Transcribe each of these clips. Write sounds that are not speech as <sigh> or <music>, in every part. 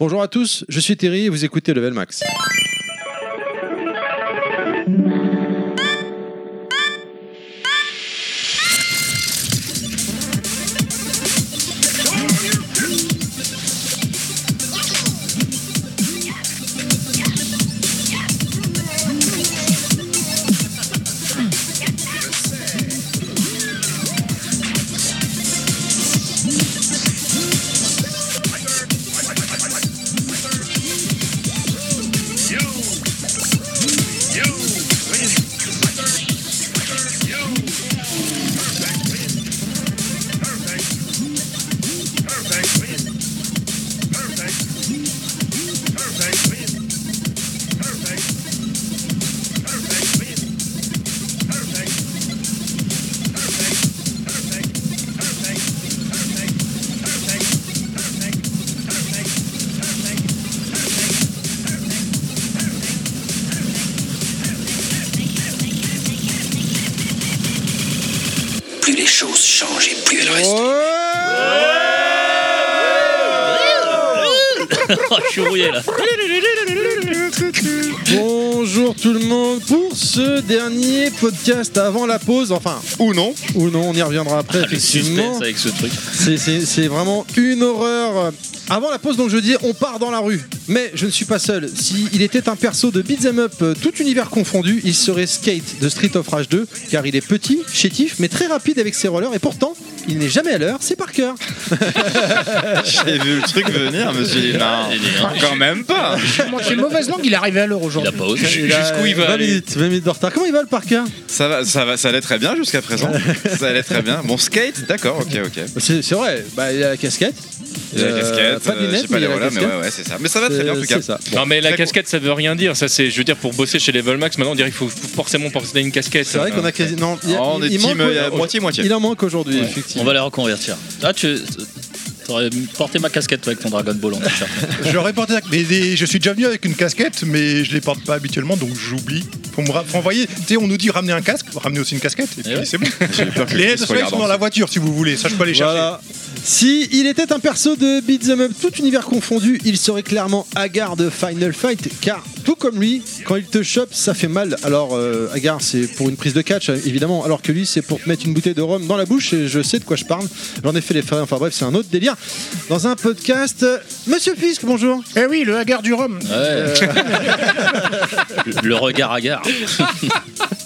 Bonjour à tous, je suis Thierry et vous écoutez Level Max. Plus les choses changent et plus elles restent. Oh, je suis rouillé là. Bonjour tout le monde pour ce dernier podcast avant la pause, enfin, Ou non ou non, on y reviendra après, Le effectivement. Ah, suspense avec ce truc. C'est- C'est c'est vraiment une horreur. Avant la pause, donc je dis, on part dans la rue. Mais je ne suis pas seul. Si il était un perso de beat'em up, euh, tout univers confondu, il serait Skate de Street of Rage 2, car il est petit, chétif, mais très rapide avec ses rollers, et pourtant, il n'est jamais à l'heure, c'est par cœur. J'ai vu le truc venir, je me suis dit, non, Il est- quand même pas Moi, j'ai mauvaise langue, il est arrivé à l'heure Il a aujourd'hui. pas osé. Jusqu'où il va 20 aller minutes, 20 minutes de retard. Comment il va le parker ça, va, ça, va, ça allait très bien jusqu'à présent. ça allait très bien. Bon, skate, d'accord, ok, ok. C'est c'est vrai, bah, il a la casquette. J'ai la Euh, casquette, pas de euh, je lunettes, sais pas mais les il a la rollers, mais casquette. ouais, ouais, c'est ça. Mais ça va très bien en Euh, tout cas. C'est ça. Bon. Non mais la Très casquette ça veut rien dire, ça c'est je veux dire pour bosser chez Level Max maintenant on dirait qu'il faut forcément porter une casquette. C'est vrai qu'on a quasi. Non, il y a- Oh, Ah, on est il manque- team euh, moitié-moitié. Il en manque aujourd'hui, On effectivement. va les reconvertir. Ah, tu. T'aurais porté ma casquette toi, avec ton Dragon Ball en t-shirt. J'aurais porté la- mais les- je suis déjà venu avec une casquette, mais je les porte pas habituellement, donc j'oublie. Faut me ra- faut envoyer. Tu sais, on nous dit ramener un casque, ramener aussi une casquette, et puis ouais. c'est <laughs> bon. J'ai peur que Les Chris aides de soleil regarde sont dans la voiture, si vous voulez. Ça, je peux aller chercher. Voilà. Si il était un perso de Beat'em Up, tout univers confondu, il serait clairement Agar de Final Fight, car tout comme lui, quand il te chope, ça fait mal. Alors, euh, Agar, c'est pour une prise de catch, euh, évidemment, alors que lui, c'est pour te mettre une bouteille de rhum dans la bouche, et je sais de quoi je parle. J'en ai fait les frères, enfin bref, c'est un autre délire. Dans un podcast, euh, Monsieur Fisk, bonjour. Eh oui, le hagard du Rhum. Ouais. Le- Le regard à gare. <laughs>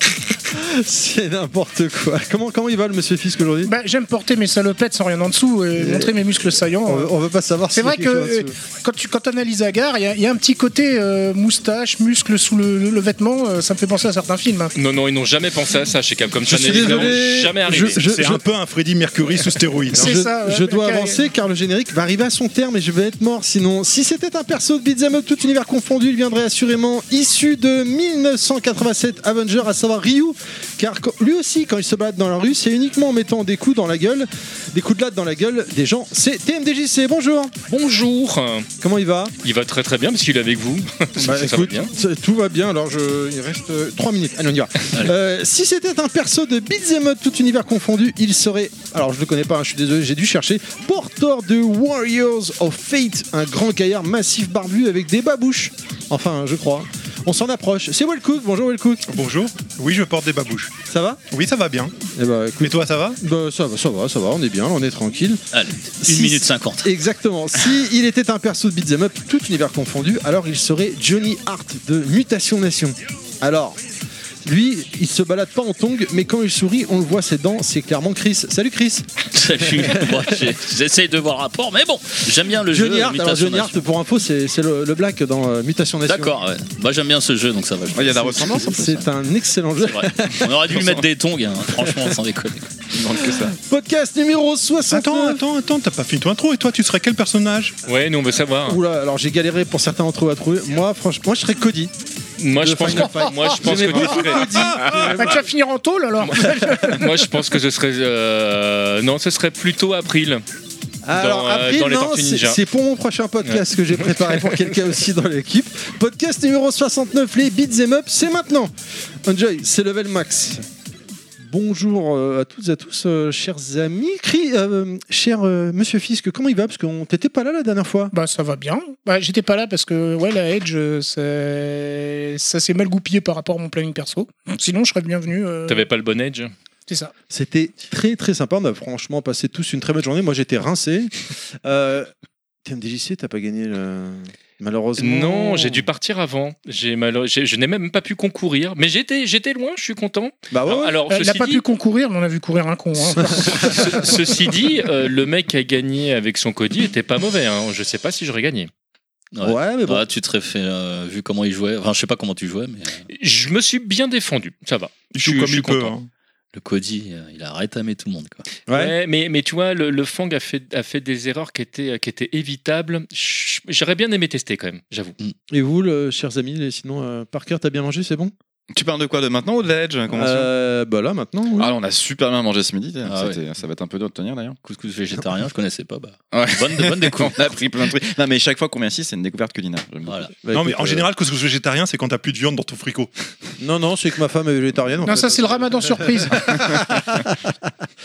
C'est n'importe quoi. Comment, comment il va le Monsieur Fisk aujourd'hui Bah, J'aime porter mes salopettes sans rien en dessous et montrer mes muscles saillants. on, veut- on veut pas savoir C'est s'il y a vrai que quelque chose euh, là-dessous. quand tu quand analyses Agar, il y a- il y, a un petit côté euh, moustache, muscle sous le, le- le vêtement, euh, ça me fait penser à certains films. hein. Non non ils n'ont jamais pensé à ça chez Capcom, Je ça suis n'est évidemment désolé. jamais arrivé. Je- je- C'est je- un peu un Freddie Mercury sous hein. <laughs> stéroïde. C'est je, ça, ouais. je dois Ok. avancer car le générique va arriver à son terme et je vais être mort sinon. Si c'était un perso de Beat'em Up tout univers confondu, il viendrait assurément issu de 1987 Avenger, à savoir Ryu, car quand- lui aussi, quand il se balade dans la rue, c'est uniquement en mettant des coups dans la gueule, des coups de latte dans la gueule des gens. C'est TMDJC, bonjour Bonjour, Comment il va il va très très bien parce qu'il est avec vous. Bah, <laughs> ça, ça va bien. ça- tout va bien, alors je, il reste 3 minutes. Allez, on y va. Euh, si c'était un perso de Beat'em Up, tout univers confondu, il serait. Alors je le connais pas, hein, je suis désolé, j'ai dû chercher. Porteur de Warriors of Fate, un grand gaillard massif barbu avec des babouches. Enfin, je crois. On s'en approche. C'est Wellcook, bonjour Wellcook. Bonjour. Oui, je porte des babouches. Ça va Oui, ça va bien. Eh bah, Mais écoute. toi, ça va bah, ça va, ça va, ça va, on est bien, là, on est tranquille. Allez, Si- 1 minute <laughs> 50. Exactement. Si il était un perso de beat'em up, tout univers confondu, alors il serait Johnny Hart de Mutation Nation. Alors, lui, il se balade pas en tongue, mais quand il sourit, on le voit ses dents. C'est clairement Chris. Salut Chris. Salut. Moi, j'ai- J'essaye de voir le rapport, mais bon, j'aime bien le Johnny jeu. Hart. Alors Mutation Johnny Hart, Nation. pour info, c'est c'est le, le Black dans euh, Mutation Nation. D'accord, ouais. Moi, j'aime bien ce jeu, donc ça va. je- Ouais, Il y a de la ressemblance en plus. C'est un excellent jeu. Ouais. On <laughs> aurait dû lui mettre des tongs, hein, franchement, sans déconner. Il manque que ça. Podcast numéro 69. Attends, attends, attends, t'as pas fini ton intro, et toi, tu serais quel personnage Ouais nous on veut savoir. Oula, alors j'ai galéré pour certains d'entre eux à trouver. Moi, franchement, moi je serais Cody. Moi je Le pense Final que moi je pense que J'aimais tu beaucoup serais- Bah, tu vas finir en tôle alors moi je pense que ce serait euh, non ce serait plutôt April. Alors Dans, euh, April, dans les non, Tortues c'est- Ninja. c'est pour mon prochain podcast <laughs> que j'ai préparé pour quelqu'un aussi dans l'équipe. Podcast numéro 69, les beats and up, c'est maintenant. Enjoy, c'est level max. bonjour euh, à toutes et à tous, euh, chers amis. Cri, euh, cher euh, Monsieur Fisk, comment il va Parce qu'on t'était pas là la dernière fois. Bah ça va bien. Bah j'étais pas là parce que ouais la Edge euh, ça, ça s'est mal goupillé par rapport à mon planning perso. Sinon je serais le bienvenu. euh, T'avais pas le bon edge C'est ça. C'était très très sympa. On a franchement passé tous une très bonne journée. Moi j'étais rincé. Euh, TMDJC, t'as pas gagné le... malheureusement. Non, j'ai dû partir avant. J'ai malheure- j'ai- je n'ai même pas pu concourir. Mais j'étais, j'étais loin, je suis content. Bah ouais, Alors, ouais. alors, Euh, Elle n'a ceci, pas dit, pu concourir, mais on a vu courir un con. hein. ce- ceci dit, euh, le mec qui a gagné avec son Cody était pas mauvais. hein. Je sais pas si j'aurais gagné. ouais. mais bon. Ah, tu te serais fait, euh, vu comment il jouait, enfin je sais pas comment tu jouais, mais euh, Je me suis bien défendu, ça va. Il Je joue suis- comme je suis il peut. content. hein. le Cody, euh, il a rétamé tout le monde. Quoi. Ouais. Ouais, mais, mais tu vois, le, le Fang a fait, a fait des erreurs qui étaient, qui étaient évitables. Ch- J'aurais bien aimé tester quand même, j'avoue. Et vous, le- chers amis, les- sinon, euh, Parker, t'as bien mangé, c'est bon Tu parles de quoi De maintenant ou de la Edge comment ça euh, Bah là maintenant. oui. Ah, on a super bien mangé ce midi. Ah ouais. C'était- Ça va être un peu dur de tenir d'ailleurs. Couscous végétarien, je connaissais pas. Bah. <laughs> Ouais. Bonne, bonne découverte. On a pris plein de trucs. Non, mais chaque fois qu'on vient ici, c'est une découverte culinaire. J'aime beaucoup. Voilà. Bah, non, mais écoute, en euh, général, que ce soit végétarien, c'est quand t'as plus de viande dans ton frigo. Non, non, c'est que ma femme est végétarienne. en non fait. ça c'est le ramadan surprise. Ah,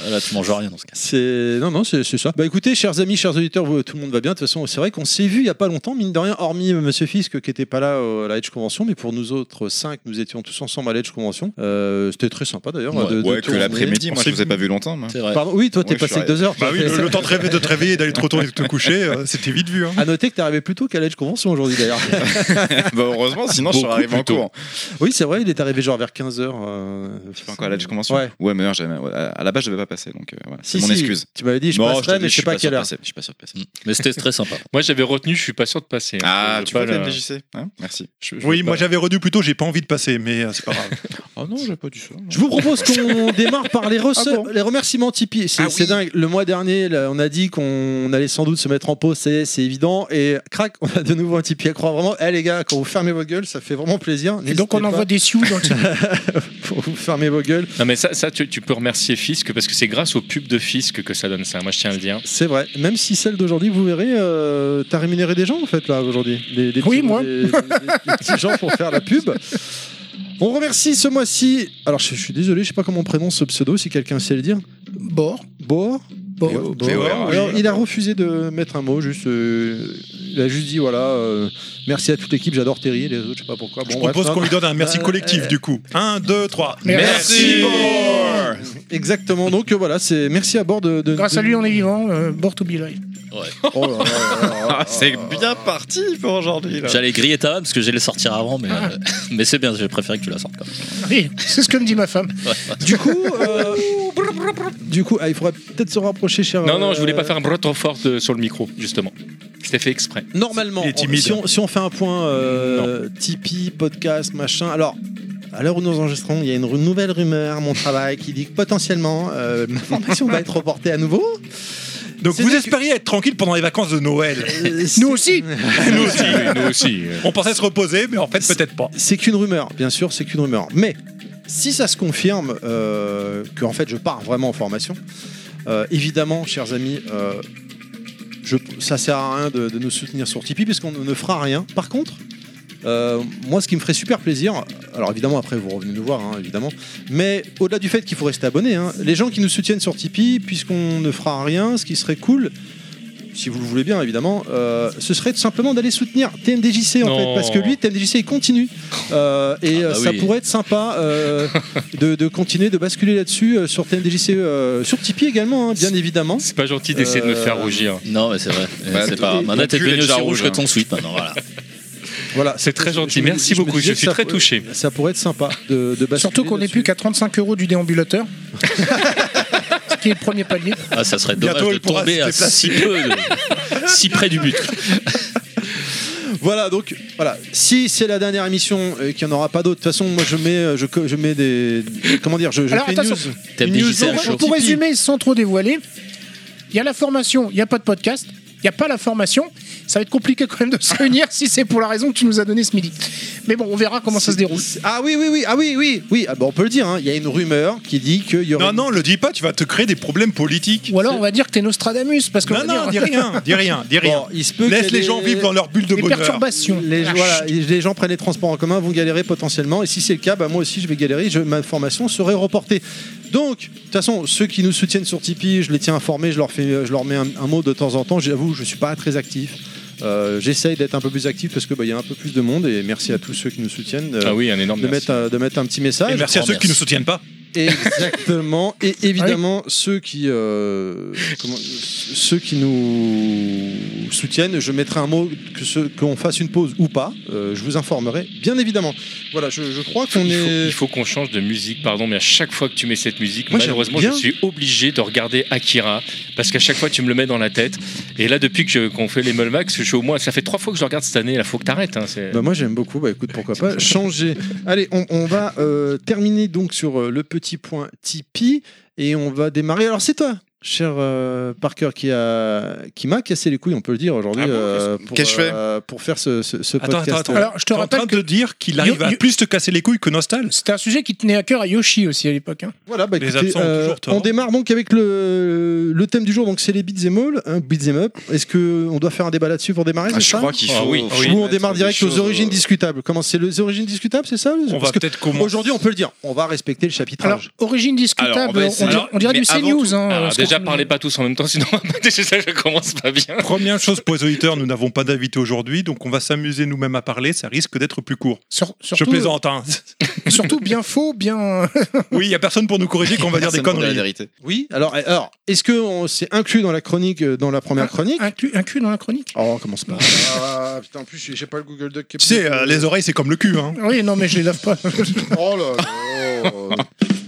Là, tu manges rien dans ce cas. C'est non non c'est c'est ça. Bah écoutez chers amis chers auditeurs vous- tout le monde va bien de toute façon c'est vrai qu'on s'est vu il y a pas longtemps mine de rien hormis euh, Monsieur Fisk qui était pas là euh, à la Edge Convention mais pour nous autres cinq nous étions tous ensemble à la Edge Convention Euh, c'était très sympa d'ailleurs Ouais, de, de Ouais, que tourner. l'après-midi, moi je On vous ai s'est- pas vu longtemps. moi. C'est vrai. Pardon oui toi t'es Ouais, je passé suis que deux heures. Bah t'as <laughs> oui, fait le, ça. le temps de rêver, de te réveiller, et d'aller te retourner, et de te coucher, euh, c'était vite vu. Hein. À noter que t'es arrivé plus tôt qu'à la Edge Convention aujourd'hui <laughs> d'ailleurs. <laughs> bah, heureusement, sinon je serais arrivé en cours. oui c'est vrai il est arrivé genre vers 15 h Tu fais encore à la Edge Convention Ouais. Ouais, mais alors, j'avais- ouais, à la base, je devais pas passer, donc euh, voilà. Si, C'est mon si, excuse. Tu m'avais dit je Non, passerai te mais dis, je sais pas à suis sûr quelle de heure. passer, Je suis pas sûr de passer. Mm. Mais c'était très sympa. Moi, j'avais retenu, je suis pas sûr de passer. Hmm. hein. Ah, Je tu veux vois, pas le la- MDJC hein Merci. Je- je Oui, veux moi pas- j'avais redû plus tôt, j'ai pas envie de passer, mais euh, c'est <laughs> pas grave. Ah non, j'ai pas du ça. Je vous <laughs> propose qu'on démarre par les, rece- Ah bon les remerciements Tipeee. C'est Ah oui. c'est dingue. Le mois dernier, là, on a dit qu'on allait sans doute se mettre en pause, ça y est, c'est évident. Et crac, on a de nouveau un Tipeee à croire vraiment. Eh les gars, quand vous fermez vos gueules, ça fait vraiment plaisir. Et donc on N'hésitez envoie des sioux dans le pas pour vous fermer vos gueules. Non, mais ça, ça tu, tu peux remercier Fisk parce que c'est grâce au pub de Fisk que ça donne ça. Moi, je tiens à le dire. C'est vrai. Même si celle d'aujourd'hui, vous verrez, euh, t'as rémunéré des gens en fait là aujourd'hui. Des, des petits- Oui, moi. Des, des- des petits gens pour faire la pub. On remercie ce mois-ci. Alors je, je suis désolé, je sais pas comment on prononce ce pseudo. Si quelqu'un sait le dire. bord. Bor. Bord. Bon, bon, VOR, alors, oui. il a refusé de mettre un mot, juste, euh, il a juste dit voilà, euh, merci à toute l'équipe, j'adore Terry et les autres, je sais pas pourquoi. Bon, Je bref, hein. propose non, qu'on lui donne un merci Euh, collectif du coup. Un, deux, trois. Merci. Exactement, donc euh, voilà, c'est merci à bord de. de- Grâce de- à lui on est vivant. euh, bord to be live. Oh là là là là là. Ah, c'est bien parti pour aujourd'hui là. J'allais griller ta vanne parce que j'allais le sortir avant, mais, euh, <laughs> mais c'est bien, j'ai préféré que tu la sortes. Quoi. Oui, c'est ce que me dit ma femme. du coup, euh, du coup, ah, il faudrait peut-être se rapprocher, cher. Non, non, je voulais euh, pas faire un bras trop fort euh, sur le micro, justement. C'était <laughs> fait exprès. Normalement, Il est timide. Si, on, si on fait un point euh, Tipeee, podcast, machin. Alors, à l'heure où nous enregistrons, il y a une rou- nouvelle rumeur à mon travail qui dit que potentiellement euh, ma formation va être reportée à nouveau. Donc C'est vous vrai espériez être tranquille pendant les vacances de Noël. Euh, Nous aussi. Nous aussi. Nous aussi. euh. On pensait se reposer, mais en fait peut-être pas. C'est qu'une rumeur, bien sûr, c'est qu'une rumeur. Mais si ça se confirme euh, que en fait je pars vraiment en formation, euh, évidemment, chers amis, euh, je, ça sert à rien de, de nous soutenir sur Tipeee puisqu'on ne fera rien. Par contre, euh, moi, ce qui me ferait super plaisir, alors évidemment après vous revenez nous voir, hein, évidemment, mais au-delà du fait qu'il faut rester abonné, hein, les gens qui nous soutiennent sur Tipeee, puisqu'on ne fera rien, ce qui serait cool. Si vous le voulez bien, évidemment, euh, ce serait tout simplement d'aller soutenir TMDJC en Non. fait, parce que lui, TMDJC, il continue. Euh, et Ah bah euh, ça oui. pourrait être sympa euh, de, de continuer, de basculer là-dessus euh, sur TMDJC, euh, sur Tipeee également, hein, bien évidemment. C'est pas gentil d'essayer de me faire Euh, rougir. Non, mais c'est vrai. Bah, c'est ton- pas. Maintenant, ton t'es cul est devenu déjà aussi rouge rouge, que hein. ton sweat maintenant. Voilà. Voilà, C'est très Je- gentil. je me- merci je me beaucoup. disais Je que suis ça très pourrait- touché. Ça pourrait être sympa de, de basculer Surtout qu'on n'est plus là-dessus. qu'à 35 euros du déambulateur. ce qui est le premier palier. Ah, ça serait dommage Bientôt, de il pourra tomber se à déplacer. si peu, <laughs> de- si près du but. Voilà, donc voilà. Si c'est la dernière émission et qu'il n'y en aura pas d'autres, de toute façon, moi je mets, euh, je, co- je mets des, comment dire, je, je Alors, fais une attention. news. T'as Une dit news c'est un sur- show. Pour résumer, sans trop dévoiler, il y a la formation, il n'y a pas de podcast, il n'y a pas la formation. Ça va être compliqué quand même de se réunir si c'est pour la raison que tu nous as donnée ce midi. Mais bon, on verra comment ça se déroule. Ah oui, oui, oui, ah oui, oui, oui. Ah, bah, on peut le dire. hein. Il y a une rumeur qui dit qu'il y aurait. Non, non, le dis pas, tu vas te créer des problèmes politiques. Ou alors on va dire que t'es Nostradamus parce que on Non, va non, dis dire- rien, dis rien, dis rien. Bon, il se peut qu'il y Laisse ait les des- gens vivre dans leur bulle de les bonheur. perturbations. Les, Ah, voilà, chut. les gens prennent les transports en commun, vont galérer potentiellement, et si c'est le cas, bah, moi aussi je vais galérer, je- ma formation serait reportée. Donc, de toute façon, ceux qui nous soutiennent sur Tipeee, je les tiens informés, je leur, fais, je leur mets un, un mot de temps en temps. J'avoue, je suis pas très actif. Euh, J'essaye d'être un peu plus actif parce que bah, il y a un peu plus de monde et merci à tous ceux qui nous soutiennent. euh, Ah oui, un énorme De merci. mettre, un, de mettre un petit message. Et merci à ceux qui nous soutiennent pas. Exactement. Et Ah évidemment, ceux qui euh, comment- ceux qui nous soutiennent, je mettrai un mot que ce- qu'on fasse une pause ou pas. euh, je vous informerai, bien évidemment. Voilà, je, je crois qu'on Il faut, est. il faut qu'on change de musique, pardon, mais à chaque fois que tu mets cette musique, Moi, j'aime malheureusement, bien. je suis obligé de regarder Akira parce qu'à chaque fois, tu me le mets dans la tête. Et là, depuis que je- qu'on fait les Mulmax, je suis au moins, ça fait trois fois que je le regarde cette année. Il faut que t'arrêtes. Hein, c'est- Bah moi j'aime beaucoup, bah écoute pourquoi pas changer. Allez, on, on va euh, terminer donc sur euh, le petit point Tipeee et on va démarrer. Alors c'est toi, cher euh, Parker, qui a qui m'a cassé les couilles, on peut le dire aujourd'hui, Ah bon euh, pour, Qu'est-ce que je euh, pour faire ce, ce- ce Attends, podcast. attends, attends. <laughs> Alors, je te T'es en train rappelle que de dire qu'il arrive Yo- à yo- plus te casser les couilles que Nostal. c'était un sujet qui tenait à cœur à Yoshi aussi à l'époque. hein. Voilà, bah, Les écoutez, absents ont euh, toujours tort. hein. on démarre donc avec le, le thème du jour, donc c'est les beats and all, hein, beats 'em up. Est-ce que on doit faire un débat là-dessus pour démarrer Ah, c'est je ça crois qu'il faut. Ah oui, faut oui. Ou on mettre démarre oh, des direct choses, aux origines euh, discutables. Comment c'est les origines discutables, c'est ça On Parce va que peut-être commencer. Aujourd'hui, on peut le dire. On va respecter le chapitrage. Alors, origine discutable, Alors, on on, va essayer- dirait- Alors, on dirait mais du avant CNews. Hein, Alors, ce qu'on Ah, déjà, fait. parlez pas tous en même temps, sinon <laughs> déjà ça je commence pas bien. Première chose pour les auditeurs, nous n'avons pas d'invité aujourd'hui, donc on va s'amuser nous-mêmes à parler, ça risque d'être plus court. Sur- Je surtout, plaisante, hein. euh, surtout bien faux, bien. euh, Oui, il n'y a personne pour nous corriger qu'on <laughs> va dire des personne pour la conneries. vérité. Oui, alors, euh, alors est-ce que on- c'est inclus dans la chronique, euh, dans la première chronique <laughs> inclus, inclus dans la chronique. Oh, on commence pas. Ah, putain, en plus, j'ai- j'ai pas le Google Doc qui est Tu sais, euh, les oreilles, c'est comme le cul, hein. Oui, non, mais je les lave pas. Oh là là.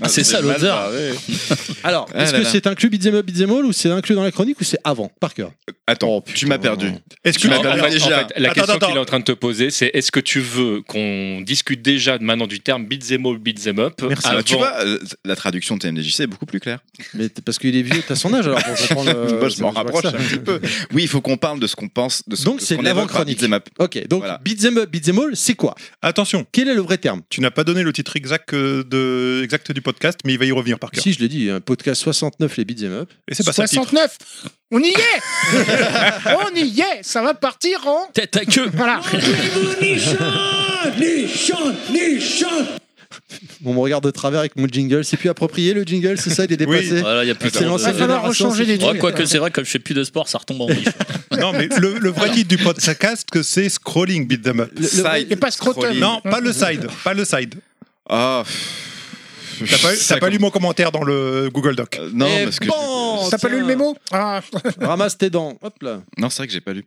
Ah, c'est ça, mal l'odeur. barré. Alors, Ah est-ce là que là. c'est inclus Beat'em Up, Beat'em All, ou c'est inclus dans la chronique, ou c'est avant, par cœur Attends, Oh, tu m'as putain. perdu. Est-ce que Tu m'as Alors, perdu en déjà. fait, la Attends, question attends. qu'il est en train de te poser, c'est est-ce que tu veux qu'on discute déjà maintenant du terme beat'em all, beat'em up Merci. Ah, avant- bah, tu vois, euh, la traduction de TMDJC est beaucoup plus claire. Mais t- parce qu'il est vieux, t'as son âge, alors <laughs> pour comprendre, euh, Moi, je m'en vois que rapproche ça. un petit peu. Oui, il faut qu'on parle de ce qu'on pense, de ce Donc, de ce c'est qu'on de évoque par l'avant-chronique. Beat'em Up. Ok, donc Voilà. Beat'em Up, Beat'em All, c'est quoi Attention, Quel est le vrai terme tu n'as pas donné le titre exact, euh, de... exact du podcast, mais il va y revenir par cœur. Si, je l'ai dit, un podcast 69, les Beat'em Up. Et c'est pas ça le titre. 69 On y est <laughs> On y est Ça va partir en. Tête à queue Voilà. On me regarde de travers avec mon jingle. C'est plus approprié le jingle, c'est ça, il est <laughs> dépassé Voilà, il y a Ah, plus de C'est temps de- l'ancienne va falloir génération, rechanger c'est les fini. Ouais, Quoique, c'est vrai, comme je fais plus de sport, ça retombe en <laughs> riche. Non, mais le, le vrai titre du podcast, que c'est Scrolling Beat Them Up. Le- le- Side Et pas scrotum. scrolling. Non, pas le side, pas le side. Ah. T'as pas, Ça t'as pas lu commence- mon commentaire dans le Google Doc. Euh, Non, Et parce que. Eh, bon, T'as tiens. pas lu le mémo Ah, Ramasse tes dents. Hop là. Non, c'est vrai que j'ai pas lu.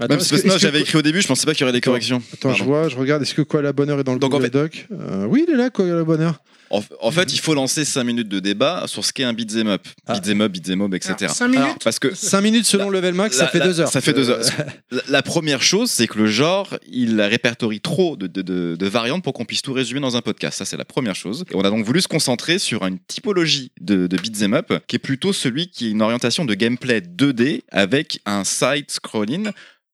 Attends, Même est-ce si parce que- que est-ce moi, que- j'avais écrit au début, je pensais pas qu'il y aurait des corrections. Attends, je Pardon. vois, je regarde. Est-ce que quoi la bonheur est dans le Donc, en Google Doc Euh, Oui, il est là, quoi la <laughs> bonheur. En, en fait, il faut lancer 5 minutes de débat sur ce qu'est un beat'em up. Ah. Beat'em up, beat'em up, etc. 5 minutes Parce que 5 minutes selon level max, ça la- fait la- 2 heures. Ça fait deux Euh, <laughs> heures. La, la première chose, c'est que le genre, il répertorie trop de, de- de- de variantes pour qu'on puisse tout résumer dans un podcast. Ça, c'est la première chose. Et on a donc voulu se concentrer sur une typologie de, de beat'em up qui est plutôt celui qui est une orientation de gameplay 2D avec un side scrolling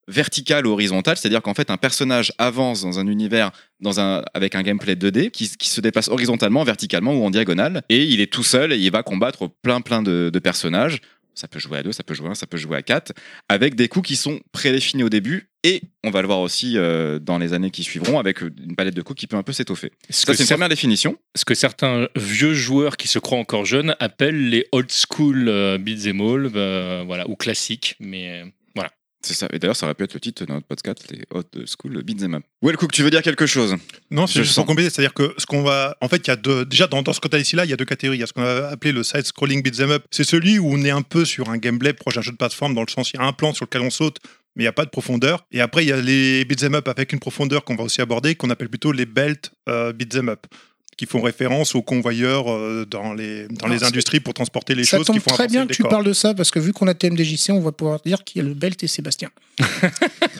vertical ou horizontal, c'est-à-dire qu'en fait un personnage avance dans un univers dans un, avec un gameplay 2D qui, qui se déplace horizontalement, verticalement ou en diagonale et il est tout seul et il va combattre plein plein de- de personnages. Ça peut jouer à deux, ça peut jouer à un, ça peut jouer à quatre avec des coups qui sont prédéfinis au début et on va le voir aussi euh, dans les années qui suivront avec euh, une palette de coups qui peut un peu s'étoffer. Ça Est-ce que c'est une ça- première définition. ce que certains vieux joueurs qui se croient encore jeunes appellent les old school euh, beats and all, euh, voilà, ou classiques, mais euh, <laughs> voilà. C'est ça. Et d'ailleurs ça aurait pu être le titre de notre podcast, les Hot School Beat'em Up. Well Cook, tu veux dire quelque chose Non, Je c'est juste sens. pour compléter. C'est-à-dire que ce qu'on va. En fait, il y a deux. Déjà, dans, dans ce que tu as ici, là, il y a deux catégories. Il y a ce qu'on a appelé le side-scrolling beat'em up. C'est celui où on est un peu sur un gameplay proche d'un jeu de plateforme, dans le sens, il y a un plan sur lequel on saute, mais il n'y a pas de profondeur. Et après, il y a les beat'em up avec une profondeur qu'on va aussi aborder, qu'on appelle plutôt les belt euh, beat'em up, qui font référence aux convoyeurs euh, dans les, dans Alors, les c'est- industries pour transporter les Ça choses qui tombe font très avancer bien le que tu décor. parles de ça parce que vu qu'on a TMDJC, on va pouvoir dire qu'il y a le Belt et Sébastien.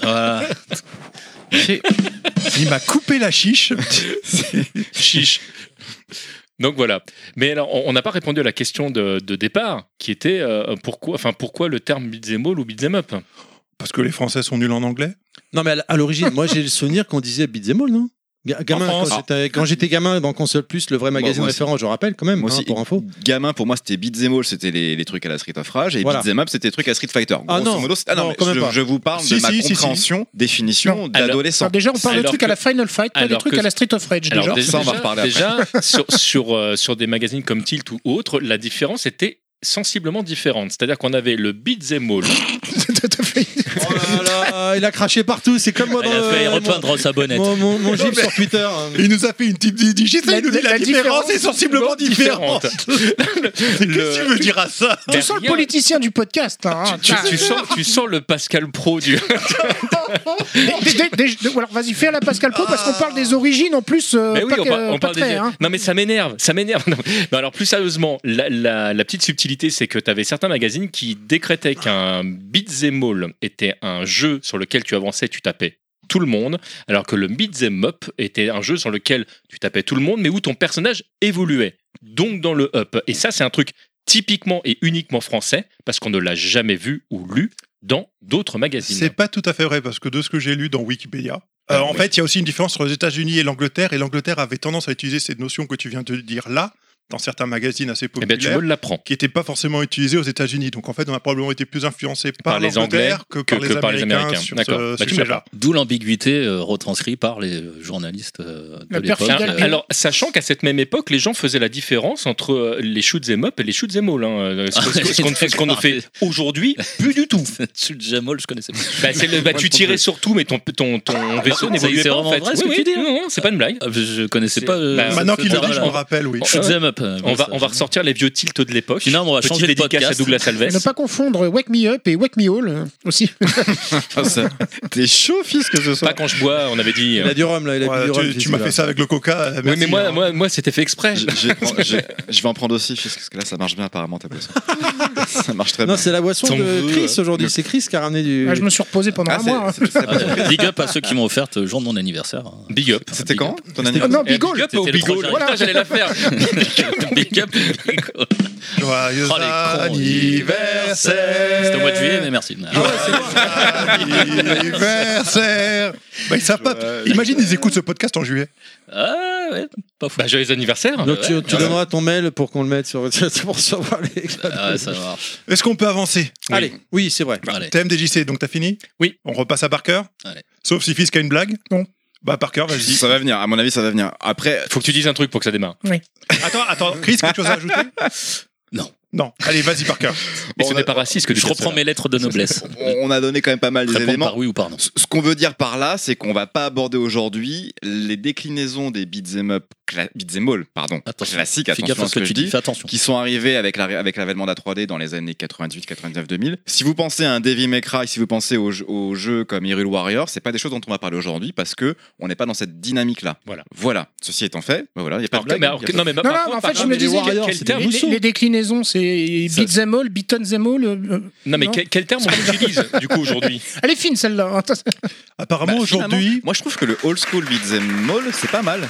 Voilà. Il m'a coupé la chiche. Chiche. Donc voilà. Mais alors, on on n'a pas répondu à la question de, de départ, qui était euh, pourquoi, enfin, pourquoi le terme beat'em all ou beat'em up Parce que les Français sont nuls en anglais. Non, mais à l- à l'origine, moi j'ai le souvenir qu'on disait beat'em all, non Ga- gamin, France. quand j'étais- quand j'étais gamin dans Console Plus, le vrai magazine moi aussi. référent, je rappelle quand même, Moi hein, aussi. pour info. Gamin, pour moi, c'était Beat'em All, c'était les, les trucs à la Street of Rage, et Voilà. Beat'em Up, c'était les trucs à Street Fighter. Ah Grosso non, modo, c'est- ah non, non, mais quand même je, pas. je vous parle Si, de ma si, si, si. compréhension, définition Non. d'adolescent. Enfin, déjà, on parle de Alors trucs que- à la Final Fight, pas des alors trucs que- à la Street of Rage Alors, déjà. déjà, Ça, on va reparler après. déjà, sur, sur, euh, sur des magazines comme Tilt ou autres, la différence était sensiblement différente. C'est-à-dire qu'on avait le Beat'em All. <laughs> Tout à fait. <laughs> Oh là là, il a craché partout, c'est comme moi dans Elle a le- euh, failli mon- repeindre sa bonnette. Mon, mon, mon gif sur Twitter. hein. Il nous a fait une petite digite, La- il nous dit la- la, la différence, différence est sensiblement différente. différente. Qu'est-ce que tu veux dire à ça Tu sens le Derrière- politicien du podcast. hein, hein. Tu, tu sens, tu sens le Pascal Pro du. hein. Dé- dé- dé- dé- ou Alors vas-y, fais à la Pascal Pro parce qu'on parle des origines en plus. euh, Mais oui, pas on, que- par- on pas parle des. très, hein. Non, mais ça m'énerve, ça m'énerve. <laughs> Non. Non, alors, plus sérieusement, la, la- la petite subtilité, c'est que tu avais certains magazines qui décrétaient qu'un beat'em all était un jeu sur lequel tu avançais, tu tapais tout le monde, alors que le beat'em up était un jeu sur lequel tu tapais tout le monde, mais où ton personnage évoluait. Donc dans le up. Et ça, c'est un truc typiquement et uniquement français, parce qu'on ne l'a jamais vu ou lu dans d'autres magazines. C'est pas tout à fait vrai, parce que de ce que j'ai lu dans Wikipédia, euh, Ah, en fait, il y a aussi une différence entre les États-Unis et l'Angleterre, et l'Angleterre avait tendance à utiliser cette notion que tu viens de dire là, dans certains magazines assez Eh bien, tu me populaires. l'apprends. qui n'était pas forcément utilisés aux États-Unis. Donc en fait, on a probablement été plus influencé par, Par les Anglais l'Angleterre que, par, que- que les par les Américains Américains. sur D'accord. ce Bah, tu sujet-là. D'où l'ambiguïté euh, retranscrite par les journalistes euh, de La l'époque. perfide euh, Albion. Alors, sachant qu'à cette même époque, les gens faisaient la différence entre euh, les shoots em up et les shoots em all. hein. Euh, Ah Ce que- ce qu'on ce qu'on ne fait aujourd'hui, plus <laughs> du tout. Sud Jamol, Euh, je connaissais pas. Bah, c'est <laughs> le- bah, tu tirais sur tout, mais ton, ton, ton vaisseau c'est- n'évoluait c'est pas. en vraiment fait. vrai, ce que Oui, oui, tu dis, hein. non, non, c'est pas une blague. Ah, Je connaissais C'est- pas. euh, Bah, cette- Maintenant qu'il le cette- dit, je me voilà. rappelle, oui. Shoot them up. euh, On bon, va, ça- on va ressortir les vieux tilts de l'époque. Sinon, on va Petite changer de dédicace podcast. à Douglas Et Ne Alves. pas confondre Wake Me Up et Wake Me All euh, aussi. Ah, ça- <laughs> T'es chaud, fils, que ce soit. Pas quand je bois, on avait <laughs> dit. Il a du rhum là, il a bu Ouais, du rhum. tu tu m'as celui-là. fait ça avec le coca. euh, Oui, mais merci, moi, hein. moi, moi c'était fait exprès. Je- je vais prendre- je- je vais en prendre aussi, fils, parce que là, ça marche bien apparemment, ta boisson. ça marche très Non, bien. c'est la boisson Son de vœu, Chris euh, aujourd'hui. le- C'est Chris qui a ramené du. Ah, je me suis reposé pendant Ah, un c'est- mois. hein. c'est- c'est- Ah, Big up à ceux qui m'ont offert le jour de mon anniversaire. <laughs> hein. Big up. C'était Big quand up. ton année Oh, non, Eh, Bigol. Big up au C'était le Big prochain. All. Putain, J'allais la faire. Big up. Big up. Joyeux Oh, les cons, anniversaire. C'était au mois de juillet, mais merci. Joyeux <laughs> anniversaire. Bah, ils savent pas. Imagine, ils écoutent ce podcast en juillet. Ah ouais, pas fou. Bah, joyeux anniversaire. Donc tu, Ouais. tu donneras ton mail pour qu'on le mette sur <laughs> pour savoir les. Ah ouais, ça marche. Est-ce qu'on peut avancer Oui. Allez, oui, c'est vrai. Bah, Allez. TMDJC, donc t'as fini Oui. On repasse à Parker Allez. Sauf si Fisk a une blague Non. Bah, Parker, vas-y. Ça va venir, à mon avis, ça va venir. Après, Faut que tu dises un truc pour que ça démarre. Attends, attends, Chris, quelque chose à ajouter Non. Non. Allez, vas-y, Parker. Bon, Mais ce on n'est a- pas raciste que tu Je reprends mes lettres de noblesse. on on a donné quand même pas mal des Réponds éléments. par oui ou par non. Ce ce qu'on veut dire par là, c'est qu'on va pas aborder aujourd'hui les déclinaisons des beat'em up, cla- beat'em all, pardon, Attention. classiques, Fais attention gaffe à à ce que, tu je dis, dis. Fais attention. qui sont arrivées avec la- avec l'avènement de la 3D dans les années 98, 99, 2000. Si vous pensez à un Devil May Cry, si vous pensez aux, jeux- aux jeux comme Hyrule Warrior, c'est pas des choses dont on va parler aujourd'hui parce que on n'est pas dans cette dynamique-là. Voilà. Voilà. Ceci étant fait, ben voilà, il y a pas Alors de que- blague. mais alors que- non, mais Non, par non, contre, en par fait, je contre, me quel- disais, quel, c'est des terme Les, les déclinaisons, c'est Ça- beat them all, beat on them all. euh, euh. Non, mais Non. quel, quel terme on utilise du coup <laughs> aujourd'hui Elle est fine celle-là. hein. Attends, Bah, Apparemment, finalement, aujourd'hui, moi je trouve que le old school beat'em all, c'est pas mal. En Bah,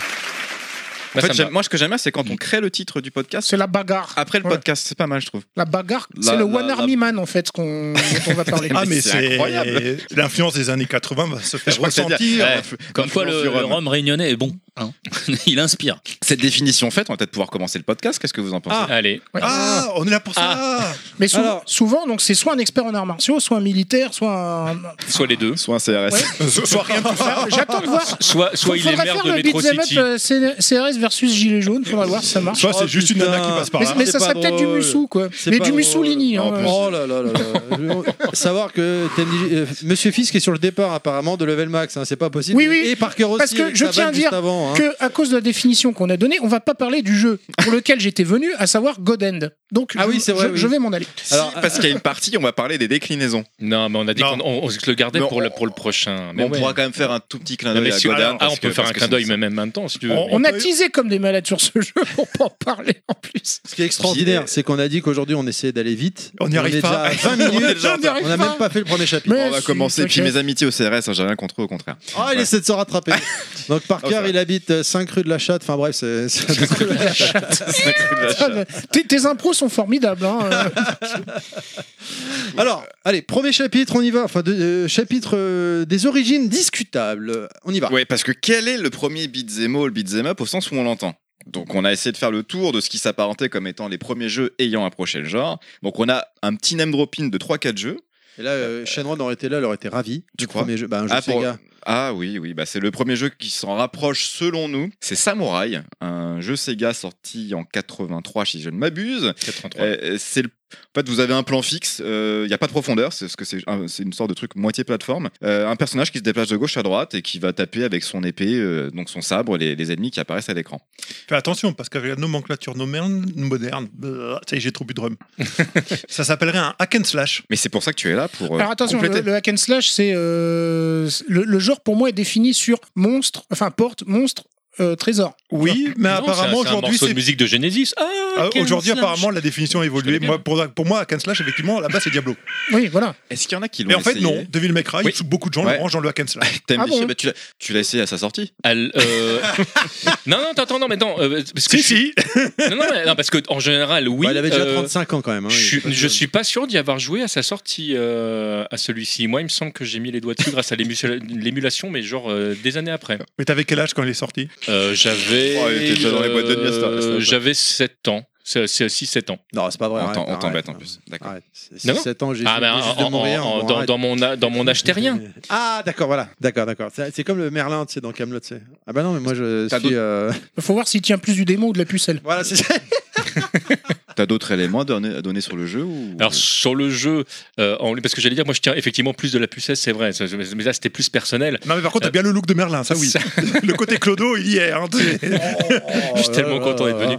ça fait, me j'aime- va. Mm. moi ce que j'aime bien, c'est quand on crée le titre du podcast C'est la bagarre. après le Ouais. podcast, c'est pas mal, je trouve. La bagarre, La- c'est le la- One Army Man en fait, ce qu'on dont on va parler. Ah mais c'est c'est incroyable. L'influence des années 80 va se faire crois que c'est ressentir. Ouais. Comme quoi, le, Influence du le rhum. rhum réunionnais est bon. hein. <laughs> Il inspire. Cette définition faite, on va peut-être pouvoir commencer le podcast. Qu'est-ce que vous en pensez Allez, Ah, on est là pour ça. Mais sou- Alors- souvent, donc c'est soit un expert en arts martiaux, soit un militaire, soit un. soit les deux. Ah. Soit un CRS. <laughs> Ouais. Soit rien de tout ça. J'attends de voir. Soit, soit il est Faudrait maire faire de le Metro beat'em up City. euh, C- CRS versus Gilet jaune, faudra voir si ça marche. Soit c'est Oh, juste une putain. nana qui passe par Mais, là. mais c'est ça pas sera peut-être du drôle. Mussou quoi. C'est Mais pas du drôle. Mussolini. En hein. plus. Oh là là <laughs> là là. Savoir que TMDJ euh, Monsieur Fisk est sur le départ apparemment de Level Max, hein, c'est pas possible. Oui, oui. Et Parker aussi. Parce que avec je sa tiens à vanne dire juste avant, hein. Que à cause de la définition qu'on a donnée, on va pas parler du jeu pour lequel j'étais venu, à savoir God End. Donc Ah oui, je, c'est vrai, je- oui. je vais m'en aller. Alors, Si, parce qu'il y a une partie, on va parler des déclinaisons. Non, mais on a dit Non. qu'on on- on se le gardait Mais pour, on- le, pour le prochain. Mais Mais on ouais. pourra quand même faire un tout petit clin Non, mais d'œil à si- Godin. ah, parce on peut que- faire parce un que cliin c'est- d'œil même en même temps si tu veux. On a peut- teasé comme des malades sur ce jeu pour pas en parler en plus. ce qui est extraordinaire, c'est qu'on a dit qu'aujourd'hui on essayait d'aller vite. On n'y arrive est pas. déjà à 20 minutes. On est déjà en On y arrive <laughs> On n'a même pas. pas fait le premier chapitre. Mais On va si, commencer. Et puis t'inquiète. mes amitiés au CRS, hein, j'ai rien contre eux, au contraire. Ah, il Ouais. <laughs> essaie de se rattraper. Donc Oh, ça Parker, va. il a j'habite 5 rue de la Chatte. Enfin bref, c'est. c'est- <laughs> Tes- Tes impros sont formidables. hein, euh. Alors, euh, allez, premier chapitre, on y va. Enfin, de- euh, chapitre euh, des origines discutables. On y va. Ouais, parce que quel est le premier beat'em all, beat'em up au sens où on l'entend donc on a essayé de faire le tour de ce qui s'apparentait comme étant les premiers jeux ayant approché le genre. Donc on a un petit name dropping de 3-4 jeux. Et là, euh, Shenron aurait été là, elle aurait été ravie. Tu crois Premier jeu, bah, un jeu Ah, pour- Sega. Ah oui, oui, bah c'est le premier jeu qui s'en rapproche selon nous. C'est Samurai, un jeu Sega sorti en 83 si je ne m'abuse. 83. Euh, c'est le- En fait, vous avez un plan fixe, euh, il n'y a pas de profondeur, c'est ce que c'est un- c'est une sorte de truc moitié plateforme. Euh, un personnage qui se déplace de gauche à droite et qui va taper avec son épée, euh, donc son sabre, les, les ennemis qui apparaissent à l'écran. Fais attention, parce qu'avec la nomenclature moderne, moderne euh, ça y est, j'ai trop bu de rhum. ça s'appellerait un hack and slash. Mais c'est pour ça que tu es là pour. euh, Alors attention, le, compléter. le hack and slash, c'est euh, le, le genre pour moi est défini sur monstre, enfin porte, monstre, euh, trésor. Oui, mais Non, apparemment c'est un- c'est un aujourd'hui, morceau de c'est. musique de Genesis. Ah, Ah, quel Aujourd'hui, slash. apparemment, la définition a évolué. Je connais Moi, pour, pour moi, hack and slash, effectivement, là-bas, c'est Diablo. Oui, voilà. Est-ce qu'il y en a qui l'ont Mais en fait, essayé non. Devil May Cry, Oui. beaucoup de gens Ouais. le rangent dans le hack and slash. T'aimes Ah bien- bon bah, tu l'as- tu l'as essayé à sa sortie Elle, <laughs> euh, non, non, attends, non, mais attends. euh, parce que je suis- Non, non, mais- non, parce que en général, oui. Ouais, elle avait déjà euh, 35 ans quand même. hein, Je, il suis- est pas je jeune. suis pas sûr d'y avoir joué à sa sortie euh, à celui-ci. Moi, il me semble que j'ai mis les doigts dessus grâce à l'ému- l'émulation, mais genre euh, des années après. Mais t'avais quel âge quand il est sorti Euh, j'avais. Oh, il était déjà dans les boîtes de nuit à cette heure- à cette heure. J'avais 7 ans. C'est 6-7 ans. Non, c'est pas vrai. On arrête, t'en- on arrête, t'embête en arrête. plus. D'accord. Arrête. C'est- Non, non. 7 ans, j'ai Ah, mais j'ai juste en- de mourir. en- bon, dans, arrête. dans mon, a- dans mon âge terrien. <laughs> Ah, d'accord, voilà. D'accord, d'accord. C'est c'est comme le Merlin, tu sais, dans Camelot, tu sais. Ah bah non, mais moi je T'as suis. d'autres- euh, <laughs> Il faut voir s'il tient plus du démon ou de la pucelle. Voilà, c'est ça. T'as d'autres éléments à donner, à donner sur le jeu ou... Alors sur le jeu, euh, en- parce que j'allais dire, moi je tiens effectivement plus de la pucesse, c'est vrai, Ça, mais là c'était plus personnel. Non, mais par contre, t'as bien le look de Merlin, ça oui. Ça- le côté Clodo, il y est. hein, t'es- <laughs> <laughs> je suis tellement content d'être venu.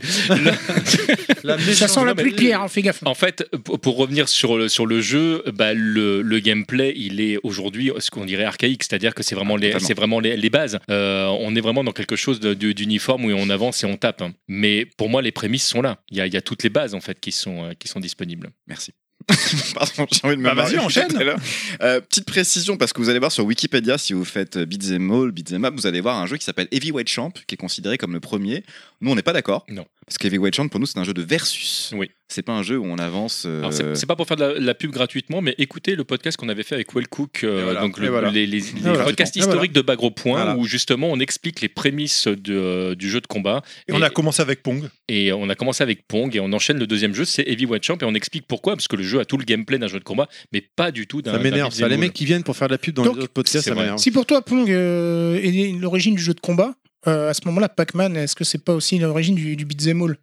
La Ça sent méchante- la mais- pluie de pierre, hein, fais gaffe. En fait, pour pour revenir sur le, sur le jeu, bah, le, le gameplay, il est aujourd'hui ce qu'on dirait archaïque, c'est-à-dire que c'est Ah, vraiment, les, Totalement. c'est vraiment les, les bases. Euh, on est vraiment dans quelque chose de- de- d'uniforme où on avance et on tape. hein. Mais pour moi, les prémices sont là. Il y a, il y a toutes les bases en fait qui sont, euh, qui sont disponibles. Merci. <laughs> Pardon, j'ai envie de me Bah, vas-y, marrer. enchaîne. tout à l'heure. Euh, petite précision, parce que vous allez voir sur Wikipédia, si vous faites euh, Beat'em All, Beat'em Up, vous allez voir un jeu qui s'appelle Heavyweight Champ, qui est considéré comme le premier. Nous, on n'est pas d'accord. Non. Parce que Heavyweight Champ, pour nous, c'est un jeu de versus. Oui. C'est pas un jeu où on avance. euh, Alors, c'est, c'est pas pour faire de la, la pub gratuitement, mais écoutez le podcast qu'on avait fait avec Well Cook, euh, Et voilà, donc le, et voilà. les, les- les voilà. podcasts Et voilà. historiques de Bagro Point, Voilà. où justement on explique les prémices de- euh, du jeu de combat. Et on a commencé avec Pong. Et on a commencé avec Pong et on enchaîne le deuxième jeu, c'est Heavyweight Champ et on explique pourquoi, parce que le jeu a tout le gameplay d'un jeu de combat, mais pas du tout d'un. Ça d'un m'énerve, beat'em ça. Les all. mecs qui viennent pour faire de la pub dans Donc, les autres podcasts, c'est ça vrai. m'énerve. Si pour toi Pong euh, est l'origine du jeu de combat, euh, à ce moment-là, Pac-Man, est-ce que c'est pas aussi l'origine du, du beat'em all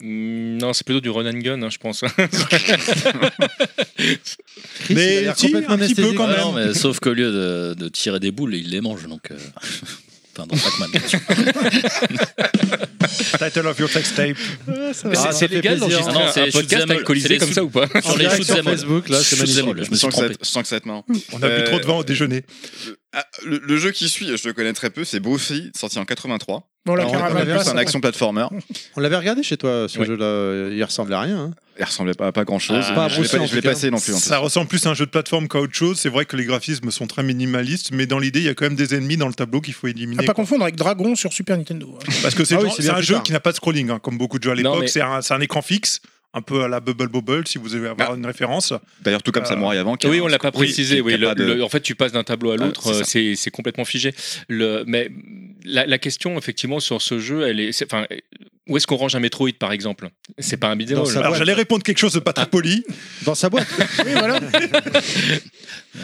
Mm, Non, c'est plutôt du run and gun, hein, <laughs> je pense. Chris, Mais il a l'air si, complètement un petit peu anesthésié. quand Ah même. non, mais sauf qu'au lieu de, de tirer des boules, il les mange donc. euh, <laughs> Enfin, dans Pac-Man. bien sûr. Title of your sex tape. Ah, C'est- ça c'est fait légal plaisir. Ah d'enregistrer non, un- c'est un shoot them podcast all. C'est alcoolisé les comme ça ou pas En Sur les direct shoots sur them all. Facebook, là, c'est Shoots them magnifique. all, Je me sans suis que ça- trompé. sans que ça te ment. On a bu Euh, trop de vin au déjeuner. Ah, le, le jeu qui suit, je le connais très peu, c'est Bofi, sorti en 83. Bon, la Alors, on caravane va bien passe. C'est un action platformer. On l'avait regardé chez toi, ce Oui. jeu-là. Il ressemblait à rien. hein. Il ressemblait pas à pas grand chose. Ah, pas je l'ai abruti, en pas, je l'ai tout cas. passé non plus. en Ça ressemble plus à un jeu de plateforme qu'à autre chose. C'est vrai que les graphismes sont très minimalistes, mais dans l'idée, il y a quand même des ennemis dans le tableau qu'il faut À éliminer. Ah, pas confondre avec Dragon sur Super Nintendo. hein. Parce que c'est Ah le oui, genre- c'est c'est bien un plus jeu tard. qui n'a pas de scrolling, hein, comme beaucoup de jeux à l'époque. mais- C'est un, c'est un écran fixe, un peu à la Bubble Bobble, si vous devez avoir une référence. D'ailleurs, tout comme Euh, Samurai avant. qui a Oui, on un l'a pas scoring précisé. qui- Oui, qui a le- pas de- le- en fait, tu passes d'un tableau à l'autre, Ah, c'est ça. euh, c'est c'est complètement figé. Le, mais la, la question, effectivement, sur ce jeu, elle est, c'est- enfin, où est-ce qu'on range un Metroid, par exemple C'est pas un beat'em Dans all. sa Alors boîte. j'allais répondre quelque chose de pas très poli. Dans sa boîte. Oui, voilà.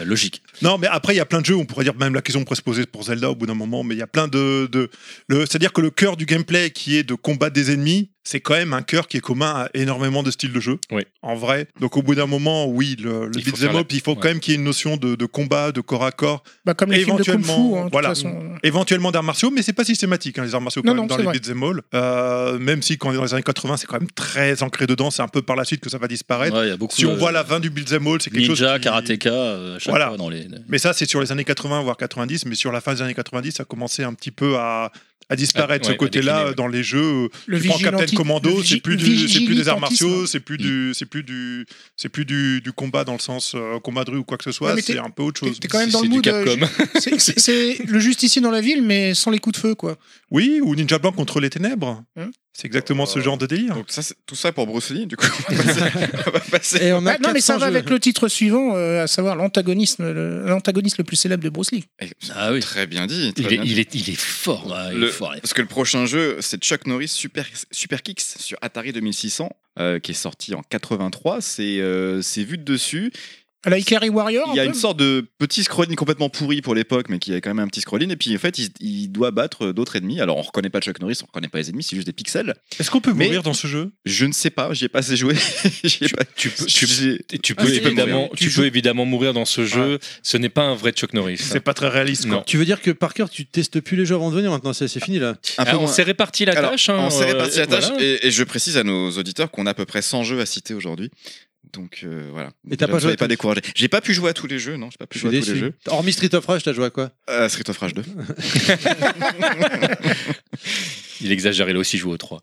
Euh, Logique. Non, mais après, il y a plein de jeux, on pourrait dire même la question pourrait se poser pour Zelda au bout d'un moment, mais il y a plein de. de- le- C'est-à-dire que le cœur du gameplay qui est de combattre des ennemis, c'est quand même un cœur qui est commun à énormément de styles de jeu. Oui. En vrai. Donc au bout d'un moment, oui, le, le Il faut beat'em faire la- up, il faut ouais. quand même qu'il y ait une notion de, de combat, de corps à corps, Bah, comme les films de Kung Fu, Éventuellement, hein, de voilà. toute façon. éventuellement d'arts martiaux, mais c'est pas systématique, hein, les arts martiaux quand Non, même non, dans c'est les vrai. beat'em all. Euh, même si quand on est dans les années 80, c'est quand même très ancré dedans, c'est un peu par la suite que ça va Ouais, disparaître. il y a beaucoup si on de- voit la fin du beat'em all, c'est quelque chose. Ninja, qui- karatéka, euh, à chaque Voilà. fois dans les. Mais ça, c'est sur les années 80, voire 90, mais sur la fin des années 90, ça commençait un petit peu à, à disparaître Ah, ouais, ce à côté-là décliner, ouais. dans les jeux. Le Tu prends Captain vigilanti- le Commando, vigi- c'est plus, du- c'est plus des arts vigilantisme. martiaux, c'est plus, du, c'est plus, du, c'est plus du, du combat dans le sens euh, combat de rue ou quoi que ce soit, Ouais, mais c'est t'es- un peu autre T'es chose. t'es quand même C'est- dans le c'est du mood. euh, Capcom. C'est- C'est c'est le justicier dans la ville, mais sans les coups de feu, quoi. Oui, ou Ninja Blanc contre les ténèbres. Hum. C'est exactement ce genre de délire. Donc ça, c'est- tout ça pour Bruce Lee, du coup. On va passer- on va passer- Et on a Bah, non, mais ça 400 va jeux. avec le titre suivant, euh, à savoir l'antagonisme, le- l'antagoniste le plus célèbre de Bruce Lee. Eh, Ah oui. Très bien dit. très Il est, bien dit. il, est, il est fort. Ouais, il Le- est fort, il est Parce que le prochain jeu, c'est Chuck Norris Super, Super Kicks sur Atari 2600, euh, qui est sorti en 83. C'est euh, c'est vu de dessus. À la Ikari Warrior Il y a un une peu sorte de petit scrolling complètement pourri pour l'époque, mais qui est quand même un petit scrolling. Et puis en fait, il, il doit battre d'autres ennemis. Alors on reconnaît pas Chuck Norris, on reconnaît pas les ennemis, c'est juste des pixels. Est-ce qu'on peut Mais- mourir dans ce jeu Je ne sais pas, j'y ai pas assez joué. <laughs> J'y ai pas- Tu peux, tu, j'ai- tu Ah, peux c'est- évidemment, tu tu peux évidemment mourir dans ce jeu. Ce n'est pas un vrai Chuck Norris. C'est pas très réaliste. quoi. Non. Tu veux dire que par cœur, tu testes plus les jeux avant de venir maintenant, c'est c'est fini là. un peu Alors, on moins- s'est réparti la Alors, tâche. hein, on s'est euh, réparti la tâche voilà. et, et je précise à nos auditeurs qu'on a à peu près 100 jeux à citer aujourd'hui. Donc euh, voilà. Et t'as pas Déjà, ne joué à soyez pas tous. découragé. J'ai pas pu jouer à tous les jeux, non, j'ai pas Je pu suis jouer à tous les déçu. jeux. Hormis Street of Rage, t'as joué à quoi Euh, Street of Rage 2. Il exagère, il a aussi joué au 3.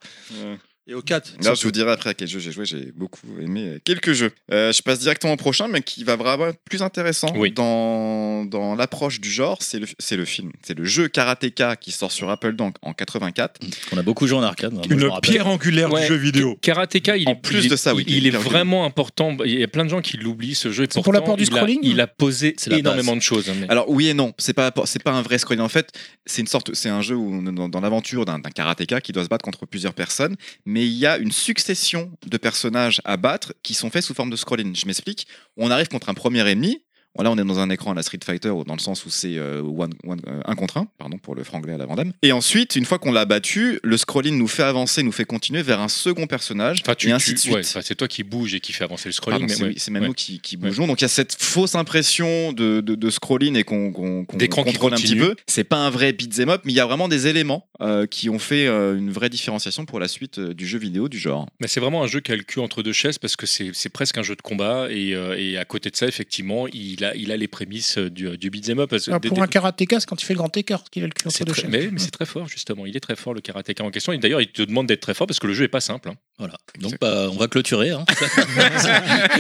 Et au 4. Là, je vous dirai après à quel jeu j'ai joué. J'ai beaucoup aimé euh, quelques jeux. Euh, je passe directement au prochain, mais qui va vraiment être plus intéressant Oui. dans, dans l'approche du genre. C'est le, c'est le film. C'est le jeu Karateka qui sort sur Apple Dunk en 84. On a beaucoup joué en arcade. hein, moi, je me Une rappelle. pierre angulaire Ouais. du jeu vidéo. Karateka, il En est plus il est- de ça, oui, il, il il est est perdu. vraiment important. Il y a plein de gens qui l'oublient ce jeu. Et C'est pour pourtant, l'apport du il a- scrolling Il a posé C'est la énormément de choses. hein, mais- Alors oui et non, c'est pas c'est pas un vrai scrolling en fait. C'est une sorte, c'est un jeu où on est dans, dans l'aventure d'un d'un karatéka qui doit se battre contre plusieurs personnes, mais il y a une succession de personnages à battre qui sont faits sous forme de scrolling. Je m'explique. On arrive contre un premier ennemi. Bon, Là, on est dans un écran à la Street Fighter, dans le sens où c'est euh, one- one- euh, un contre un, pardon pour le franglais à la Vandame. Et ensuite, une fois qu'on l'a battu, le scrolling nous fait avancer, nous fait continuer vers un second personnage, Enfin, tu- et ainsi tu- de suite. ouais, enfin, c'est toi qui bouge et qui fait avancer le Pardon, scrolling. mais c'est ouais, c'est même ouais. nous qui, qui bougeons. Donc il y a cette fausse impression de, de, de scrolling et qu'on qu'on- qu'on D'écran qui contrôle un petit continue. peu. C'est pas un vrai beat'em up, mais il y a vraiment des éléments euh, qui ont fait euh, une vraie différenciation pour la suite euh, du jeu vidéo du genre. Mais c'est vraiment un jeu qui a le cul entre deux chaises parce que c'est c'est presque un jeu de combat. Et, euh, et à côté de ça, effectivement, il a, il a les prémices euh, du, du beat'em up. Parce que Ah, des- pour des- un karatéka, c'est quand il fait le grand écart qu'il a le cul c'est entre deux très- chaînes. mais mais c'est très fort, justement. Il est très fort, le karatéka en question. Et d'ailleurs, il te demande d'être très fort parce que le jeu est pas simple. hein. Voilà. Donc bah, on va clôturer. hein. <laughs>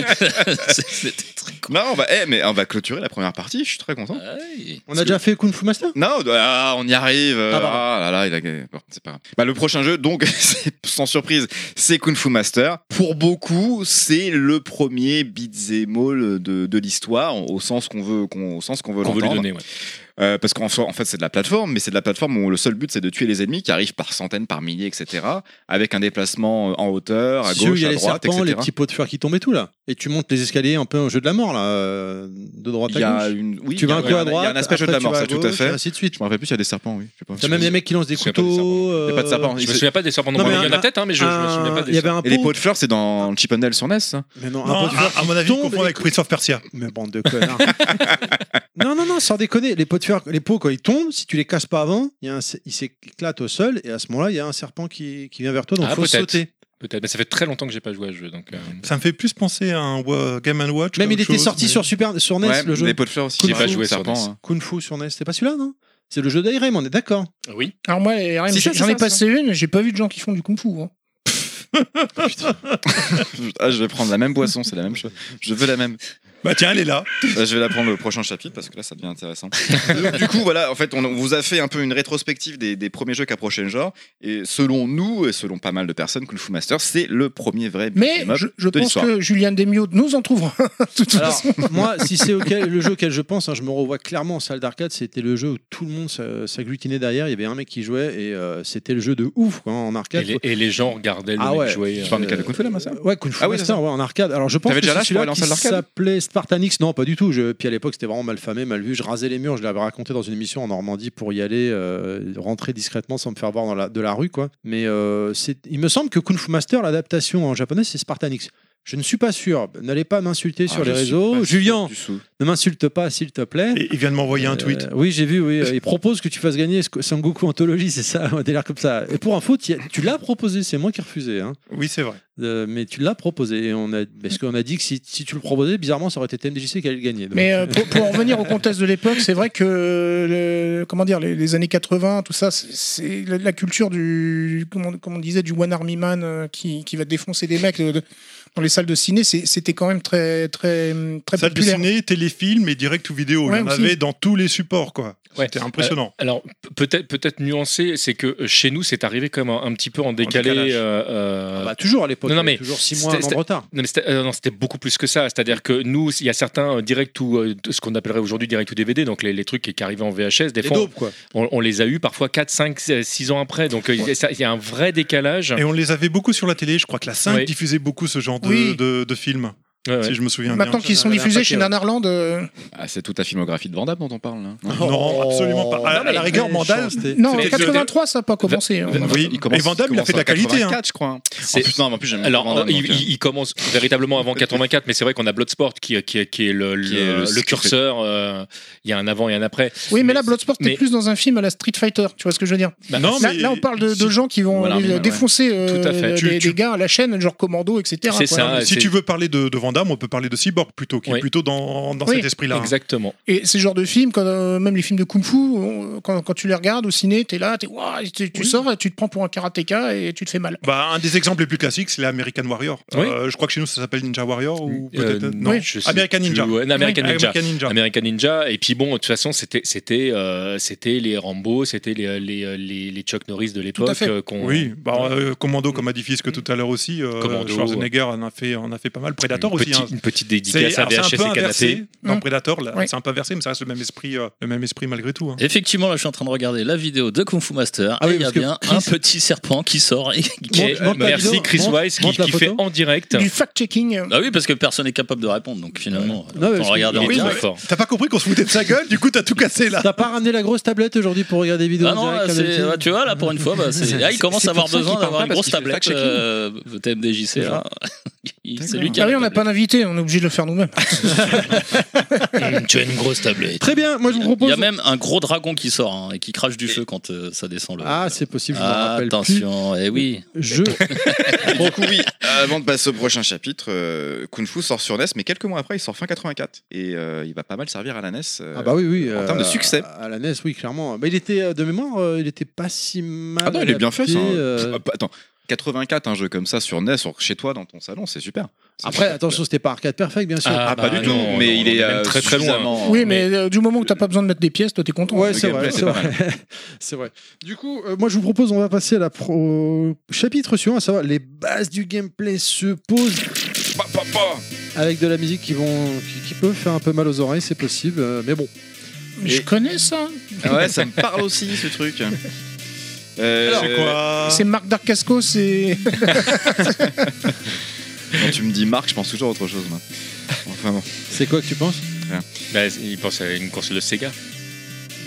C'était très cool. Non, on va, eh, mais on va clôturer la première partie. Je suis très content. Ouais. On a déjà fait Kung Fu Master Non, ah, on y arrive. euh, Ah, Ah, pardon. là là, il a gagné. Bon, c'est pas grave. Bah, le prochain jeu, donc, <laughs> c'est- sans surprise, c'est Kung Fu Master. Pour beaucoup, c'est le premier beat'em all de, de l'histoire, au sens qu'on veut, qu'on, au sens qu'on veut Qu'on veut lui l'entendre. donner. ouais. Euh, parce qu'en soi- en fait, c'est de la plateforme, mais c'est de la plateforme où le seul but, c'est de tuer les ennemis qui arrivent par centaines, par milliers, etc. Avec un déplacement euh, en hauteur, à Ceux où gauche, il y a à les droite, serpents, les etc. petits pots de fer qui tombent et tout là. Et tu montes les escaliers un peu un jeu de la mort là, euh, de droite Il y a à gauche. une, oui, tu il y vas a- un il y peu a à droite. Il y a un aspect jeu de la après, mort, tu vas ça, à tout à gauche, fait. ainsi de suite. Je me rappelle plus, il y a des serpents, oui. Je sais pas. T'as même les mecs qui lancent des Je sais pas des couteaux. Il y a pas de serpents. euh, Je me souviens pas des serpents non, mais Il y en un- a peut-être, hein, mais je, je me souviens pas un- des Il y avait un Et les pots pot. de fleurs, c'est dans Chip and Dale sur hein. NES. ça. Mais non, Non, un pot de à, fleur à qui mon avis, tombe confondre et- avec Prince of Persia. Mais bande de connards. <laughs> non, non, non, sans déconner. Les pots de fer, les pots, quand ils tombent, si tu les casses pas avant, il y a un- ils s'éclatent au sol et à ce moment-là, il y a un serpent qui, qui vient vers toi, donc Ah, faut peut-être. sauter. Peut-être, mais ça fait très longtemps que j'ai pas joué à ce jeu. Donc, euh, Ça me fait plus penser à un Wa- Game Watch. Même qu'à il autre était chose, sorti mais- sur, Super, sur NES, Ouais, le jeu. Les pots de fleurs aussi. J'ai pas ouais, joué sur serpents, NES. hein. Kung Fu sur NES, c'était pas celui-là, non C'est le jeu d'Irem, on est d'accord. Oui. Alors moi, les RM, Si, ça, j'en c'est ai ça, passé une, j'ai pas vu de gens qui font du kung fu. hein. Ah, je vais prendre la même boisson, c'est <laughs> la même chose. Je veux la même. Bah tiens, elle est là. Euh, Je vais la prendre au prochain chapitre parce que là ça devient intéressant. Donc, du coup voilà, en fait on on vous a fait un peu une rétrospective des, des premiers jeux qu'approchait le genre et selon nous et selon pas mal de personnes, Kung Fu Master c'est le premier vrai Mais beat'em up. je, je de pense l'histoire. que Julien Demiot nous en <laughs> trouvera un, de toute Alors, façon. moi, si c'est auquel- le jeu auquel je pense, hein, je me revois clairement en salle d'arcade, c'était le jeu où tout le monde s'a- s'agglutinait derrière, il y avait un mec qui jouait et euh, c'était le jeu de ouf quoi, en Et arcade. les, et les gens regardaient le Ah mec ouais. jouer. Tu euh, parles de quel Kung Fu là, Master Ouais, Kung Fu Ah oui, c'est Master, ouais, en arcade. Alors je pense T'avais que déjà c'est l'âge celui-là pour aller en qui salle d'arcade s'appelait Spartanix. Non, pas du tout. Je- Puis à l'époque, c'était vraiment mal famé, mal vu. Je rasais les murs. Je l'avais raconté dans une émission en Normandie pour y aller, euh, rentrer discrètement sans me faire voir dans la, de la rue, quoi. Mais euh, c'est- il me semble que Kung Fu Master, l'adaptation en japonais, c'est Spartanix. Je ne suis pas sûr. N'allez pas m'insulter Ah, sur les je suis pas réseaux. sûr Julien, du sou. ne m'insulte pas, s'il te plaît. Et il vient de m'envoyer un tweet. Euh, oui, j'ai vu. Oui, Euh, il propose que tu fasses gagner Sk- Sangoku Anthology, c'est ça, <laughs> un délire comme ça. Et pour info, t'y as- tu l'as proposé. C'est moi qui ai refusé. hein. Oui, c'est vrai. Euh, mais tu l'as proposé. Et on a, parce qu'on a dit que si, si tu le proposais, bizarrement, ça aurait été TMDJC qui allait le gagner. Donc, Mais euh, pour, pour en revenir au contexte de l'époque, c'est vrai que euh, le- comment dire, les, les années 80, tout ça, c'est- c'est la, la culture du, comment, comment on disait, du One Army Man euh, qui, qui va défoncer des mecs. euh, de- dans les salles de ciné, c'est- c'était quand même très, très, très Salle de populaire. ciné, téléfilm et direct ou vidéo. Ouais, il y en aussi. avait dans tous les supports, quoi. Ouais. C'était impressionnant. Alors pe- peut-être peut-être nuancé, c'est que euh, chez nous c'est arrivé comme un, un petit peu en décalé. décalage. euh, euh, Bah, toujours à l'époque, Non, non, il y avait mais toujours 6 mois un c'était- an de retard. non, mais c'était euh, non, c'était beaucoup plus que ça. C'est-à-dire que nous, il y a certains euh, direct ou euh, de- ce qu'on appellerait aujourd'hui direct ou DVD, donc les, les trucs qui qui arrivaient en VHS, des Les fois daubes, quoi. on, on les a eu parfois 4, 5, 6 ans après. Donc euh, il y a- ça- il y a un vrai décalage. Et on les avait beaucoup sur la télé. Je crois que la 5 Euh, Oui. diffusait beaucoup ce genre de, Oui. de, de films, Ouais, ouais. si je me souviens Maintenant bien. qu'ils sont j'en avais un diffusés paquet, chez ouais. Nanarland, euh, Ah, c'est toute la filmographie de Van Damme dont on parle. <laughs> Là. Non, Oh. Oh. absolument pas. À, à la rigueur, Mandal. non, en C'était- 83, ça n'a pas commencé. hein. Oui, et Van Damme, il a fait de la qualité. hein. 84, je crois. hein. En C'est- plus, non, mais en plus, j'aime Alors, Van Damme, il, donc, euh, il- il commence véritablement avant 84, mais c'est vrai qu'on a Bloodsport qui, qui, qui est le, Qui le- est le- le ce qui curseur. euh, Il y a un avant et un après. Oui, mais mais là, c'est- Bloodsport, t'es mais- plus dans un film à la Street Fighter, tu vois ce que je veux dire Bah, Non, là, mais là, on parle de, de si- gens qui vont Voilà, aller, mais euh, ouais. défoncer euh, Tout à fait. des, Tu- tu- des gars à la chaîne, genre Commando, etc. C'est quoi. ça. Ah, si c'est- tu veux parler de, de Van Damme, on peut parler de Cyborg plutôt, qui Oui. est plutôt dans, dans Oui, cet esprit-là. hein. Exactement. Et ces genres de films, quand, euh, même les films de Kung Fu, on- quand, quand tu les regardes au ciné, t'es là, t'es, Ouah et tu, tu sors, et tu te prends pour un karatéka et tu te fais mal. Bah, un des exemples les plus classiques, c'est l'American Warrior. Oui. Euh, je crois que chez nous, ça s'appelle Ninja Warrior ou peut-être Euh, non. je sais American plus. Ninja. Ouais, non, American American Ninja. Ninja. American Ninja. Et puis bon, de toute façon, c'était c'était euh, c'était les Rambo, c'était les, les, les, les Chuck Norris de Tout à l'époque fait. euh, qu'on. Oui, bah, euh, Commando comme Adifis que tout à l'heure aussi. euh, Commando, Schwarzenegger en a fait, en a fait pas mal. une Predator aussi. petite, hein. une petite C'est dédicace à alors, c'est VHS un et peu canapé. inversé dans Mm. Predator. là, Oui. C'est un peu inversé, mais ça reste le même esprit, euh, le même esprit malgré tout. hein. Effectivement, là, je suis en train de regarder la vidéo de Kung Fu Master. Ah oui, et il y a parce que bien Chris- un petit serpent qui sort. <laughs> et qui- Et, Montre- montre la merci vidéo, Chris montre- Weiss qui, montre la qui fait photo. en direct. Du fact-checking. euh, Ah oui, parce que personne n'est capable de répondre. Donc finalement, Non, mais autant parce que- regarder en Il est direct. très fort. T'as pas compris qu'on se foutait de sa gueule, du coup t'as tout cassé là. T'as pas ramené la grosse tablette aujourd'hui pour regarder des vidéos Ah en non, direct, là, comme c'est- d'habitude ouais, tu vois, là, pour une fois, <laughs> bah, c'est- là, il commence c'est à avoir pour ça besoin qu'il parle d'avoir pas, une parce grosse qu'il fait le tablette euh, TMDJC. Là. <laughs> Il- C'est lui qui Ah a oui, la on n'a tablette. pas d'invité, on est obligé de le faire nous-mêmes. Tu as une grosse tablette. Très bien, moi je vous Il propose. y a même un gros dragon qui sort hein, et qui crache du feu quand euh, ça descend le. Ah, c'est possible, je me rappelle. Attention, eh oui. plus. Je. Du coup, oui, euh, avant de passer au prochain chapitre, euh, Kung Fu sort sur NES, mais quelques mois après, il sort fin 84. Et euh, il va pas mal servir à la NES. euh, Ah bah oui, oui. en termes de succès. À la NES, oui, clairement. Bah, il était, euh, de mémoire, euh, il était pas si mal. Ah non, il est bien fait adapté, ça. euh, <laughs> Pff, Attends, 84, un jeu comme ça sur NES, sur- chez toi, dans ton salon, c'est super. C'est Après, super. attention, c'était pas arcade perfect, bien sûr. Ah, Ah, pas bah du tout, non, non, mais il on est, est même euh, très, très loin. suffisamment- oui, mais euh, du moment où t'as pas besoin de mettre des pièces, toi, t'es content. Ouais, le c'est vrai, gameplay, c'est c'est pas vrai. <laughs> C'est vrai. Du coup, euh, moi, je vous propose, on va passer à la pro... au chapitre suivant, à savoir les bases du gameplay se posent bah, Pa, pa, pa. avec de la musique qui vont, qui, qui peut faire un peu mal aux oreilles, c'est possible, euh, mais bon. Mais Je connais ça. Ah Ouais, ça me parle aussi ce <laughs> truc. Euh, C'est quoi C'est Marc Darcasco, c'est. <laughs> Quand tu me dis Marc, je pense toujours à autre chose. moi. Enfin <laughs> bon. C'est quoi que tu penses Bah, il pense à une course de Sega.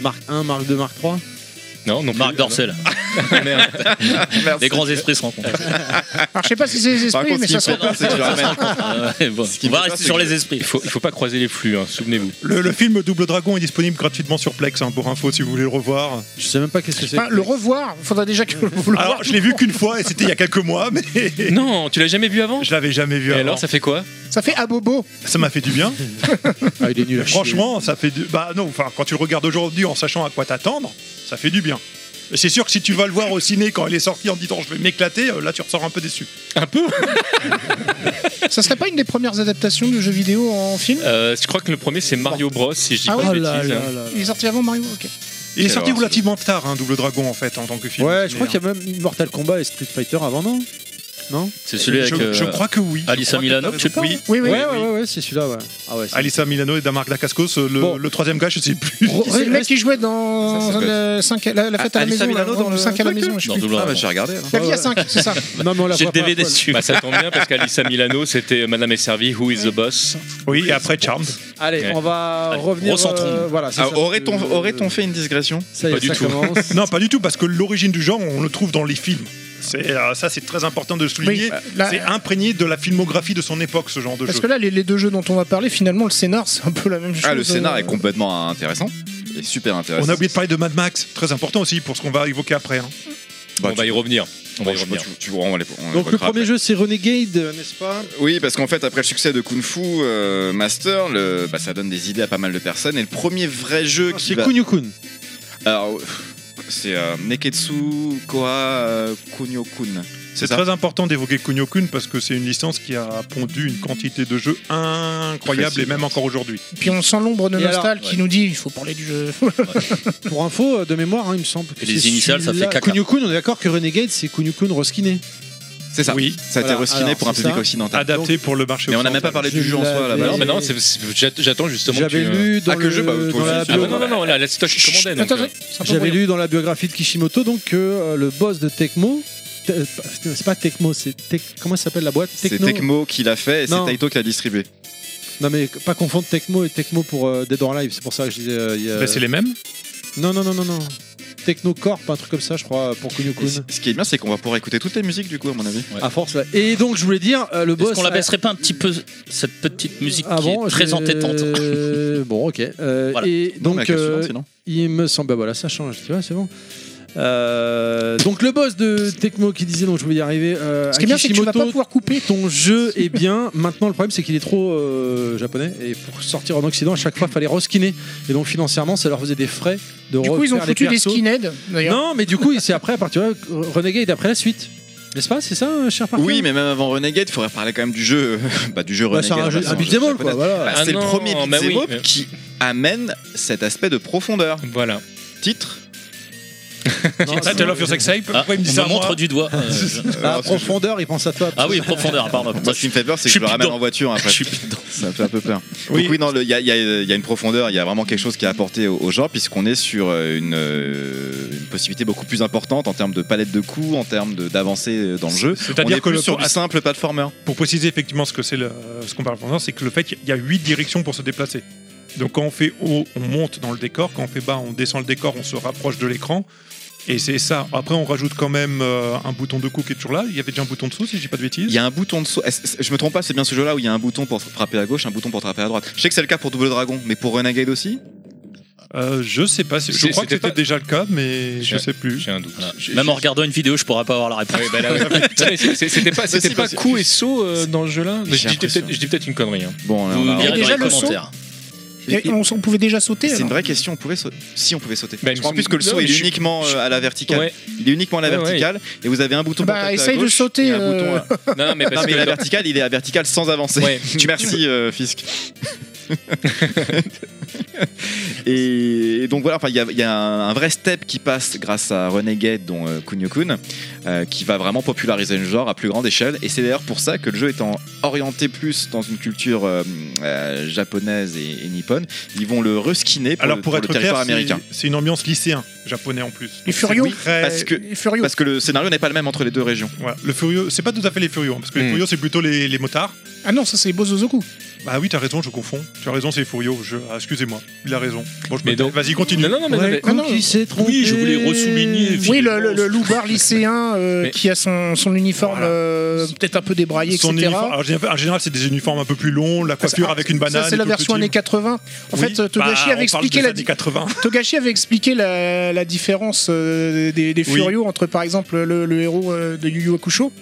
Marc 1, Marc 2, Marc 3 Non, Bah, non. plus. Marc Dorcel. Ah, Merci. Les grands esprits <laughs> se rencontrent. Alors, je sais pas si c'est les Par esprits, contre, mais ce qui ça me se fait peur, rencontre. c'est que je ramène- Ah ouais, bon. Ce qui On va me fait peur, rester c'est sur que- les esprits. Il faut, il faut pas croiser les flux, hein, souvenez-vous. le, le film Double Dragon est disponible gratuitement sur Plex hein, pour info si vous voulez le revoir. Je sais même pas qu'est-ce que c'est. Enfin, le revoir, faudra déjà que vous le Alors je l'ai vu qu'une fois et c'était il y a quelques mois, mais je Non, tu l'as jamais vu avant l'avais jamais vu Et avant. alors, ça fait quoi Ça fait abobo. Ça m'a fait du bien. Ah, il est nul à chier. Franchement, ça fait du... bah non, enfin quand tu le regardes aujourd'hui en sachant à quoi t'attendre, ça fait du bien. Et C'est sûr que si tu vas le voir au ciné quand il est sorti en disant je vais m'éclater, euh, là tu ressors un peu déçu. Un peu Ça serait pas une des premières adaptations de jeux vidéo en film Euh, je crois que le premier c'est Mario Bros si je dis Ah pas ouais de Oh Oh bêtises. Il est sorti avant Mario, ok. Il est Quelle sorti horreur, relativement tard, hein, Double Dragon en fait en tant que film. Ouais, au je ciné, crois qu'il y a même Mortal Kombat et Street Fighter avant, non C'est celui avec. hein. je, je euh, crois que oui. Je Alyssa crois que t'as Milano, raison. tu parles Oui. Oui, oui. ouais, ouais, ouais, ouais, c'est celui-là, ouais. Ah ouais, c'est- Alyssa Milano et Damarc Dacascos, euh, le, Bon. le troisième gars, je sais plus. Re- C'est le mec reste- qui jouait dans Ça, ça euh, cinq- la, la fête à la Alissa maison, là, Milano dans dans le le 5 à la truc, maison. je sais Dans plus. Double Ah, Dragon. bah, j'ai regardé. alors. La vie à 5, c'est ça. Non, mais on la J'ai voit le pas à DVD poil. dessus. Bah, ça tombe bien parce qu'Alissa Milano c'était Madame est servie, Who is the Boss Oui, et après Charmed. Allez, Ouais. on va Allez, revenir. recentrons. voilà, c'est Ah, ça. Aurait-on Euh, aurait-on fait une digression Ça y est, Pas du ça tout. <laughs> commence. Non, pas du tout, parce que l'origine du genre, on le trouve dans les films. C'est, euh, ça, c'est très important de le souligner. Oui, là- c'est imprégné de la filmographie de son époque, ce genre de Parce jeu. que là, les, les deux jeux dont on va parler, finalement, le scénar, c'est un peu la même chose. Ah, le scénar euh, est complètement intéressant. Et super intéressant. On a oublié de parler de Mad Max, très important aussi pour ce qu'on va évoquer après. hein. Bah, On va y revenir. On va Bon, y je sais pas, revenir. tu- tu vois, on va les- on Donc, les le recrapera premier jeu, c'est Renegade, euh, n'est-ce pas Oui, parce qu'en fait, après le succès de Kung Fu euh, Master, le- bah, ça donne des idées à pas mal de personnes. Et le premier vrai jeu qui Ah, C'est va... Kunio-kun. Alors, c'est euh, Neketsu Koa euh, Kunio-kun. C'est ça. très important d'évoquer Kunio Kun parce que c'est une licence qui a pondu une quantité de jeux incroyable Facile. et même encore aujourd'hui. Puis on sent l'ombre de Et alors, Nostal qui ouais. nous dit il faut parler du jeu. Pour info, euh, de mémoire, hein, il me semble. que Et les c'est initiales, ça celui-là. fait caca. Kunio Kun, on est d'accord que Renegade, c'est Kunio Kun reskiné. C'est ça. Oui. Ça a Voilà, été reskiné alors, pour un c'est public ça. occidental. Adapté pour le marché Mais on n'a même pas parlé occidental. je du jeu en l'avais- soi là Mais- base. Ah bah Non, mais non, c'est- c'est- j'att- j'attends justement. que J'avais tu, euh, lu dans Ah, que le- je- bah, toi dans aussi, la tu Ah bio- bah non, non, non, là, là, c'est toi, je suis commandé. donc, Attends, euh, attends, c'est un peu J'avais bruyant. lu dans la biographie de Kishimoto donc que euh, le boss de Tecmo, Te- c'est pas Tecmo, c'est Tec- comment ça s'appelle la boîte C'est Tecmo qui l'a fait et c'est Non. Taito qui l'a distribué. Non mais pas confondre Tecmo et Tecmo pour euh, Dead or Alive, c'est pour ça que je disais. euh, il y a- Bah, c'est les mêmes. Non non non non non. Techno Corp, un truc comme ça, je crois, pour Kunio Et Kun. c- Ce qui est bien, c'est qu'on va pouvoir écouter toutes les musiques du coup, à mon avis. À force là. Et donc je voulais dire euh, le boss. Est-ce qu'on la baisserait pas un petit peu cette petite musique Ah qui bon, est très j'ai- <laughs> entêtante bon, ok. Euh, Voilà. Et Non, mais la donc, question euh, suivante, sinon. Il me semble. Bah voilà, ça change, tu vois, c'est bon. Euh, donc le boss de Tecmo qui disait donc je vais y arriver. Euh, Ce qui est bien, c'est que tu vas pas Akishimoto, pouvoir couper. ton jeu est bien. Maintenant le problème c'est qu'il est trop euh, japonais et pour sortir en Occident à chaque fois fallait reskiner et donc financièrement ça leur faisait des frais de Du coup, ils ont refaire les foutu des persos. skinheads. D'ailleurs, Non mais du coup c'est après à partir de Renegade après la suite. N'est-ce pas C'est ça, euh, cher Parker Oui, mais même avant Renegade, il faudrait parler quand même du jeu, <laughs> bah, du jeu Bah, c'est Renegade. un, bah, jeu- c'est un un jeu beat'em all, quoi. japonais. Voilà. Bah, Ah c'est non, le premier bah oui, beat'em up mais- qui amène cet aspect de profondeur. Voilà. Titre Non, Ah, Tale of Your Sex Ape, Ah, pourquoi il me dit on ça à me moi montre du doigt. euh, Ah, je- Alors, parce que je- profondeur, il pense à toi. Ah oui, profondeur, pardon. Moi, ce qui me fait peur, c'est que Je je, suis le ramène dedans. en voiture <laughs> Je après. suis plus dedans. Ça me fait un peu peur. Oui. Oui, oui, non, le- il y, a- il y a il y a une profondeur, il y a vraiment quelque chose qui est apporté au, au genre, puisqu'on est sur euh, une, euh, une possibilité beaucoup plus importante en termes de palette de coups, en termes de- d'avancée euh, dans le jeu. On est C'est-à-dire que plus le- sur pour, du simple platformer. pour préciser effectivement ce que c'est le- ce qu'on parle pendant, c'est que le fait qu'il y a huit directions pour se déplacer. Donc quand on fait haut, on monte dans le décor, quand on fait bas, on descend le décor, on se rapproche de l'écran. Et c'est ça. Après, on rajoute quand même euh, un bouton de coup qui est toujours là. Il y avait déjà un bouton de saut, si je dis pas de bêtises. Il y a un bouton de saut. Est-ce- est-ce- Je me trompe pas, c'est bien ce jeu-là où il y a un bouton pour frapper à gauche, un bouton pour frapper à droite. Je sais que c'est le cas pour Double Dragon, mais pour Renegade aussi Euh, je sais pas. c'est- Je C'est- crois que c'était c'était pas- déjà le cas, mais je Ouais. sais plus. J'ai un doute. Voilà. Même en regardant une vidéo, je pourrais pas avoir la réponse. Non, <laughs> mais c'est- c'est- C'était pas, c'était si, pas parce que- coup et saut euh, dans le jeu-là Mais J'ai Je dis l'impression. peut-être je dis peut-être une connerie. hein. Bon, là, Vous on a- me direz déjà dans les le saut commentaires. Et on, on pouvait déjà sauter. C'est une alors. vraie question. On pouvait sauter Si on pouvait sauter. Bah, il me je crois en semble- plus que le non, saut mais est je suis- uniquement euh, à la verticale. Ouais. Il est uniquement à la Ouais, ouais. verticale et vous avez un bouton Bah, pour taper essaye à de gauche, sauter, et un bouton euh, à- Non, non, mais Non parce mais la que. verticale, il est à verticale sans avancer. Ouais. Tu <laughs> merci euh, <laughs> Fisk. et, et donc voilà, enfin, il y a, il y a un, un vrai step qui passe grâce à Renegade, dont euh, Kunio Kun, euh, qui va vraiment populariser le genre à plus grande échelle. Et c'est d'ailleurs pour ça que le jeu étant orienté plus dans une culture euh, euh, japonaise et, et nippone, ils vont le reskiner pour, Alors le, pour, pour être le territoire clair, c'est- américain. c'est une ambiance lycéen japonais en plus. Les C'est furieux. très- parce que- Les furieux. Parce que le scénario n'est pas le même entre les deux régions. voilà, le furieux, c'est pas tout à fait les furieux, hein, parce que Mm. les furieux c'est plutôt les, les motards. Ah non, ça c'est Bozozoku. Bah oui, t'as raison, je confonds. Tu as raison, c'est les furieux. Je... ah, Excusez-moi, il a raison. Bon, je me- Mais donc- Vas-y, continue. Non, non, non, mais. non, mais- non, mais- Qui s'est trompé je voulais ressouligner, Oui, le, le, le loupard lycéen <laughs> euh, Mais- qui a son, son uniforme Voilà. euh, peut-être un peu débraillé, Son etc. uniforme- alors, gé- en général, c'est des uniformes un peu plus longs, la coiffure avec une banane. Ça, c'est la et tout le version petit. années 80. En Oui. fait, euh, Togashi, Bah, on avait, parle expliqué des la, années 80. Togashi avait expliqué la, la différence euh, des, des Oui. furieux entre, par exemple, le, le héros euh, de Yu Yu Hakusho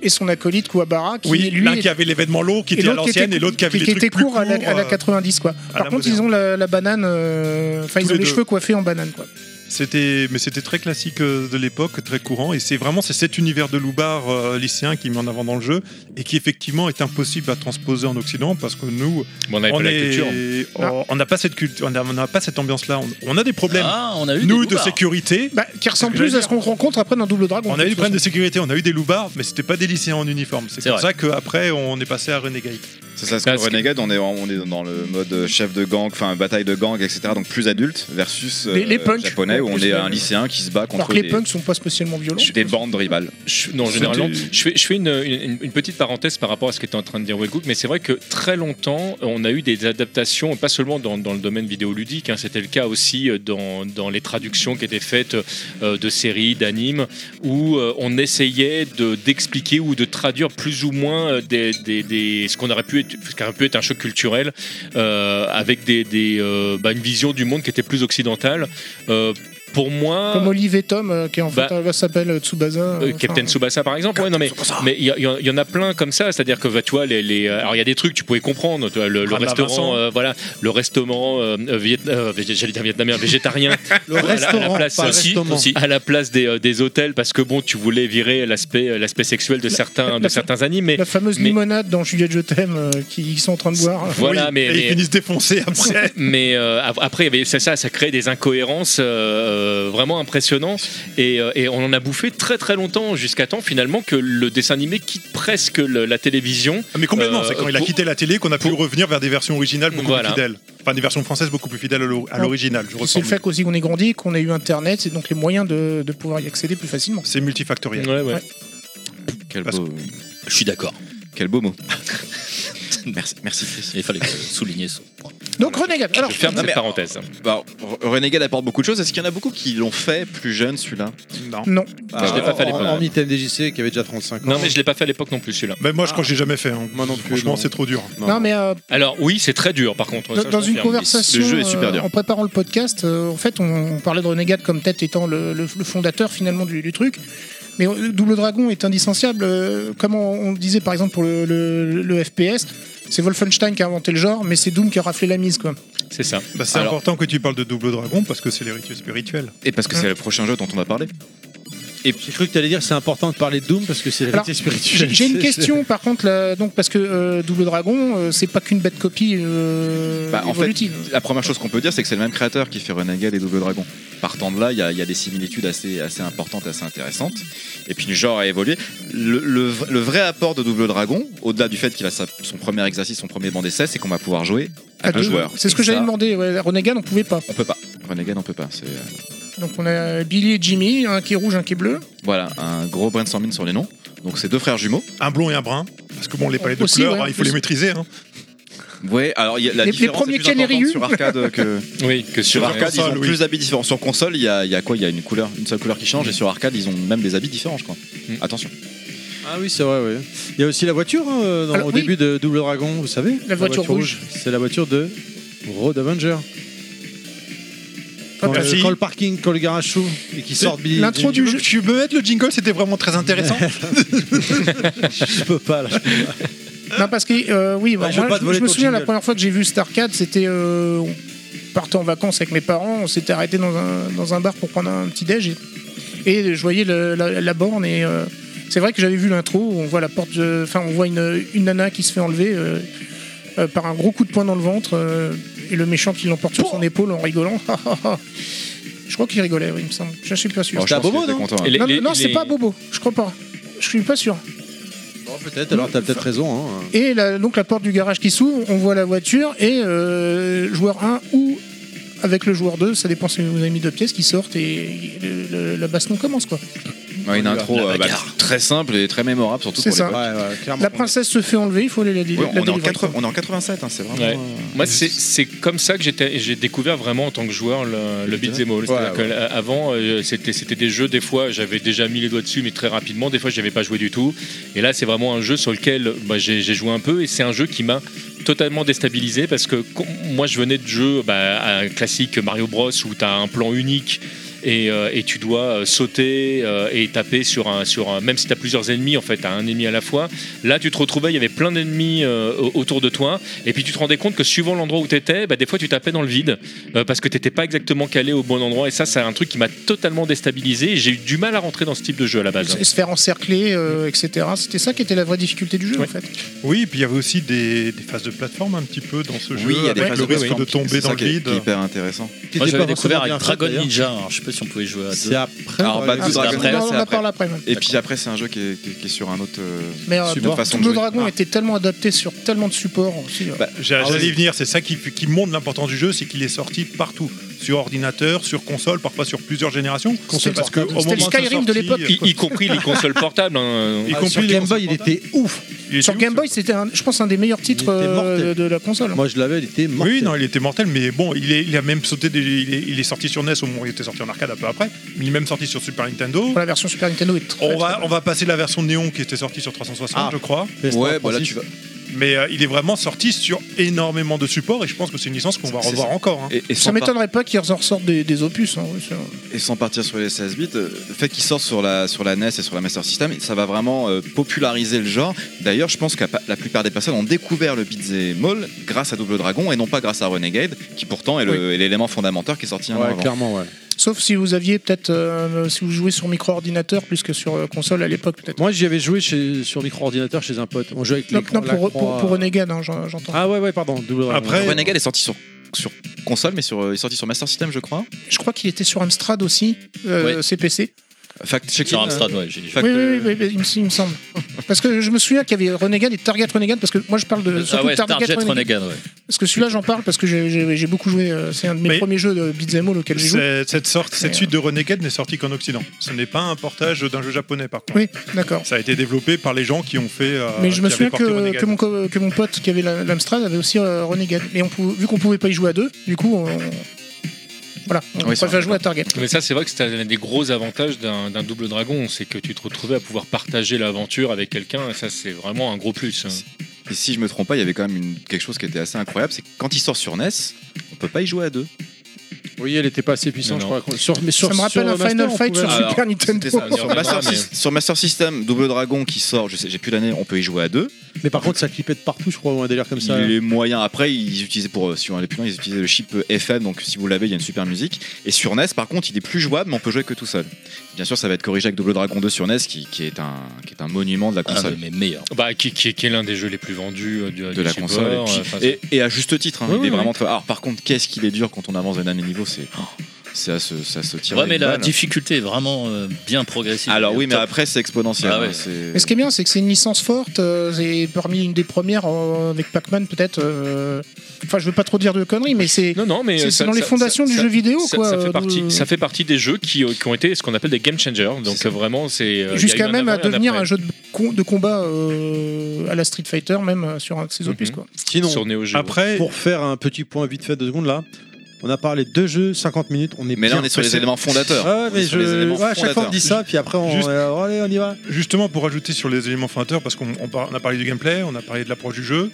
et son acolyte Kuwabara, qui Oui, lui l'un est- qui avait l'événement long, qui et était à l'autre qui l'ancienne, était- et l'autre qui avait qui, les qui trucs était plus court à la, courts, à la euh, 90 quoi. à Par la contre ils moderne. ont la, la banane, euh, enfin ils Tous ont les les deux. cheveux coiffés en banane quoi. C'était, mais c'était très classique euh, de l'époque, très courant, et c'est vraiment c'est cet univers de Loubar euh, lycéen qui est mis en avant dans le jeu et qui effectivement est impossible à transposer en Occident parce que nous, Bon, on avait on pas Bah, la culture. est- Non. on n'a pas cette culture, on n'a- on n'a pas cette ambiance-là. On, on a des problèmes Ah, on a eu des nous de loupards. sécurité. Bah, qui ressemble que plus j'allais à ce qu'on rencontre après dans Double Dragon. On a eu de des toute problèmes de sécurité, on a eu des loupards, mais c'était pas des lycéens en uniforme. C'est C'est pour vrai. ça qu'après, on est passé à Renegade. C'est ça, parce Parce que que- Renegade, on est, on est dans le mode chef de gang, enfin bataille de gang, etc. Donc plus adulte versus euh, Les- les punks. japonais où on Plus est les- un lycéen qui se bat Alors contre que les des, punks sont pas spécialement violents. des bandes rivales. Je- non, généralement, je fais, je fais une, une- une petite parenthèse par rapport à ce que tu es en train de dire, Wellgook, mais c'est vrai que très longtemps, on a eu des adaptations, pas seulement dans, dans le domaine vidéoludique, hein, c'était le cas aussi euh, dans, dans les traductions qui étaient faites euh, de séries, d'animes, où euh, on essayait de- d'expliquer ou de traduire plus ou moins euh, des, des- des- ce qu'on aurait pu être, ce qui aurait pu être un choc culturel, euh, avec des, des, euh, bah, une vision du monde qui était plus occidentale. euh, Pour moi, Comme Olive et Tom, euh, qui en fait Bah. euh, s'appelle euh, Tsubasa. Euh, euh, Captain enfin, Tsubasa par exemple ouais, non mais mais il y, a- il y en- il y en a plein comme ça c'est-à-dire que bah, tu vois les, les- alors il y a des trucs tu pouvais comprendre tu vois, le, le Ramda Vincent. restaurant euh, voilà le restaurant euh, euh, Viet- euh, vég- j'allais dire vietnamien végétarien <laughs> Le à la- à la restaurant, place pas le aussi, restaurant. aussi, à la place des, euh, des hôtels parce que bon tu voulais virer l'aspect euh, l'aspect sexuel de certains de la- certains animes mais La fameuse mais- limonade dans Juliette Je t'aime euh, qu'ils sont en train de boire. voilà Oui, mais, et ils mais- finissent défoncés après. mais euh, av- après, il y avait- c'est ça, ça crée des incohérences euh, vraiment impressionnantes. Et, euh, et on en a bouffé très très longtemps, jusqu'à temps finalement que le dessin animé quitte presque le- la télévision. Ah, Mais complètement, Euh, c'est quand il a pour- quitté la télé qu'on a pu pour- revenir vers des versions originales beaucoup Voilà. plus fidèles. Enfin, des versions françaises beaucoup plus fidèles à l'o- à Non. l'original, je Puis C'est ressens. le fait qu'aussi qu'on ait grandi, qu'on ait eu Internet, c'est donc les moyens de, de pouvoir y accéder plus facilement. C'est multifactoriel. Ouais, ouais. Ouais. Quel Parce beau, Je suis d'accord. quel beau mot. <laughs> merci, merci Chris. Il fallait euh, souligner ce point. Donc Renegade, alors Je ferme non, cette mais- parenthèse. Bah, Re- Renegade apporte beaucoup de choses. Est-ce qu'il y en a beaucoup qui l'ont fait plus jeune celui-là Non. non, Ah, je l'ai pas fait à l'époque. Hormis TMDJC qui avait déjà 35 ans. Non, mais je l'ai pas fait à l'époque non plus celui-là. Même Ben, moi, je crois que j'ai jamais fait. hein. Moi non plus, Franchement, non. c'est trop dur. non, mais euh, Alors oui, c'est très dur par contre. ça, dans, je dans une confirme. conversation, le jeu est super euh, dur. en préparant le podcast, euh, en fait, on, on parlait de Renegade comme tête étant le, le- le fondateur finalement du, du truc. Mais euh, Double Dragon est indissociable. euh, comme on, on le disait par exemple pour le, le- le FPS, c'est Wolfenstein qui a inventé le genre, mais c'est Doom qui a raflé la mise. Quoi. C'est ça. Bah, c'est Alors- important que tu parles de Double Dragon parce que c'est l'héritier spirituel. Et parce que Hein c'est le prochain jeu dont on va parler. J'ai cru que t'allais dire c'est important de parler de Doom parce que c'est Alors, l'héritier J'ai spirituel. <laughs> j'ai une question par contre, là, donc, parce que euh, Double Dragon, euh, c'est pas qu'une bête copie euh, Bah, en fait, évolutive. La première chose qu'on peut dire, c'est que c'est le même créateur qui fait Renegade et Double Dragon. Partant de là, il y, a- il y a des similitudes assez, assez importantes, assez intéressantes. Et puis le genre a évolué. Le, le v- le vrai apport de Double Dragon, au-delà du fait qu'il a sa- son premier exercice, son premier banc d'essai, c'est qu'on va pouvoir jouer à, À deux deux, joueurs. C'est ce Et que j'avais ça, demandé. Ouais, Renegade, on pouvait pas. On peut pas. Renegade, on peut pas. C'est, euh, Donc on a Billy et Jimmy, un qui est rouge, un qui est bleu. voilà, un gros brainstorming sur les noms. Donc c'est deux frères jumeaux. Un blond et un brun. Parce que bon, les palettes de Aussi, couleurs, ouais, hein, il faut les aussi. maîtriser. hein. Ouais, alors il y a la Les- les différence est premiers plus Canary importante <laughs> U. sur arcade que Oui, que sur arcade ils console, ont oui. plus d'habits différents. Sur console, il y a, il y a quoi Il y a une couleur, une seule couleur qui change et sur arcade, ils ont même des habits différents, je crois. Mm. Attention. Ah oui, c'est vrai, oui. Il y a aussi la voiture hein, dans- Alors, au oui. début de Double Dragon, vous savez La voiture rouge. C'est la voiture de Road Avenger. Quand, merci. euh, quand le parking, quand le garage s'ouvre et qu'il sort Billy. l'intro Jean, du Tu jeu. veux- Tu veux mettre le jingle, c'était vraiment <laughs> très intéressant. Je peux pas là. Non, parce que euh, oui, bah, je veux pas moi, te je, voler je me ton souviens la jingle. première fois que j'ai vu Starcade, c'était euh, on partait en vacances avec mes parents, on s'était arrêté dans un, dans un bar pour prendre un petit déj et, et je voyais le- la, la borne et euh, c'est vrai que j'avais vu l'intro où on voit la porte, de- enfin on voit une, une nana qui se fait enlever euh, euh, par un gros coup de poing dans le ventre euh, et le méchant qui l'emporte sur son épaule en rigolant. <laughs> je crois qu'il rigolait, oui, il me semble. Je suis pas sûr. Oh, je à pense Bobo, qu'il était non content, hein. Et les- non, les- non, c'est les- pas Bobo, je crois pas. Je suis pas sûr. peut-être, alors t'as peut-être raison. hein. Et la- donc la porte du garage qui s'ouvre, on voit la voiture et euh, joueur 1 ou avec le joueur 2, ça dépend si vous avez mis deux pièces qui sortent et le- le- la baston commence quoi. Ah, Ouais, une La intro euh, bah, bagarre. très simple et très mémorable, surtout C'est pour ça. l'époque. Ouais, ouais, clairement. La princesse se fait enlever, il faut aller la, dé- Oui, la on, est en délivrer. 80 on est en 87, hein, c'est vraiment. Ouais. euh, Moi, c'est c'est comme ça que j'étais- j'ai découvert vraiment en tant que joueur le, le beat'em all. C'est-à-dire que, euh, Avant, euh, c'était c'était des jeux, des fois, j'avais déjà mis les doigts dessus, mais très rapidement. Des fois, j'avais pas joué du tout. Et là, c'est vraiment un jeu sur lequel bah, j'ai j'ai joué un peu, et c'est un jeu qui m'a totalement déstabilisé parce que com- moi, je venais de jeux bah, un classique Mario Bros où tu as un plan unique. Et, euh, et tu dois euh, sauter euh, et taper sur un, sur un- même si tu as plusieurs ennemis en fait, à un ennemi à la fois. Là, tu te retrouvais, il y avait plein d'ennemis euh, au- autour de toi, et puis tu te rendais compte que suivant l'endroit où tu étais, des fois tu tapais dans le vide euh, parce que t'étais pas exactement calé au bon endroit. Et ça, c'est un truc qui m'a totalement déstabilisé. et J'ai eu du mal à rentrer dans ce type de jeu à la base. Se se faire encercler, euh, etc. C'était ça qui était la vraie difficulté du jeu Oui. en fait. Oui, et puis il y avait aussi des, des phases de plateforme un petit peu dans ce jeu. Oui, il y a des avec phases le de risque de plateforme qui- c'est tomber ça dans le qui est- vide. qui est hyper intéressant. Qui Moi, était j'avais pas découvert forcément avec bien Dragon fait, d'ailleurs. Ninja. Alors, je sais pas si on pouvait jouer à C'est deux. après. Alors, Bad ouais. Blue c'est Ah, Dragon, après, là, on c'est en après. parle après. même. Et puis après, c'est un jeu qui est, qui est- qui est sur un autre. euh, Mais euh, Super Double- façon de Double jouer. Dragon Ah. était tellement adapté sur tellement de supports aussi. euh. Bah, J'ai- J'allais y venir, c'est ça qui, qui montre l'importance du jeu, c'est qu'il est sorti partout, sur ordinateur, sur console, parfois sur plusieurs générations. Console parce que portable. au C'était moment le sa Skyrim de l'époque. sortie, euh, Y, y compris les consoles portables. hein. y Ah, compris sur les Game Boy, il consoles était ouf. il était sur où, Game ce- Boy, c'était un- je pense un des meilleurs titres était euh, mortel. de, de la console. Moi, je l'avais, il était mort. Oui, non, il était mortel, mais bon, il, est- il a même sauté. des- il, est, il est sorti sur NES au moment où il était sorti en arcade un peu après. mais Il est même sorti sur Super Nintendo. Pour la version Super Nintendo est très, On très va, on va passer la version Néon qui était sortie sur 360, Ah. je crois. Ouais, bah là, tu vas, Mais euh, il est vraiment sorti sur énormément de supports et je pense que c'est une licence qu'on va C'est revoir encore. hein. Et, et sans, Ça par- m'étonnerait pas qu'ils en ressortent des, des opus. hein, oui, sûr. et sans partir sur les 16 bits, euh, le fait qu'il sorte sur la, sur la NES et sur la Master System, ça va vraiment euh, populariser le genre. D'ailleurs, je pense que la plupart des personnes ont découvert le Beat'em All grâce à Double Dragon et non pas grâce à Renegade, qui pourtant est le- est l'élément fondamental qui est sorti un an Ouais, avant. clairement, ouais. Sauf si vous aviez peut-être, euh, si vous jouez sur micro-ordinateur plus que sur euh, console à l'époque peut-être. Moi, j'y avais joué chez- sur micro-ordinateur chez un pote. On jouait avec Non, l'écran non, de la croix, pour, pour, pour euh, Renegade, hein, j'en- j'entends. Ah ouais, ouais, pardon. Double Dragon. Après- Ouais. Renegade est sorti sur, sur console, mais sur, euh, il est sorti sur Master System, je crois. Je crois qu'il était sur Amstrad aussi, euh, Ouais. CPC. Fact checking. Sur Amstrad, ouais, j'ai dit. Fact, Oui, oui, oui, euh, oui, mais il, me, il me semble. Parce que je me souviens qu'il y avait Renegade et Target Renegade, parce que moi je parle de surtout Ah ouais, Target, Target Renegade. Renegade, ouais. Parce que celui-là j'en parle parce que j'ai- j'ai j'ai beaucoup joué. euh, C'est un de mes Mais- premiers jeux de beat'em all auquel j'ai joué. C'est- Cette, sorte, cette Mais, suite de Renegade n'est sortie qu'en Occident. Ce n'est pas un portage d'un jeu japonais, par contre. Oui, d'accord. Ça a été développé par les gens qui ont fait. euh, Mais je me qui avaient souviens porté que, Renegade. que, mon, co- que mon pote qui avait la- l'Amstrad avait aussi euh, Renegade. Et on pou- vu qu'on pouvait pas y jouer à deux, du coup, on, voilà, on Oui, ça, préfère jouer à Target. Mais ça, c'est vrai que c'était un des gros avantages d'un d'un double dragon, c'est que tu te retrouvais à pouvoir partager l'aventure avec quelqu'un, et ça, c'est vraiment un gros plus. hein. Et si je me trompe pas, il y avait quand même une- quelque chose qui était assez incroyable, c'est que quand il sort sur NES, on peut pas y jouer à deux. Oui, elle était pas assez puissante, Non, je crois. Sur, mais sur, ça me rappelle sur un Master, Final on Fight pouvait- sur Ah, Super Nintendo. C'était ça, On sur, y Master reviendra, Sys- sur Master System, Double Dragon qui sort, je sais, j'ai plus l'année, on peut y jouer à deux. Mais par contre, ça clipait de partout, je crois, ou un délire comme ça. Il est moyen. Après, ils utilisaient pour euh, si on allait plus loin, ils utilisaient le chip euh, FM, donc si vous l'avez, il y a une super musique. Et sur NES, par contre, il est plus jouable, mais on peut jouer que tout seul. Bien sûr, ça va être corrigé avec Double Dragon 2 sur NES, qui, qui est un qui est un monument de la Un de console. mes meilleurs. Bah, qui, qui est, qui est l'un des jeux les plus vendus euh, du, de la console et, puis- et- et à juste titre hein, Oui, il est oui, vraiment très- alors par contre qu'est-ce qu'il est dur quand on avance d'un dernier niveau c'est oh, c'est à se ça se tire Ouais, mais la difficulté est vraiment euh, bien progressive. alors oui mais Top. après c'est exponentiel Ah hein, ouais. c'est- Mais ce qui est bien, c'est que c'est une licence forte. euh, c'est parmi une des premières euh, avec Pac-Man, peut-être. euh, Enfin, je veux pas trop dire de conneries, mais c'est Non, non, mais c'est- euh, c'est ça- dans les ça- fondations ça- du ça- jeu vidéo, ça, quoi. ça fait euh, partie, de- ça fait partie des jeux qui, euh, qui ont été ce qu'on appelle des game changers. Donc euh, vraiment, c'est euh, il y a Jusqu'à eu un même à avant et un devenir après. un jeu de, com- de combat euh, à la Street Fighter, même euh, sur un de ses opus. Mhm. quoi. Sinon, sur Neo Geo. Après, pour faire un petit point vite fait, deux secondes là, on a parlé de deux jeux, 50 minutes, on est mais là bien on est sur les passé. éléments fondateurs Ah ouais, On est mais sur les je... éléments ouais, à chaque fois on fondateurs. dit ça, puis après on... Juste- euh, allez, on y va. justement, pour ajouter sur les éléments fondateurs, parce qu'on on par- on a parlé du gameplay, on a parlé de l'approche du jeu.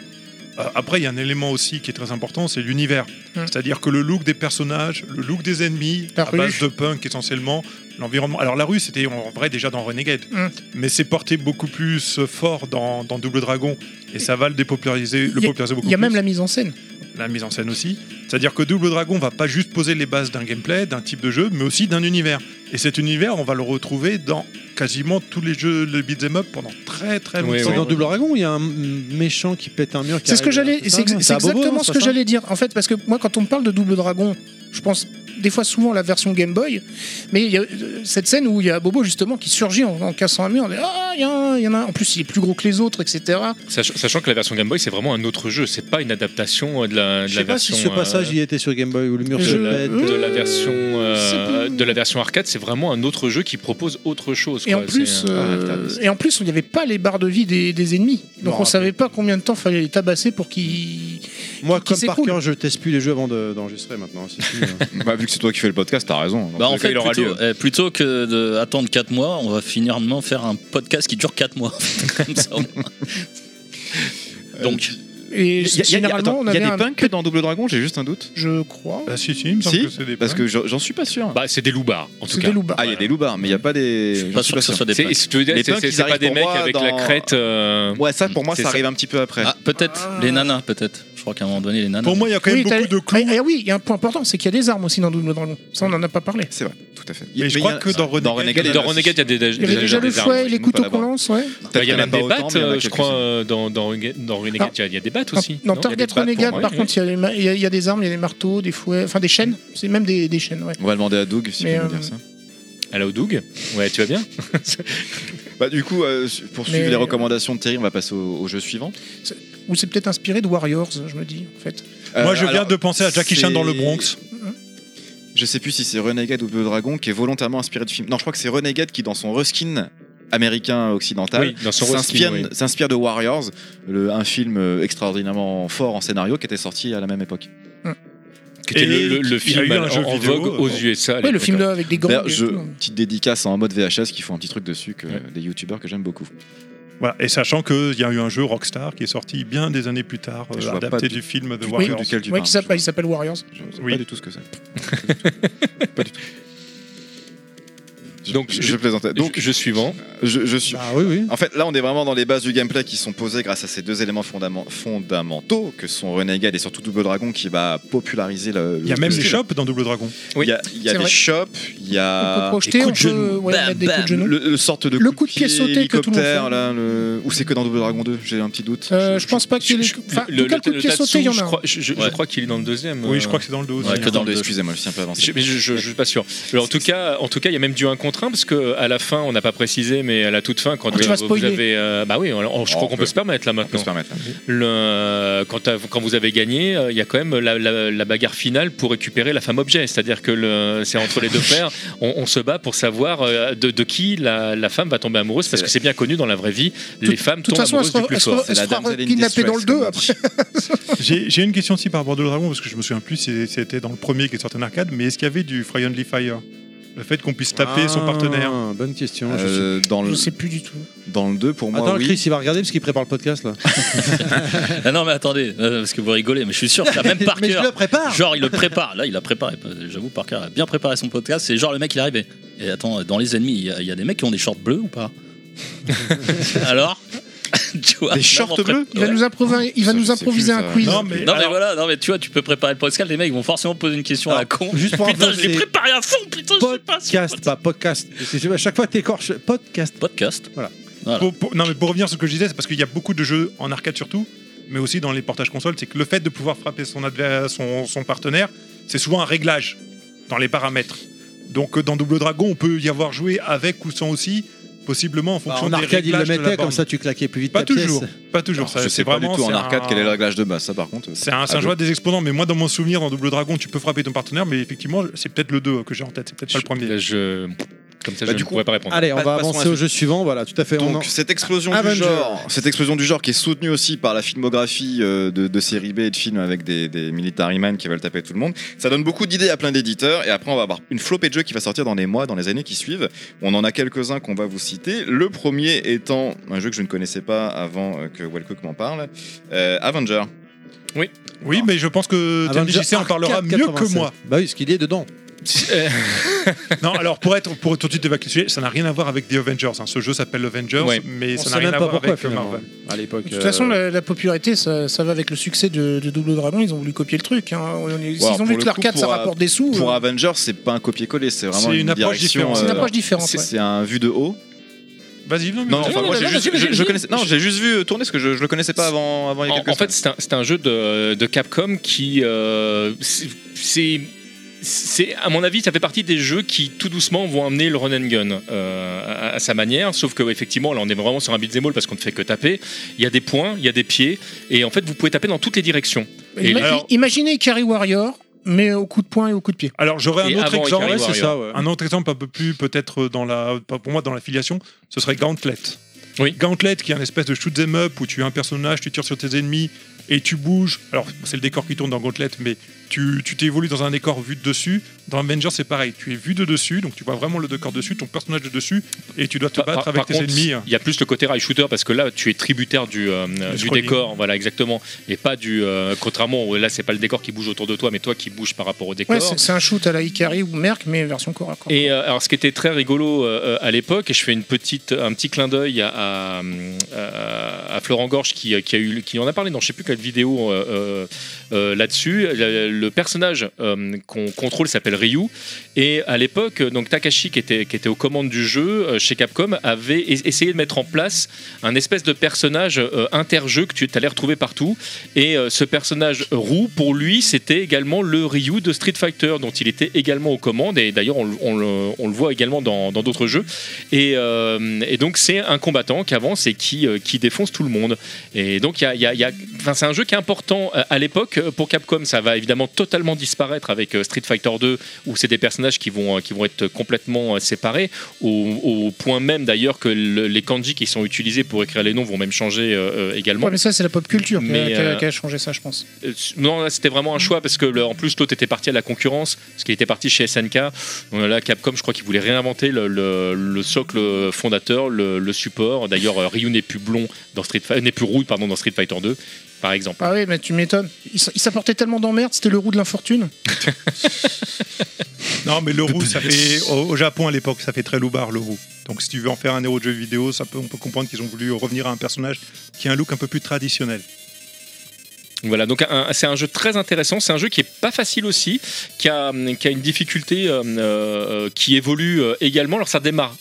euh, Après, il y a un élément aussi qui est très important, c'est l'univers. Hmm. C'est-à-dire que le look des personnages, le look des ennemis, La à base rue. de punk essentiellement, l'environnement. Alors la rue, c'était en vrai déjà dans Renegade, Hmm. mais c'est porté beaucoup plus fort dans, dans Double Dragon, et ça va le dépopulariser, le Il y a- populariser beaucoup Il y a plus. même la mise en scène. la mise en scène aussi. C'est-à-dire que Double Dragon va pas juste poser les bases d'un gameplay, d'un type de jeu, mais aussi d'un univers. Et cet univers, on va le retrouver dans quasiment tous les jeux de beat'em up pendant très très Oui, longtemps. C'est dans Double Dragon où il y a un méchant qui pète un mur. qui C'est ce que arrive, j'allais, c'est c'est ça, ex- non c'est à Bobo, exactement non, ce c'est que ça j'allais dire. En fait, parce que moi, quand on me parle de Double Dragon, je pense des fois souvent à la version Game Boy, mais il y a euh, cette scène où il y a Bobo justement qui surgit en, en cassant un mur. On dit ah, il y, en a- il y en a. un. En plus, il est plus gros que les autres, etc. Sach- sachant que la version Game Boy, c'est vraiment un autre jeu. C'est pas une adaptation euh, de la, de Je la sais pas si version. ce euh, passage y était sur Game Boy où le mur Je- se de la, pète. euh, de la version euh, c'est pas- de la version arcade, c'est vraiment un autre jeu qui propose autre chose. Et quoi. en plus, C'est, euh, euh, caractère des- et en plus, il n'y avait pas les barres de vie des, des ennemis, donc Non, on savait pas combien de temps fallait les tabasser pour qu'ils. Moi, qui comme par s'écoule. cœur, je teste plus les jeux avant de- d'enregistrer maintenant. c'est fini, hein. Bah, vu que c'est toi qui fais le podcast t'as raison Dans Bah, tous en les cas, fait, il aura plutôt, lieu euh, plutôt que d'attendre 4 mois, on va finalement faire un podcast qui dure 4 mois. <laughs> Comme ça, au moins. Donc, Et Il y a- il y a- généralement, attends, on il y avait a un- des Euh, punks dans Double Dragon j'ai juste un doute je crois. Ah, si, si, il me semble si que c'est des parce punks. que j'en j'en suis pas sûr bah, c'est des loupards en euh, tout C'est cas. des loupards. ah il y a des loupards mais il y a pas des je suis j'en pas sûr que ce soit des C'est- punks. c'est- tu veux dire, Les c'est- punks, c'est ils c'est pas arrivent des pour mecs moi avec dans- la crête. euh, ouais ça pour moi C'est ça ça. arrive un petit peu après Ah, peut-être, les nanas, peut-être. Je crois qu'à un moment donné, les nanas. Pour moi, il y a quand même Oui, t'as- beaucoup de clous. Ah, ah oui, il y a un point important, c'est qu'il y a des armes aussi dans Double Dragon. Ça, on n'en a pas parlé. c'est vrai tout à fait Mais je il y crois a- que dans Renegade, Renegade, il y en Dans a- Renegade, il y a des- des- Il y avait déjà le des armes. fouet et les ils vont pas couteaux qu'on l'avoir. lance, ouais. Bah, Il y a Peut-être même qu'il y des en a pas autant, battes, mais il y en a euh, je crois, euh, dans, dans, Renegade- dans Renegade, il y a- il y a des battes aussi. Dans non Target Il y a des battes Renegade, pour moi. par contre, il y a les ma- il y, a- il y a des armes, il y a des marteaux, des fouets, enfin des chaînes. C'est même des, des chaînes, ouais. on va demander à Doug si Mais, peut nous euh, dire ça Hello Doug, ouais, tu vas bien Bah, du coup, euh, pour suivre Mais- les recommandations de Thierry, on va passer au, au jeu suivant. Ou c'est peut-être inspiré de Warriors, je me dis, en fait. Moi, Euh, je viens alors, de penser à Jackie Chan c'est- dans le Bronx. Je sais plus si c'est Renegade ou Double Dragon qui est volontairement inspiré du film. Non, je crois que c'est Renegade qui, dans son reskin américain occidental, Oui, dans son s'inspire reskin, oui. s'inspire de Warriors, le- un film euh, extraordinairement fort en scénario qui était sorti à la même époque. Qui était Et le, le- le il y a eu film un en, jeu en vidéo, vogue euh, aux bon. USA. à Ouais, le l'époque, film hein. là avec des gants. D'ailleurs, je- petite dédicace en mode VHS qui font un petit truc dessus, que, Ouais. des youtubeurs que j'aime beaucoup. Voilà. Et sachant qu'il y a eu un jeu Rockstar qui est sorti bien des années plus tard, euh, Je vois pas adapté du- du film de du- Warriors. duquel tu Ouais, parles, je qui vois. s'appelle, il s'appelle Warriors. Je sais Oui. pas du tout ce que c'est. pas du tout. Je- Donc, je, je- je plaisantais. Donc, Donc, je suivant. je, je suis. <laughs> Bah oui, oui. En fait, là, on est vraiment dans les bases du gameplay qui sont posées grâce à ces deux éléments fondament- fondamentaux que sont Renegade et surtout Double Dragon qui va populariser le. Il y a même les shops dans Double Dragon. Il y a, il y a C'est les vrai. shops, il y On peut a. projeter, coups on de peut genoux. ouais, Bam, mettre des coups de bam. genoux. Le, le sorte de Le coup de pied sauté que tout le monde hélicoptère, fait. là, le- ou c'est que dans Double Dragon 2 J'ai un petit doute. Euh, je pense pas que les. Enfin, en tout cas, le coup de pied Tatsu, sauté, il y en je a. un. crois, je, je- je Ouais. crois qu'il est dans le deuxième. Oui, euh, je crois que c'est dans le dos aussi. hein. Ouais, que que dans dans le le- excusez-moi, je suis un peu Je, avancé. mais je, je- je suis pas sûr. Mais en tout cas, en tout cas, il y a même du 1 contre 1 parce que à la fin, on n'a pas précisé, mais à la toute fin, quand Ah, tu euh, vas vous, spoiler. avez, euh, bah oui, on- on- je Oh, crois on qu'on peut. peut se permettre là On peut maintenant. se permettre. là. Le- quand, à- quand vous avez gagné, euh, il y a quand même la, la- la bagarre finale pour récupérer la femme objet, c'est-à-dire que le- c'est <laughs> entre les deux pères, on, on se bat pour savoir euh, de, de qui la, la femme va tomber amoureuse, parce C'est que c'est bien connu dans la vraie vie, les femmes toute tombent façon, amoureuses elle du se re- plus elle se fort. re- C'est la fera damsel in kidnapper distress, dans le dos, comme on après. dit. J'ai j'ai une question aussi par rapport à Double Dragon, parce que je me souviens plus si c'était dans le premier qui est sorti en arcade, mais est-ce qu'il y avait du Fry Only Fire Le fait qu'on puisse taper son Ah, partenaire. Bonne question. je sais. Euh, dans, le, Je sais plus du tout. dans le 2, pour moi, Attends, oui. Chris, il va regarder parce qu'il prépare le podcast là. Ah non, mais attendez, euh, parce que vous rigolez, mais je suis sûr que même par <laughs> Mais je cœur. le prépare. Genre, il le prépare. Là, il a préparé. J'avoue, Parker a bien préparé son podcast. C'est genre le mec, il est arrivé. Et attends, dans les ennemis, il y, a- il y a des mecs qui ont des shorts bleus ou pas Alors <laughs> tu vois, Des shorts même en pré- bleus Il va Ouais. nous improviser, il va Ça, je nous sais improviser plus, un ça. quiz. Non, mais, Non, mais alors, voilà, non, mais tu vois, tu peux préparer le podcast. Les mecs ils vont forcément poser une question à <laughs> la con. Juste pour Putain, info, je l'ai c'est préparé à fond, putain, je sais pas. c'est Podcast, quoi pas podcast. C'est- À chaque fois, t'écorches. Podcast. ce Podcast. pour, pour- non, mais pour revenir sur ce que je disais, c'est parce qu'il y a beaucoup de jeux en arcade surtout, mais aussi dans les portages consoles, c'est que le fait de pouvoir frapper son, adver- son, son partenaire, c'est souvent un réglage dans les paramètres. Donc euh, dans Double Dragon, on peut y avoir joué avec ou sans aussi, possiblement en Bah, fonction en des arcade, il le réglages de la mettait borne. comme ça, tu claquais plus vite Pas ta pièce. toujours, pas toujours. Alors, ça, je c'est sais pas du vraiment- tout en c'est arcade un- quel est le réglage de base, ça par contre. C'est un, c'est un Ah, joueur des exponents, mais moi dans mon souvenir, dans Double Dragon, tu peux frapper ton partenaire, mais effectivement, c'est peut-être le 2 que j'ai en tête, c'est peut-être pas le premier. Là, je- comme ça, Bah, je du ne coup, pourrais pas répondre. Allez, on Pas- va passons à avancer au la jeu suivant. Voilà, tout à fait. on en- Donc cette explosion du Avenger. genre, cette explosion du genre qui est soutenue aussi par la filmographie euh, de, de série B et de films avec des, des military men qui veulent taper tout le monde, ça donne beaucoup d'idées à plein d'éditeurs et après on va avoir une flopée de jeux qui va sortir dans les mois, dans les années qui suivent. On en a quelques-uns qu'on va vous citer. Le premier étant un jeu que je ne connaissais pas avant euh, que Wellcook m'en parle, euh, Avenger. Oui, mais je pense que Avenger TMDJC en parlera Arcade mieux que 96. moi. Bah oui, ce qu'il est dedans. Non, alors pour être pour tout de suite évacuer le sujet, ça n'a rien à voir avec The Avengers. hein. Ce jeu s'appelle Avengers, Ouais. mais On ça sait n'a rien même à pas voir pourquoi avec euh, finalement. Marvel. À l'époque. euh, De toute façon, euh, la, la popularité, ça, ça va avec le succès de, de Double Dragon. Ils ont voulu copier le truc. hein. On est- S'ils alors, ont pour vu le que coup, l'arcade, ça pour, euh, rapporte des sous. Pour euh, Avenger, c'est pas un copier-coller, c'est vraiment C'est une, une approche direction. différente. c'est une euh, approche différente. c'est ouais. c'est un vue de haut. Vas-y, non, mais Non, vas-y. enfin, non, moi non, j'ai non, juste, vas-y, je, vas-y, je vas-y. connaissais- non, j'ai juste vu tourner parce que je, je le connaissais pas avant, avant il y a En, quelques en semaines. fait, c'est un, c'est un jeu de, de Capcom qui. euh, c'est- c'est. C'est, à mon avis, ça fait partie des jeux qui tout doucement vont amener le run and gun euh, à, à sa manière. Sauf que effectivement, là, on est vraiment sur un beat'em all parce qu'on ne fait que taper. Il y a des points, il y a des pieds, et en fait, vous pouvez taper dans toutes les directions. Et Ima- alors- Imaginez Ikari Warrior, mais au coup de poing et au coup de pied. Alors j'aurais Et un autre avant exemple. Ouais, Ikari c'est Warrior. ça, ouais. Un autre exemple un peu plus peut-être euh, dans la pas pour moi dans la filiation, ce serait Gauntlet. Oui. Gauntlet qui est un espèce de shoot 'em up où tu es un personnage, tu tires sur tes ennemis et tu bouges. Alors c'est le décor qui tourne dans Gauntlet, mais tu tu t'évolues dans un décor vu de dessus. Dans Avengers c'est pareil, tu es vu de dessus, donc tu vois vraiment le décor dessus, ton personnage de dessus et tu dois te Par- battre par- avec par tes contre, ennemis. Il y a plus le côté rail shooter parce que là, tu es tributaire du, euh, du scrolling. décor, voilà exactement, et pas du euh, contrairement. où Là, c'est pas le décor qui bouge autour de toi, mais toi qui bouges par rapport au décor. Ouais, c'est c'est un shoot à la Ikari ou Merc, mais version corps à corps. Et euh, alors, ce qui était très rigolo euh, euh, à l'époque, et je fais une petite, un petit clin d'œil à, à, à- à Florent Gorge qui, euh, qui a eu, qui en a parlé dans je sais plus quelle vidéo euh, euh, euh, là-dessus. Le, le personnage euh, qu'on contrôle s'appelle Ryu, et à l'époque, euh, donc Takashi qui était, qui était aux commandes du jeu euh, chez Capcom avait es- essayé de mettre en place un espèce de personnage euh, interjeu que tu allais retrouver partout. Et euh, ce personnage roux, pour lui, c'était également le Ryu de Street Fighter, dont il était également aux commandes. Et d'ailleurs, on, le- on le- on le voit également dans dans d'autres jeux. Et, euh, et donc, c'est un combattant qui avance et qui, euh, qui défonce tout le monde. Et donc, il y a, il y a- il y a- enfin, c'est c'est un jeu qui est important euh, à l'époque euh, pour Capcom. Ça va évidemment totalement disparaître avec euh, Street Fighter 2, où c'est des personnages qui vont, euh, qui vont être complètement euh, séparés, au, au point même d'ailleurs que le- les kanji qui sont utilisés pour écrire les noms vont même changer euh, euh, également. Ouais, mais ça, c'est la pop culture qui a- Mais, qui a, euh, qui a changé ça, je pense. Euh, Non, là, c'était vraiment un choix parce que le- en plus l'autre était parti à la concurrence, parce qu'il était parti chez SNK. Donc là, Capcom, je crois qu'il voulait réinventer le, le- le socle fondateur, le, le support. D'ailleurs, euh, Ryu n'est plus blond dans Street Fighter, n'est plus rouille pardon dans Street Fighter 2, par exemple. Ah oui, mais tu m'étonnes. Il s- il s'apportait tellement d'emmerdes, c'était le roux de l'infortune. Non, mais le roux, ça <laughs> fait au, au Japon à l'époque, ça fait très loupard le roux. Donc si tu veux en faire un héros de jeu vidéo, ça peut, on peut comprendre qu'ils ont voulu revenir à un personnage qui a un look un peu plus traditionnel. Voilà, donc un- c'est un jeu très intéressant. C'est un jeu qui est pas facile aussi, qui a, qui a une difficulté euh, euh, qui évolue euh, également. Alors ça démarre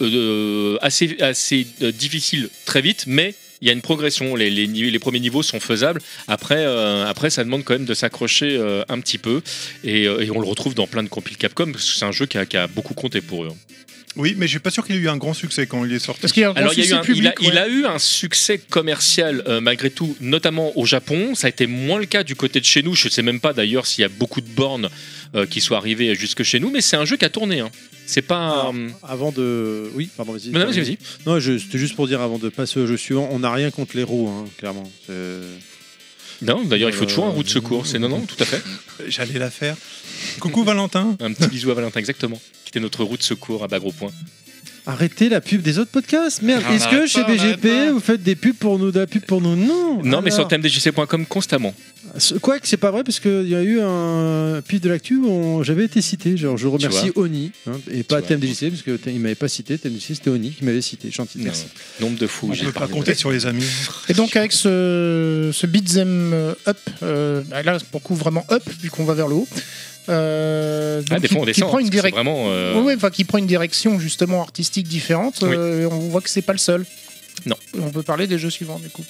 euh, assez, assez euh, difficile très vite, mais il y a une progression. Les, les, niveaux- les premiers niveaux sont faisables. Après, euh, après, ça demande quand même de s'accrocher euh, un petit peu. Et, euh, et on le retrouve dans plein de compiles Capcom, parce que c'est un jeu qui a, qui a beaucoup compté pour eux. Oui, mais je suis pas sûr qu'il ait eu un grand succès quand il est sorti. Parce qu'il y a un Alors, il, y a eu grand un- public, il, a, il ouais. a eu un succès commercial euh, malgré tout, notamment au Japon. Ça a été moins le cas du côté de chez nous. Je ne sais même pas d'ailleurs s'il y a beaucoup de bornes euh, qui soient arrivées jusque chez nous, mais c'est un jeu qui a tourné. hein. C'est pas. euh, Avant de. Oui, pardon, vas-y. Non, non, vas-y, vas-y. Non, je- c'était juste pour dire avant de passer au jeu suivant, on n'a rien contre les roues, hein, clairement. C'est- Non, d'ailleurs, il faut toujours un route de secours. C'est non, non, tout à fait. J'allais la faire. Coucou Valentin. Un petit bisou à Valentin, exactement. Qui était notre route de secours à Bagro Point. Arrêtez la pub des autres podcasts. Merde, Ah, on est-ce que arrête chez pas, on arrête BGP pas. vous faites des pubs pour nous, de la pub pour nous Non. Non, mais sur alors. tmdjc.com constamment. Ce- Quoi que c'est pas vrai, parce qu'il y a eu un pif de l'actu où on- j'avais été cité. Genre, je remercie Oni, hein, et pas Tu vois. TMDJC, parce qu'il m'avait pas cité. TMDJC, c'était Oni qui m'avait cité. Gentil, merci. Un Nombre de fous. Je j'ai peux pas parlé. compter sur les amis. Et donc avec ce, ce beat'em up, euh, bah là pour le coup vraiment up vu qu'on va vers le haut, euh, Ah, donc, des fois, on qui, qui descend. prend une parce que c'est direction, vraiment. euh, qui prend une direction justement artistique différente. Oui. euh, et on voit que c'est pas le seul. Non. On peut parler des jeux suivants du coup.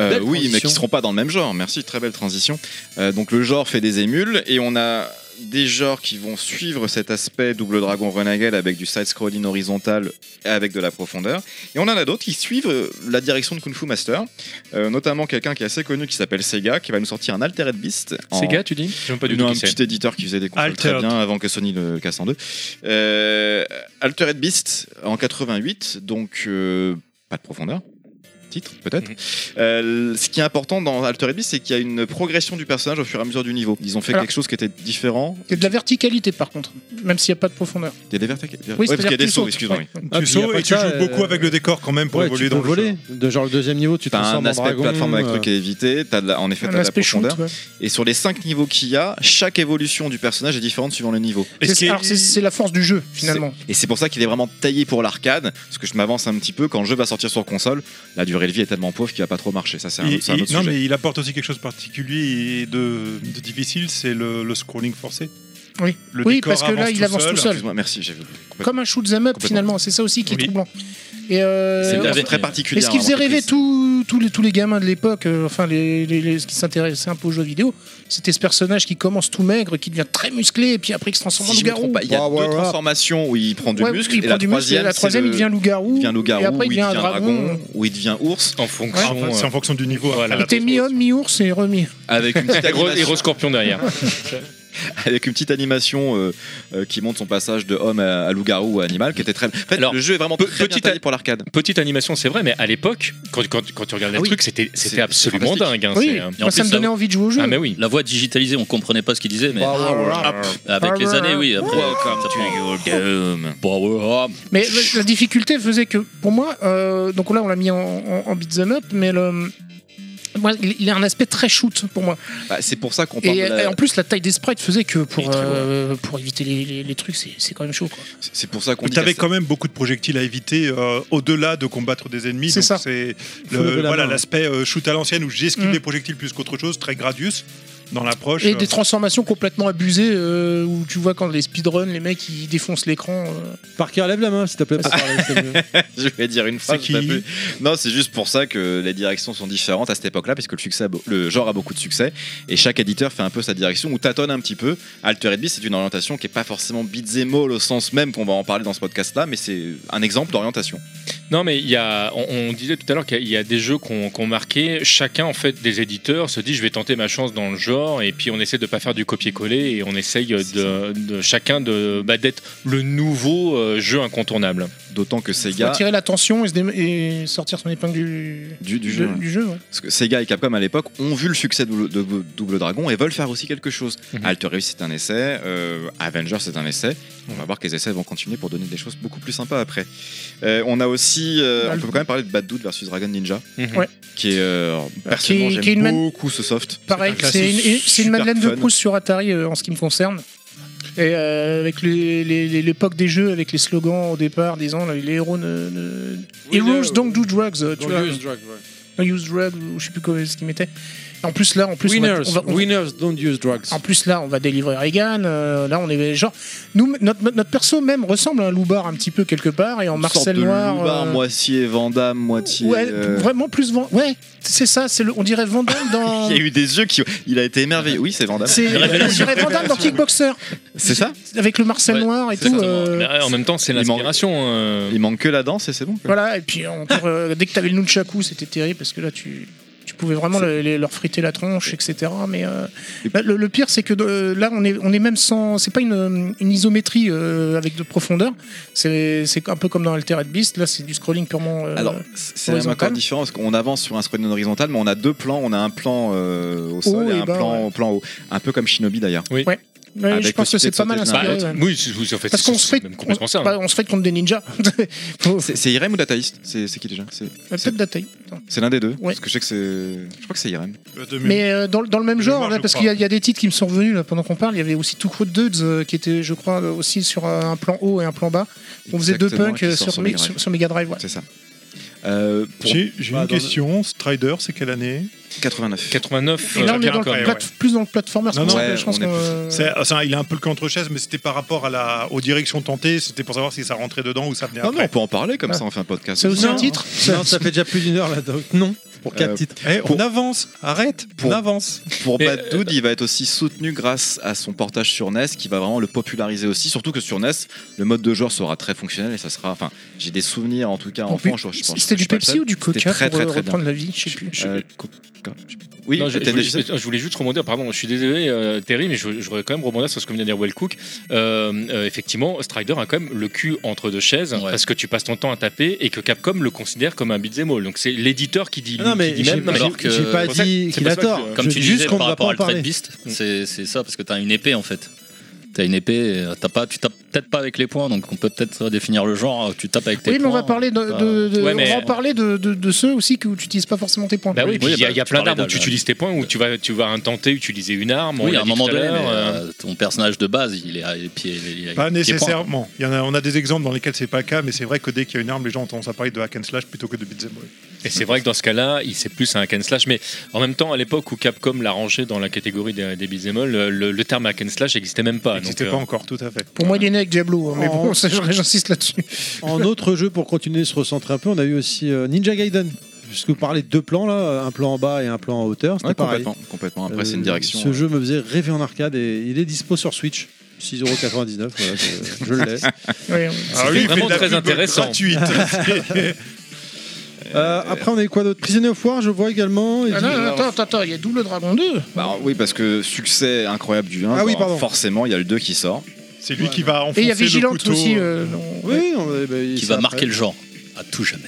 Euh, Belle oui, mais qui transition. seront pas dans le même genre. Merci, très belle transition. Euh, donc le genre fait des émules et on a des genres qui vont suivre cet aspect Double Dragon Renegade avec du side-scrolling horizontal et avec de la profondeur. Et on en a d'autres qui suivent euh, la direction de Kung Fu Master, Euh, notamment quelqu'un qui est assez connu qui s'appelle Sega, qui va nous sortir un Altered Beast. en- Sega, tu dis Je ne pas du Oh. non, tout un qui c'est. petit éditeur qui faisait des consoles Altered. très bien avant que Sony le casse en deux. Euh, Altered Beast en 88, donc euh, pas de profondeur. Titre, peut-être. Mhm. Euh, ce qui est important dans Altered Beast, c'est qu'il y a une progression du personnage au fur et à mesure du niveau. Ils ont fait Alors- quelque chose qui était différent. Il y a de la verticalité par contre, même s'il n'y a pas de profondeur. Il y a des vertes- ouais, Oui, parce qu'il y c'est-à-dire a des que tu sauts, sautes. excuse-moi. Ouais, oui. Ah, tu puis y a sauves pas et que tu joues ça, beaucoup euh, avec le décor quand même pour Ouais, évoluer tu peux dans le voler. jeu. De genre le deuxième niveau, tu te T'as un transformes en aspect dragon. plateforme avec euh, truc qui est évité, t'as de la- en effet, Un t'as de la aspect shoot. profondeur. ouais. Et sur les 5 niveaux qu'il y a, chaque évolution du personnage est différente suivant le niveau. Et ce qui C'est- est- alors, C'est c'est la force du jeu finalement. Et c'est pour ça qu'il est vraiment taillé pour l'arcade, parce que je m'avance un petit peu, quand le jeu va sortir sur console, la durée de vie est tellement pauvre qu'il va pas trop marcher, ça c'est un, il- c'est un il- autre non, sujet. mais il apporte aussi quelque chose de particulier et de, de difficile, c'est le, le scrolling forcé. Oui. Le Oui, décor parce que là, il avance tout seul. Excuse-moi, merci, Euh, j'avais oublié. Comme un shoot 'em up Complètement. finalement, c'est ça aussi qui est Oui. troublant. Et euh, C'est une avait- version très Et particulière. ce qui hein, faisait rêver l'entreprise. tous tous les, tous les gamins de l'époque, euh, enfin les, les- les- ceux qui s'intéressaient un peu aux jeux vidéo, c'était ce personnage qui commence tout maigre, qui devient très musclé, et puis après qui se transforme Si en je me loup-garou. trompe pas, il y a Bah, Ouah, ouah, deux ouah. transformations où il prend du Ouais, muscle, il et prend la du muscle, et troisième, la c'est troisième, le- il devient loup-garou. il devient loup-garou, Et après, il devient un dragon, dragon. ou il devient ours, En C'est fonction. euh, en, fon- c'est en fonction du niveau. Voilà. Après, Il était mi-homme, mi-ours et remis. avec une <laughs> petite Héros animation, héros scorpion derrière. avec une petite animation, euh, euh, qui montre son passage de homme à, à loup-garou ou à animal, qui était très... En fait, Alors, le jeu est vraiment pe- très bien petite taillé pour l'arcade. Petite animation, c'est vrai, mais à l'époque, quand, quand, quand tu regardes les Ah oui. trucs, c'était C'est- c'était absolument c'est dingue. fantastique. hein, Oui, c'est, Et euh, en moi, ça plus, me ça- donnait envie de jouer au jeu. Ah mais oui. La voix digitalisée, on comprenait pas ce qu'il disait, mais avec les Power années, up. oui. après, ça prend- Power up. Mais le- la difficulté faisait que, pour moi, euh, donc là on l'a mis en, en, en beat'em up, mais le, moi, il il a un aspect très shoot pour moi. Bah, c'est pour ça qu'on parle Et, de la- et en plus, la taille des sprites faisait que Il est pour, très euh, pour éviter les, les- les trucs, c'est c'est quand même chaud. Quoi. C'est pour ça qu'on dit... T'avais que- quand même beaucoup de projectiles à éviter euh, au-delà de combattre des ennemis. C'est donc ça. C'est Faut lever le- la voilà main. l'aspect euh, shoot à l'ancienne où j'esquive Mm. les projectiles plus qu'autre chose, très Gradius dans l'approche. Et euh, des transformations complètement abusées euh, où tu vois quand les speedruns, les mecs ils défoncent l'écran. euh. Parker, lève la main, s'il te plaît. pour parler, c'est mieux. <laughs> Je vais dire une phrase. C'est qui t'as vu. Non, c'est juste pour ça que les directions sont différentes à cette époque-là, puisque le, succès a beau- le genre a beaucoup de succès, et chaque éditeur fait un peu sa direction ou tâtonne un petit peu. Altered Beast, c'est une orientation qui n'est pas forcément beats et all au sens même qu'on va en parler dans ce podcast-là, mais c'est un exemple d'orientation. Non, mais il y a, on, on disait tout à l'heure qu'il y a- il y a des jeux qu'on qu'on marquait. Chacun, en fait, des éditeurs se dit je vais tenter ma chance dans le genre, et puis on essaie de pas faire du copier-coller, et on essaye de, de- chacun de bah, d'être le nouveau euh, jeu incontournable. D'autant que Sega, Attirer l'attention et, se dé- et sortir son épingle du, du, du de- jeu, du jeu, ouais. Parce que Sega et Capcom à l'époque ont vu le succès de, de- de Double Dragon et veulent faire aussi quelque chose. Mhm. Alter Eve c'est un essai, euh, Avengers c'est un essai. On va voir que les essais vont continuer pour donner des choses beaucoup plus sympas après. Euh, on a aussi, euh, on Bah, peut quand même parler de Bad Dude versus Dragon Ninja, Mhm. Bah, Ouais. qui est euh, personnellement qui- j'aime qui est une man- beaucoup ce soft. Pareil, un c'est une, classique et- c'est une super Madeleine de fun. Proust sur Atari euh, en ce qui me concerne. Et euh, avec les- les- les- l'époque des jeux, avec les slogans au départ disant là, les héros ne. ne- Oui, Heroes là, don't do drugs, euh, tu vois. Don't use drugs, ouais. No use drugs, ou je sais plus quoi, ce qu'il mettait. En plus là, en plus. on va- Winners, on va- on va- winners don't use drugs. en plus là, on va délivrer Reagan. euh, là, on est genre nous, notre, notre perso même ressemble à un loupard un petit peu quelque part et en Une sorte Marcel de Noir. Loubard, euh, moitié Vandame, moitié. ouais, euh, vraiment plus Van- Ouais, c'est ça. C'est le, on dirait Vandame dans. <laughs> Il y a eu des yeux qui, il a été émerveillé. Oui, c'est Vandame. C'est euh, on dirait Vandame dans Kickboxer. C'est ça. avec le Marcel Ouais, Noir et C'est tout. exactement- euh, Mais, euh, en même temps, c'est il manque- l'inspiration. euh, Il manque que la danse et c'est bon. quoi. voilà, et puis encore, euh, dès que t'avais le Nunchaku, c'était terrible parce que là, tu, tu pouvais vraiment le- les- leur friter la tronche, etc. Mais euh, là, le, le pire, c'est que euh, là, on est, on est même sans. C'est pas une, euh, une isométrie euh, avec de profondeur. C'est c'est un peu comme dans Altered Beast. Là, c'est du scrolling purement. euh, Alors, c'est même horizontal. encore différent parce qu'on avance sur un scrolling horizontal, mais on a deux plans. On a un plan euh, au sol Haut et et un bas, plan, plan haut. Un peu comme Shinobi d'ailleurs. ouais, avec je pense que possibilité c'est de pas mal sauter bah, inspiré. ouais. Oui, c'est- c'est- en fait, Parce c'est- qu'on se c'est fait, même on, complètement ça. hein. bah, on se fait contre des ninjas. <laughs> Faut- C'est c'est Irem ou Dataist C'est c'est qui déjà C'est- Peut-être d'Ataï. C'est l'un des deux. Ouais. Parce que je sais que c'est. Je crois que c'est Irem. Euh, de- Mais euh, dans, dans le même De genre, mémoire, là, je parce crois. qu'il y, a- il y a des titres qui me sont revenus là, pendant qu'on parle, il y avait aussi Two Crude Dudes euh, qui était, je crois, euh, aussi sur euh, un plan haut et un plan bas. On faisait deux Exactement, punks qui euh, sort sur, sur Mé- Mega Drive. sur- sur Mega Drive. ouais. C'est ça. Euh, pour J'ai j'ai Bah, une dans- question. Strider, c'est quelle année 89. 89. Et euh, là, on est Pierre dans le Corne. ouais, plate- plus dans le platformer. c'est Non, pour non, ça que ouais, je pense on est qu'on, plus- euh, C'est- ah, ça, il a un peu le cul entre chaises, mais c'était par rapport à la, aux directions tentées. C'était pour savoir si ça rentrait dedans ou ça venait Non, mais après. on peut en parler comme Ah. ça, on fait un podcast. C'est aussi Non. un titre. Non, ça fait déjà plus d'une heure là, donc non, pour quatre Euh, titres. Eh, Pour- On avance, arrête, Pour- on avance. Pour Mais, Bad Dude, il va être aussi soutenu grâce à son portage sur NES qui va vraiment le populariser aussi. Surtout que sur NES, le mode de joueur sera très fonctionnel et ça sera. Enfin, j'ai des souvenirs en tout cas Donc, enfant. Je, je pense que C'était je du suis pas le Pepsi seul. ou du Coca C'était très, pour très, euh, très bien. reprendre la vie, je sais plus. Euh, co- co- Oui, euh, Non, je, peut-être je voulais, des- je voulais juste rebondir, pardon, je suis désolé euh, Terry, mais je, je voudrais quand même rebondir sur ce que vient de dire Wellcook. Euh, euh, effectivement, Strider a quand même le cul entre deux chaises Ouais. parce que tu passes ton temps à taper et que Capcom le considère comme un beat'em all. Donc c'est l'éditeur qui dit, Ah Non, mais qui dit j'ai même. alors j'ai- que- j'ai pas pour ça que- dit c'est qu'il pour a ça que, tort. euh, Comme Je tu dis juste disais qu'on par ne va rapport pas à en Altered parler. Beast, c'est c'est ça, parce que t'as une épée en fait. T'as une épée, euh, t'as pas, tu tapes peut-être pas avec les poings, donc on peut peut-être redéfinir le genre, euh, tu tapes avec tes Oui, mais poings. on va parler hein, de, bah, de- de- ouais, on mais- va en parler de, de- de ceux aussi que- où tu n'utilises pas forcément tes points. Bah oui, puis il y a, bah, il y a tu plein parlais d'armes où tu d'armes. utilises tes points, où tu vas, tu vas intenter utiliser une arme. on Oui, l'a à un dit moment tout donné, l'heure, mais, euh, euh, ton personnage de base, il est à les pieds. il est à Pas les pieds points. nécessairement. Il y en a, on a des exemples dans lesquels c'est pas le cas, mais c'est vrai que dès qu'il y a une arme, les gens ont tendance à parler de hack and slash plutôt que de beat'em up. Et c'est vrai que dans ce cas-là, il c'est plus un hack and slash. Mais en même temps, à l'époque où Capcom l'a rangé dans la catégorie des, des beat'em all, le, le terme hack and slash n'existait même pas. Ça n'existait donc, pas euh, encore, tout à fait. Pour moi, il est né avec Diablo, hein, mais En- bon, <laughs> ça, j'insiste là-dessus. En autre jeu, pour continuer de se recentrer un peu, on a eu aussi euh, Ninja Gaiden. Puisque vous parlez de deux plans là, un plan en bas et un plan en hauteur, c'était Ouais, pareil. complètement, complètement. Après, c'est Euh, une direction. Ce jeu me faisait rêver en arcade et il est dispo sur Switch. 6,99€, voilà, je, je le laisse. Ouais, ouais. Alors C'était Ah il fait vraiment de la très pub intéressant. gratuite. Euh, après, on a eu quoi d'autre Prisonnier of War, je vois également. et Ah puis- non, non, attends, attends, attends, il y a Double Dragon 2. Bah, oui, parce que succès incroyable du 1. Ah oui, alors pardon. Forcément, il y a le 2 qui sort. c'est lui qui va enfoncer Et il y a le Vigilante couteau. aussi. euh, non, Oui, ouais. oui, on- eh ben, Qui c'est va après. marquer le genre, à tout jamais.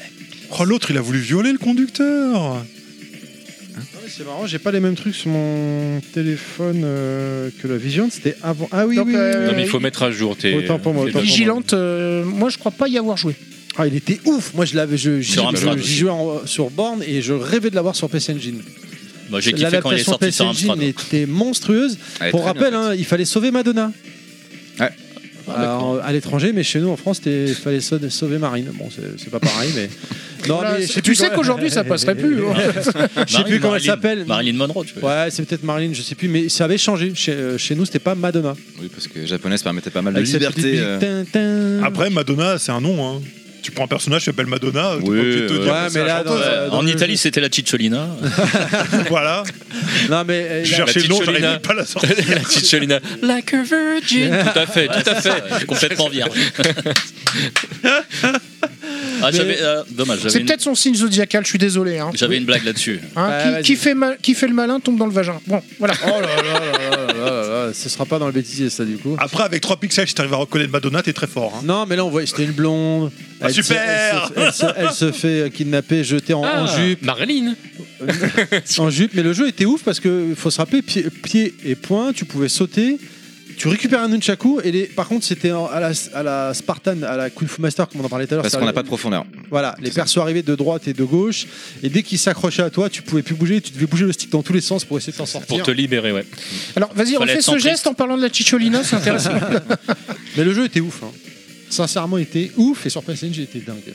Oh l'autre, il a voulu violer le conducteur. Euh. Ah ouais, C'est marrant, j'ai pas les mêmes trucs sur mon téléphone euh, que la Vision. C'était avant. Ah oui, Donc, oui, oui, euh, oui. Non, mais il faut mettre à jour tes. Autant pour moi, tes autant pour documents. Vigilante, euh, moi je crois pas y avoir joué. Ah, il était ouf. Moi, je l'avais, je, j'y, Sur Amstrad je- j'y aussi. jouais en- sur borne et je rêvais de l'avoir sur PC Engine. Moi, j'ai kiffé quand il est L'adaptation sorti PC sur Engine Amstrad. hein. était monstrueuse. Elle est Pour très rappel, bien faite. hein, il fallait sauver Madonna. Ouais. Ah, d'accord. Alors, à l'étranger, mais chez nous en France, c'était- il fallait sau- sauver Marine. Bon, c'est, c'est pas pareil, mais. Non, Voilà, mais c'est- je sais tu plus sais quand- qu'aujourd'hui ça passerait plus. hein. <laughs> Je sais plus comment elle Marilyn- s'appelle. Marilyn Monroe, tu vois. Ouais, c'est peut-être Marine, je sais plus, mais ça avait changé. Chez, euh, chez nous, c'était pas Madonna. Oui, parce que japonaise permettait pas mal de Avec cette petite liberté. musique, euh, tin, tin. Après, Madonna, c'est un nom. hein. Tu prends un personnage qui s'appelle Madonna, t'es Oui, pas obligé de te ouais. dire Ouais, que c'est mais la là, dans- chanteuse. euh, En le Italie, jeu. c'était la Cicciolina. <laughs> Voilà, Non, mais. euh, je là- cherchais le nom, Cicciolina. j'arrivais pas à la sortir. La petite Cholina. Like a virgin. Tout à fait, tout à fait. complètement vierge. Ah, Mais- j'avais, euh, dommage, j'avais C'est une, peut-être son signe zodiacal, je suis désolé. hein. j'avais une blague là-dessus. Hein, Ouais, qui- vas-y. qui, fait mal- qui fait le malin tombe dans le vagin. Bon, voilà. Oh là là là là là là là, ce sera pas dans le bêtisier ça du coup. Après, avec 3 pixels, si t'arrives à reconnaître Madonna, t'es très fort. hein. Non mais là on voit c'était une blonde. Ah, se- super se, elle, se, elle se fait euh, kidnapper, jeter en, Ah. Ah. en <laughs> jupe, Marilyn en jupe. Mais le jeu était ouf parce que faut se rappeler pied, pied et poing, tu pouvais sauter. Tu récupères un nunchaku et les, par contre c'était en- à la, à la Spartan, à la Kung Fu Master comme on en parlait tout à l'heure. Parce qu'on c'est-à-dire n'a pas de profondeur. Voilà, les persos arrivaient de droite et de gauche, et dès qu'ils s'accrochaient à toi, tu pouvais plus bouger, tu devais bouger le stick dans tous les sens pour essayer de t'en pour sortir. te libérer, ouais. Alors, vas-y, Fallait refais être ce centriste. geste en parlant de la Chicholina, c'est <laughs> intéressant. Mais le jeu était ouf, hein. sincèrement, il était ouf, et sur PSNG, il était dingue. C'est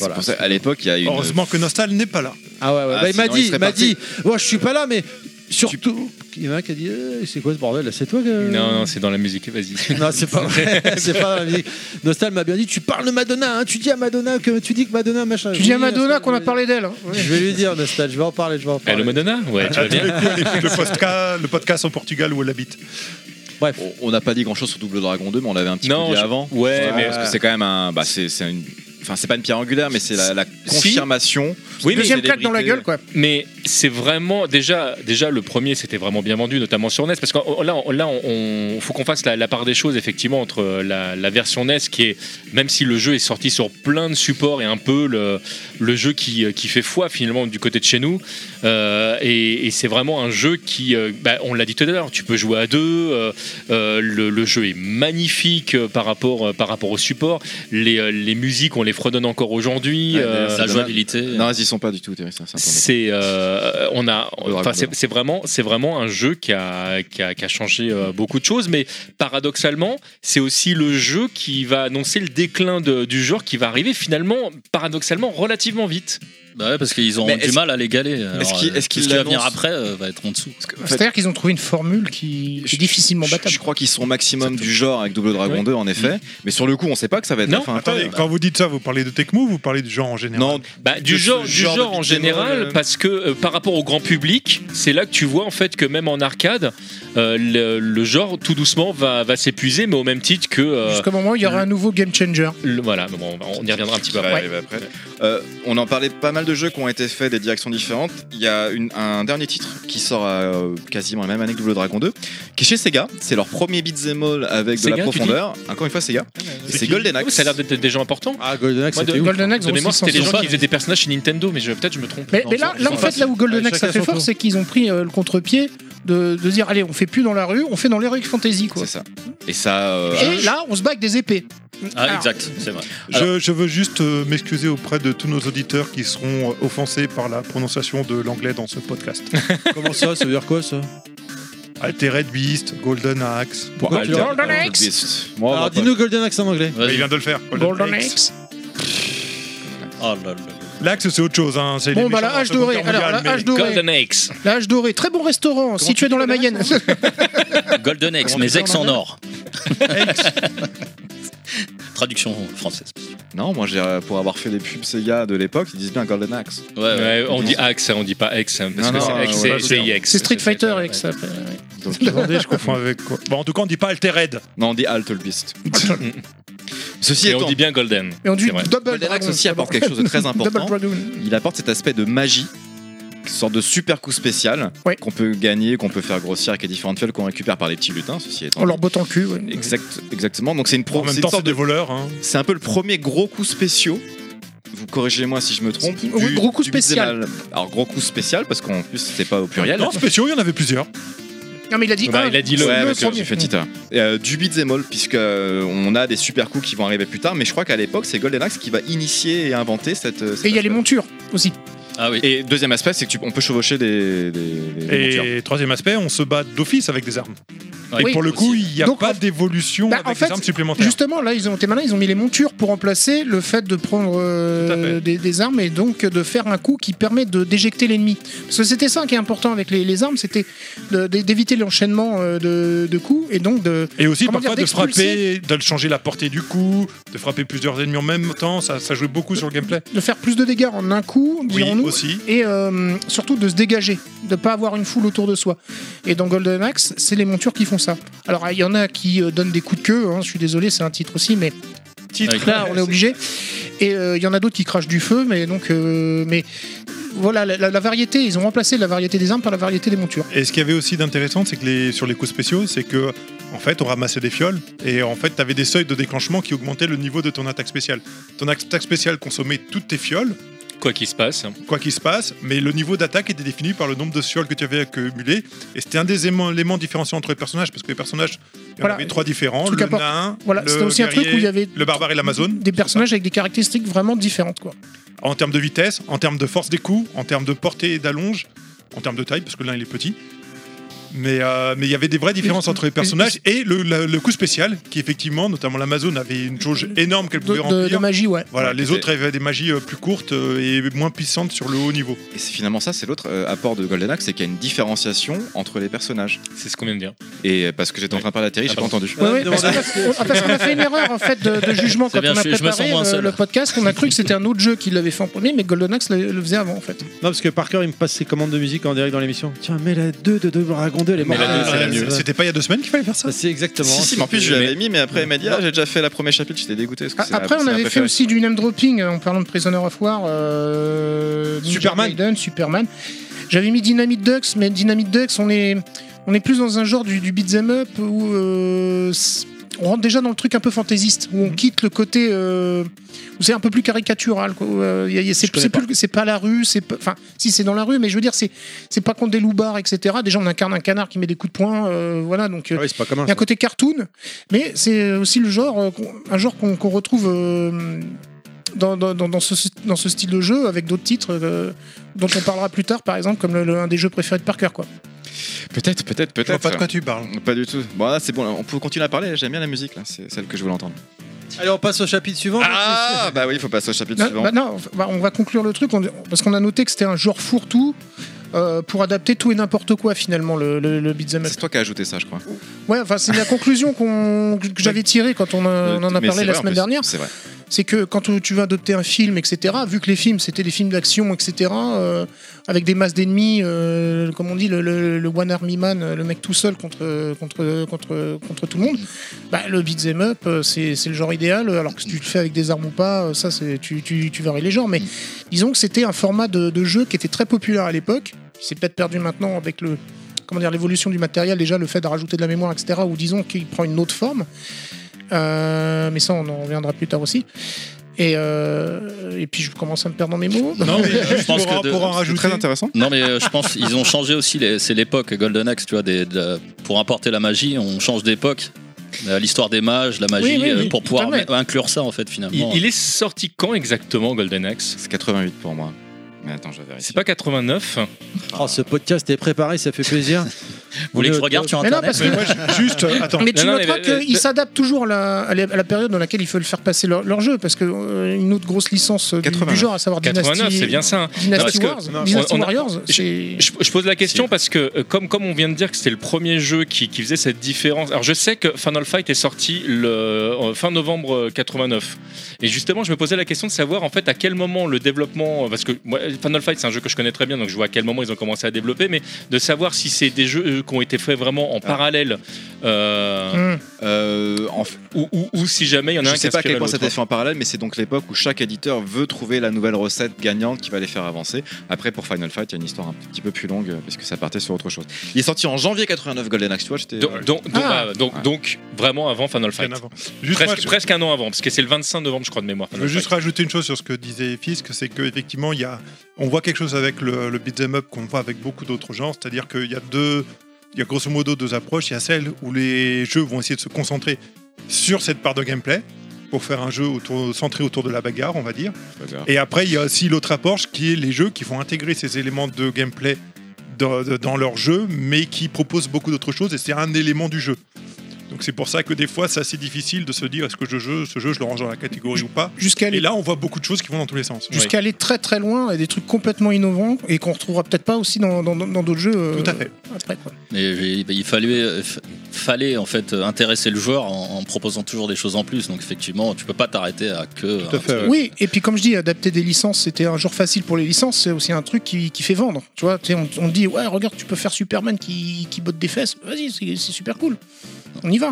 Voilà. pour ça, à l'époque, il y a une. Heureusement que Nostal n'est pas là. Ah ouais, ouais. Ah, bah, il m'a sinon, il dit, serait il m'a parti. dit, moi je suis pas là, mais surtout, il y en a un qui a dit, Eh, c'est quoi ce bordel là C'est toi que. Non, non, c'est dans la musique, <laughs> vas-y. Non, c'est pas <laughs> vrai, c'est pas la musique. Nostal m'a bien dit, tu parles de Madonna, hein, tu dis à Madonna que tu dis que Madonna machin. tu dis à Oui, Madonna Nostal, qu'on a je- parlé d'elle. hein. Ouais. Je vais lui dire, Nostal, je vais en parler, je vais en parler. Hello Madonna Ouais, tu vas À tous les bien <laughs> coups, elle écoute le podcast, le podcast en Portugal où elle habite. euh, On- On n'a pas dit grand chose sur Double Dragon 2, mais on l'avait un petit Non, peu dit je- avant. Ouais, mais- Parce que c'est quand même un. Bah, c'est c'est une. Enfin, c'est pas une pierre angulaire, mais c'est la, la confirmation. Oui, mais- Des Deuxième claque dans la célébrités. gueule, quoi. mais c'est vraiment déjà déjà le premier c'était vraiment bien vendu notamment sur NES parce que oh, là on, là on on- faut qu'on fasse la, la part des choses effectivement entre euh, la, la version NES qui est même si le jeu est sorti sur plein de supports et un peu le, le jeu qui, euh, qui fait foi finalement du côté de chez nous euh, et, et c'est vraiment un jeu qui euh, bah, on l'a dit tout à l'heure tu peux jouer à deux euh, euh, le, le jeu est magnifique euh, par rapport euh, par rapport au support les, euh, les musiques on les fredonne encore aujourd'hui Ouais, euh, d'ailleurs, La dommage. jouabilité. Non, ils y sont pas du tout, Thierry, ça, c'est un peu embêtant. c'est euh, on a On peut enfin, raconter. c'est c'est vraiment c'est vraiment un jeu qui a qui a, qui a changé euh, beaucoup de choses mais paradoxalement c'est aussi le jeu qui va annoncer le déclin de- du genre qui va arriver finalement paradoxalement relativement vite Bah ouais, parce qu'ils auront Mais du est-ce- mal à l'égaler. est-ce Alors, qu'il- euh, est-ce tout qu'il ce qui va venir l'annonce après euh, va être en dessous. Parce que, en fait, C'est-à-dire qu'ils ont trouvé une formule qui qui est difficilement je, battable. je crois qu'ils sont au maximum du genre avec Double Dragon Oui. 2, en effet. Mais sur le coup, on sait pas que ça va être Non, la fin. Attendez, quand vous dites ça, vous parlez de Tecmo ou vous parlez du genre en général Non, Bah, du De ce genre, du genre genre, de en beat'em général, all, euh. parce que euh, par rapport au grand public, c'est là que tu vois en fait que même en arcade, euh, le, le genre tout doucement va, va s'épuiser, mais au même titre que euh, Jusqu'au moment où il y aura un nouveau game changer. le- voilà. mais bon, on y reviendra un petit peu. qui va après. arriver après. Euh, on en parlait pas mal de jeux qui ont été faits des directions différentes. Il y a une- un dernier titre qui sort à, euh, quasiment la même année que Double Dragon 2, qui est chez Sega. C'est leur premier beat'em all avec de Sega, la tu dis profondeur. Encore une fois, Sega. Et C'est c'est Golden Axe. oh, Ça a l'air d'être des gens importants. Ah, Golden Axe, Moi, de- c'était ouf. Golden Axe, De gros, mémoire, six cents c'était des gens soixante. qui faisaient des personnages chez Nintendo, mais je- peut-être je me trompe. Mais, Non, mais là, ils sont- là, ils en sont fait, là où Golden Ouais, Axe a chacun fait son fort, tour. c'est qu'ils ont pris euh, le contre-pied de, de dire allez, on fait plus dans la rue, on fait dans l'Heroic Fantasy. Quoi. C'est ça. Et ça. euh, Et là, on se bat avec des épées. Ah, Alors, exact, c'est vrai. Je, je veux juste euh, m'excuser auprès de tous nos auditeurs qui seront euh, offensés par la prononciation de l'anglais dans ce <laughs> podcast. Comment ça Ça veut dire quoi ça Altered Beast, Golden Axe. Pourquoi bon, tu l'as- Altered Golden Axe. Beast. Moi, on va Alors pas- dis-nous Golden Axe en anglais. Il Vas-y. vient de le faire. Golden Axe. Oh là là. L'axe, c'est autre chose. Hein. c'est Bon, les bah, la méchants hache dans la Seconde dorée. Guerre Alors, la mondiale, hache dorée. Golden Axe. La hache dorée. Très bon restaurant situé dans la Mayenne. Golden Axe, mais ex en <laughs> or. Traduction française. Non, moi, j'ai, euh, pour avoir fait les pubs Sega de l'époque, ils disent bien Golden Axe. Ouais, Ouais, on dit Axe, hein, on dit pas Ex, hein, parce Non, que non, c'est Axe, ouais, ouais, c'est- c'est ouais. Ex. C'est Street Fighter avec ouais. ça. après, ouais. Donc, mais- Attendez, je confonds avec quoi. Bon, en tout cas, on dit pas Altered. non, on dit Altered Beast. Ceci Et étant, on dit bien Golden. Et on dit C'est vrai. Double Golden Axe Dragon. aussi apporte quelque chose de très Double important. Dragon. il apporte cet aspect de magie une sorte de super coup spécial Ouais. qu'on peut gagner, qu'on peut faire grossir avec les différentes fioles qu'on récupère par les petits lutins, ceci étant. On Oh, leur botte en cul. ouais. Exact, exactement. Donc c'est une, pro- En même c'est une temps, c'est sorte des de- voleurs. hein. c'est un peu le premier gros coup spécial. Vous corrigez-moi si je me trompe. Oui, gros coup du beat'em spécial. all. Alors gros coup spécial parce qu'en plus c'était pas au pluriel. Non, spéciaux, il y en avait plusieurs. Non, mais il a dit. Bah, un. il a dit le- Ouais, le parce que premier. Mm. j'ai fait Tita. Et, euh, du beat'em all, puisque euh, on a des super coups qui vont arriver plus tard, mais je crois qu'à l'époque c'est Golden Axe qui va initier et inventer cette. euh, cet Et il y a les aspect. montures aussi. Ah oui. Et deuxième aspect, c'est que tu, on peut chevaucher des, des- des- des montures. Et troisième aspect, on se bat d'office avec des armes. Ouais, Et pour le aussi. coup, il n'y a Donc, en- pas d'évolution Bah, en avec fait, des armes supplémentaires. Justement, là, ils ont été malins, ils ont mis les montures pour remplacer le fait de prendre euh, Tout à fait. des, des armes et donc de faire un coup qui permet de d'éjecter l'ennemi. Parce que c'était ça qui est important avec les, les armes, c'était de- de- d'éviter l'enchaînement euh, de, de coups et donc de. Et aussi Comment parfois dire, de frapper, de changer la portée du coup, de frapper plusieurs ennemis en même temps, ça, ça jouait beaucoup sur le gameplay. de faire plus de dégâts en un coup, Oui, dirons-nous. aussi. Et euh, surtout de se dégager, de pas avoir une foule autour de soi. Et dans Golden Axe, c'est les montures qui font ça. Alors il y en a qui euh, donnent des coups de queue, hein, je suis désolé, c'est un titre aussi, mais Ouais. là on est obligé. Et euh, il y en a d'autres qui crachent du feu, mais donc. euh, mais voilà, la, la- la variété, ils ont remplacé la variété des armes par la variété des montures. Et ce qu'il y avait aussi d'intéressant, c'est que les, sur les coups spéciaux, c'est que en fait, on ramassait des fioles et en fait, t'avais des seuils de déclenchement qui augmentaient le niveau de ton attaque spéciale. Ton attaque spéciale consommait toutes tes fioles, Quoi qu'il se passe. quoi qu'il se passe, mais le niveau d'attaque était défini par le nombre de fioles que tu avais accumulé. Et c'était un des éléments, éléments différenciants entre les personnages, parce que les personnages, il y en Voilà. avait trois différents Tout le apporte- nain, Voilà, le c'était aussi un truc guerrier, où il y avait le barbare et l'amazone. des personnages avec des caractéristiques vraiment différentes, quoi. en termes de vitesse, en termes de force des coups, en termes de portée et d'allonge, en termes de taille, parce que l'un il est petit. Mais euh, mais il y avait des vraies différences entre les personnages et le, la- le coup spécial, qui effectivement, notamment l'Amazon, avait une jauge énorme qu'elle De, pouvait de- remplir. de magie, ouais. voilà, Ouais, les c'était- autres avaient des magies euh, plus courtes euh, et moins puissantes sur le haut niveau. Et c'est finalement ça, c'est l'autre euh, apport de Golden Axe, c'est qu'il y a une différenciation entre les personnages. C'est ce qu'on vient de dire. Et euh, parce que j'étais en train de parler à Thierry, j'ai Ah, pas pardon. entendu. Ouais, ouais, parce qu'on a- parce qu'on a fait une erreur en fait de, de jugement C'est quand bien, on a je- je me sens préparé moins euh, seul. le podcast. On a cru que c'était un autre jeu qui l'avait fait en premier, mais Golden Axe le, le faisait avant en fait. Non, parce que Parker, il me passe ses commandes de musique en direct dans l'émission. Tiens, mets la 2 de Double Dragon 2, elle est Mais morte. la deux, c'est la Ah, mieux. ça- C'était pas il y a deux semaines qu'il fallait faire ça ça, Bah, C'est exactement. Si, si, mais en plus je Mais- l'avais mis, mais après elle m'a dit, ah, j'ai déjà fait la première chapitre, j'étais dégoûté. parce que Ah, c'est la- Après, c'est on ma avait fait préférée. aussi du name dropping euh, en parlant de Prisoner of War, euh, Ninja Superman. Gaiden, Superman. J'avais mis Dynamite Ducks, mais Dynamite Ducks, on est on est plus dans un genre du, du beat'em up où euh, c- on rentre déjà dans le truc un peu fantaisiste, où on Mhm. quitte le côté euh, où c'est un peu plus caricatural. quoi, où, euh, y a- y a- C'est c'est plus- c'est pas la rue, c'est pas- enfin si c'est dans la rue, mais je veux dire c'est c'est pas contre des loupards, etc. Déjà on incarne un canard qui met des coups de poing, euh, voilà donc. euh, Ah oui, c'est pas commun. il y a ça. un côté cartoon, mais c'est aussi le genre, euh, qu'on- un genre qu'on qu'on retrouve euh, dans, dans- dans- dans ce, dans ce style de jeu avec d'autres titres euh, dont on parlera plus tard, par exemple, comme le- le- un des jeux préférés de Parker. Quoi. Peut-être, peut-être, Je vois peut-être. pas de quoi tu parles. Pas du tout. Bon, là, c'est bon, là, on peut continuer à parler, j'aime bien la musique, là, c'est celle que je voulais entendre. Allez, on passe au chapitre suivant. Ah, bah oui, il faut passer au chapitre Non, suivant. bah non, bah on va conclure le truc on- parce qu'on a noté que c'était un genre fourre-tout. euh, pour adapter tout et n'importe quoi finalement le, le, le beat'em up. C'est toi qui as ajouté ça, je crois. Ouais, enfin c'est la conclusion qu'on- que j'avais tirée quand on, a- Euh, on en a Euh, Mais parlé c'est la vrai, en semaine plus. dernière. C'est vrai. c'est que quand tu- tu veux adopter un film, etc., vu que les films c'était des films d'action, etc., euh, avec des masses d'ennemis, euh, comme on dit, le, le- le One Army Man, euh, le mec tout seul contre, contre, contre, contre tout le monde, bah, le beat'em up, euh, c'est c'est le genre idéal, euh, alors que si tu le fais avec des armes ou pas, euh, ça c'est- tu, tu, tu varies les genres, mais disons que c'était un format de, de jeu qui était très populaire à l'époque, qui s'est peut-être perdu maintenant avec le. Comment dire, l'évolution du matériel, déjà le fait de rajouter de la mémoire, etc., ou disons qu'il prend une autre forme. Euh, mais ça, on en reviendra plus tard aussi. Et, euh, et puis je commence à me perdre dans mes mots. Non, mais Je pense pour, que de- pour en c'est C'est rajouter. très intéressant. Non mais euh, je pense ils ont changé aussi. les- C'est l'époque Golden Axe, tu vois. Des, de- pour importer la magie, on change d'époque. Euh, L'histoire des mages, la magie, Oui, oui, euh, oui, pour tout pouvoir à fait. m- inclure ça en fait Il, finalement. il est sorti quand exactement Golden Axe C'est 88 pour moi. Mais attends, je vais vérifier. C'est pas 89 Oh, ce podcast est préparé, ça fait <laughs> plaisir. Vous voulez que je regarde sur Mais non, internet parce que- Mais moi, je- juste, euh, <laughs> attends. Mais tu Non, non, noteras mais, euh, qu'ils euh, s'adaptent toujours à la, à la- à la période dans laquelle il faut le faire passer leur, leur jeu, parce que euh, une autre grosse licence du, 89. du genre, à savoir 89, Dynasty, c'est bien ça. hein. Non, parce Dynasty que- Wars, non, Dynasty on- on a- Warriors, c'est Je, je pose la question parce que, euh, comme, comme on vient de dire que c'était le premier jeu qui, qui faisait cette différence. Alors, je sais que Final Fight est sorti le, euh, fin novembre euh, 89. Et justement, je me posais la question de savoir en fait à quel moment le développement. euh, Parce que moi, Final Fight, c'est un jeu que je connais très bien, donc je vois à quel moment ils ont commencé à développer. Mais de savoir si c'est des jeux euh, qui ont été faits vraiment en Ah. parallèle euh, Hum. Euh, en f- ou, ou- ou si jamais il y en a je un qui sais pas à inspirait quel point ça a l'autre. été fait en parallèle, mais c'est donc l'époque où chaque éditeur veut trouver la nouvelle recette gagnante qui va les faire avancer. Après, pour Final Fight, il y a une histoire un petit peu plus longue euh, parce que ça partait sur autre chose. Il est sorti en janvier 89, Golden Axe. Tu vois, j'étais. euh, Donc, donc, donc, Ah. bah, donc- Ouais. donc, vraiment avant Final Fight. Bien avant. Juste, Presque, moi, je- presque un an avant, parce que c'est le 25 novembre, je crois, de mémoire. Je Final veux juste Fight. rajouter une chose sur ce que disait Fisk, c'est qu'effectivement, y a, on voit quelque chose avec le, le beat'em up qu'on voit avec beaucoup d'autres genres, c'est-à-dire qu'il y a deux, il y a grosso modo deux approches. Il y a celle où les jeux vont essayer de se concentrer sur cette part de gameplay pour faire un jeu autour- centré autour de la bagarre, on va dire. Et après, il y a aussi l'autre approche qui est les jeux qui vont intégrer ces éléments de gameplay dans, de- dans leur jeu, mais qui proposent beaucoup d'autres choses et c'est un élément du jeu. Donc c'est pour ça que des fois, c'est assez difficile de se dire est-ce que je, jeu- ce jeu, je le range dans la catégorie ou pas. jusqu'à Et aller, là, on voit beaucoup de choses qui vont dans tous les sens. jusqu'à aller très très loin et des trucs complètement innovants et qu'on retrouvera peut-être pas aussi dans dans- dans d'autres jeux. euh, Tout à fait. Après, quoi. Mais j'ai- il fallait, euh, f- fallait en fait euh, intéresser le joueur en, en proposant toujours des choses en plus. Donc effectivement, tu peux pas t'arrêter à que. Tout à un fait. Euh. truc. Oui, et puis comme je dis, adapter des licences, c'était un genre facile pour les licences, c'est aussi un truc qui, qui fait vendre. Tu vois, tu sais, on, on dit, ouais, regarde, tu peux faire Superman qui, qui botte des fesses, vas-y, c'est c'est super cool. On y va.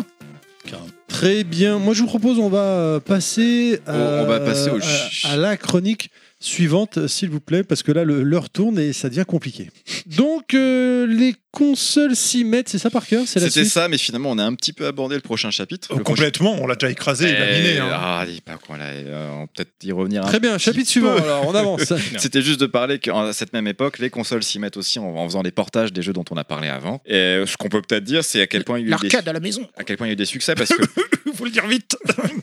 Carrément. Très bien. Moi, je vous propose, on va euh, passer, à, Oh, On- on va passer au à- ch- à, la chronique suivante, euh, s'il vous plaît, parce que là, le- l'heure tourne et ça devient compliqué. Donc, euh, les consoles s'y mettent, c'est ça par cœur C'est la C'était suite ça, mais finalement, on a un petit peu abordé le prochain chapitre. Oh, Le prochain- complètement, on l'a déjà écrasé, il a Eh, miné. hein. Ah, dis pas quoi, là, euh, on va peut-être y revenir un Très bien, chapitre suivant, alors on <laughs> avance. C'était juste de parler qu'à cette même époque, les consoles s'y mettent aussi en, en faisant les portages des jeux dont on a parlé avant. Et euh, ce qu'on peut peut-être dire, c'est à quel point il y a eu des, L'arcade à la maison. à quel point il y a eu des succès parce que Faut le dire vite.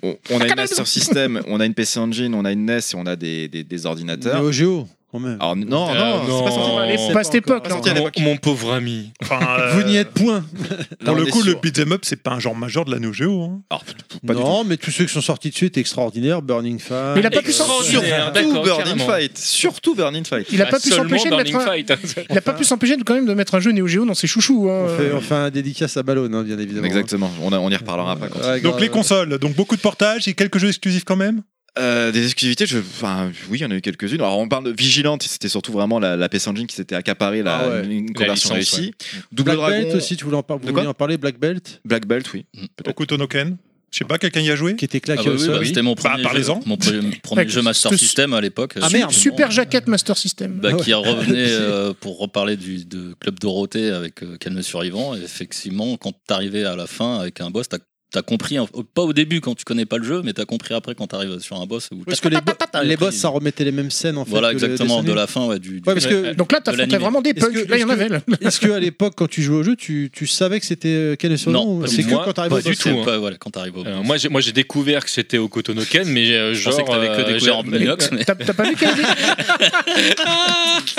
on, on a une Master System, on a une PC Engine, on a une NES et on a des, des- des ordinateurs. Neo Geo, quand même. Alors non, Euh, non, non. c'est pas sorti. Allez, Pas à cette époque. pas non. sorti à l'époque. Mon, mon pauvre ami. Enfin, euh, Vous n'y êtes point. Là, Pour on le est coup, sur- le beat'em up, c'est pas un genre majeur de la Neo Geo. hein. Alors, pas du non, mais tous ceux qui sont sortis dessus étaient extraordinaires. Burning Fan. Mais il a pas pu s'en- Extraordinaire, Surtout d'accord, Burning carrément. Fight, surtout Burning Fight. Il a pas Ah, pu seulement s'empêcher de Burning mettre un... Fight. Il a pas pu s'empêcher de quand même de mettre un jeu Neo Geo dans ses chouchous. hein. On fait, on fait un dédicace à Ballon, hein, bien évidemment. Exactement, on, a- on y reparlera après. quand- Ouais, Donc grave. les consoles, donc beaucoup de portages et quelques jeux exclusifs quand même. Euh, des exclusivités, je... enfin, oui, il y en a eu quelques-unes. Alors, on parle de Vigilante, c'était surtout vraiment la, la PC Engine qui s'était accaparée la, Ah ouais. une- une conversion licence, réussie. Double Black Belt Dragon, aussi, tu voulais en, par- vous De quoi vouliez en parler, Black Belt, Black Belt, oui. Okutonoken. Je sais pas, quelqu'un y a joué qui était claqué Ah bah au oui, sol. bah, c'était mon premier, Bah, jeu, parlez-en. mon premier, premier Avec jeu Master ce- System à l'époque. Ah, euh, merde. tout le Super monde, jaquette Master System. bah, Ah ouais. Qui <laughs> revenait euh, pour reparler du de Club Dorothée avec euh, Calme Survivant. Et effectivement, quand t'arrivais à la fin avec un boss, t'as t'as compris, hein, pas au début quand tu connais pas le jeu, mais t'as compris après quand t'arrives sur un boss. Où Parce que les, bo- t'as les repris. boss, ça remettait les mêmes scènes en fait. Voilà, que le exactement, dessin de animé. la fin, ouais, du. du- Ouais, parce que. Donc là, t'as l'animé. t'as vraiment des Est-ce punks. que- Là, il y en est-ce que- avait. là. Est-ce qu'à l'époque, quand tu jouais au jeu, tu, tu savais que c'était euh, quel est son Non, nom pas C'est du que tout. quand t'arrives au Pas du boss. tout, C'est hein. pas- voilà, quand t'arrives au. Euh, moi, j'ai- moi, j'ai découvert que c'était au Kotonoken, mais euh, je genre. pensais que t'avais que euh, découvert en j'ai- Benelux, <laughs> mais. T'as t'as pas vu qu'il y avait des-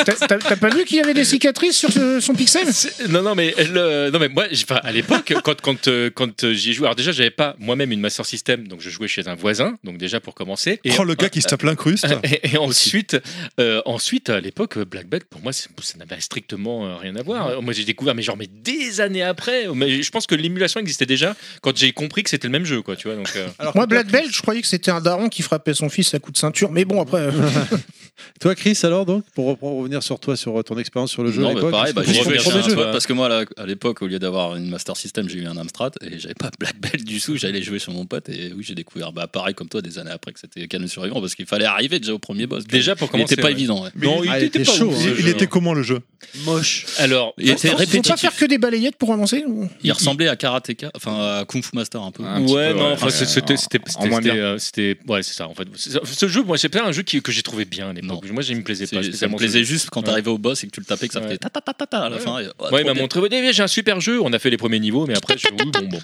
T'as- t'as- t'as pas vu qu'il y avait des cicatrices sur ce- son pixel C'est- Non, non, mais, le- non, mais moi, j'ai- enfin, à l'époque, quand, quand, euh, quand euh, j'y ai joué, alors déjà, j'avais pas moi-même une Master System, donc je jouais chez un voisin, donc déjà pour commencer. Et, Oh, le gars qui se tape l'incruste. <laughs> et, et ensuite, euh, ensuite, à l'époque, euh, Black Belt, pour moi, c'est- ça n'avait strictement euh, rien à voir. Euh, Moi, j'ai découvert, mais genre, mais des années après, mais je pense que l'émulation existait déjà quand j'ai compris que c'était le même jeu, quoi, tu vois. Donc, euh, Alors, Moi, que toi, Black Belt, je croyais que c'était un daron qui frappait son fils à coups de ceinture. Mais bon, après. euh, toi, Chris, alors, donc, pour reprendre- revenir sur toi, sur euh, ton expérience sur le jeu Non, à bah, l'époque, pareil, bah, parce que j'ai c'est jouais ton joué chez premier un jeu. pote, parce que moi, à la- à l'époque, au lieu d'avoir une Master System, j'ai eu un Amstrad et j'avais pas Black Belt du tout. J'allais jouer sur mon pote et oui, j'ai découvert, bah, pareil comme toi, des années après que c'était Canon Survivant parce qu'il fallait arriver déjà au premier boss. déjà, pour il commencer. était pas ouais. évident. ouais. Non, il, Ah, il était, était pas chaud, ouf, hein. ce Il, il jeu. était comment le jeu Moche. Alors, Il était faut- Faut pas répétitif. faire que des balayettes pour avancer ou- Il ressemblait à Karateka, enfin à Kung Fu Master un peu. Un petit ouais, peu, non, ouais. enfin, c'est- c'était, En- c'était, en moins c'était, bien. euh, c'était- ouais, c'est ça, en fait. C'est ça. Ce jeu, moi, c'est pas un jeu qui- que j'ai trouvé bien à l'époque. Moi, je me plaisais C'est- pas. ça me spécialement, plaisait ce jeu. juste quand Ouais. t'arrivais au boss et que tu le tapais, que ça Ouais. faisait ta ta ta ta ta à la fin. et, oh, trop Ouais, il m'a bien. montré, ouais, j'ai un super jeu, on a fait les premiers niveaux, mais après, je oui, bon, bon.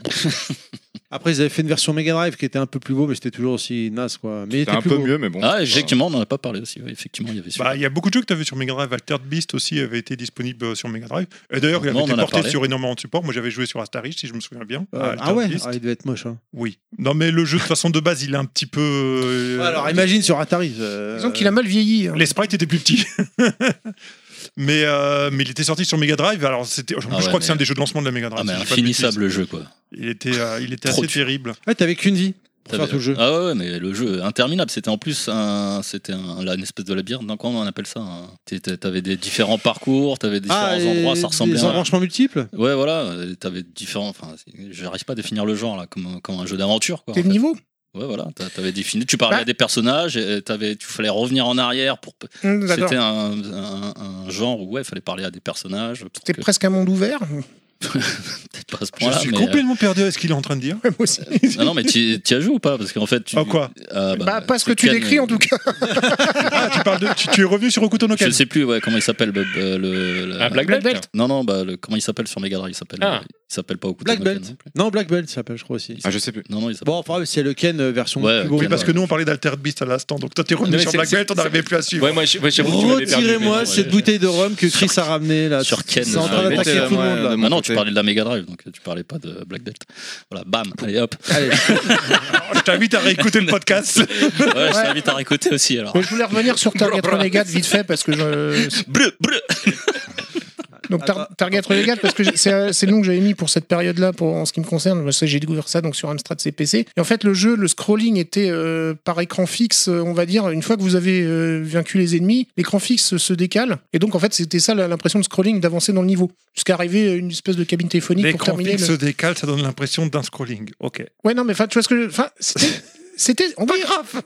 Après, ils avaient fait une version Mega Drive qui était un peu plus beau, mais c'était toujours aussi naze, quoi. Mais il C'était était Bah, un plus peu beau. mieux, mais bon. Ah, c'est pas- effectivement, on n'en a pas parlé aussi. ouais, effectivement, il y avait Bah, il y a beaucoup de jeux que tu as vu sur Mega Drive. Altered Beast aussi avait été disponible euh, sur Mega Drive. Et d'ailleurs, il Non, avait on été en a porté parlé. sur énormément de supports. Moi, j'avais joué sur Astarich, si je me souviens bien. à Euh, Ah Altered ouais, Beast. ah, il devait être moche. hein. Oui. Non, mais le jeu, de toute façon, de base, il est un petit peu. euh, Alors, imagine sur Atari. euh, Disons qu'il a mal vieilli. hein. Les sprites étaient plus petits. <laughs> mais, euh, mais il était sorti sur Mega Drive. Alors, c'était, je Ah ouais, crois que c'est mais- un des jeux de lancement de la Mega Drive. Ah, mais si je dis pas de infinissable le jeu, quoi. bêtises. Il était, euh, il était Trop assez dur. terrible. Ouais, t'avais qu'une vie pour T'avais- faire tout le jeu. Ah ouais, ouais, mais le jeu interminable. C'était en plus un, c'était un, là, une espèce de labyrinthe. Non, comment on appelle ça un- t'es- t'es- T'avais des différents parcours, t'avais des Ah, différents et endroits, ça ressemblait. Des à... embranchements multiples Ouais, voilà. euh, T'avais différents. Enfin, c'est- j'arrive pas à définir le genre là, comme, un- comme un jeu d'aventure. quoi, en T'es de fait. niveau Ouais, voilà. t'a- T'avais défini. Tu parlais Bah. à des personnages. Et euh, t'avais, tu fallais revenir en arrière pour. Hum, D'accord. C'était un, un, un genre où ouais, fallait parler à des personnages. pour C'était que- presque un monde ouvert. <laughs> peut-être pas à ce Je point-là. suis mais, euh, complètement perdu à ce qu'il est en train de dire. Moi aussi. Non, non, mais t'y t'y as joué ou pas Parce qu'en fait, tu. Ah, quoi Ah, Bah, pas ce que c'est tu Ken, décris en euh, tout cas. Ah, tu, parles de- tu, tu es revenu sur Je Okutonoken. sais plus ouais, comment il s'appelle. le- le- le- le- Ah, Black Belt Black Belt. Non, non, bah, le- comment il s'appelle sur Mega Drive Il s'appelle Ah. euh, il s'appelle pas au Black Belt. Non, Black Belt, ça s'appelle, je crois aussi. Ah, je sais plus. Non, non, il s'appelle. Bon, enfin, c'est le Ken euh, version Ouais, plus beau. Oui, parce Ouais. que nous, on parlait d'Altered Beast à l'instant. Donc, toi, t'es revenu Non, mais sur c'est- Black Belt, on c'est- n'arrivait plus à suivre. Ouais, moi, j- ouais, j'avoue que tu m'avais perdu, mais Retirez-moi non, cette ouais. bouteille de rhum que Chris a ramenée là. Sur Ken. C'est en Ah, train mais d'attaquer t'es- tout le ouais, monde là. de Ah non, mon tu côté. parlais de la Mega Drive, donc euh, tu parlais pas de Black Belt. Voilà, bam, allez hop. <laughs> Allez, Je t'invite à réécouter le <laughs> podcast. Ouais, je t'invite à réécouter aussi alors. Mais je voulais revenir sur Target Renegade vite fait parce que je... Bleu, bleu Donc tar- Attends. Target Renegade, parce que j'ai- c'est euh, c'est le nom que j'avais mis pour cette période-là, pour en ce qui me concerne, parce que j'ai découvert ça donc sur Amstrad CPC. Et en fait, le jeu, le scrolling était euh, par écran fixe, euh, on va dire. Une fois que vous avez euh, vaincu les ennemis, l'écran fixe se- se décale. Et donc en fait, c'était ça la- l'impression de scrolling, d'avancer dans le niveau, jusqu'à arriver à une espèce de cabine téléphonique pour L'écran terminer. fixe se le- décale, ça donne l'impression d'un scrolling. Ok. Euh, Ouais, non, mais enfin, tu vois ce que, je- enfin, c'était, c'était, on va grave.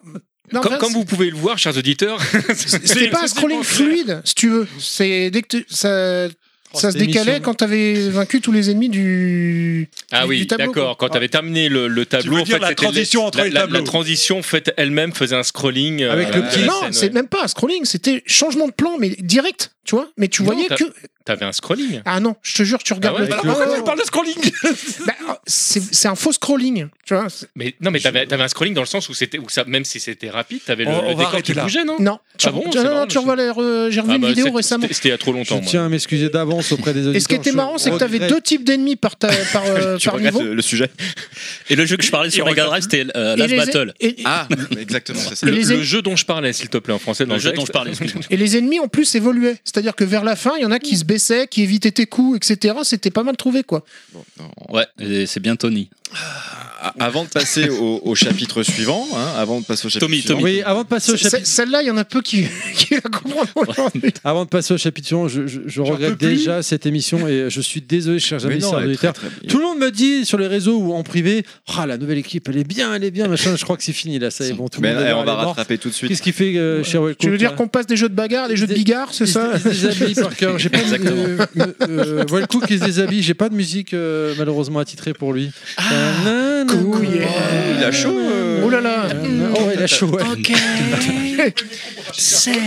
Non, Comme, enfin, comme vous pouvez le voir, chers auditeurs, C'était pas un scrolling fluide, si tu veux. C'est dès que tu- ça, ça se décalait quand t'avais vaincu tous les ennemis du. Ah du- oui, du tableau, d'accord. quoi. Quand tu avais terminé le, le tableau, veux dire la c'était transition entre la, les la- tableaux. la transition faite elle-même faisait un scrolling euh, Avec à le la- petit- à la non, scène, c'est ouais. même pas un scrolling, c'était changement de plan, mais direct, tu vois. Mais tu Non, voyais t'as- que. T'avais un scrolling. Ah non, je te jure, tu regardes Ah ouais, le. avec Ah ouais, on parle de scrolling bah, c'est, c'est un faux scrolling, tu vois. C'est- Mais non, mais t'avais avais un scrolling dans le sens où c'était où ça, même si c'était rapide, t'avais le, On- le on va décor arrêter qui là. bougeait, non Non, tu, Ah bon, non, c'est non, marrant, tu je- revois les re- j'ai revu Ah une bah, vidéo c'est- récemment. c'était- C'était il y a trop Je longtemps. moi. tiens à m'excuser d'avance auprès des auditeurs. Et ce qui était je marrant, c'est que t'avais regrette. deux types d'ennemis par, ta, <laughs> par, euh, Tu par regrettes niveau. le, le sujet. Et le jeu que je parlais sur Mega Drive, c'était euh, Et Last les- Battle. et- et- <laughs> Ah, exactement, c'est ça. Le, les le é- jeu dont je parlais, s'il te plaît, en français, dans Le le, jeu dont texte. je parlais, <laughs> excuse-moi. Et les ennemis en plus évoluaient. C'est-à-dire que vers la fin, il y en a qui se baissaient, qui évitaient tes coups, etc. C'était pas mal trouvé, quoi. Bon, non. Ouais, et c'est bien Tony. A- Avant de passer au, au chapitre suivant, hein, avant de passer au chapitre Tommy, suivant, Tommy. Oui, avant de passer au Ce- chapitre, ce- Celle-là, il y en a peu qui, <laughs> qui la comprennent aujourd'hui. avant de passer au chapitre suivant, je, je- je regrette peux plus. déjà cette émission et je suis désolé, chers Mais amis, non, chers elle est très, auditeurs. très- Tout le monde me dit sur les réseaux ou en privé, ah la nouvelle équipe, elle est bien, elle est bien, machin. Je crois que c'est fini là, ça y est, bon, tout le Mais monde eh, est on mort, va elle est morte. rattraper tout de suite. Qu'est-ce qu'il fait, euh, cher Welcome Tu veux dire qu'on passe des jeux de bagarre, des jeux de Des- bigard, c'est ça Ils se déshabillent <laughs> par cœur. J'ai pas de- euh, euh, Walcook qui se déshabille. J'ai pas de musique euh, malheureusement attitrée pour lui. Euh, nanana. coucou, yeah. Oh, Il a chaud, euh. Oh là là Euh, Oh, il a chaud. ouais. Tu sais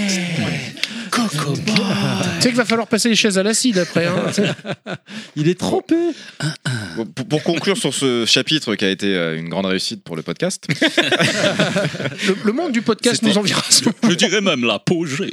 qu'il va falloir passer les chaises à l'acide après. hein. Il est trempé. Bon, Pour, pour conclure sur ce chapitre qui a été euh, une grande réussite pour <laughs> le podcast, Le, le monde du podcast C'était- nous envira. Je dirais même la paugée.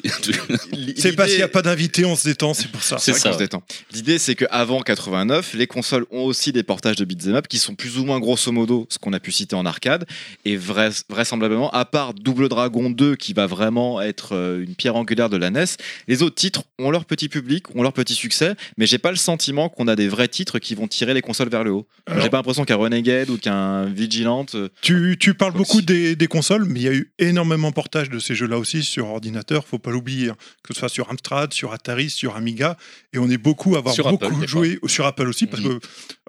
l- C'est l'idée- parce qu'il n'y a pas d'invité, on se détend, c'est pour ça. C'est C'est vrai ça, qu'on se ouais. détend. L'idée, c'est qu'avant 89, les consoles ont aussi des portages de beat'em up qui sont plus ou moins grosso modo ce qu'on a pu citer en arcade. Et vrais- vraisemblablement, à part Double Dragon 2 qui va vraiment être euh, une pierre angulaire de la NES, les autres titres ont leur petit public, ont leur petit succès, mais j'ai pas le sentiment qu'on a des vrais titres qui vont tirer les consoles vers le haut. Alors- J'ai pas l'impression qu'un Renegade ou qu'un Vigilante. euh, Tu, tu parles Comme beaucoup si- des, des consoles, mais il y a eu énormément de portages de ces jeux-là aussi sur ordinateur, faut pas l'oublier, hein. que ce soit sur Amstrad, sur Atari, sur Amiga, et on est beaucoup à avoir Sur beaucoup Apple, des Mm-hmm. joué sur Apple aussi, parce que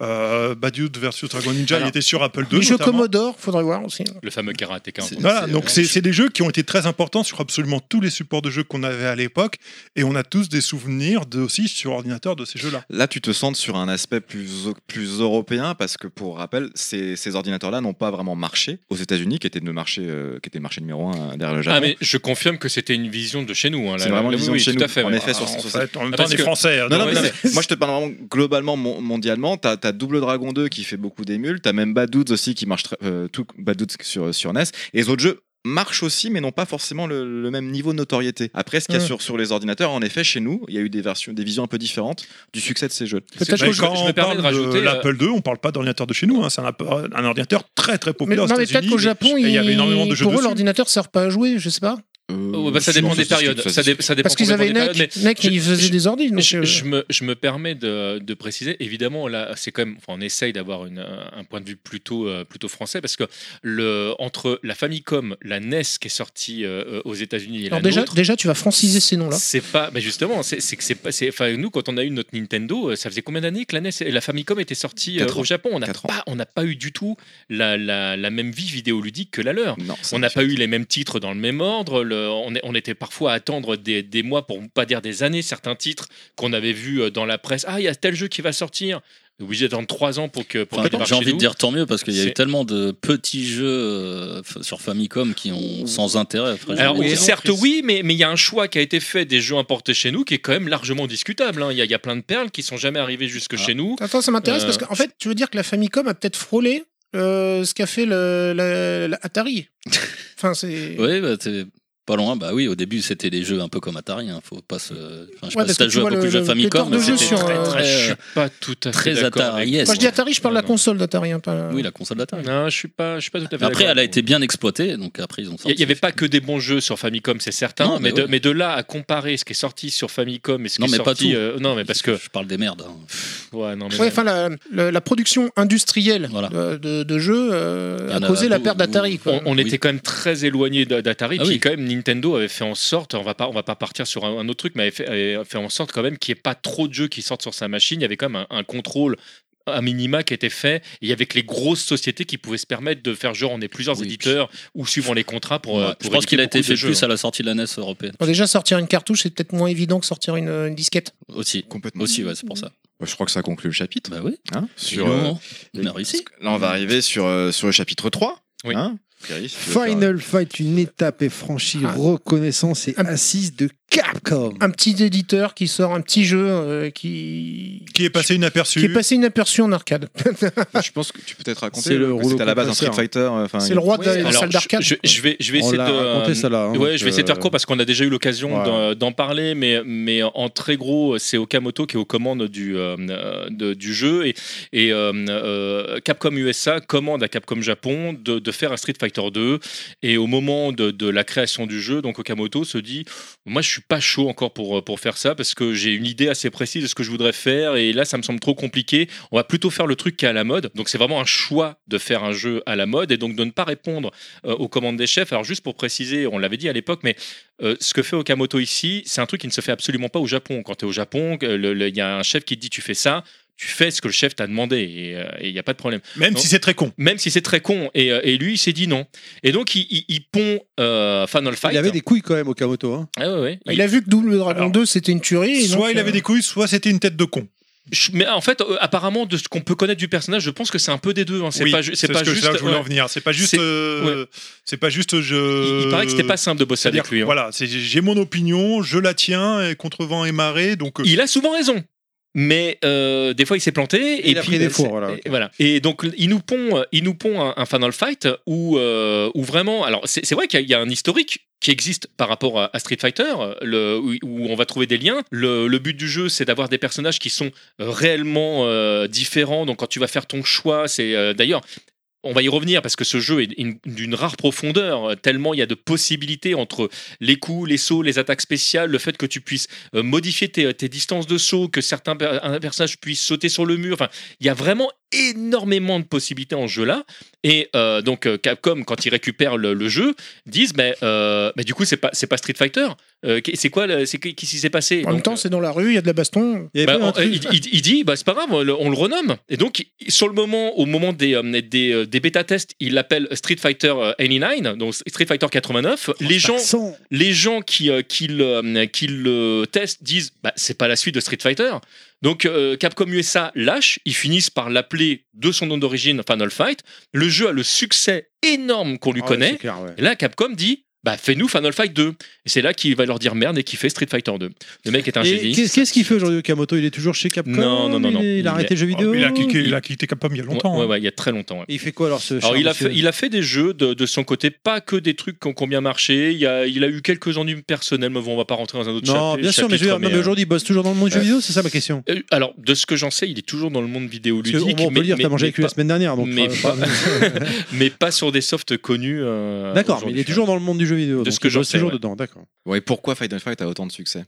euh, Badioud versus Dragon Ninja, il était sur Apple 2. Les jeux notamment. Commodore, faudrait voir aussi. Le fameux karatéka. C'est- Voilà, C'est- donc c'est c'est des jeux qui ont été très importants sur absolument tous les supports de jeux qu'on avait à l'époque, et on a tous des souvenirs de, aussi sur ordinateur de ces jeux-là. Là, tu te centres sur un aspect plus, plus européen parce que, pour rappel, ces, ces ordinateurs-là n'ont pas vraiment marché aux États-Unis, qui était le marché, euh, qui était le marché numéro un derrière le Japon. Ah mais je confirme que c'était une vision de chez nous. hein, là, C'est vraiment là, une vision oui, oui, de chez tout nous. à fait, en ouais. effet, sur, Ah, en sur- fait, en même Ah, temps, parce on est que- français. Non, non, donc, mais Ouais, c'est- moi je te parle vraiment globalement mon- mondialement. T'as as Double Dragon 2 qui fait beaucoup d'émules, t'as même Badoods aussi qui marche très- euh, tout Badoods sur, sur NES. Et les autres jeux marchent aussi, mais n'ont pas forcément le, le même niveau de notoriété. Après, ce qu'il y a Ouais. sur, sur les ordinateurs, en effet, chez nous, il y a eu des versions, des visions un peu différentes du succès de ces jeux. Peut-être Je- Mais que je- quand je me on permets parle de de, rajouter, euh, l'Apple II, on parle pas d'ordinateur de chez nous. hein, c'est un, app- un ordinateur très très Mais, populaire non, aux mais peut-être États-Unis. qu'au Japon, et il y avait ils- énormément de jeux pour eux, dessus. l'ordinateur sert pas à jouer, je sais pas. Oh, bah, Euh, ça dépend des périodes. Ça, dé- ça dépend Parce qu'ils complètement avaient des périodes, mais- Nike, Nike, je- ils faisaient je- des ordis. donc, Je, euh, je me, je me permets de, de préciser, évidemment, là, c'est quand même, enfin, on essaye d'avoir une, un point de vue plutôt, euh, plutôt français parce que le, entre la Famicom, la NES qui est sortie euh, euh, aux États-Unis et Alors la déjà, nôtre, déjà, tu vas franciser ces noms-là. c'est pas, mais justement, c'est c'est que c'est pas, c'est- enfin, nous, quand on a eu notre Nintendo, euh, ça faisait combien d'années que la NES et la Famicom était sortie euh, Quatre ans. au Japon On n'a Quatre ans. pas, on n'a pas eu du tout la, la, la même vie vidéoludique que la leur. Non, On n'a pas eu les mêmes titres dans le même ordre. le- on, est- on était parfois à attendre des, des mois, pour ne pas dire des années, certains titres qu'on avait vus euh, dans la presse. Ah, il y a tel jeu qui va sortir. Obligé d'attendre trois ans pour que <laughs> pour Enfin, qu'il débarque J'ai chez envie de nous. dire tant mieux parce qu'il y a C'est- eu tellement de petits jeux euh, f- sur Famicom qui ont sans intérêt. Après, j'ai Alors, envie de oui, dire. certes, oui, mais mais il y a un choix qui a été fait des jeux importés chez nous qui est quand même largement discutable. hein. Il y, a- il y a plein de perles qui sont jamais arrivées jusque Ah. chez nous. Attends, ça m'intéresse Euh, parce qu'en fait, tu veux dire que la Famicom a peut-être frôlé euh, ce qu'a fait le, la- la Atari. enfin, c'est. Oui, bah, c'est- Pas loin, bah oui, au début c'était des jeux un peu comme Atari, hein, faut pas se. Enfin, je sais Ouais, pas parce si t'as que tu joué à vois beaucoup de le- jeux le Famicom, pléthore de mais jeux c'était sur, très euh, très. je suis euh, pas tout à fait très d'accord Atari, avec yes. toi. Quand je dis Atari, je parle de la Non, console d'Atari, hein, pas. Oui, la console d'Atari. Non, je suis pas, je suis pas tout à fait d'accord. Après, elle a avec été bien exploitée, donc après ils ont Il sorti. n'y avait pas que des bons jeux sur Famicom, c'est certain, Non, mais, mais de, ouais. mais de là à comparer ce qui est sorti sur Famicom et ce qui Non, est mais pas sorti. tout. euh, non, mais parce que. Je parle des merdes. hein. Ouais, non, mais Ouais, enfin, la, la- la production industrielle Voilà. de, de- de jeux euh, Il y en a a causé la beaucoup, perte d'Atari. quoi. on, on Oui. était quand même très éloigné d'Atari, Ah puis oui. quand même Nintendo avait fait en sorte, on va pas, on va pas partir sur un, un autre truc, mais avait fait, avait fait en sorte quand même qu'il n'y ait pas trop de jeux qui sortent sur sa machine. Il y avait quand même un, un contrôle à minima qui était fait. Et il y avait que les grosses sociétés qui pouvaient se permettre de faire genre on est plusieurs Oui, éditeurs ou suivant les contrats pour. Ouais, euh, je pour pense éditer qu'il a été beaucoup de fait jeux, plus hein. à la sortie de la NES européenne Bon, déjà, sortir une cartouche, c'est peut-être moins évident que sortir une, une disquette. aussi. Complètement. Bah, Aussi, ouais, c'est pour ça. Je crois que ça conclut le chapitre. Bah oui. hein, Sur, sur, euh, on a réussi. Là, on va arriver sur, euh, sur le chapitre 3. Oui. hein. Thierry, si tu veux faire- Final Fight, une étape est franchie, Ah. reconnaissance et Un- assise de Capcom. Un petit éditeur qui sort un petit jeu euh, qui... Qui est passé inaperçu. qui est passé inaperçu en arcade. Je pense que tu peux peut-être raconter. C'est le que rouleau C'était à la base un Street compresseur. Fighter. euh, enfin, <laughs> C'est le roi de la- Ouais, de la alors, salle je- d'arcade. Je, je vais, je vais On essayer l'a de. raconté ça Oh là. hein, ouais, donc, je vais essayer de faire euh, court parce qu'on a déjà eu l'occasion voilà. d'en- d'en parler, mais, mais en très gros, c'est Okamoto qui est aux commandes du, euh, euh, de- du jeu et, et, euh, euh, Capcom USA commande à Capcom Japon de, de faire un Street Fighter 2 et au moment de, de la création du jeu, donc Okamoto se dit, moi je suis pas chaud encore pour, pour faire ça parce que j'ai une idée assez précise de ce que je voudrais faire et là ça me semble trop compliqué, on va plutôt faire le truc qui est à la mode. Donc c'est vraiment un choix de faire un jeu à la mode et donc de ne pas répondre euh, aux commandes des chefs. Alors juste pour préciser, on l'avait dit à l'époque, mais euh, ce que fait Okamoto ici, c'est un truc qui ne se fait absolument pas au Japon. Quand tu es au Japon, euh, le- le- il y a un chef qui te dit tu fais ça. Tu fais ce que le chef t'a demandé et euh, et il n'y a pas de problème. Même Non. si c'est très con. Même si c'est très con. Et, euh, et lui, il s'est dit non. Et donc, il, il- il pond euh, Final Fight. Il avait des couilles quand même, Okamoto. Hein. Ah ouais, ouais. Il- Il a vu que Double Dragon Alors, 2, c'était une tuerie. et Soit donc, il avait euh, des couilles, soit c'était une tête de con. Je- Mais en fait, euh, apparemment, de ce qu'on peut connaître du personnage, je pense que c'est un peu des deux. hein. C'est Oui, pas, ju- c'est pas ce que- juste. là où je voulais ouais. en venir. C'est pas juste. C'est- euh, C'est pas juste. Je... Il, il paraît que c'était pas simple de bosser Euh, C'est-à-dire, avec lui. hein. Voilà, c'est- j'ai mon opinion, je la tiens, et contre vent et marée, donc. euh, Il a souvent raison. Mais euh, des fois, il s'est planté. Et Il a puis, pris des bah, fours, c'est- voilà, Et, ok. voilà. Et donc, il nous pond, euh, il nous pond un, un Final Fight où, euh, où vraiment. Alors, c'est c'est vrai qu'il y, a- il y a un historique qui existe par rapport à, à Street Fighter, le, où, où on va trouver des liens. Le, le but du jeu, c'est d'avoir des personnages qui sont réellement euh, différents. Donc, quand tu vas faire ton choix, c'est euh, d'ailleurs. On va y revenir parce que ce jeu est une- d'une rare profondeur, euh, tellement il y a de possibilités entre les coups, les sauts, les attaques spéciales, le fait que tu puisses euh, modifier tes, tes distances de saut, que certains per- un personnage puisse sauter sur le mur. Enfin, il y a vraiment énormément de possibilités en ce jeu-là. Et euh, donc euh, Capcom, quand ils récupèrent le, le jeu, disent mais du coup c'est pas c'est pas Street Fighter. Euh, qu'est- c'est quoi le- c'est qu'est- qu'est-ce qui s'est passé En même Donc, euh, euh, temps, c'est dans la rue, il y a de la baston. Il y avait bah, pas un on- truc- il, il- il dit, bah, c'est pas grave, on le, on le renomme. Et donc, il- sur le moment, au moment des, euh, des, euh, des bêta-tests, il l'appelle Street Fighter euh, 89, donc Street Fighter 89. les, gens, Sans- les gens qui, euh, qui le, euh, qui le testent disent, bah, c'est pas la suite de Street Fighter. Donc, euh, Capcom USA lâche, ils finissent par l'appeler de son nom d'origine Final Fight. Le jeu a le succès énorme qu'on lui Ah ouais, connaît. c'est clair, ouais. Et là, Capcom dit. Bah, fais-nous Final Fight 2. Et c'est là qu'il va leur dire merde et qu'il fait Street Fighter 2. Le mec est un Et génie. qu'est- qu'est-ce qu'il fait aujourd'hui Okamoto Il est toujours chez Capcom Non, non, non, non. Il, est- il Il a arrêté le jeu oh, vidéo il, a cliqué- il a quitté Capcom il y a longtemps. Ouais, ouais, hein. ouais, il y a très longtemps. ouais. Et Il fait quoi alors ce Alors, cher il a, monsieur fait, il a fait des jeux de, de son côté, pas que des trucs qui ont, qui ont bien marché. Il, y a, il a eu quelques ennuis personnels, mais bon, on va pas rentrer dans un autre Non, chapi- bien sûr, mais, je veux dire, chapitre, non, mais euh, aujourd'hui, il bosse toujours dans le monde du jeu euh, vidéo, c'est ça ma question. euh, Alors, de ce que j'en sais, il est toujours dans le monde vidéo Parce que, ludique. on peut mais- dire, mais- t'as mangé mais avec lui la pas- semaine dernière, donc. mais euh, pas- <laughs> <laughs> Mais pas sur des softs connus. euh, D'accord, mais il aujourd'hui. est toujours dans le monde du jeu vidéo. De donc ce que il bosse j'en sais, toujours ouais. dedans, d'accord. Ouais, et pourquoi Final Fight a autant de succès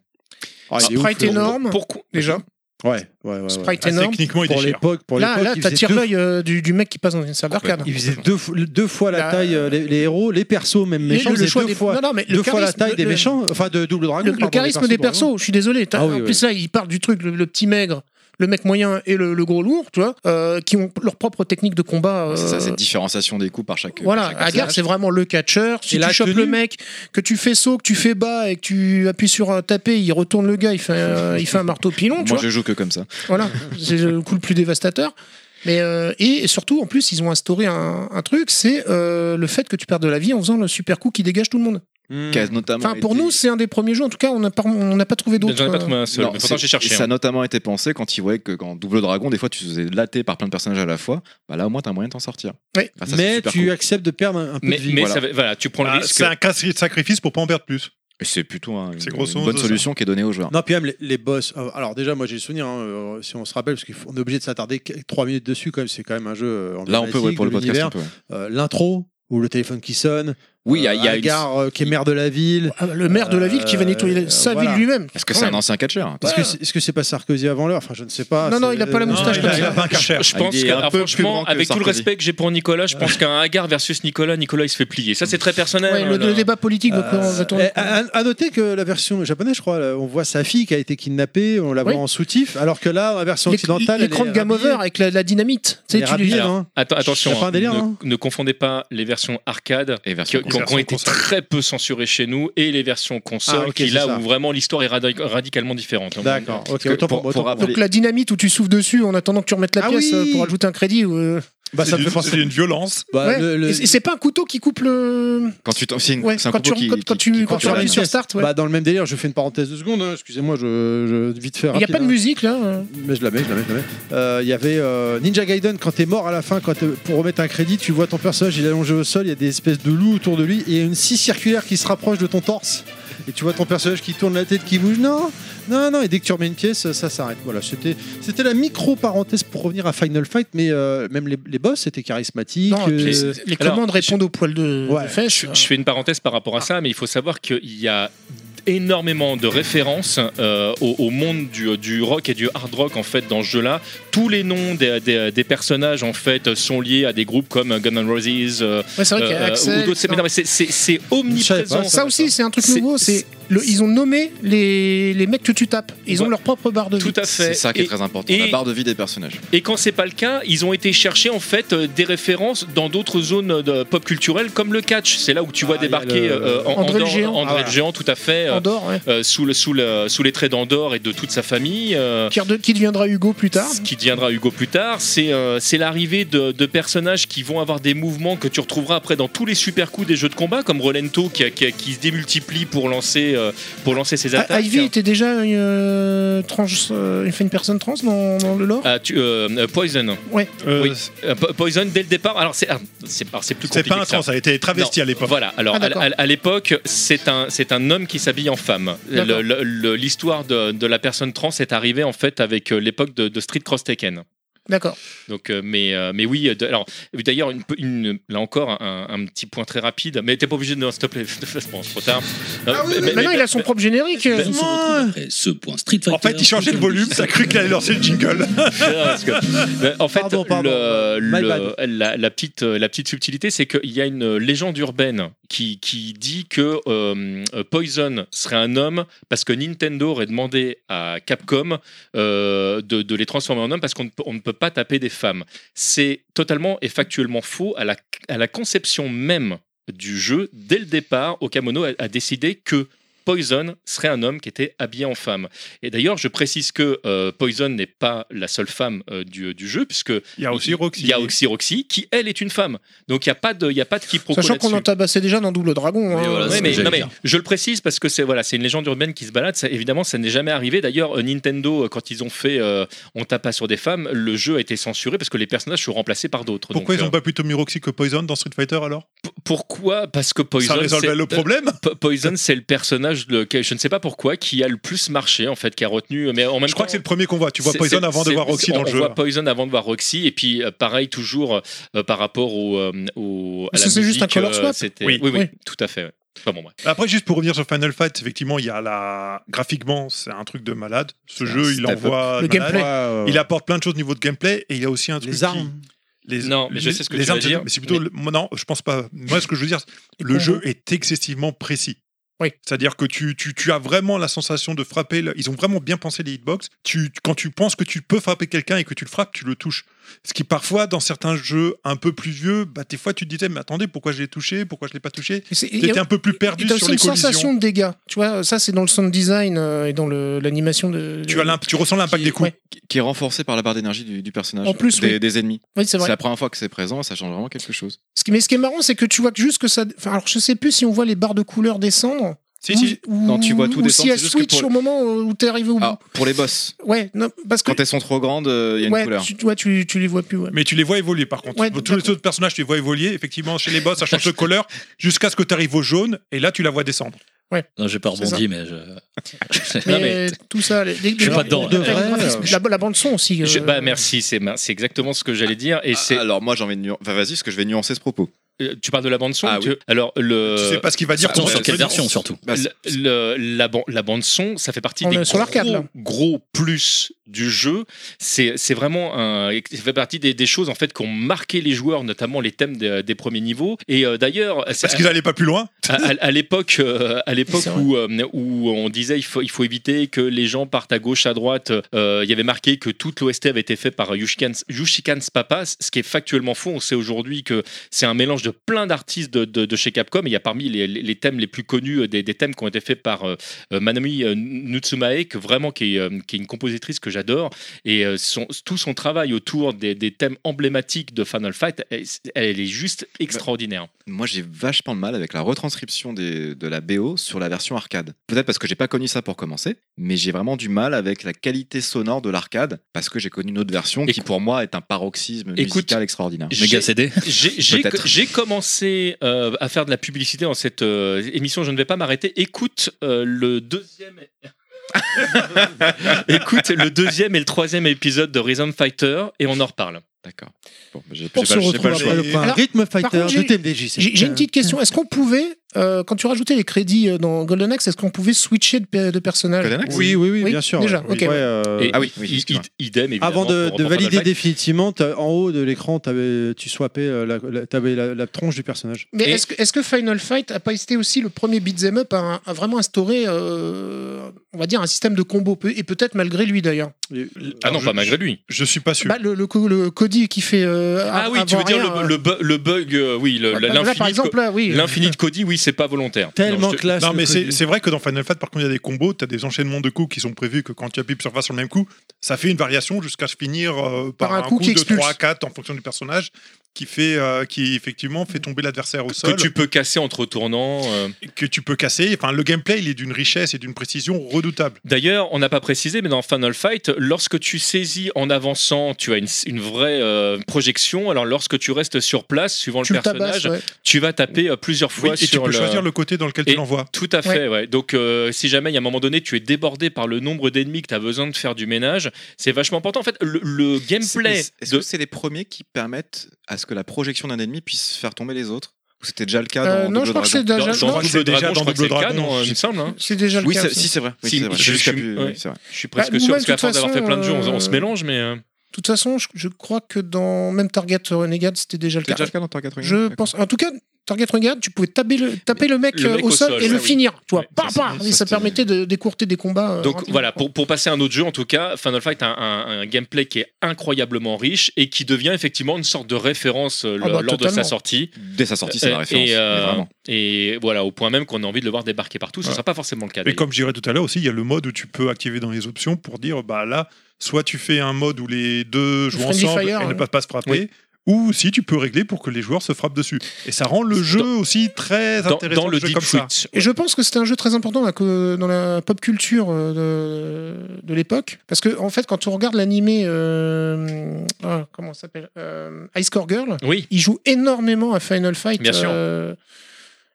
Ah, il est ouf, Sprite le- énorme. Pourquoi Déjà, Ouais, ouais, ouais. ouais. sprite Ah, énorme. techniquement, il Pour déchire. l'époque, pour Là, l'époque, là il faisait t'attires deux- l'œil euh, du, du mec qui passe dans une salle d'arcade. Il faisait deux, fois- deux fois la Là, taille, euh, les, les héros, les persos, même Mais méchants, le faisaient choix deux des- fois, non, non, mais le deux fois la charisme- taille des le- méchants, enfin de Double Dragon. Le, le pardon, des charisme des Double Dragon. persos, je suis désolé. t'as- Ah oui, en plus, là, il part du truc, le, le petit maigre, le mec moyen et le, le gros lourd, tu vois, euh, qui ont leur propre technique de combat. C'est ça, euh, cette différenciation des coups par chaque. par Voilà, chaque Agar, personnage. c'est vraiment le catcheur. Si Et la tu chopes tenue le mec, que tu fais saut, que tu fais bas et que tu appuies sur un tapé, il retourne le gars, il fait, un- il fait un marteau pilon, tu Moi, vois. je joue que comme ça. Voilà, c'est le coup le plus dévastateur. Mais euh, et surtout, en plus, ils ont instauré un, un truc, c'est euh, le fait que tu perds de la vie en faisant le super coup qui dégage tout le Ah, monde. Qui a notamment Enfin, pour été- nous, c'est un des premiers jeux. En tout cas, on n'a pas, on n'a pas trouvé J'en d'autres. ai pas euh, trouvé un seul. Non, mais c'est- pourtant, j'ai et cherché. ça a hein. notamment été pensé quand ils voyaient que quand Double Dragon, des fois, tu te faisais latter par plein de personnages à la fois. Bah là, au moins, t'as un moyen de t'en sortir. Ouais. Ah, ça, c'est mais super tu cool. acceptes de perdre un, un peu Mais, de vie. mais voilà. ça va- voilà, tu prends le Ah, risque. c'est un cas- sacrifice pour pas en perdre plus. Ah, Et C'est plutôt un- C'est une, grosso bonne modo solution qui est donnée aux joueurs. Non, puis même les, les boss. euh, Alors, déjà, moi j'ai le souvenir, hein, euh, si on se rappelle, parce qu'on est obligé de s'attarder 3 minutes dessus quand même, c'est quand même un jeu. euh, Là, on peut, ouais, emblématique pour le de podcast, l'univers. on peut, ouais. Euh, L'intro, ou le téléphone qui sonne. Oui, il y a- euh, il y a une- Agar, euh, qui est maire de la ville. Ah, le maire de la ville qui va nettoyer Euh, sa voilà. ville lui-même. Parce que c'est un ancien catcheur. Est-ce que c'est- est-ce que c'est pas Sarkozy avant l'heure Enfin, je ne sais pas. Non, non, c'est- euh, il a pas la Non, il moustache a- comme il a ça. pas un catcheur. Je Ah, pense il est que, un alors, peu plus grand franchement, que avec tout le Sarkozy. respect que j'ai pour Nicolas, je <laughs> pense qu'un Hagar versus Nicolas, Nicolas il se fait plier. Ça, c'est très personnel. Ouais, le, hein, le là. débat politique va, Euh, va tourner. et à, à noter que la version japonaise, je crois, là, on voit sa fille qui a été kidnappée, on la Oui. voit en soutif, alors que là, la version L'éc- occidentale, elle L'écran est de Game rhabillée- Over avec la, la dynamite. Tu elle sais, est tu lui- rhabillée, Alors, hein. Y Atta- a attention, pas un hein, délire, ne, hein ne confondez pas les versions arcade Et version qui, qui ont- console. qui ont été console. très peu censurées chez nous et les versions console Ah, ok, qui c'est là ça. où vraiment l'histoire est radi- radicalement différente. hein. D'accord, ok, que autant pour- pour, pour autant pour moi. Donc la dynamite où tu souffles dessus en attendant que tu remettes la Ah pièce oui euh, pour ajouter un crédit. ou, euh, Bah, ça C'est me fait une- penser. c'est une violence. Bah, ouais. le- le- Et c'est- c'est pas un couteau qui coupe le. Quand tu t'en- c'est une- Ouais, c'est un quand tu combo qui- quand- quand qui- tu- qui- quand tu sur la appuies sur vitesse. Start, ouais. bah, dans le même délire, je fais une parenthèse de seconde, hein, excusez-moi, je, je- vite fait Il n'y a pas de rapide, hein. musique là. euh. Mais je la mets, je la mets, je la mets. Euh, Il y avait euh, Ninja Gaiden, quand t'es mort à la fin, quand t'es- pour remettre un crédit, tu vois ton personnage, il est allongé au sol, il y a des espèces de loups autour de lui, et il y a une scie circulaire qui se rapproche de ton torse. Et tu vois ton personnage qui tourne la tête, qui bouge. Non, non, non. Et dès que tu remets une pièce, ça s'arrête. Voilà, c'était, c'était la micro parenthèse pour revenir à Final Fight, mais euh, même les, les boss étaient charismatiques. Non, et puis, euh, Les Alors, commandes répondent au poil de, Ouais, de fesses. Je, je fais une parenthèse par rapport à ça, mais il faut savoir qu'il y a énormément de références euh, au, au monde du, du rock et du hard rock en fait dans ce jeu-là. Tous les noms des, des- des personnages en fait sont liés à des groupes comme Guns N' Roses euh, Ouais, c'est vrai qu'il y a euh, Axel, ou d'autres. Mais non, mais c'est- c'est c'est Je savais omniprésent. pas, Ça aussi, c'est un truc C'est- nouveau. C'est le- ils ont nommé les, les mecs que tu tapes. Ils ont Ouais. leur propre barre de vie. Tout à fait. C'est ça qui est Et- très important. et- La barre de vie des personnages. Et quand c'est pas le cas, ils ont été chercher en fait euh, des références dans d'autres zones de pop culturelles comme le catch. C'est là où tu vois Ah, il y débarquer a le- euh, en- André le Géant. André Ah, le voilà. géant, tout à fait. euh, Andorre, ouais. euh, sous, le, sous, le- sous les traits d'Andorre et de toute sa famille. euh, Qui rede- qui deviendra Hugo plus tard. ce qui deviendra Hugo plus tard, c'est euh, c'est l'arrivée de, de personnages qui vont avoir des mouvements que tu retrouveras après dans tous les super coups des jeux de combat, comme Rolento qui, a- qui, a- qui se démultiplie pour lancer, euh, pour lancer ses Ah, attaques. Ivy était déjà une, euh, trans, euh, une, fait une personne trans dans, dans le lore. Ah, tu- euh, euh, Poison. Euh, Oui. Euh, Po- Poison dès le départ. Alors c'est ah, c'est alors, c'est plus C'est compliqué. pas un que ça. trans, ça a été travesti Non. à l'époque. Voilà, alors Ah, à- d'accord. à, à l'époque, c'est un, c'est un homme qui s'habille en femme. Le- D'accord. le- le- L'histoire de, de la personne trans est arrivée en fait avec euh, l'époque de, de Street Cross Tekken. D'accord. Donc, euh, mais, euh, mais oui, euh, de- alors d'ailleurs, une, pe- une- là encore, un, un petit point très rapide, mais t'es pas obligé de. Non, s'il te plaît, <laughs> bon, c'est trop tard. Non, mais- mais- Maintenant, il a son propre générique. mais- euh. On se retrouve après ce point Street Fighter. En fait, il changeait de volume, ça a cru qu'il allait lancer le jingle. Non, parce que- Mais en fait, Pardon, pardon. le- My euh, le- bad. la, la petite, euh, la petite subtilité, c'est qu'il y a une légende urbaine qui, qui dit que euh, Poison serait un homme parce que Nintendo aurait demandé à Capcom euh, de, de les transformer en hommes parce qu'on ne peut- on ne peut pas taper des femmes. C'est totalement et factuellement faux. À la, à la conception même du jeu, dès le départ, Okamono a, a décidé que Poison serait un homme qui était habillé en femme. Et d'ailleurs, je précise que euh, Poison n'est pas la seule femme euh, du, du jeu, puisque Il y a Ah, aussi Roxy. il y a Oxy Roxy, qui elle est une femme. Donc il n'y a pas de, il y a pas de quiproquo Sachant qu'on là-dessus. en tabassait déjà dans Double Dragon. Oui, hein. voilà, Ouais, c'est mais- ce que non, j'allais mais dire. je le précise parce que c'est voilà, c'est une légende urbaine qui se balade. Ça, évidemment, ça n'est jamais arrivé. D'ailleurs, euh, Nintendo, euh, quand ils ont fait euh, On tape pas sur des femmes, le jeu a été censuré parce que les personnages sont remplacés par d'autres. Pourquoi Donc, ils ont euh, pas plutôt mis Roxy que Poison dans Street Fighter alors p- Pourquoi Parce que Poison. Ça résolvait c'est- euh, le problème Po- Poison, c'est le personnage, de, que- je ne sais pas pourquoi, qui a le plus marché, en fait, qui a retenu. Mais en même Je crois temps- que c'est le premier qu'on voit. Tu vois C'est- Poison c'est- avant de c'est- voir Roxy on- dans le On jeu. voit Poison avant de voir Roxy, et puis euh, pareil, toujours euh, par rapport au, euh, au à Parce la que c'est juste un musique, color euh, swap. c'était- Oui. Oui, oui, Oui. tout à fait. ouais. Enfin bon, bref. Après, juste pour revenir sur Final Fight, effectivement, il y a la. Graphiquement, c'est un truc de malade. Ce C'est un jeu, il step-up. envoie. Le de malade. gameplay. Il apporte plein de choses au niveau de gameplay et il y a aussi un truc. les qui- armes. les- Non, mais je les- sais ce que les tu armes, veux c'est- dire, Mais c'est plutôt. mais- le- moi, Non, je pense pas. Moi, ce que je veux dire, c'est que le combos. jeu est excessivement précis. Oui. C'est-à-dire que tu, tu, tu as vraiment la sensation de frapper. le- Ils ont vraiment bien pensé les hitbox. Tu, tu- quand tu penses que tu peux frapper quelqu'un et que tu le frappes, tu le touches. Ce qui, parfois, dans certains jeux un peu plus vieux, bah, des fois, tu te disais, mais attendez, pourquoi je l'ai touché Pourquoi je l'ai pas touché Et c'est- Tu et- un peu plus et perdu t'as sur aussi les une collisions. sensation de dégâts. Tu vois, ça, c'est dans le sound design euh, et dans le- l'animation de. Tu, as l'imp- tu ressens l'impact qui- des coups. ouais. qui- qui est renforcé par la barre d'énergie du, du personnage, En plus, des, oui. des ennemis. Oui, c'est C'est vrai. la première fois que c'est présent, ça change vraiment quelque chose. Ce qui- mais ce qui est marrant, c'est que tu vois que juste que ça. Enfin, alors, je sais plus si on voit les barres de couleurs descendre. Si, ou- si. ou- Non, tu vois tout ou descendre, Si elles c'est juste que switch pour- au moment où t'es arrivé au bout. Ah, pour les boss, Ouais, non, parce que. quand elles sont trop grandes, euh, il y a une ouais, couleur. tu, ouais, tu, tu les vois plus. Ouais. Mais tu les vois évoluer par contre. Ouais, Tous les d'accord. autres personnages, tu les vois évoluer. Effectivement, chez les boss, ça change de couleur jusqu'à ce que tu arrives au jaune et là, tu la vois descendre. Non, j'ai pas C'est ça. rebondi, mais je. Mais, Ah, euh, Non, mais tout ça. les- les- je suis pas dedans. de là. vrai, graphisme, la, la bande son aussi. euh, Je- bah merci, c'est ma- c'est exactement ce que j'allais dire. Et Ah, c'est, alors moi j'ai envie de nuancer. Enfin vas-y, parce que je vais nuancer ce propos. euh, tu parles de la bande son. Ah tu- Alors le, tu sais pas ce qu'il va dire. Attends, ton ouais, sur personnage. quelle version surtout Bah, c'est- Le- le- la, ban- la bande son, ça fait partie On des est sur l'arcade, gros, là. gros plus du jeu. C'est c'est vraiment un, ça fait partie des, des choses en fait qui ont marqué les joueurs, notamment les thèmes des- des premiers niveaux. Et euh, d'ailleurs, ça- Parce qu'ils allaient pas plus loin. à, à- à l'époque, euh, à l'époque C'est vrai. où, euh, où on disait il faut, il faut éviter que les gens partent à gauche, à droite, euh, il y avait marqué que toute l'OST avait été fait par Yushikan, Yushikan Papas, ce qui est factuellement faux. On sait aujourd'hui que c'est un mélange de plein d'artistes de, de- de chez Capcom. Et il y a parmi les, les- les thèmes les plus connus euh, des, des thèmes qui ont été faits par euh, euh, Manami euh, Nutsumae, que vraiment qui est, euh, qui est une compositrice que j'adore. Et euh, son- tout son travail autour des, des thèmes emblématiques de Final Fight, elle, elle est juste Bah, extraordinaire. Moi, j'ai vachement de mal avec la retranscription des- de la BO sur la version arcade. Peut-être parce que j'ai pas connu ça pour commencer, mais j'ai vraiment du mal avec la qualité sonore de l'arcade parce que j'ai connu une autre version qui, Écoute- pour moi, est un paroxysme Écoute, musical extraordinaire. Méga CD J'ai- J'ai Peut-être. j'ai commencé euh, à faire de la publicité dans cette euh, émission, je ne vais pas m'arrêter. Écoute euh, le deuxième. <laughs> Écoute le deuxième et le troisième épisode de Rhythm Fighter et on en reparle. D'accord. Bon, j'ai j'ai pas, Pour se j'ai pas le retrouver choix. après. le point. Alors, Rhythm Fighter contre, de j'ai- TMDJ. c'est- J'ai j'ai une petite question. Est-ce qu'on pouvait, euh, quand tu rajoutais les crédits euh, dans Golden Axe, est-ce qu'on pouvait switcher de, pe- de personnage Golden Axe Oui, oui, oui, Oui, bien sûr. déjà, ouais. ok, Ouais, ouais. euh, Et Ah oui, oui, i- excuse-moi. id- idem évidemment. Avant de, pour- de pour valider Final Fight. définitivement, t'as- en haut de l'écran, t'avais- tu swappais, euh, la, la- t'avais la, la tronche du personnage. Mais Et- est-ce que, est-ce que Final Fight a pas été aussi le premier beat'em up à, à vraiment instaurer, euh, on va dire, un système de combo peu- et peut-être malgré lui d'ailleurs. euh, Ah non, Alors, pas je- malgré lui. Je suis pas sûr. Bah, le, le co- le Cody qui fait. euh, Ah a- oui, tu avant veux dire rien, le, le bu- le bug, euh, oui, le- euh, la- bah, là, par l'infini de exemple, Co- là, oui. l'infini de Cody, oui, c'est pas volontaire. Tellement Non, je te- classe. Non, le mais c'est Cody. c'est vrai que dans Final Fight, par contre, il y a des combos, tu as des enchaînements de coups qui sont prévus que quand tu appuies sur face sur le même coup, ça fait une variation jusqu'à se finir euh, par, un, coup, qui de expulse. 3 à 4 en fonction du personnage qui fait euh, qui effectivement fait tomber l'adversaire au Que sol tu peux casser en te retournant. euh. que tu peux casser. Enfin, le gameplay, il est d'une richesse et d'une précision redoutable. D'ailleurs, on n'a pas précisé, mais dans Final Fight, lorsque tu saisis en avançant, tu as une, une vraie euh, projection. Alors, lorsque tu restes sur place, suivant tu le le tabasses. personnage, ouais. tu vas taper euh, plusieurs fois Oui, et tu sur peux le. choisir le côté dans lequel Et- Ah, tu l'envoies. Tout à fait, ouais. Donc, euh, si jamais, il y a un moment donné, tu es débordé par le nombre d'ennemis que tu as besoin de faire du ménage, c'est vachement important. En fait, le, le gameplay Est-ce est-ce de. que c'est les premiers qui permettent à ce que la projection d'un ennemi puisse faire tomber les autres Ou c'était déjà le Ah cas Euh, dans non, Double je crois Dragon que c'est dans, déjà, non, dans non, Double c'est déjà Dragon, je dans crois que Double c'est le cas, Dragon, non, je- il me semble. hein. c'est déjà le Oui, cas. c'est- ça. si, c'est vrai. Oui, Si, c'est vrai. je- J'ai je jusqu'à suis- plus- ouais. oui, c'est vrai. Je suis presque Bah, sûr, moi, parce de toute qu'à force d'avoir fait façon, plein de jeux, on, on se euh, mélange, mais. euh, De toute façon, je, je crois que dans même Target Renegade, c'était déjà le C'était déjà cas. le cas dans Target Running Je D'accord. pense. En tout cas, Target Renegade, tu pouvais taper le, taper le mec, Le euh, mec au au sol, sol, et ouais, le oui. finir. Tu vois, Ouais, Bah, ça, bah, c'est- et ça ça, permettait de décourter des combats. euh, Donc rapidement, voilà, quoi. pour, pour passer à un autre jeu, en tout cas, Final Fight a un, un- un gameplay qui est incroyablement riche et qui devient effectivement une sorte de référence euh, Ah bah, lors de sa totalement. sortie. Dès sa sortie, c'est la Euh, référence. Et, euh, mais vraiment. et voilà, au point même qu'on a envie de le voir débarquer partout, ce ne Ouais. sera pas forcément le cas. Mais d'ailleurs. comme je dirais tout à l'heure aussi, il y a le mode où tu peux activer dans les options pour dire bah là, soit tu fais un mode où les deux jouent friendly ensemble fire, et ne ouais. peuvent pas se frapper. Ou si tu peux régler pour que les joueurs se frappent dessus. Et ça rend le jeu aussi très Dans- dans, intéressant. de le jouer Deep comme ça. Fruit. Et je pense que c'était un jeu très important là, que- dans la pop culture euh, de, de l'époque. Parce que, en fait, quand on regarde l'animé. euh, ah, comment ça s'appelle euh, Ice Core Girl, Oui, il joue énormément à Final Fight. Bien sûr. euh,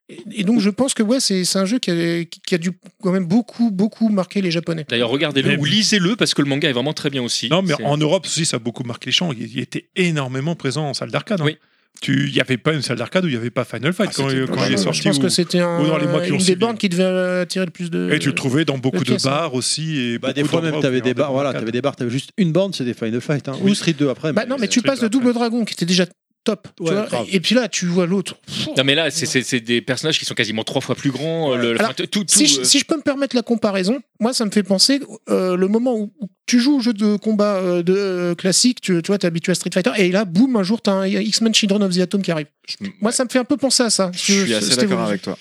et, et donc, je pense que ouais, c'est c'est un jeu qui a, qui a dû quand même beaucoup, beaucoup marquer les Japonais. d'ailleurs, regardez-le Mais ou oui. lisez-le parce que le manga est vraiment très bien aussi. Non, mais C'est- en Europe aussi, ça a beaucoup marqué les champs. Il il était énormément présent en salle d'arcade. hein. Oui. Tu, il n'y avait pas une salle d'arcade où il n'y avait pas Final Fight Ah, quand, c'était quand pas il est mal. je, sorti. pense ou- que c'était un, ou dans les mois qui ont une des suivi. bandes qui devait euh, attirer le plus de. Et tu le trouvais dans beaucoup de de pièces, hein. bars aussi. Et Bah, des beaucoup fois même d'endroits où t'avais il y des avait barres, voilà, d'arcades. t'avais des barres, t'avais juste une bande, c'est des Final Fight, hein, ou Street 2 après. Bah, non, mais tu truc passes de après. Double Dragon qui était déjà top. tu Ouais, vois, grave. et puis là, tu vois l'autre. Non, mais là, c'est- c'est c'est des personnages qui sont quasiment trois fois plus grands. euh, le- le- Alors, enfin, tout- tout, si, je, euh, si je peux me permettre la comparaison, moi ça me fait penser euh, le moment où, où tu joues au jeu de combat euh, de, euh, classique, tu, tu vois, t'es habitué à Street Fighter, et là, boum, un jour, t'as un X-Men Children of the Atom qui arrive. Je- Moi ouais, ça me fait un peu penser à ça. je suis assez d'accord avec toi.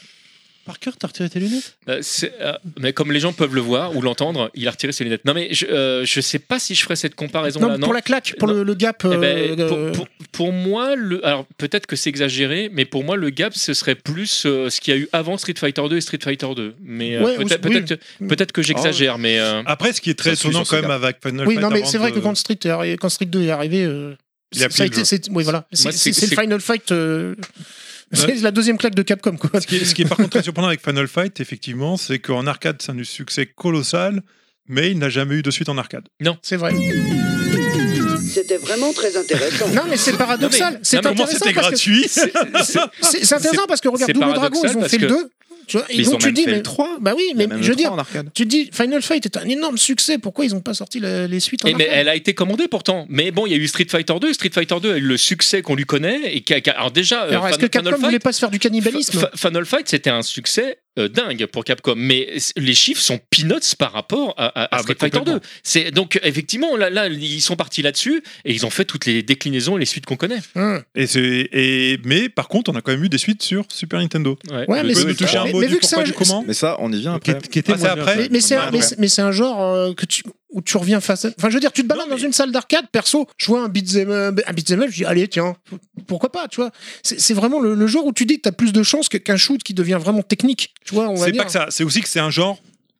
Par cœur, t'as retiré tes lunettes Euh, c'est, euh, mais comme les gens peuvent le voir ou l'entendre, il a retiré ses lunettes. Non, mais je, euh, je sais pas si je ferais cette comparaison Non, là. pour la claque, pour le, le gap. Eh ben, euh, pour, euh, pour- pour moi, le, alors peut-être que c'est exagéré, mais pour moi, le gap, ce serait plus euh, ce qu'il y a eu avant Street Fighter 2 et Street Fighter 2. Mais euh, Ouais, ou- peut-être, oui. Oh. Ah, peut-être, peut-être que j'exagère, mais euh, Après, ce qui est très Ça pue étonnant sur ce quand même avec Final Oui, Fight non, mais avant c'est vrai de- que quand Street, est arri- quand Street 2 est arrivé. euh, euh, Il a ça a pris le été- c'est- oui, voilà. C'est Moi, c'est- c'est- c'est c'est- le Final Fight. euh, <laughs> C'est la deuxième claque de Capcom, quoi. Ce qui, est, ce qui est par contre très surprenant avec Final Fight, effectivement, c'est qu'en arcade, c'est un succès colossal, mais il n'a jamais eu de suite en arcade. C'est vrai. C'était vraiment très intéressant. Non, mais c'est paradoxal. C'est mais au Comment intéressant c'était parce que- gratuit c'est- c'est- C'est c'est intéressant parce que regarde c'est Double Dragon, ils paradoxal ont parce fait le que- 2. Tu vois, et Mais ils donc ont tu même dis, fait mais- le 3. Bah oui, Il y a mais même je le veux dire, 3 en arcade. tu te dis Final Fight est un énorme succès, pourquoi ils n'ont pas sorti la- les suites en Et mais arcade elle a été commandée pourtant. Mais bon, il y a eu Street Fighter 2. Street Fighter 2 a eu le succès qu'on lui connaît. Et qui a- qui a- alors déjà, euh, Alors est-ce Fan- que Capcom Final Fight- voulait pas se faire du cannibalisme Fa- Final Fight, c'était un succès euh, dingue pour Capcom, mais s- les chiffres sont peanuts par rapport à, à- à Ah, Street bah, Fighter 2. complètement. C'est donc effectivement là, là, ils sont partis là-dessus et ils ont fait toutes les déclinaisons et les suites qu'on connaît. Hum. <laughs> et c'est- et- Mais par contre, on a quand même eu des suites sur Super Nintendo. Ouais, Tu mais peux c'est- nous toucher un mais- mot mais du vu que pourquoi, ça- du comment Mais ça, on y vient Qui après. est- qui était Ah, c'est moins bien après fait. Mais, mais c'est un, Ouais. mais c'est- mais c'est un genre euh, que tu, où tu reviens face à... Enfin, je veux dire, tu te balades dans une salle d'arcade, perso, je vois un beat'em up, un beat'em up, je dis, allez, tiens, p- pourquoi pas, tu vois C'est c'est vraiment le, le genre où tu dis que t'as plus de chances que- qu'un shoot qui devient vraiment technique, tu vois, on va C'est dire. pas que ça, c'est aussi que c'est un genre,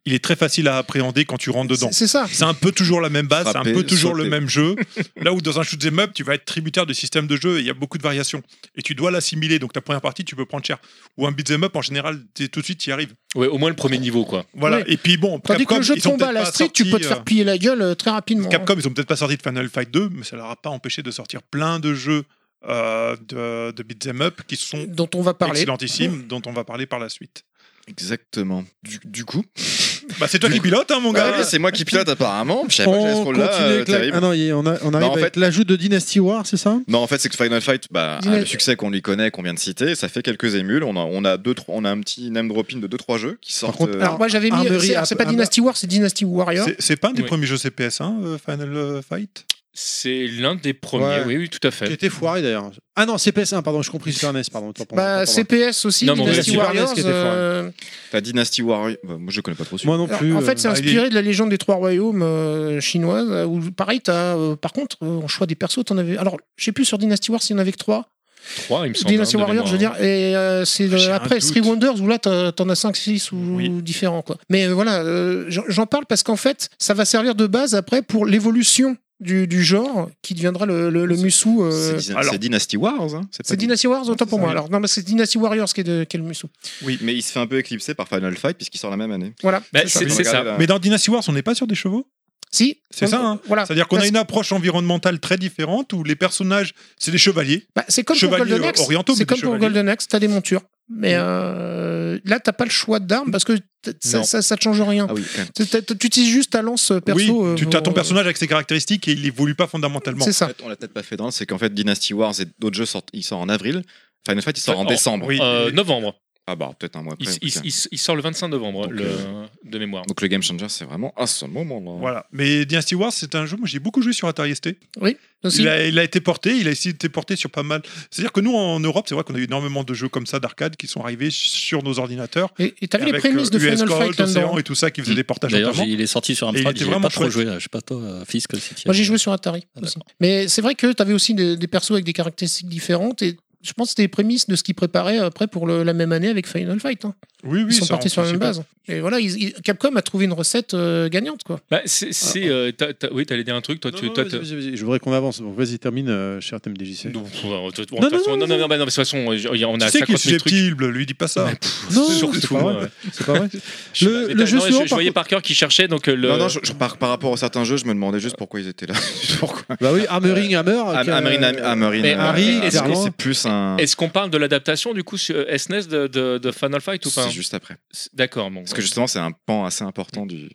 il est très facile à appréhender quand tu rentres dedans. C'est- C'est ça. C'est un peu toujours la même base, c'est un Frapper, peu toujours sauter. le même jeu. Là où dans un shoot'em up, tu vas être tributaire du système de jeu et il y a beaucoup de variations. Et tu dois l'assimiler, donc ta première partie, tu peux prendre cher. Ou un beat'em up, en général, t'es- tout de suite, tu y arrives. Ouais, au moins le premier niveau, quoi. Voilà. Oui. Et puis bon, Tandis que Capcom, le jeu de ils ont combat à peut-être la pas street, tu peux te sorti, faire plier la gueule euh, très rapidement. Capcom, ils ont peut-être pas sorti de Final Fight 2, mais ça leur a pas empêché de sortir plein de jeux euh, de, de beat'em up qui sont dont on va parler. excellentissimes, Mmh. dont on va parler par la suite. Exactement. Du, du coup, Bah, c'est toi qui pilote, hein, mon Ah, gars. mais c'est moi qui pilote apparemment. Je savais pas que j'avais ce On continue rôle-là. euh, avec la- terrible. Ah non, il y a- on, a- on arrive en avec l'ajout de Dynasty War, c'est ça Non, en fait, c'est que Final Fight, bah, Dis-le. a le succès qu'on lui connaît, qu'on vient de citer, ça fait quelques émules. On a, on a, deux, trois- on a un petit name dropping de 2-3 jeux qui sortent. contre, euh, Alors moi j'avais mis, Armory, c'est- alors, c'est pas Armory. Dynasty War, c'est Dynasty Warrior. C'est- C'est pas un des Oui. premiers jeux CPS1, euh, Final Fight C'est l'un des premiers. Ouais. Oui, oui, tout à fait. Qui était foiré d'ailleurs. Ah non, CPS1, pardon, je compris Super NES, pardon. autant pour moi, Bah, autant pour moi. CPS aussi, Non, mais on Dynasty dirait Super NES Warriors. qui était fort, euh, T'as Dynasty Warrior. bah, moi, je connais pas trop celui Moi non Alors, plus. en euh, fait, c'est ah, inspiré de la légende des trois royaumes euh, chinoise, euh, où pareil, t'as, euh, par contre, euh, en choix des persos, t'en avais. Alors, je sais plus sur Dynasty War s'il y en avait que trois. Trois, il me semble. Dynasty hein, de Warrior, je veux mémoire, dire, et euh, c'est euh, J'ai un après doute. Three Wonders où là, t'as- t'en as 5, 6 ou Oui. différents, quoi. Mais euh, voilà, euh, j'en- j'en parle parce qu'en fait, ça va servir de base après pour l'évolution du, du genre qui deviendra le, le, le Musu. euh, C'est Dyna- alors- c'est Dynasty Wars. hein, pas c'est Dynasty Dynasty Wars, autant ça, pour moi. oui. Alors, non, mais c'est Dynasty Warriors qui est, de, qui est le Musu. Oui, mais il se fait un peu éclipser par Final Fight puisqu'il sort la même année. Voilà. Bah, c'est ça. c'est- Je c'est ça. regardais la- Mais dans Dynasty Wars, on n'est pas sur des chevaux Si. C'est ça, hein. Voilà. C'est-à-dire qu'on Parce- a une approche environnementale très différente où les personnages, c'est des chevaliers. Bah, c'est comme pour Chevaliers Golden Axe. orientaux, mais C'est des comme pour chevaliers. Mm. Golden Axe, t'as des montures. Mais euh, là, t'as pas le choix d'armes parce que t- ça, Non. ça, ça te change rien. Ah oui, quand même. T'as- t'as- Tu utilises juste ta lance euh, perso. oui, euh, tu as ton pour, personnage avec ses caractéristiques et il évolue pas euh, fondamentalement. C'est En ça. fait, on l'a peut-être pas fait dans le- c'est qu'en fait, Dynasty Wars et d'autres jeux sortent, ils sortent en avril. Final Fight, il sort en Oh, décembre. Oui. Euh, novembre. Ah bah, peut-être un mois après. Il, en il- tout cas. il- il sort le 25 novembre, Donc, le- euh, de mémoire. Donc le Game Changer, c'est vraiment à ce moment-là. Voilà. Mais Dynasty Wars, c'est un jeu, moi j'ai beaucoup joué sur Atari ST. Aussi. Il a, il a été porté, il a aussi été porté sur pas mal. C'est-à-dire que nous, en Europe, c'est vrai qu'on a eu énormément de jeux comme ça d'arcade qui sont arrivés sur nos ordinateurs. Et et t'as vu les Avec, prémices de euh, US Final Gold, Fight hein, là-dedans. Océan et tout ça qui faisaient des portages D'ailleurs, j'ai- notamment. il est sorti sur Et il Amstrad, était j'ai vraiment pas trop chouette. joué. là. Je sais pas toi, euh, Fisk, si tu y Moi, as- j'ai joué sur Atari. Ah, aussi. d'accord. Mais c'est vrai que t'avais aussi des, des persos avec des caractéristiques différentes et je pense que c'était les prémices de ce qu'ils préparaient après pour le- la même année avec Final Fight. hein. Oui, oui, ils sont ça, on partis sur la même pensait base. Et voilà, ils- ils- Capcom a trouvé une recette euh, gagnante, quoi. Bah, c'est, c'est, euh, t'as- t'as- oui, t'allais dire un truc. Toi, non, tu, non, toi, vas-y, vas-y, vas-y, je voudrais qu'on avance. Bon, vas-y, termine, euh, cher TMDJC. Non, de toute Non, non, façon, non, non, non. non, non, mais de toute façon, on pas. a Tu sais qu'il est 50 000 trucs. susceptible, lui dis pas ça. Non, Surtout, c'est pas vrai. ouais. C'est pas vrai Je- Le- mais le t'as- jeu non, suivant, je- je, par voyais contre- par cœur qui cherchait donc euh, le. Non, non, je, je- par, par rapport à certains jeux, je me demandais juste pourquoi ils étaient là. <laughs> pourquoi Bah oui, Hammering Hammer. euh, Am- qui a- Amarine, Am- Amarine, Mais euh, Harry, euh, est-ce que c'est plus un. Est-ce qu'on parle de l'adaptation du coup sur euh, SNES de, de, de Final Fight ou pas C'est juste après. D'accord, bon. Parce que justement, c'est un pan assez important du,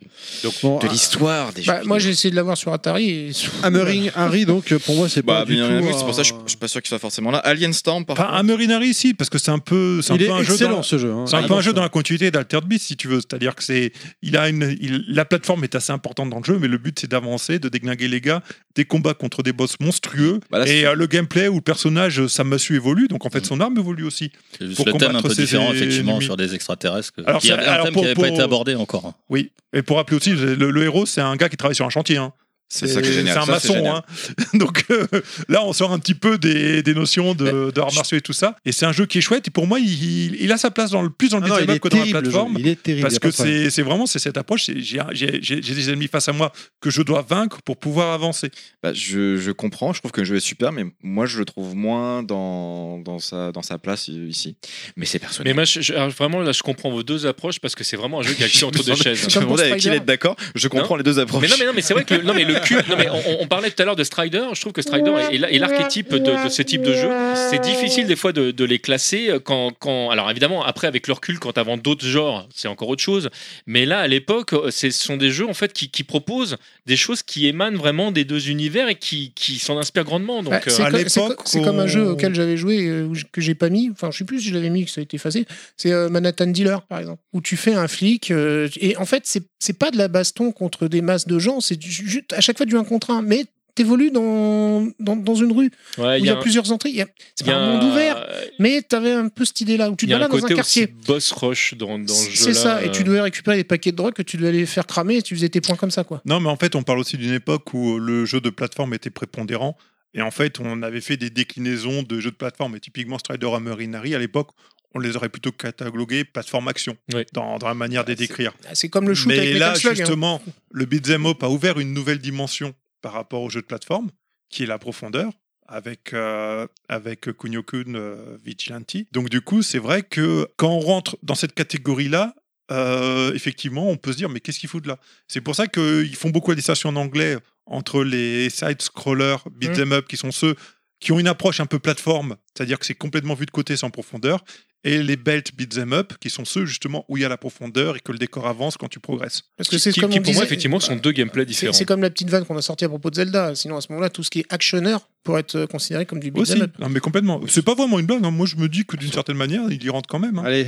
Bon, de l'histoire des Bah, jeux. moi, j'ai vidéo. euh, essayé de l'avoir sur Atari. Et... Hammering Harry, donc euh, pour moi, c'est Bah, pas. du bien tout euh, évidemment, un- c'est pour ça que je, je suis pas sûr qu'il soit forcément là. Alien Storm, par Enfin, contre. Amerinari ici, parce que c'est un peu, c'est un Il peu est un jeu dans- excellent ce jeu. hein. C'est Ah, un peu Excellent. un jeu dans la continuité d'Altered Beast, si tu veux. C'est-à-dire que c'est, il a une, il- la plateforme est assez importante dans le jeu, mais le but c'est d'avancer, de déglinguer les gars, des combats contre des boss monstrueux, Bah là, et c'est- euh, le gameplay où le personnage, euh, sa massue évolue, donc en fait son arme évolue aussi. C'est juste pour le thème un combattre peu ces différent, ennemis. effectivement, sur des extraterrestres. que- Alors, il y c'est- avait un alors, thème pour- qui n'avait pour- pas été abordé encore. hein. Oui. Et pour rappeler aussi, le, le héros, c'est un gars qui travaille sur un chantier. hein. C'est ça qui est génial, C'est un ça, c'est maçon. génial. hein. <laughs> Donc euh, là, on sort un petit peu des, des notions de- d'arts martiaux et tout ça. Et c'est un jeu qui est chouette. Et pour moi, il, il a sa place dans le, plus dans le Ah Non, non, il beat'em up est que dans la terrible, le jeu. plateforme. Il est terrible. y Parce a pas que de problème. c'est c'est vraiment c'est cette approche. c'est- J'ai j'ai- j'ai- j'ai des ennemis face à moi que je dois vaincre pour pouvoir avancer. Bah, je, je comprends, je trouve que le jeu est super, mais moi je le trouve moins dans, dans, sa, dans sa place euh, ici. Mais c'est personnel. Mais moi, je- je- alors, vraiment, là, je comprends vos deux approches parce que c'est vraiment un jeu qui a acquis entre deux chaises. <laughs> Je me demandais avec qui il est d'accord. Je comprends les deux approches. Mais non, mais non, mais c'est vrai que le, non, mais le cube. Non, mais on, on parlait tout à l'heure de Strider. Je trouve que Strider est, est la- est l'archétype de, de ce type de jeu. C'est difficile des fois de, de les classer euh, quand, quand. Alors évidemment, après avec le recul, quand t'inventes d'autres genres, c'est encore autre chose. Mais là, à l'époque, euh, c'est- ce sont des jeux en fait qui, qui proposent des choses qui émanent vraiment des deux univers et qui, qui s'en inspirent grandement. Donc, Bah, euh, c'est à comme- c'est l'époque, co- c'est comme un jeu on- auquel j'avais joué euh, où je- que j'ai pas mis. Enfin, je sais plus si je l'avais mis, que ça a été effacé. C'est euh, Manhattan Dealer, par exemple, où tu fais un flic. euh, et en fait, c'est c'est pas de la baston contre des masses de gens. C'est du- juste à chaque fois du 1 contre 1. Mais t'évolues dans, dans, dans une rue euh, ouais, où il y a, Bah, un- plusieurs entrées. Il y a- C'est il y pas a un monde ouvert. Mais t'avais un peu cette idée-là où tu Il te y a un balades dans côté un aussi quartier. boss rush dans, dans ce jeu. C'est ça, et euh. tu devais récupérer des paquets de drogue que tu devais aller faire cramer et tu faisais tes points comme ça, quoi. Non, mais en fait, on parle aussi d'une époque où euh, le jeu de plateforme était prépondérant. Et en fait, on avait fait des déclinaisons de jeux de plateforme. Et typiquement, Strider Hammer Inari, à l'époque, on les aurait plutôt catalogués plateforme action, Oui. dans, dans la manière de les décrire. Ah, C'est comme le shoot Mais avec là, Metal Slug. hein. justement, le beat'em up a ouvert une nouvelle dimension par rapport au jeu de plateforme, qui est la profondeur, avec, euh, avec Kunio-kun euh, Vigilante. Donc du coup, c'est vrai que quand on rentre dans cette catégorie-là, euh, effectivement, on peut se dire, mais qu'est-ce qu'ils foutent là C'est pour ça qu'ils font beaucoup la distinction en anglais entre les side-scrollers, Mmh. beat'em up, qui sont ceux qui ont une approche un peu plateforme, c'est-à-dire que c'est complètement vu de côté sans profondeur, et les belt beat'em up, qui sont ceux justement où il y a la profondeur et que le décor avance quand tu progresses. Parce que Qui, c'est qui- comme qui, on pour moi, disait- euh, effectivement, sont deux gameplays C'est différents. c'est comme la petite vanne qu'on a sortie à propos de Zelda. Sinon, à ce moment-là, tout ce qui est actionneur pourrait être euh, considéré comme du Aussi. beat'em up. Non, mais complètement. C'est pas vraiment une blague. hein. Moi, je me dis que d'une certaine manière, il y rentre quand même. hein. Allez,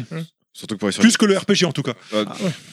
Surtout que pour les sur- Plus que le RPG en tout cas. euh,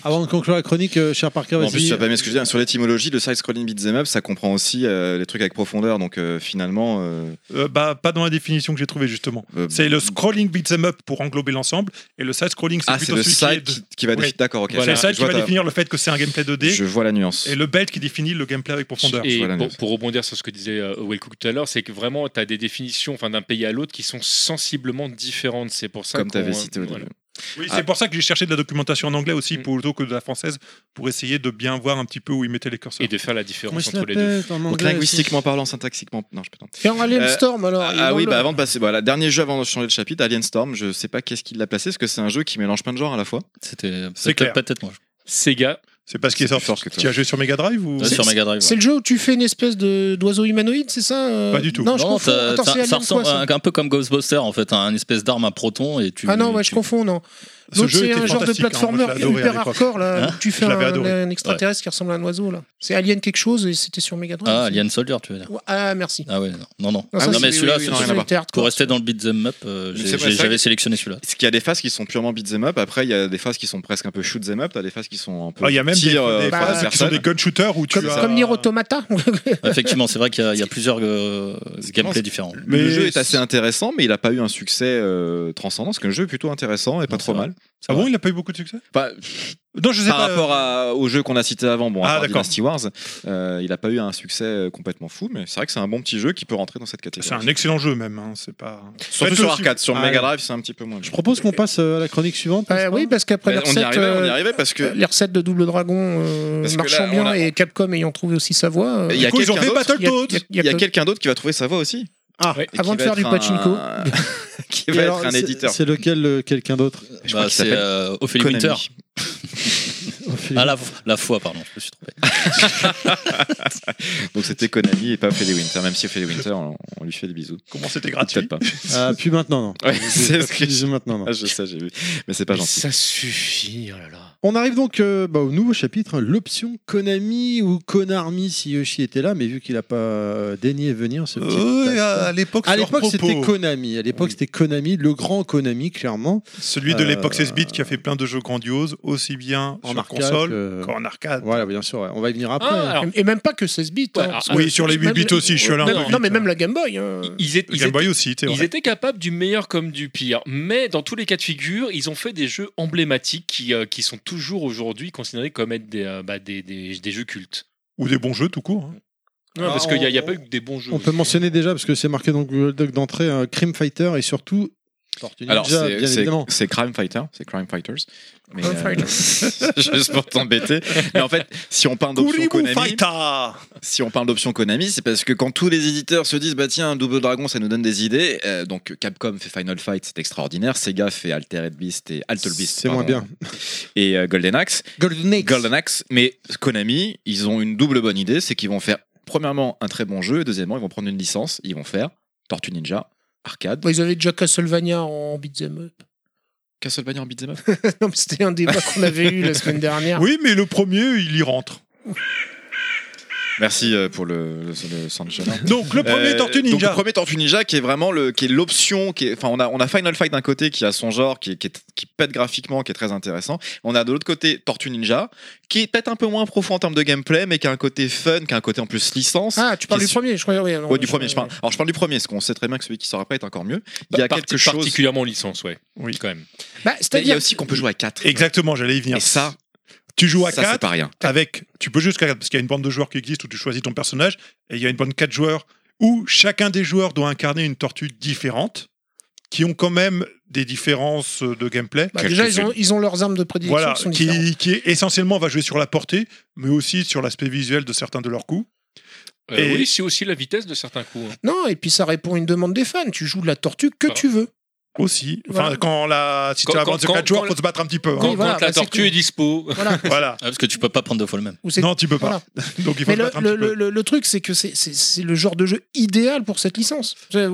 avant de conclure la chronique, euh, cher Parker, En plus, vas-y. tu as pas mis ce que je dis. hein. Sur l'étymologie, le side-scrolling beat'em up, ça comprend aussi euh, les trucs avec profondeur. Donc euh, finalement. euh, Euh, bah, pas dans la définition que j'ai trouvée justement. euh, C'est le scrolling beat'em up pour englober l'ensemble et le side scrolling c'est Ah, c'est plutôt le celui qui est- side qui, qui va. Oui. défi- D'accord, ok. C'est le Voilà. Je side qui vois va ta- définir le fait que c'est un gameplay 2D Je vois la nuance. et le belt qui définit le gameplay avec profondeur. Je Et vois la pour, nuance. pour rebondir sur ce que disait euh, Will Cook tout à l'heure, c'est que vraiment, tu as des définitions enfin, d'un pays à l'autre qui sont sensiblement différentes. C'est pour ça Comme qu'on, tu avais euh, cité au voilà. début. Oui, Ah. c'est pour ça que j'ai cherché de la documentation en anglais aussi Mm. plutôt que de la française pour essayer de bien voir un petit peu où ils mettaient les curseurs. Et de faire la hein, différence Comment entre les il deux. s'appelle en Donc anglais, linguistiquement parlant, syntaxiquement. Non, je peux Et en Alien Euh, Storm, alors. il est Ah, ah dans oui, le- bah avant de passer, voilà, dernier jeu avant de changer de chapitre, Alien Storm. Je sais pas qu'est-ce qu'il l'a placé, parce que c'est un jeu qui mélange plein de genres à la fois. C'était C'est peut-être clair. peut-être moi. Sega, C'est parce qu'il est C'est sorti. plus fort que toi. Tu as joué sur Mega Drive ou je- Sur Mega Drive. C'est ouais. le jeu où tu fais une espèce de d'oiseau humanoïde, c'est ça euh Pas du tout. Non, je Non, confonds. t'as- Attends, t'as- c'est ça Alien ressemble quoi, un, un peu comme Ghostbuster en fait, hein, un espèce d'arme à proton et tu. ça Ah non, ouais, je tu- confonds, non. Ce L'autre, jeu c'est était un genre de fantastique, hein. Moi, je l'ai platformer adoré à hyper l'époque. hardcore, là. Hein où tu fais Je l'avais un, adoré. un extraterrestre qui ressemble à un oiseau, là. C'est Alien quelque chose et c'était sur Mega Drive. Ah, aussi. Alien Soldier, tu veux dire. Ouais, Ah, merci. Ah ouais, non, non. Non, ça, non c'est- mais oui, celui-là, oui, oui, c'est- non, rien à c'est- voir. C'était hardcore. pour rester dans le beat'em up, euh, Mais j'ai- c'est vrai, j'ai- ça- j'avais sélectionné <laughs> celui-là. Ce qu'il y a des phases qui sont purement beat'em up. Après, il y a des phases qui sont presque un peu shoot'em up. T'as des phases qui sont un peu. Ah, Il y a même des, tir, euh, des par phases la qui sont des personne. gun shooters où tu Comme, as- comme <laughs> Nier Automata. <laughs> Effectivement, c'est vrai qu'il y, a- il y a plusieurs euh, c'est- gameplays différents. Le Mais jeu est c'est- assez intéressant, mais il a pas eu un succès euh, transcendant. Parce que le jeu est plutôt intéressant et pas Non, trop c'est vrai. mal. Ah bon, il a pas eu beaucoup de succès Bah, Non, je sais par pas. rapport à- au jeu qu'on a cité avant, bon, à Ah, part d'accord. Dynasty Wars, euh, il a pas eu un succès euh, complètement fou, mais c'est vrai que c'est un bon petit jeu qui peut rentrer dans cette C'est un catégorie. excellent jeu même, hein, c'est pas. Surtout Faites-le sur si- arcade, sur Ah, Mega ouais. Drive, c'est un petit peu moins. bien. Je propose qu'on passe euh, à la chronique suivante. Euh, n'est-ce pas oui, parce qu'après les Bah, on y recettes, arrivait, on y euh, arrivait parce que les recettes de Double Dragon euh, Parce que marchant là, on bien a- et Capcom ayant trouvé aussi sa voie. euh, Il y a Du coup, ils ont quelqu'un fait d'autre il y a- Battletoads il y a- il y a Il y a que- quelqu'un d'autre qui va trouver sa voix aussi. Ah. Et qui Avant de va faire être du un- pachinko. <laughs> qui Et va alors, être un c'est- éditeur. C'est lequel euh, quelqu'un d'autre Je crois Bah, qu'il c'est s'appelle euh, Ophélie Konami. Winter. Ophélie. Ah, la, la foi, pardon, je me suis trompé. Donc c'était Konami et pas Ophélie Winter, même si Ophélie Winter, on, on lui fait des bisous. Comment c'était Peut-être gratuit pas. Ah, puis maintenant, non. Ouais, <laughs> c'est ce que Puis maintenant, non. Ah, je sais, j'ai vu. Mais c'est pas gentil. ça suffit, oh là là. On arrive donc euh, bah, au nouveau chapitre, hein, l'option Konami ou Konarmi si Yoshi était là, mais vu qu'il n'a pas euh, daigné venir, ce petit. Euh, à l'époque, à leurs l'époque, c'était propos. Konami. À l'époque, c'était Konami, le grand Konami, clairement. Celui de l'époque Euh, 16 bits qui a fait plein de jeux grandioses, aussi bien en sur arcade, console, que- qu'en arcade. euh, Voilà, bien sûr, ouais. on va y venir après. Ah, alors, Et même pas que 16 bits. Ouais, hein, alors, parce que Oui, sur les 8 même- bits aussi, je suis allé un Non, peu non, vite, mais hein. même la Game Boy. hein. Euh, ils, étaient- Le ils Game Boy étaient- aussi, c'est ils vrai. étaient capables du meilleur comme du pire, mais dans tous les cas de figure, ils ont fait des jeux emblématiques qui, euh, qui sont toujours aujourd'hui considérés comme être des, euh, bah, des, des- des jeux cultes. Ou des bons jeux tout court. hein. Ouais, parce Ah, qu'il n'y a, il y a on- pas eu que des bons jeux. On peut aussi. mentionner déjà, parce que c'est marqué dans Google Doc d'entrée, euh, Crime Fighter et surtout Tortue Ninja, Alors, c'est- bien c'est évidemment. c'est Crime Fighter, c'est Crime Fighters. Mais, euh, Crime Fighters. <laughs> juste pour t'embêter. Mais en fait, si on parle d'option Kuribu Konami, Ah, Fighter si on parle d'option Konami, c'est parce que quand tous les éditeurs se disent bah tiens Double Dragon ça nous donne des idées, euh, donc Capcom fait Final Fight, c'est extraordinaire, Sega fait Altered Beast et Altered Beast, C'est moins pardon, bien. et euh, Golden Axe, Golden Axe. Golden Axe, mais Konami, ils ont une double bonne idée, c'est qu'ils vont faire premièrement un très bon jeu et deuxièmement ils vont prendre une licence, ils vont faire Tortue Ninja arcade, Bon, ils avaient déjà Castlevania en beat'em up. <laughs> Castlevania en beat'em up. Non, mais c'était un débat qu'on avait <laughs> eu la semaine Ah. dernière. Oui, mais le premier, il y rentre. Merci euh, pour le, le, le soundcheck. Donc, le premier Euh, Tortue donc le Ninja. premier Tortue Ninja qui est vraiment le, qui est l'option, qui est, enfin on a, on a Final Fight d'un côté qui a son genre, qui, est- qui, est- qui pète graphiquement, qui est très intéressant. On a de l'autre côté Tortue Ninja, qui est peut-être un peu moins profond en termes de gameplay, mais qui a un côté fun, qui a un côté en plus licence. Ah, tu parles Qui du est- premier, je crois. oui, alors, Ouais, du je- premier, je parle. Alors je parle du premier, parce qu'on sait très bien que celui qui sort après est encore mieux. Il y a Parti- quelque chose. Particulièrement licence, ouais. Oui. quand même. Bah, mais Il y a C'est-à-dire. aussi qu'on peut jouer à 4 Exactement, j'allais y venir. Et ça, tu joues à ça c'est 4 pas rien. avec. Tu peux juste à 4 parce qu'il y a une bande de joueurs qui existe où tu choisis ton personnage et il y a une bande de 4 joueurs où chacun des joueurs doit incarner une tortue différente qui ont quand même des différences de gameplay. bah, déjà, ils ont, ils ont leurs armes de prédilection voilà, qui sont différentes. qui, qui est essentiellement va jouer sur la portée, mais aussi sur l'aspect visuel de certains de leurs coups. Euh, Et- Oui, c'est aussi la vitesse de certains coups. hein. Non, et puis ça répond à une demande des fans. Tu joues de la tortue que Ah. tu veux. Aussi, enfin, Voilà. quand la, si Quand- tu as la quand- bande de quand- 4 joueurs, quand- faut se battre un petit peu. hein. Quand, Oui, voilà, quand la bah, c'est tortue que- est dispo, Voilà. Voilà. Ah, parce que tu peux pas prendre deux fois le même. Ou c'est- Non, tu peux pas. voilà. Donc il faut Mais se le, battre un le- petit peu. le- le- le truc, c'est que c'est- c'est c'est le genre de jeu idéal pour cette licence. C'est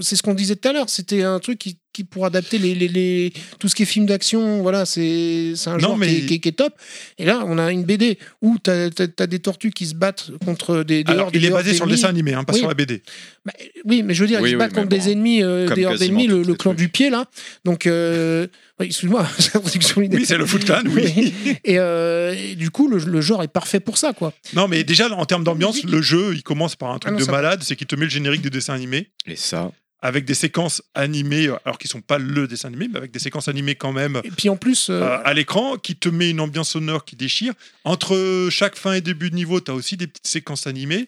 c'est ce qu'on disait tout à l'heure. C'était un truc qui, qui pour adapter les, les- les- tout ce qui est film d'action, voilà, c'est c'est un Non, genre mais- qui, est- qui est- qui est top. Et là, on a une BD où tu as, des tortues qui se battent contre des, des Alors, hordes il et est des basé hordes sur le ennemies. dessin animé, hein, pas Oui. sur la BD. Bah, oui, mais je veux dire, Oui, ils se oui, battent mais contre bon. des ennemis, euh, Comme des hordes quasiment ennemies, le, tous le ces clan trucs. du pied, là. Donc, euh, oui, excuse-moi, <laughs> c'est la production Oui, c'est le Foot Clan, oui. <laughs> et, euh, et du coup, le, le genre est parfait pour ça, quoi. Non, mais déjà, en termes d'ambiance, le jeu, il commence par un Ah truc non, de ça- malade, c'est qu'il te met le générique du dessin animé, Et ça, avec des séquences animées, euh, alors qui sont pas le dessin animé, mais avec des séquences animées quand même Et puis en plus, euh, euh, à l'écran, qui te met une ambiance sonore qui déchire. Entre chaque fin et début de niveau, tu as aussi des petites séquences animées.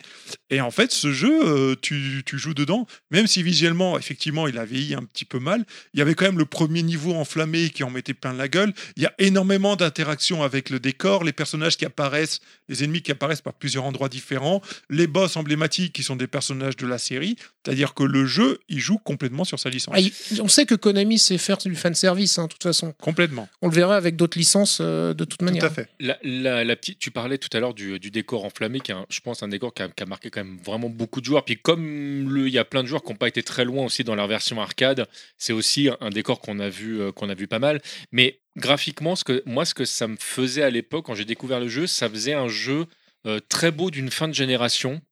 Et en fait, ce jeu, euh, tu, tu joues dedans, même si visuellement, effectivement, il a vieilli un petit peu mal, il y avait quand même le premier niveau enflammé qui en mettait plein la gueule. Il y a énormément d'interactions avec le décor, les personnages qui apparaissent, les ennemis qui apparaissent par plusieurs endroits différents, les boss emblématiques qui sont des personnages de la série. C'est-à-dire que le jeu, il joue complètement sur sa licence. Ah, il- on sait que Konami sait faire du fanservice, hein, de toute façon. Complètement, On le verra avec d'autres licences euh, de toute tout manière. à fait. la, la- la petite, tu parlais tout à l'heure du, du décor enflammé, qui est un- je pense un décor qui a, qui a marqué quand même vraiment beaucoup de joueurs. Puis comme le- il y a plein de joueurs qui n'ont pas été très loin aussi dans leur version arcade, c'est aussi un, un décor qu'on a vu euh, qu'on a vu pas mal. Mais graphiquement, ce que moi, ce que ça me faisait à l'époque quand j'ai découvert le jeu, ça faisait un jeu euh, très beau d'une fin de génération.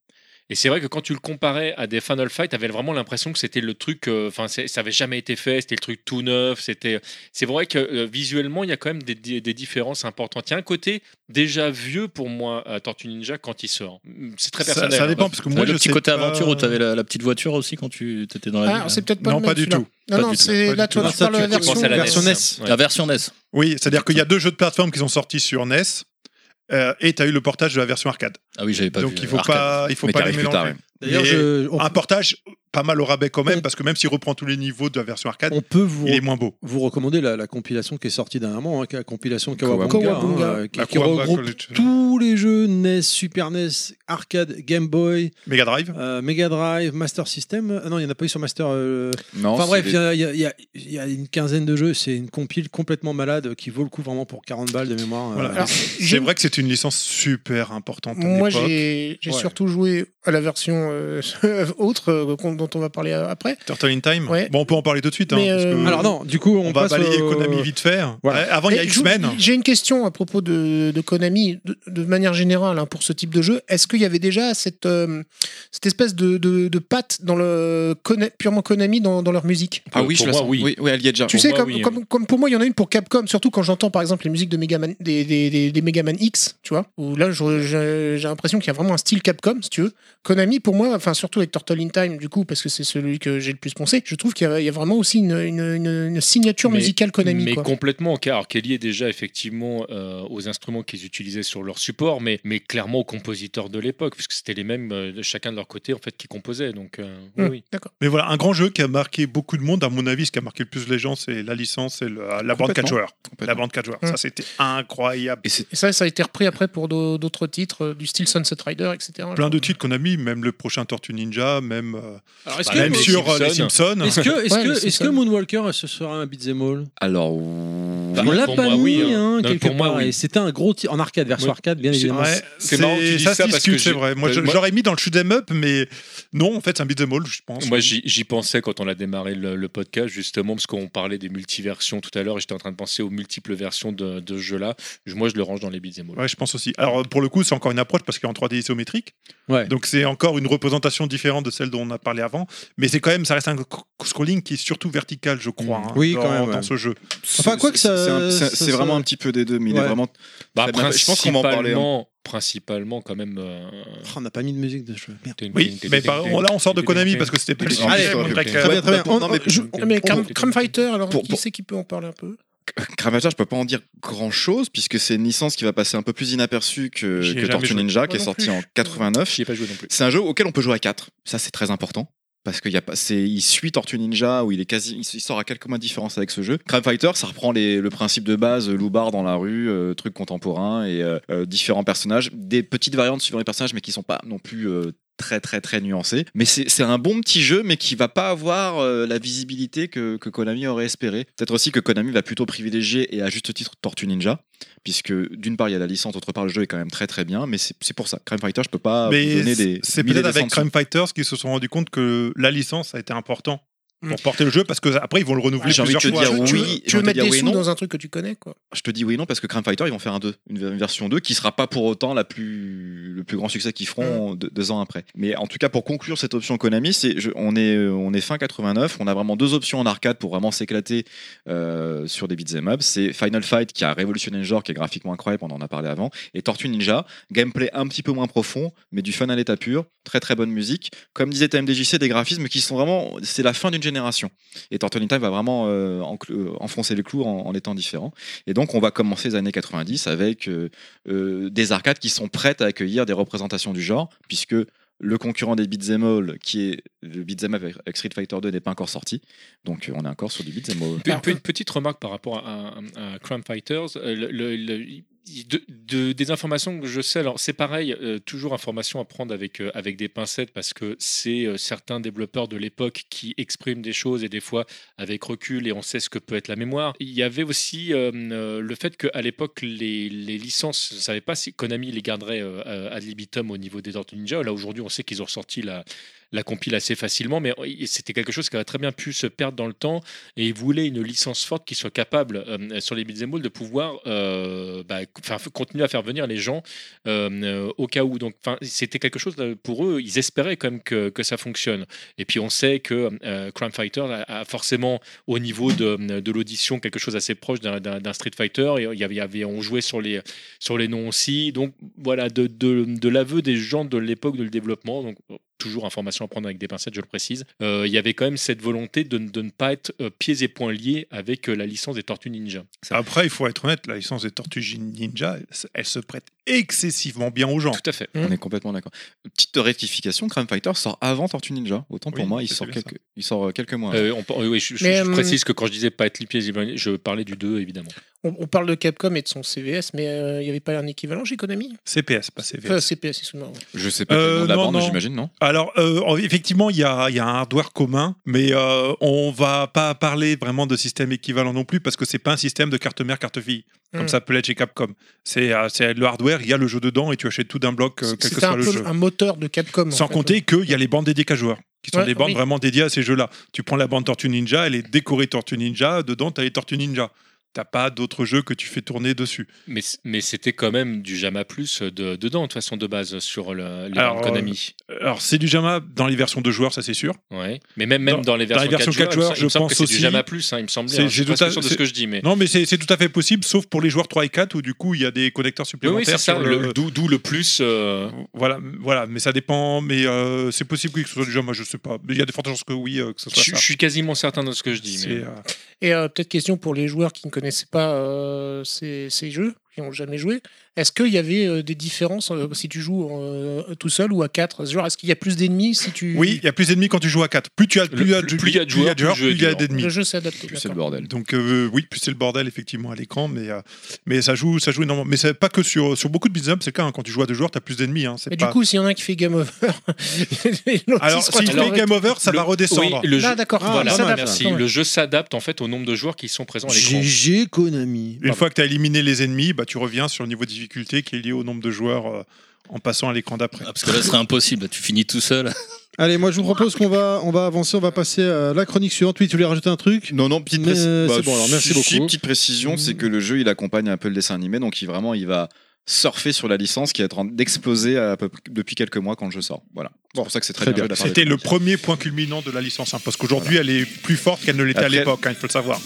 Et c'est vrai que quand tu le comparais à des Final Fight, t'avais vraiment l'impression que c'était le truc, euh, enfin, c'est- ça avait jamais été fait, c'était le truc tout neuf, c'était. C'est vrai que euh, visuellement, il y a quand même des, des- des différences importantes. Il y a un côté déjà vieux pour moi à Tortue Ninja quand il sort. C'est très Ça- personnel. ça hein. dépend, parce que moi, le je petit sais côté pas- aventure où t'avais la, la petite voiture aussi quand tu étais dans la Ah, ville, c'est peut-être pas Non, le même, pas du celui-là. tout. Non, Pas non, du tout. c'est Pas là du toi tout. tu Ah, ça, parles de la tu- tu version, penses à la version NES. euh, La version NES. Oui, c'est-à-dire qu'il y a deux jeux de plateforme qui sont sortis sur NES. euh, et tu as eu le portage de la version arcade. Ah oui, j'avais pas Donc vu. il faut Arcade. pas, il faut mais pas les t'arrives plus tard. mélanger. ouais. D'ailleurs, Mais je- on, Un portage pas mal au rabais quand même, parce que même s'il reprend tous les niveaux de la version arcade, on peut vous, il est moins beau. vous recommander la, la compilation qui est sortie dernièrement, hein, qui est la compilation Kawabunga, Kawabunga. hein, euh, qui, La qui Kuwabunga regroupe Collection. tous les jeux NES, Super NES, arcade, Game Boy, Mega Drive. euh, Mega Drive, Master System. Ah non, il n'y en a pas eu sur Master. euh, Non, Enfin c'est bref, des- il y, a- il y a- il y a- il y a une quinzaine de jeux. C'est une compile complètement malade qui vaut le coup vraiment pour 40 balles de mémoire. Voilà. Euh, Alors, C'est vrai que c'est une licence super importante. à Moi, l'époque. j'ai j'ai Ouais. surtout joué à la version euh, <laughs> autre euh, qu'on- dont on va parler euh, après. Turtle in Time. Ouais. Bon, on peut en parler tout de suite. hein, Mais, parce que euh, Alors non, du coup, on, on, va passe balayer au- Konami vite fait. Voilà. Ouais, avant, il y a Et je vous- X-Men. J'ai une question à propos de, de Konami, de, de manière générale, hein, pour ce type de jeu. Est-ce qu'il y avait déjà cette, euh, cette espèce de, de, de patte dans le, Kona- purement Konami dans, dans leur musique Ah oui, Pour je la moi, sens. oui. oui, elle y est déjà. tu pour sais, moi, comme, oui, comme, comme pour moi, il y en a une pour Capcom, surtout quand j'entends par exemple les musiques de Megaman, des, des, des, des Megaman X, tu vois, où là je- je- j'ai l'impression qu'il y a vraiment un style Capcom, si tu veux. Konami, pour moi, enfin surtout avec Turtle in Time, du coup, parce que c'est celui que j'ai le plus pensé, je trouve qu'il y, a- il y a vraiment aussi une, une, une- une signature Mais- musicale Konami. Mais quoi. complètement, car qu'elle est déjà effectivement euh, aux instruments qu'ils utilisaient sur leur support, mais, mais clairement aux compositeurs de l'époque, puisque c'était les mêmes euh, de chacun de leur côté en fait qui composaient. Donc euh, oui, Hmm, oui. D'accord. Mais voilà, un grand jeu qui a marqué beaucoup de monde, à mon avis, ce qui a marqué le plus les gens, c'est la licence et le- la bande 4 joueurs. La bande 4 joueurs, Mm. ça c'était incroyable. Et c'est Et ça, ça a été repris après pour d'au- d'autres titres, euh, du style Sunset Rider, etc. Plein de titres qu'on a mis, même le prochain Tortue Ninja, même, euh, Alors, est-ce bah, que, même est-ce les sur euh, les Simpsons. Simpsons. que, est-ce Ouais, que, mais c'est est-ce que ça. Moonwalker ce sera un beat'em all alors. oui. Bah, On l'a pour pas moi, mis oui, hein. hein, Non, quelque pour moi, part. oui. et C'était un gros tir en arcade, version Oui. arcade, bien C'est- évidemment. Ouais, C'est marrant que tu dises ça, ça se parce que discute, c'est j'ai- vrai. Moi, euh, je- moi- j'aurais mis dans le shoot'em up, mais non, en fait, c'est un beat'em all, je pense. Moi, j'y j'y pensais quand on a démarré le, le podcast, justement, parce qu'on parlait des multiversions tout à l'heure, et j'étais en train de penser aux multiples versions de, de ce jeu-là. Je- Moi, je le range dans les bits et Ouais, je pense aussi. Alors, pour le coup, c'est encore une approche parce qu'il est en 3D isométrique. Ouais. Donc, c'est encore une représentation différente de celle dont on a parlé avant. Mais c'est quand même, ça reste un cro- scrolling qui est surtout vertical, je crois, Mmh. hein, Oui, quand dans, même, ouais. dans ce jeu. Enfin, quoi que ça- C'est un- ça- C'est c'est ça- vraiment un petit peu des deux, mais il Ouais. est vraiment. Bah, Très bien fait. Je pense qu'on va en parler, hein. principalement, principalement, quand même. euh, Oh, on n'a pas mis de musique de jeu. Merde. Oui, mais par- là, on sort de Konami parce que c'était pas le sujet. Allez, donc, ok. euh, Très bien, très bien. pour- On- non, mais- je- Ah, Mais Cram, Cram Fighter, alors Pour- qui pour- c'est qui peut en parler un peu Kramator, je peux pas en dire grand chose puisque c'est une licence qui va passer un peu plus inaperçue que, J'y ai que jamais Tortue joué. Ninja, Moi qui est non sortie plus. en 89. J'y ai pas joué non plus. C'est un jeu auquel on peut jouer à 4. Ça, c'est très important. Parce qu'il y a pas, c'est, il suit Tortue Ninja où il est quasi, il sort à quelques mois de différence avec ce jeu. Crime Fighter, ça reprend les- le principe de base, euh, loupard dans la rue, euh, truc contemporain et euh, euh, différents personnages, des petites variantes suivant les personnages, mais qui sont pas non plus euh, très très très nuancées. Mais c'est, c'est un bon petit jeu, mais qui va pas avoir euh, la visibilité que, que Konami aurait espéré. Peut-être aussi que Konami va plutôt privilégier et à juste titre Tortue Ninja, puisque d'une part il y a la licence, d'autre part le jeu est quand même très très bien. Mais c'est, c'est pour ça, Crime Fighter, je peux pas ah, vous Mais donner c'est- des. c'est mille et peut-être des avec cents de Crime Fighters qu'ils se sont rendus compte que la licence a été importante Mm. pour porter le jeu parce que après ils vont le renouveler J'ai envie de plusieurs te fois. dire tu, veux- oui, tu veux j'ai envie de mettre dire des oui et sous non. dans un truc que tu connais, quoi. Je te dis oui et non parce que Crime Fighter ils vont faire un 2, une une version 2 qui sera pas pour autant la plus le plus grand succès qu'ils Mm. feront deux, deux ans après. Mais en tout cas pour conclure cette option Konami, c'est je- on est euh, on est fin 89, on a vraiment deux options en arcade pour vraiment s'éclater euh, sur des beat'em up, c'est Final Fight qui a révolutionné le genre qui est graphiquement incroyable, on en a parlé avant et Tortue Ninja, gameplay un petit peu moins profond mais du fun à l'état pur, très très bonne musique, comme disait TMDJC des graphismes qui sont vraiment c'est la fin d'une génération. Et Tortue Ninja va vraiment euh, encl- euh, enfoncer le clou en- en étant différent. Et donc, on va commencer les années 90 avec euh, euh, des arcades qui sont prêtes à accueillir des représentations du genre, puisque le concurrent des Beat'em All, qui est le Beat'em Up avec Street Fighter 2, n'est pas encore sorti. Donc, euh, on est encore sur du Beat'em All. Une, une petite remarque par rapport à, à- à Crime Fighters. Euh, le- le- le- il- de- de- des informations que je sais, alors c'est pareil, euh, toujours information à prendre avec, euh, avec des pincettes parce que c'est euh, certains développeurs de l'époque qui expriment des choses et des fois avec recul et on sait ce que peut être la mémoire. Il y avait aussi euh, euh, le fait qu'à l'époque, les, les licences, je ne savais pas si Konami les garderait euh, euh, ad libitum au niveau des Tortues Ninja. Là, aujourd'hui, on sait qu'ils ont ressorti la, la compile assez facilement, mais euh, c'était quelque chose qui aurait très bien pu se perdre dans le temps et ils voulaient une licence forte qui soit capable, euh, sur les beat'em all, de pouvoir euh, bah, co- faire- continuer à faire venir les gens euh, euh, au cas où. Donc, 'fin, c'était quelque chose euh, pour eux. Ils espéraient quand même que, que ça fonctionne. Et puis, on sait que euh, Crime Fighter a, a forcément, au niveau de, de l'audition, quelque chose assez proche d'un- d'un d'un Street Fighter. Et il y avait, il y avait- on jouait sur les, sur les noms aussi. Donc, voilà, de, de- de l'aveu des gens de l'époque de le développement. Donc, toujours information à prendre avec des pincettes, je le précise, euh, il y avait quand même cette volonté de, ne- de ne pas être euh, pieds et poings liés avec euh, la licence des Tortues Ninja. Après, il faut être honnête, la licence des Tortues Ninja, elle- elle se prête excessivement bien aux gens. Tout à fait. Mm. On est complètement d'accord. Petite rectification, Crime Fighter sort avant Tortue Ninja. Autant pour Oui, moi, il c'est sort, bien ça. quelques, il sort euh, quelques mois. Euh, on par- oui, oui, je, je- Mais, je euh, précise que quand je disais pas être les pieds et poings liés, je parlais du 2, évidemment. on, on parle de Capcom et de son CVS, mais euh, il n'y avait pas un équivalent chez Konami CPS, pas CVS. Enfin, CPS, excuse-moi. ouais. Je sais pas Euh, quel nom de la non, bande, non. j'imagine, non Alors, euh, effectivement, il y a, il y a un hardware commun, mais euh, on va pas parler vraiment de système équivalent non plus, parce que c'est pas un système de carte mère, carte fille, comme Hmm. ça peut l'être chez Capcom. C'est euh, c'est le hardware, il y a le jeu dedans, et tu achètes tout d'un bloc, euh, quel que C'était soit un le peu jeu. un moteur de Capcom. en Sans fait. compter qu'il y a les bandes dédiées qu'à joueurs, qui sont Ouais, des bandes oui. vraiment dédiées à ces jeux-là. Tu prends la bande Tortue Ninja, elle est décorée Tortue Ninja, dedans, tu as les Tortues Ninja. T'as pas d'autres jeux que tu fais tourner dessus. Mais, c- mais c'était quand même du Jama Plus euh, de, dedans, de toute façon, de base, sur le, les Alors, euh, bandes Konami. Alors, c'est du Jama dans les versions de joueurs, ça c'est sûr. Ouais. Mais même, même dans- dans, les dans les versions, versions 4 joueurs, quatre il me joueurs, sem- je il me semble pense que c'est aussi- du Jama Plus, hein, il me semble. C'est- bien. Je j'ai suis pas tout à- sûr de c'est- ce que je dis, mais. Non, mais c'est c'est tout à fait possible, sauf pour les joueurs 3 et 4, où du coup, il y a des connecteurs Oui, supplémentaires. oui, c'est ça, sur le- le- d'où d'où le plus. euh, Voilà, voilà, mais ça dépend. Mais euh, c'est possible que ce soit du Jama, je sais pas. Mais il y a de fortes chances que oui, euh, que ce Je soit je ça. suis quasiment certain de ce que je dis. C'est, mais- euh, Et euh, peut-être question pour les joueurs qui ne connaissaient pas euh, ces, ces jeux, qui n'ont jamais joué. Est-ce qu'il y avait euh, des différences euh, si tu joues euh, tout seul ou à quatre Genre, est-ce qu'il y a plus d'ennemis si tu. Oui, il y a plus d'ennemis quand tu joues à 4. Plus tu as, Le- plus il y a de- plus il y a de joueurs, plus le jeu plus il y a est dur. d'ennemis. Le jeu s'est adapté. Plus c'est le d'accord. bordel. Donc euh, oui, plus c'est le bordel effectivement à l'écran, mais euh, mais ça joue, ça joue énormément. Mais c'est pas que sur sur beaucoup de beat'em up, c'est le cas. hein. quand tu joues à deux joueurs, t'as plus d'ennemis. Hein, c'est Mais pas... du coup, s'il y en a un qui fait game over, <laughs> et l'autre, alors il se si tu retrouve fais avec- game over, ça Le- va redescendre. Oui, le jeu, Là, d'accord, Ah, voilà, pas mal, s'adapte. merci. Ouais. Le jeu s'adapte en fait au nombre de joueurs qui sont présents à l'écran. GG Konami. Une fois que t'as éliminé les ennemis, bah tu reviens sur le niveau de difficulté qui est lié au nombre de joueurs euh, en passant à l'écran d'après. Ah, parce que là, ce serait impossible. Tu finis tout seul. <laughs> Allez, moi je vous propose qu'on va, on va avancer, on va passer à la chronique suivante. Oui, tu voulais rajouter un truc Non, non, petite, Mais, préci- bah, euh, c'est bon, alors, merci si- si, beaucoup. petite précision, c'est que le jeu, il accompagne un peu le dessin animé, donc il, vraiment, il va surfer sur la licence qui est en train d'exploser à peu- depuis quelques mois quand le jeu sort. Voilà. C'est pour ça que c'est très, Très bien. bien. joué de la part de C'était le Konami. premier point culminant de la licence, hein, parce qu'aujourd'hui elle est plus forte qu'elle ne l'était à Après- l'époque, hein, il faut le savoir.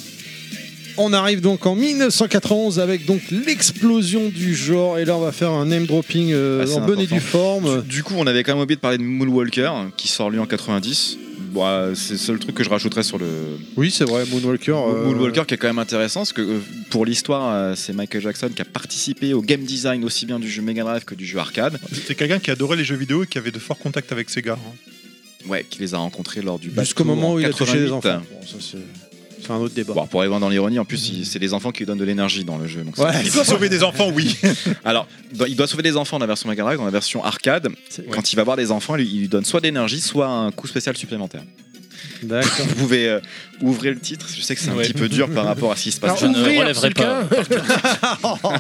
On arrive donc en 1991 avec donc l'explosion du genre. Et là, on va faire un name dropping euh, Ah, c'est en bonne et important. due forme. Du coup, on avait quand même oublié de parler de Moonwalker, hein, qui sort lui en 90. Bon, euh, c'est le seul truc que je rajouterais sur le, Oui, c'est vrai, Moonwalker. euh, Moonwalker qui est quand même intéressant parce que euh, pour l'histoire euh, c'est Michael Jackson qui a participé au game design aussi bien du jeu Mega Drive que du jeu arcade C'était quelqu'un qui adorait les jeux vidéo et qui avait de forts contacts avec Sega. hein. ouais qui les a rencontrés lors du Jusqu'au Back to moment en où il a touché les 88. enfants. Bon, ça, c'est- c'est un autre débat. Bon, pour aller voir dans l'ironie, en plus, il- c'est les enfants qui lui donnent de l'énergie dans le jeu. donc c'est- Ouais. Il doit Ah, sauver des enfants, oui. Alors, dans- <laughs> il doit sauver des enfants dans la version Mega Drive, dans la version arcade. Quand il va voir des enfants, il il lui donne soit de l'énergie, soit un coup spécial supplémentaire. D'accord. Vous pouvez euh, ouvrir le titre. Je sais que c'est un Ouais. petit peu dur par rapport à ce qui se passe. je ne ouvrir, relèverai c'est le pas. cas.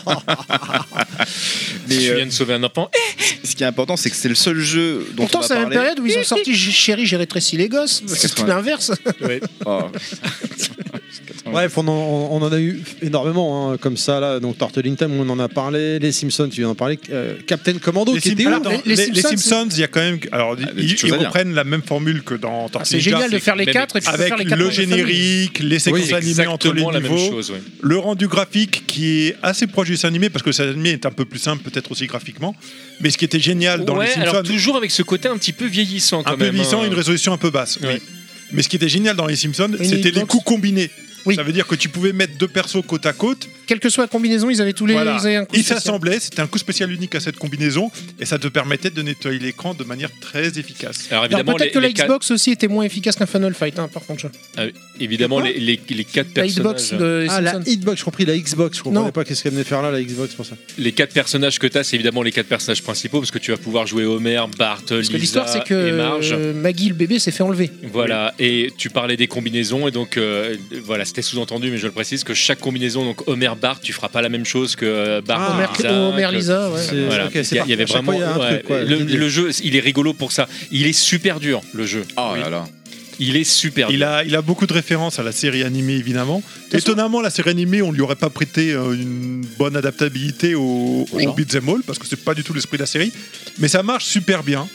Mais, tu euh, viens de sauver un enfant. Eh, Ce qui est important, c'est que c'est le seul jeu dont Pourtant, on va c'est la même parler. période où ils ont sorti Ch- Chéri, j'ai rétréci les gosses. C'est tout 80. l'inverse. Oh. <laughs> Bref, on en, on en a eu énormément hein, comme ça là. Donc Tortelling Time, on en a parlé. Les Simpsons, tu viens d'en parler. euh, Captain Commando, les, qui était Sim- où Attends, Les- les- les les Simpsons, Simpsons, il y a quand même. Alors, Ah, des ils, petites choses ils à dire. reprennent la même formule que dans Ah, Tortue C'est Ninja, génial de c'est faire les mais- quatre et puis de Avec faire les quatre le dans la famille. générique, les séquences c'est animées entre les exactement la même niveaux, chose. ouais. le rendu graphique qui est assez proche du dessin animé parce que le dessin animé est un peu plus simple, peut-être aussi graphiquement. Mais ce qui était génial dans Ouais, les alors Simpsons, toujours avec ce côté un petit peu vieillissant quand un peu même. glissant, hein. une résolution un peu basse. oui. Ouais. Mais ce qui était génial dans les Simpsons, Une c'était les hitbox. coups combinés. Oui. Ça veut dire que tu pouvais mettre deux persos côte à côte, Quelle que soit la combinaison, ils avaient tous les. voilà. Ils avaient un coup ils spécial. s'assemblaient, c'était un coup spécial unique à cette combinaison, et ça te permettait de nettoyer l'écran de manière très efficace. Alors Alors évidemment, peut-être les, que la les quatre- Xbox aussi était moins efficace qu'un Final Fight, hein, par contre. je- évidemment, Quoi les, les, les quatre La personnages. Xbox de Ah, la Simpson. Hitbox, je compris, la Xbox. Je comprenais Non. pas qu'est-ce qu'elle venait faire là, la Xbox pour ça. Les quatre personnages que tu as, c'est évidemment les quatre personnages principaux parce que tu vas pouvoir jouer Homer, Bart, Parce que Lisa l'histoire, c'est que et Marge. euh, Maggie, le bébé, s'est fait enlever. Voilà, et tu parlais des combinaisons, et donc euh, voilà, c'était sous-entendu, mais je le précise, que chaque combinaison, donc Homer Bart, tu feras pas la même chose que euh, Bart Ah, Homer, Lisa, Homer que- Lisa, ouais. C'est- Voilà. ok, Il c'est y a- parti. il y, avait À chaque vraiment. fois, il y a un ouais, truc, quoi, le, délire. le jeu, il est rigolo pour ça. Il est super dur, le jeu. Oh là là. Il est super Il dur. a, il a beaucoup de références à la série animée, évidemment. Étonnamment, la série animée, on lui aurait pas prêté euh, une bonne adaptabilité au, Au au genre. beat'em all, parce que c'est pas du tout l'esprit de la série. Mais ça marche super bien,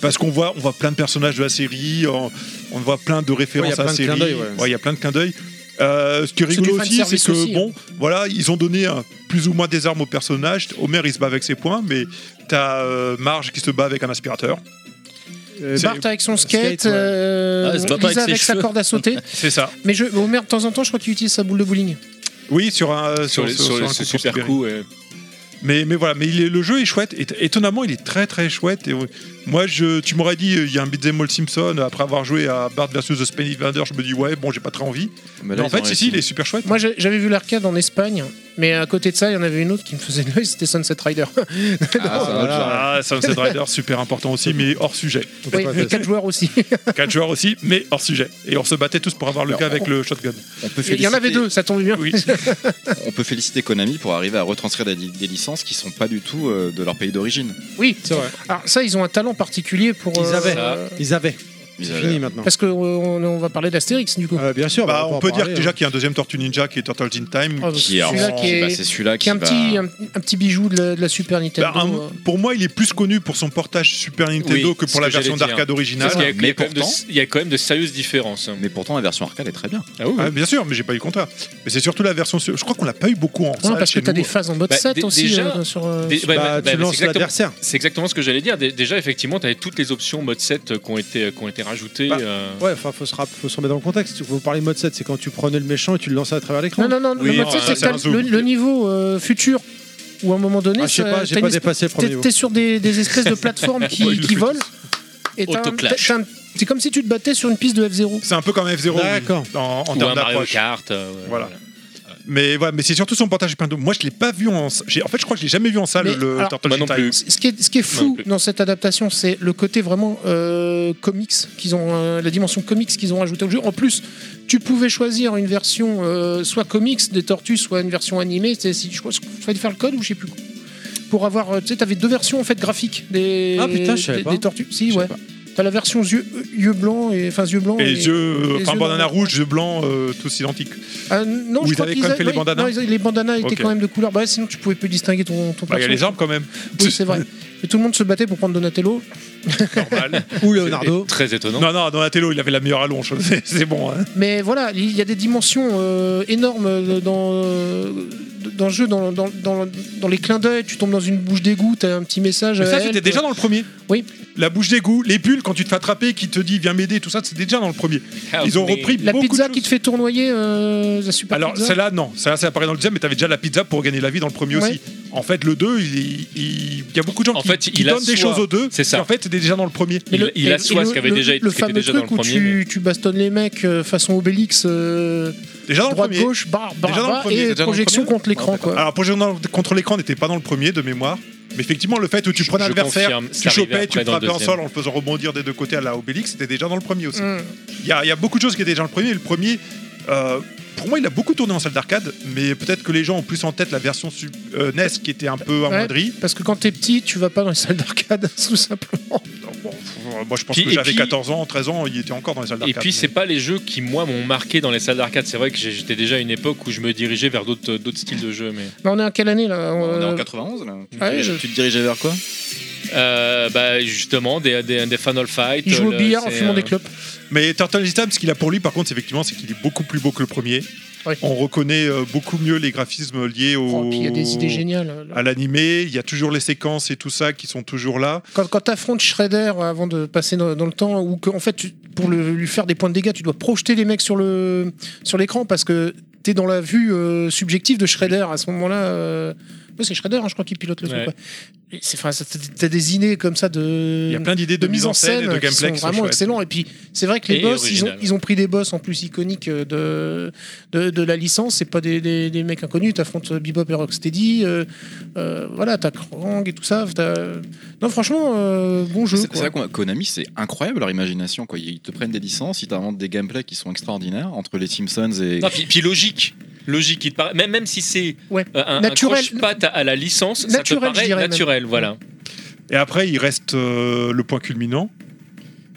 parce qu'on voit, on voit plein de personnages de la série, on, on voit plein de références Ouais, il y a à la plein de clins série. d'œil, ouais. Ouais, Il y a plein de clins d'œil. Euh, ce qui est C'est rigolo du aussi, c'est fanservice que aussi, hein. bon, voilà, ils ont donné euh, plus ou moins des armes aux personnages. Homer, il se bat avec ses poings, mais t'as euh, Marge qui se bat avec un aspirateur. Euh, C'est- Bart, Bart avec son skate, skate, ouais. euh, Ah, elle se bat pas Lisa avec ses avec sa cheveux. corde à sauter. C'est ça. Mais je, oh merde, de temps en temps, je crois qu'il utilise sa boule de bowling. Oui, sur un Sur, les- sur- sur sur les- un coup ce pour super Sibérie. coup. euh, Mais, mais voilà, mais il est- le jeu est chouette. Et, étonnamment, il est très très chouette. Et, euh, moi, je, tu m'aurais dit, euh, il y a un Beat'em All Simpson après avoir joué à Bart vs The Spain Invader. Je me dis, ouais, bon, j'ai pas très envie. Mais Mais, là, ils en ont fait, si, si, réussi. il est super chouette. Moi, j'ai- j'avais vu l'arcade en Espagne, mais à côté de ça, il y en avait une autre qui me faisait de l'œil, c'était Sunset Rider. Ah, c'est un autre genre. Ah, Sunset Rider, super important aussi, mais hors sujet. Faut oui, pas mais faire ça. 4 joueurs aussi. 4 joueurs aussi, mais hors sujet. Et on se battait tous pour avoir le Alors, cas avec on- le shotgun. On peut Il y en avait féliciter- deux, ça tombe bien. Oui. On peut féliciter Konami pour arriver à retranscrire des, des licences qui sont pas du tout euh, de leur pays d'origine. Oui. C'est vrai. Alors ça, ils ont un talent particulier pour. Ils euh, avaient. euh, Ils avaient. Ils C'est avaient- fini maintenant. Parce que euh, on, on va parler d'Astérix du coup. Euh, bien sûr, <laughs> Bah, va on en peut dire parler, déjà hein. qu'il y a un deuxième Tortue Ninja qui est Turtle in Time. Oh, Qui est en- celui-là qui est, bah, c'est celui-là qui est qui un, petit, euh, va- un, un petit bijou de la, de la Super Nintendo. Bah, un- euh. pour moi, il est plus connu pour son portage Super Nintendo Oui, que ce pour la que j'allais version dire. d'arcade Parce qu'il y a- originale. il y a mais quand même de- pourtant- il y a quand même de sérieuses différences. Mais pourtant, la version arcade est très bien. Ah oui, Ah, bien sûr, mais j'ai pas eu le contraire. Mais c'est surtout la version. sur- Je crois qu'on l'a pas eu beaucoup en Ouais, salle parce que chez t'as nous. des phases en mode Bah, 7 dé- aussi déjà, euh, sur. euh, Des- sur- ouais, Bah, bah, bah, tu c'est lances exactement- l'adversaire. C'est exactement ce que j'allais dire. Dé- Déjà, effectivement, tu avais toutes les options mode 7 qui ont été, qui ont été rajoutées. Bah, euh, Ouais, enfin, faut se, rapp- faut se remettre dans le contexte. Vous parlez de mode 7, c'est quand tu prenais le méchant et tu le lançais à travers l'écran. Non, non, non, Oui, le mode non, 7, ça, c'est que c'est un t'as zoom. le, le niveau euh, futur où à un moment donné, Ah, je sais ça- pas, j'ai t'as pas une dépassé le premier T'es niveau. t'es sur des, des <laughs> espèces de plateformes Ouais, qui, il le qui fait volent. Et t'as un- Autoclash. t'as un- C'est comme si tu te battais sur une piste de F0. C'est un peu comme F0 D'accord. en, en ou un termes Mario d'approche. Kart. euh, Voilà. Mais ouais, mais c'est surtout son portage plein de. Moi, je l'ai pas vu en. s- j'ai- En fait, je crois que je l'ai jamais vu en salle Mais le alors- Turtle Moi in non Time. plus. Ce qui est, ce qui est Non fou plus. dans cette adaptation, c'est le côté vraiment euh, comics qu'ils ont, euh, la dimension comics qu'ils ont rajoutée au jeu. En plus, tu pouvais choisir une version euh, soit comics des tortues, soit une version animée. C'est si je crois qu'il fallait faire le code ou je sais plus. quoi. Pour avoir, euh, tu sais, t'avais deux versions en fait graphiques des, Ah, putain, je savais des, pas. des tortues. Si Je sais ouais. pas. T'as la version yeux, yeux blancs et enfin yeux blancs Et les yeux, les enfin yeux bandana normaux. rouge, yeux blanc, euh, tous identiques. Ah, non, Ou je ils crois avaient qu'ils quand même fait les non, bandanas non, ils- les bandanas étaient Ok. quand même de couleur. Bah, sinon, tu pouvais plus distinguer ton, ton Bah, il y a personnage. les armes quand <laughs> même. Oui, c'est vrai. Et tout le monde se battait pour prendre Donatello. <laughs> Normal. Ou et- Leonardo. et Très étonnant. non, non, Donatello, il avait la meilleure allonge. <laughs> C'est c'est bon. hein. Mais voilà, il y a des dimensions euh, énormes euh, dans, euh, dans le jeu, dans, dans, dans, dans les clins d'œil. Tu tombes dans une bouche d'égout, t'as un petit message. euh, Mais à ça, elle, c'était déjà dans le premier. Oui. La bouche d'égout, les pulls quand tu te fais attraper, qui te dit viens m'aider, tout ça, c'était déjà dans le premier. Ah, Ils ont repris La beaucoup pizza de qui choses. te fait tournoyer, euh, la super Alors pizza. celle-là, non, celle-là, ça apparaît dans le deuxième, mais t'avais déjà la pizza pour gagner la vie dans le premier Ouais. aussi. En fait, le 2, il, il- il y a beaucoup de gens En qui, fait, qui il donnent a des soit- choses aux deux, c'est ça. qui, en fait, c'était déjà dans le premier. Mais il- il et- assoit et ce qui avait déjà été- le ce qui était fameux déjà dans le truc où premier, Tu, tu bastonnes les mecs euh, façon Obélix, euh, Déjà dans le premier. droite-gauche, barre, barre, Déjà dans le barre, premier, et déjà dans le projection premier. Ah, contre l'écran. quoi. Alors, projet dans- contre l'écran n'était pas dans le premier de mémoire. Mais effectivement, le fait où tu Je- prenais je l'adversaire, confirme, tu c'est arrivé chopais, tu après dans le frappais en deuxième. sol en le faisant rebondir des deux côtés à la Obélix, c'était déjà dans le premier aussi. Mm. Il y, a- il y a beaucoup de choses qui étaient déjà dans le premier. Le premier, euh, pour moi, il a beaucoup tourné en salle d'arcade, mais peut-être que les gens ont plus en tête la version sub- euh, NES qui était un peu amoindrie. Parce que quand t'es petit, tu vas pas dans les <laughs> salles d'arcade, tout simplement. Donc, bon, pff, moi, je pense Puis- que et j'avais puis- 14 ans, 13 ans, il était encore dans les salles Et d'arcade. puis c'est pas les jeux qui moi m'ont marqué dans les salles d'arcade. C'est vrai que j'ai- j'étais déjà à une époque où je me dirigeais vers d'autres euh, d'autres styles de jeux. Mais Mais on est en quelle année là On est en Euh, 91 là. Tu, te ouais, diriges- je- tu te dirigeais vers quoi Euh, bah justement des des, des Final Fight. Il joue au le- billard en c'est, fumant euh, des clopes. Mais Turtle in Time, ce qu'il a pour lui, par contre, c'est effectivement, c'est qu'il est beaucoup plus beau que le premier. Ouais. On reconnaît euh, beaucoup mieux les graphismes liés Oh, au. puis il y a des idées géniales. à l'animé, il y a toujours les séquences et tout ça qui sont toujours là. Quand, quand t'affrontes Shredder avant de passer dans, dans le temps, ou que, en fait, tu- pour le- lui faire des points de dégâts, tu dois projeter les mecs sur le sur l'écran parce que t'es dans la vue euh, subjective de Shredder à ce moment-là. euh, ouais, c'est Shredder, hein, je crois, qui pilote le Ouais. truc. ouais. Et c'est- enfin, ça- t'as- T'as des idées comme ça de. Il y a plein d'idées de, mise en scène, et de euh, qui gameplay qui sont sont vraiment chouettes. excellents. Et puis, c'est vrai que les Et boss, ils ont, original. ils ont pris des boss en plus iconiques euh, de, de, de la licence. C'est pas des, des, des mecs inconnus. T'affrontes euh, Bebop et Rocksteady. euh, euh, voilà, t'as Krang et tout ça. t'as- Non, franchement, euh, bon jeu. C'est quoi. c'est vrai qu'on Konami, c'est incroyable leur imagination. Quoi. Ils te prennent des licences, ils t'inventent des gameplays qui sont extraordinaires entre les Simpsons et. Non, puis, puis logique. Logique, il te paraît- même, même si c'est Ouais. euh, un, Naturel. pâte à la licence, Naturel, ça je te paraît dirais même. naturel, voilà. Et après, il reste euh, le point culminant.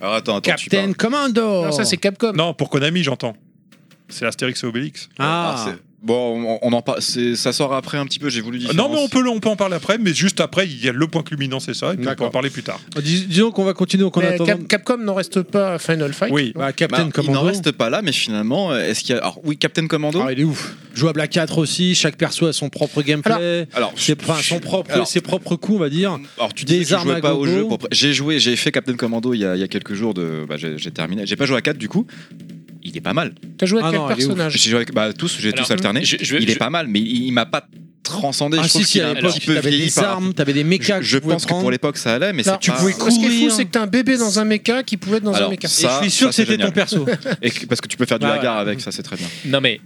Ah, attends, attends, tu Captain parles. Commando Non, ça, c'est Capcom. Non, pour Konami, j'entends. C'est Astérix et Obélix. Ah, Ah, c'est- Bon, on, on en parle. c'est- Ça sort après un petit peu. J'ai voulu dire. Euh, Non, mais on peut, on peut en parler après, mais juste après, il y a le point culminant, c'est ça, et puis on peut D'accord. en parler plus tard. Bah, Dis- disons qu'on va continuer en Mais attendant. Cap- Capcom n'en reste pas à Final Fight. Oui. Bah, Captain il n'en Commando. reste pas là, mais finalement, euh, est-ce qu'il y a. Alors, oui, Captain Commando. Ah, il est ouf. Jouable à 4 aussi, chaque perso a son propre gameplay, alors, ses, enfin, je- son propre, alors- ses propres coups, on va dire. Alors tu Des disais que je armes à jouais pas gogo. au jeu. pour- J'ai joué, j'ai fait Captain Commando il y a, il y a quelques jours. De, bah, j'ai j'ai terminé. J'ai pas joué à 4 du coup. Il est pas mal. T'as joué à Ah quel non, elle est ouf. personnage J'ai joué avec bah, tous, j'ai Alors, tous alterné. Je, je vais- il est je- pas mal, mais il, il m'a pas transcendé. Ah je trouve si, si, qu'il est à un l'époque, petit peu t'avais vieilli des par armes, t'avais des mechas Je, que je tu pouvais pense que pour prendre. l'époque ça allait, mais Non, c'est tu pas- pouvais Ce qui est fou, courir. c'est que t'as un bébé dans un méca qui pouvait être dans un Alors, méca. Et je Ça, suis sûr ça, que c'est c'était ton génial. perso. Et que- parce que tu peux faire du Ah ouais. hagard avec ça, c'est très bien. Non mais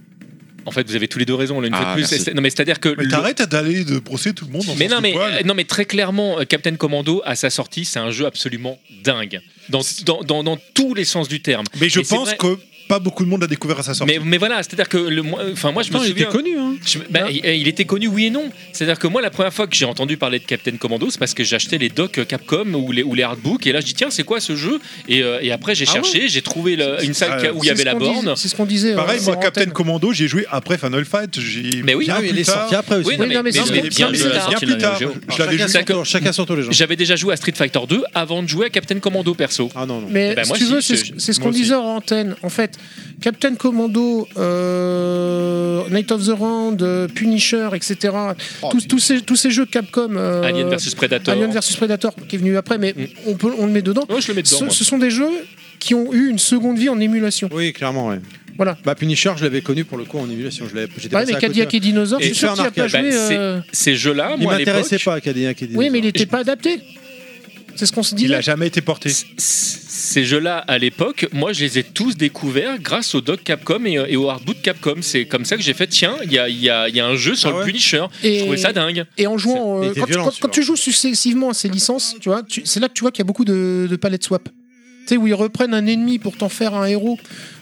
en fait vous avez tous les deux raison là une Ah, fois de plus. merci. C'est- Non mais c'est-à-dire que Mais le- t'arrêtes d'aller de brosser tout le monde en mais sens non du mais, poil. euh, non mais très clairement euh, Captain Commando à sa sortie c'est un jeu absolument dingue dans, dans, dans, dans tous les sens du terme. Mais je Et c'est pense vrai- que pas beaucoup de monde l'a découvert à sa sortie. Mais, mais voilà, c'est-à-dire que le, moi- enfin moi je me Pourtant, il était souviens, connu. Hein. je- bah, il, il était connu oui et non. C'est-à-dire que moi la première fois que j'ai entendu parler de Captain Commando, c'est parce que j'achetais les docs Capcom ou les, ou les hardbooks et là je dis tiens c'est quoi ce jeu et, euh, et après j'ai Ah cherché, j'ai trouvé le- une salle Ah, où il y C'est avait ce la qu'on dis- borne. C'est ce qu'on disait. Pareil, euh, moi, sur Captain antenne. Commando, j'y ai joué après Final Fight. J'ai Mais oui, bien Ah oui, plus il est tard. sorti après aussi. Oui, non, Oui, mais, non, mais mais- c'est ce mais qu'on- bien non, mais plus c'est- tard. Bien plus tard. Je Chacun l'avais joué. son D'accord. tour, Chacun son tour, les gens. J'avais déjà joué à Street Fighter 2 avant de jouer à Captain Commando perso. Ah non, non. Mais Eh ben, si moi, tu si, veux, c'est c'est- ce- c'est ce moi qu'on aussi. disait en antenne. En fait, Captain Commando, euh, Night of the Round, euh, Punisher, etc. tous, tous ces, tous ces jeux Capcom. Ah. euh, Oh, Alien versus Predator. Alien versus Predator, qui est venu après, mais on, peut, on le met dedans. Ouais, je le mets dedans. ce, moi. ce sont des jeux qui ont eu une seconde vie en émulation. Oui, clairement, ouais. Voilà. Bah, Punisher, je l'avais connu pour le coup en émulation. Je l'avais- J'étais Ouais, passé mais à côté. Cadillac et Dinosaure, Et je suis sûr faire qu'il n'a un pas arcade. joué. Bah, c'est- euh, Ces jeux-là, Il moi à l'époque, m'intéressait pas, Cadillac et Dinosaur. Oui, mais il n'était pas adapté. C'est ce qu'on se dit. Il a jamais été porté. c- c- ces jeux-là à l'époque, moi je les ai tous découverts grâce au doc Capcom et, euh, et au hardbook Capcom. C'est comme ça que j'ai fait tiens, il y a, il y a- il y a un jeu sur Ah ouais le Punisher. Je Et- trouvais ça dingue. Et en jouant, C'est- il euh, était quand, tu- violent, quand- celui-là. quand tu joues successivement à ces licences, tu vois, tu- c'est là que tu vois qu'il y a beaucoup de, de palettes swap. Tu sais, où ils reprennent un ennemi pour t'en faire un héros.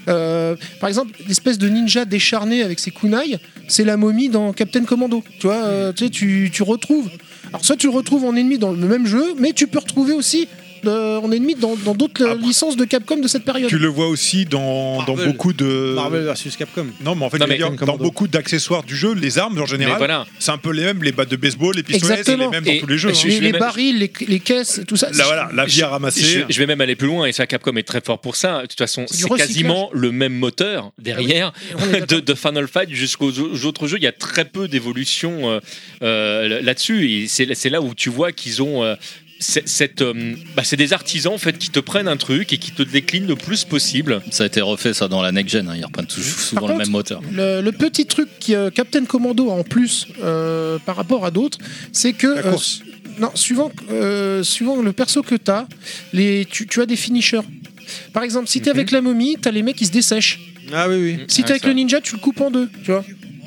Euh, par exemple, l'espèce de ninja décharné avec ses kunai, c'est la momie dans Captain Commando. Tu vois, euh, tu, sais, tu, tu retrouves. Alors, soit tu le retrouves en ennemi dans le même jeu, mais tu peux retrouver aussi euh, en ennemi dans dans d'autres euh, Après- licences de Capcom de cette période. Tu le vois aussi dans, dans Marvel. beaucoup de. Marvel versus Capcom. Non, mais en fait, Non, je veux mais- dire, dans Commando. beaucoup d'accessoires du jeu, les armes en Mais général, voilà. c'est un peu les mêmes, les battes de baseball, les pistolets, c'est les Exactement. mêmes dans Et- tous les jeux. et je- hein. les, les même- barils, les, les caisses, tout ça. Là, voilà, la vie à Je, ramasser. hein. je vais même aller plus loin et ça Capcom est très fort pour ça. De toute façon, C'est du c'est recyclage. Ah quasiment le même moteur derrière <laughs> On est d'accord. de, de Final Fight jusqu'aux au- aux autres jeux. Il y a très peu d'évolution euh, euh, là-dessus et c'est c'est là où tu vois qu'ils ont. euh, c'est- cette, euh, bah, c'est des artisans en fait qui te prennent un truc et qui te déclinent le plus possible. Ça a été refait ça dans la next gen, hein, ils reprennent tout- souvent Par le contre, même moteur. Le, le petit truc que Captain Commando a en plus euh, par rapport à d'autres, c'est que La euh, course. non, suivant, euh, suivant le perso que t'as, les, tu, tu as des finishers. Par exemple, si t'es avec la momie, t'as les mecs qui se dessèchent. Ah oui, oui. Si t'es Mhm. Ah, avec ça. le ninja, tu le coupes en deux, tu vois.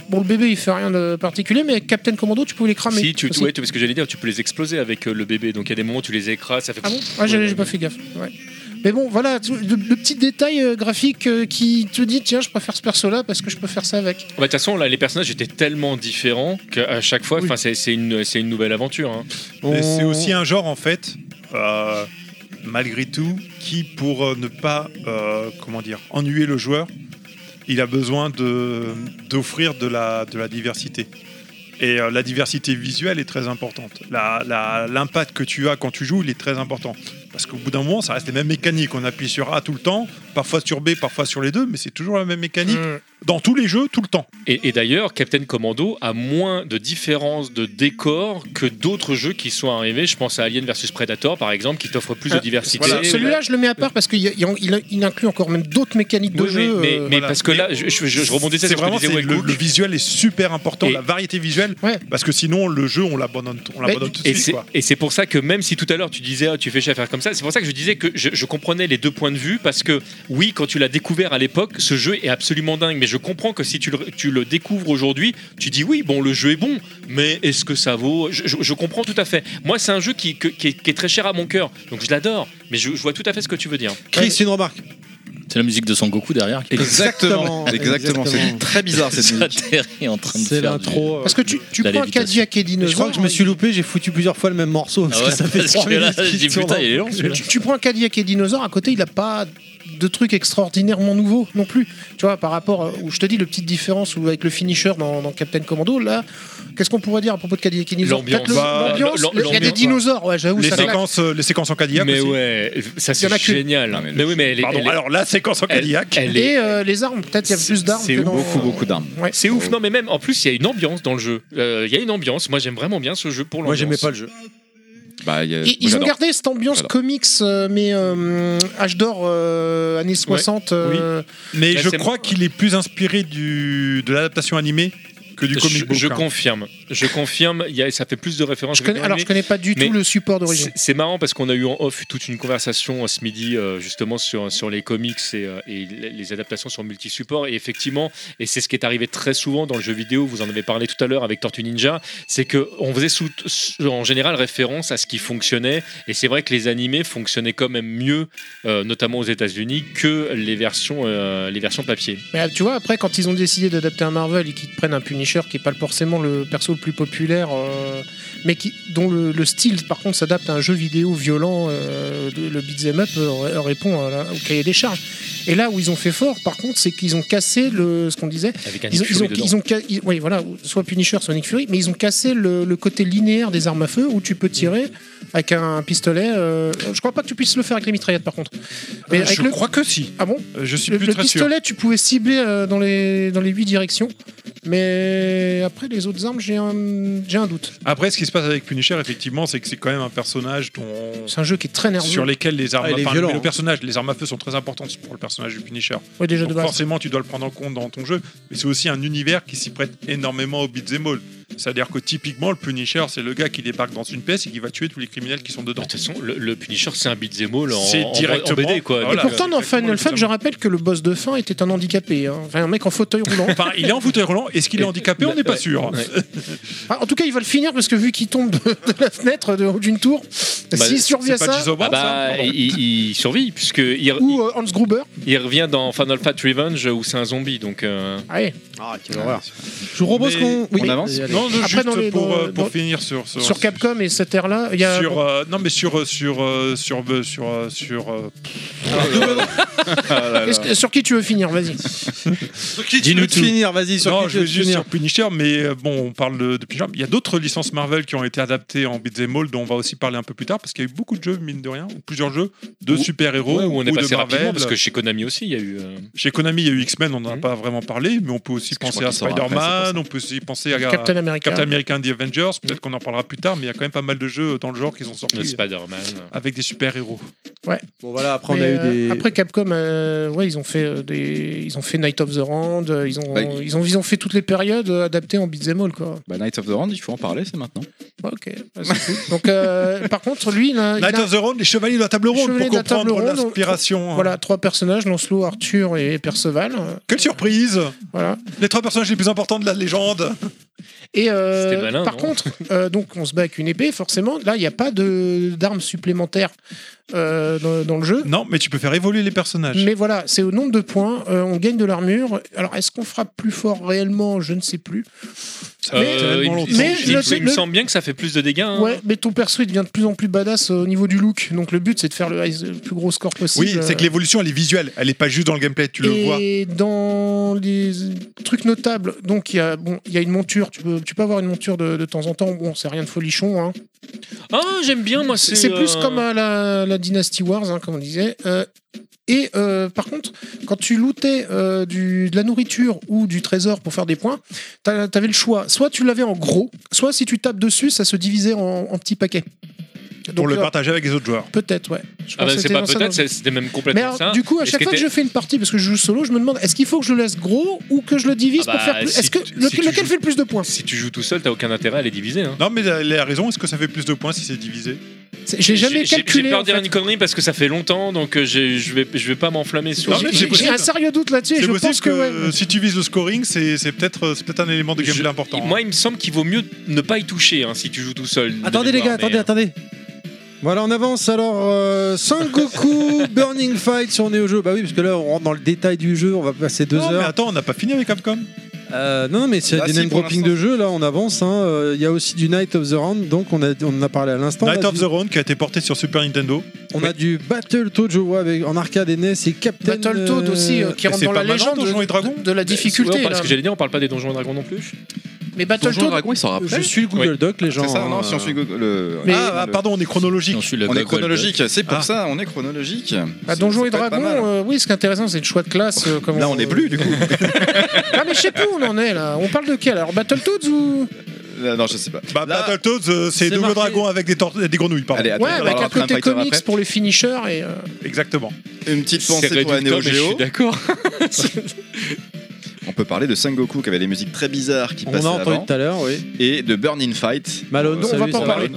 Bon, le bébé, il fait rien de particulier, mais avec Captain Commando, tu peux les Ah, cramer. si tu, aussi. ouais, tu- parce que j'allais dire, tu peux les exploser avec euh, le bébé. Donc il y a des moments où tu les écrases, ça fait. Bah, Ah bon Ah, j'ai j'ai pas fait gaffe. ouais. Mais bon, voilà, tu- le, le petit détail euh, graphique euh, qui te dit tiens, je préfère ce perso-là parce que je peux faire ça avec. Bah, De toute façon, là, les personnages étaient tellement différents qu'à chaque fois, enfin, c'est c'est une, c'est une nouvelle aventure. hein. Mais c'est On- aussi un genre, en fait, euh, malgré tout, qui, pour euh, ne pas, euh, comment dire, ennuyer le joueur, il a besoin de- d'offrir de, la, de la diversité. Et euh, la diversité visuelle est très importante. La- la- L'impact que tu as quand tu joues, il est très important. Parce qu'au bout d'un moment, ça reste les mêmes mécaniques. On appuie sur A tout le temps, parfois sur B, parfois sur les deux, mais c'est toujours la même Mm. mécanique Hmm. dans tous les jeux, tout le temps. Et, et d'ailleurs, Captain Commando a moins de différences de décor que d'autres jeux qui sont arrivés. Je pense à Alien vs Predator, par exemple, qui t'offre plus Ah, de diversité. Euh, voilà. Celui-là, je le mets à part parce qu'il y a- il y a- il a- il inclut encore même d'autres mécaniques de Oui, jeu. mais, mais- euh, mais voilà. parce que là, je, je, je- je rebondissais c'est sur ce que vraiment disait c'est le, Weggook. le visuel est super important, Et- la variété visuelle, Ouais. parce que sinon le jeu on l'abandonne, on l'abandonne tout de Et suite. c'est- quoi. Et c'est pour ça que même si tout à l'heure tu disais Ah, tu fais chier à faire comme ça, c'est pour ça que je disais que je, je comprenais les deux points de vue parce que oui, quand tu l'as découvert à l'époque, ce jeu est absolument dingue. Mais je comprends que si tu le, tu le découvres aujourd'hui, tu dis oui, bon, le jeu est bon, mais est-ce que ça vaut je, je- je comprends tout à fait. Moi, c'est un jeu qui, que- qui, est, qui est très cher à mon cœur, donc je l'adore, mais je, je vois tout à fait ce que tu veux dire. Chris, une remarque. C'est la musique de Son Goku derrière qui Exactement. Exactement. Exactement. C'est très bizarre cette <laughs> musique. atterrit en train de C'est faire. du- l'intro. euh, Parce que tu, tu La prends lévitation. Cadillac et Mais Dinosaure. je crois que je me suis loupé, j'ai foutu plusieurs fois le même morceau parce Ah ouais, que ça fait parce trois que là, minutes qu'il j'ai dit, tourne. putain, il est long celui-là. Tu, tu prends Cadillac et Dinosaure, à côté, il n'a pas de truc extraordinairement nouveau non plus. Tu vois, par rapport euh, où je te dis, le petite différence où avec le finisher dans, dans Captain Commando, là, qu'est-ce qu'on pourrait dire à propos de Cadillac et Dinosaure L'ambiance. Peut-être le- Bah, l'ambiance, l'am- le- Il y a des l'ambiance, dinosaures, ouais, j'avoue, Les ça claque. séquences, euh, les séquences en Cadillac. Mais aussi. ouais, ça Il y en a c'est qu'une. génial. Mais oui, mais elle est- Pardon. elle est- Alors la séquence en elle- Cadillac. elle est- Et euh, les armes, peut-être il y a C'est- plus d'armes c'est que dans. Beaucoup, beaucoup d'armes. Ouais. C'est ouf, non mais même en plus il y a une ambiance dans le jeu. Euh, Il y a une ambiance, moi j'aime vraiment bien ce jeu pour Moi l'ambiance. j'aimais pas le jeu. Bah, il y a- Et ils ont j'adore. gardé cette ambiance J'adore. comics, euh, mais euh, âge d'or, euh, années 60. euh, Mais Là, je c'est- crois qu'il est plus inspiré du, de l'adaptation animée que du comic je, book. je hein. confirme. Je confirme. Il y a, ça fait plus de références. Je que connais- bien alors, aimé. je connais pas du Mais tout le support d'origine. C'est- C'est marrant parce qu'on a eu en off toute une conversation euh, ce midi euh, justement sur, sur les comics et, euh, et les les adaptations sur multi-support. Et effectivement, et c'est ce qui est arrivé très souvent dans le jeu vidéo, vous en avez parlé tout à l'heure avec Tortue Ninja, c'est qu'on faisait sous- sous- en général référence à ce qui fonctionnait. Et c'est vrai que les animés fonctionnaient quand même mieux, euh, notamment aux États-Unis, que les versions, euh, les versions papier. Mais euh, tu vois, après, quand ils ont décidé d'adapter un Marvel et qu'ils te prennent un Punisher qui est pas forcément le perso le plus populaire, euh, mais qui, dont le, le style, par contre, s'adapte à un jeu vidéo violent, euh, le le beat'em up euh, ré- répond à la- au cahier des charges. Et là où ils ont fait fort, par contre, c'est qu'ils ont cassé le, ce qu'on disait. Avec un Ils ont, Nick ils ont- Fury dedans. ils ont ca- ils- oui, voilà, soit Punisher, soit Nick Fury, mais ils ont cassé le, le côté linéaire des armes à feu où tu peux tirer avec un pistolet. euh, je crois pas que tu puisses le faire avec les mitraillettes, par contre. Mais Euh, avec je le- crois que si. Ah bon Euh, Je suis le, plus le très sûr. pistolet, tu pouvais cibler euh, dans les dans les huit directions, mais après les autres armes, j'ai un j'ai un doute. Après, ce qui se passe avec Punisher, effectivement, c'est que c'est quand même un personnage dont. C'est un jeu qui est très nerveux. Sur lesquels les armes, Ah, il est enfin, violent, le hein. personnage, les armes à feu sont très importantes pour le personnage du Punisher. Ouais, déjà de Donc base. forcément, tu dois le prendre en compte dans ton jeu, mais c'est aussi un univers qui s'y prête énormément au beat'em all. C'est-à-dire que typiquement, le Punisher, c'est le gars qui débarque dans une pièce et qui va tuer tous les criminels qui sont De Bah, dedans. toute façon, le, le Punisher, c'est Ah, un beat'em all en, C'est en- en directement- BD. Quoi. voilà. Et pourtant, dans exactement, Final Fight, exactement. je rappelle que le boss de fin était un handicapé, hein. enfin un mec en fauteuil <laughs> roulant. Enfin, il est en fauteuil roulant. Est-ce qu'il est handicapé On n'est pas Ouais. sûr. Ouais. Ah, en tout cas, il va le finir parce que vu qu'il tombe <laughs> de, de la fenêtre de- haut d'une tour, Bah, s'il survit à C'est pas ça, Jason Ah Bourne, ça bah, Pardon. il, il survit, puisque il, ou euh, Hans Gruber. Il revient dans Final Fight Revenge où c'est un zombie, donc euh, Allez, Ah, quelle Je vous propose Mais qu'on. Oui, Euh, on avance allez, allez. <laughs> Non, non, Après, juste dans les- pour, dans- euh, pour dans- finir sur sur, sur Capcom et cette ère-là, il y a sur, euh, non mais sur euh, sur euh, sur euh, sur euh, sur euh, Est-ce que- sur qui tu veux finir Vas-y. Sur qui tu Dis-nous veux te tout. finir Vas-y, sur non, qui tu je veux vais te juste finir sur Punisher, mais euh, bon, on parle de, de Punisher. Il y a d'autres licences Marvel qui ont été adaptées en beat'em all, dont on va aussi parler un peu plus tard, parce qu'il y a eu beaucoup de jeux, mine de rien, ou plusieurs jeux de Ou- super-héros ouais, où on est ou de passé rapidement Marvel. parce que chez Konami aussi il y a eu. euh, Chez Konami, il Mm. y a eu X-Men, on n'en a Mhm. pas vraiment parlé, mais on peut aussi Parce que je penser à crois qu'il sort après, c'est Spider-Man, pour on peut aussi penser à Mm. Captain America. Mm. Captain America and the Avengers. Peut-être qu'on en parlera plus tard, mais il y a quand même pas mal de jeux dans le genre qui sont le sortis Spider-Man. avec des super-héros. Bon, voilà, après, on Mais, a eu euh, des. Après Capcom, euh, ouais, ils ont fait euh, des, ils ont fait Night of the Round, euh, ils ont, Bah, ils ont, ils ont fait toutes les périodes euh, adaptées en beat'em all quoi. Bah, Knights of the Round, il faut en parler, c'est maintenant. Ouais, Ok, bah, c'est cool. Donc, euh, par contre, lui, il a, il Night a- of the Round, les Chevaliers de la Table Ronde, Chevaliers pour de la Table comprendre Ronde, on- l'inspiration. voilà trois personnages, Lancelot, Arthur et Perceval. euh, Quelle surprise Voilà. Les trois personnages les plus importants de la légende Mm. Et euh, C'était malin, par non contre, euh, donc on se bat avec une épée, forcément. Là, il n'y a pas de d'armes supplémentaires euh, dans, dans le jeu. Non, mais tu peux faire évoluer les personnages. Mais voilà, c'est au nombre de points. euh, on gagne de l'armure. Alors, est-ce qu'on frappe plus fort réellement Je ne sais plus. Mais- Euh, il, il- Mais il- le- il- il me le- semble bien que ça fait plus de dégâts. hein. Ouais, mais ton perso il devient de plus en plus badass euh, au niveau du look. Donc le but c'est de faire le, le plus gros score possible. Oui, c'est que l'évolution, elle est visuelle. Elle est pas juste dans le gameplay, tu le vois. euh, Et dans les trucs notables, donc il y a bon, il y a une monture. Tu peux, tu peux avoir une monture de, de temps en temps. Bon, c'est rien de folichon. Hein. Ah j'aime bien moi c'est. C'est plus euh, comme à la, la Dynasty Wars, hein, comme on disait. Euh, et euh, par contre, quand tu lootais euh, du, de la nourriture ou du trésor pour faire des points, t'a- t'avais le choix. Soit tu l'avais en gros, soit si tu tapes dessus, ça se divisait en, en petits paquets. Pour Donc, le euh, partager avec les autres joueurs. Peut-être, ouais. Je Ah pense bah, que c'est c'était pas dans ça, peut-être, dans- c'est- c'était même Mais complètement alors, ça. du coup, à Est-ce chaque que fois que t'es- je fais une partie, parce que je joue solo, je me demande est-ce qu'il faut que je le laisse gros ou que je le divise Ah pour faire bah, plus si Est-ce que tu- le- si tu lequel joues- fait le plus de points Si tu joues tout seul, t'as aucun intérêt à les diviser. hein. Non, mais elle a raison. Est-ce que ça fait plus de points si c'est divisé C'est- J'ai jamais J'ai calculé. j'ai peur en de dire fait. une connerie parce que ça fait longtemps, donc euh, j'ai- je vais, je vais pas m'enflammer sur. Non, mais c'est J'ai j'ai possible. un sérieux doute là-dessus. et C'est Je possible pense que, que ouais. euh, si tu vises le scoring, c'est c'est peut-être euh, c'est peut-être un élément de gameplay Je- important. hein. Moi, il me semble qu'il vaut mieux ne pas y toucher hein, si tu joues tout seul. de Attendez les gars, attendez, mémoire, mais, euh, attendez. Voilà, on avance alors. Euh, Sengoku Burning Fight sur Neo Geo. Bah oui, parce que là, on rentre dans le détail du jeu. On va passer deux non, mais heures. attends, on n'a pas fini avec Capcom. Euh, non, non, mais c'est Bah, des si, name pour dropping l'instant. de jeu. Là, on avance. hein. Euh, Il y a aussi du Night of the Round. Donc, on, a, on en a parlé à l'instant. Night on a of du, the Round qui a été porté sur Super Nintendo. on a du Battletoads, je vois, avec, en arcade et NES et Captain. Battletoad aussi, euh, qui mais rentre c'est dans la pas maintenant, légende Donjons et Dragons de, de la ouais, on difficulté. parle- là. ce euh, que j'allais dire, on parle pas des donjons et dragons non plus. Mais Donjon Battletoad, Dragon, il sort Je après. suis le Google Doc, les gens. Ah, C'est ça, non, hein. si on suit Google- le- Mais- Ah, ah, pardon, on est chronologique. Non, je suis le on est Google, chronologique, c'est pour Ah. ça, on est chronologique. bah, C'est- Donjons ça et peut être pas Dragons, mal. euh, oui, ce qui est intéressant, c'est le choix de classe. euh, comme Là, on est plus, du <laughs> coup. <laughs> Ah, mais je sais plus où on en est là. On parle de quel Alors, Battletoads ou. Là, non, je sais pas. Bah, Là- Battletoads, euh, c'est C'est double marqué- dragon avec des, tor- des grenouilles, pardon. Allez, attends, Ouais, on bah, avec parlera un de Crime côté Fighter comics après. pour les finishers et. euh, Exactement. Une petite pensée pour la réducteur, Neo mais je Geo. suis d'accord. On peut parler de Sengoku qui avait des musiques très bizarres qui On passaient a entendu avant tout à l'heure, oui. et de Burning Fight. Malone, Euh, salut, on va pas en ça parler.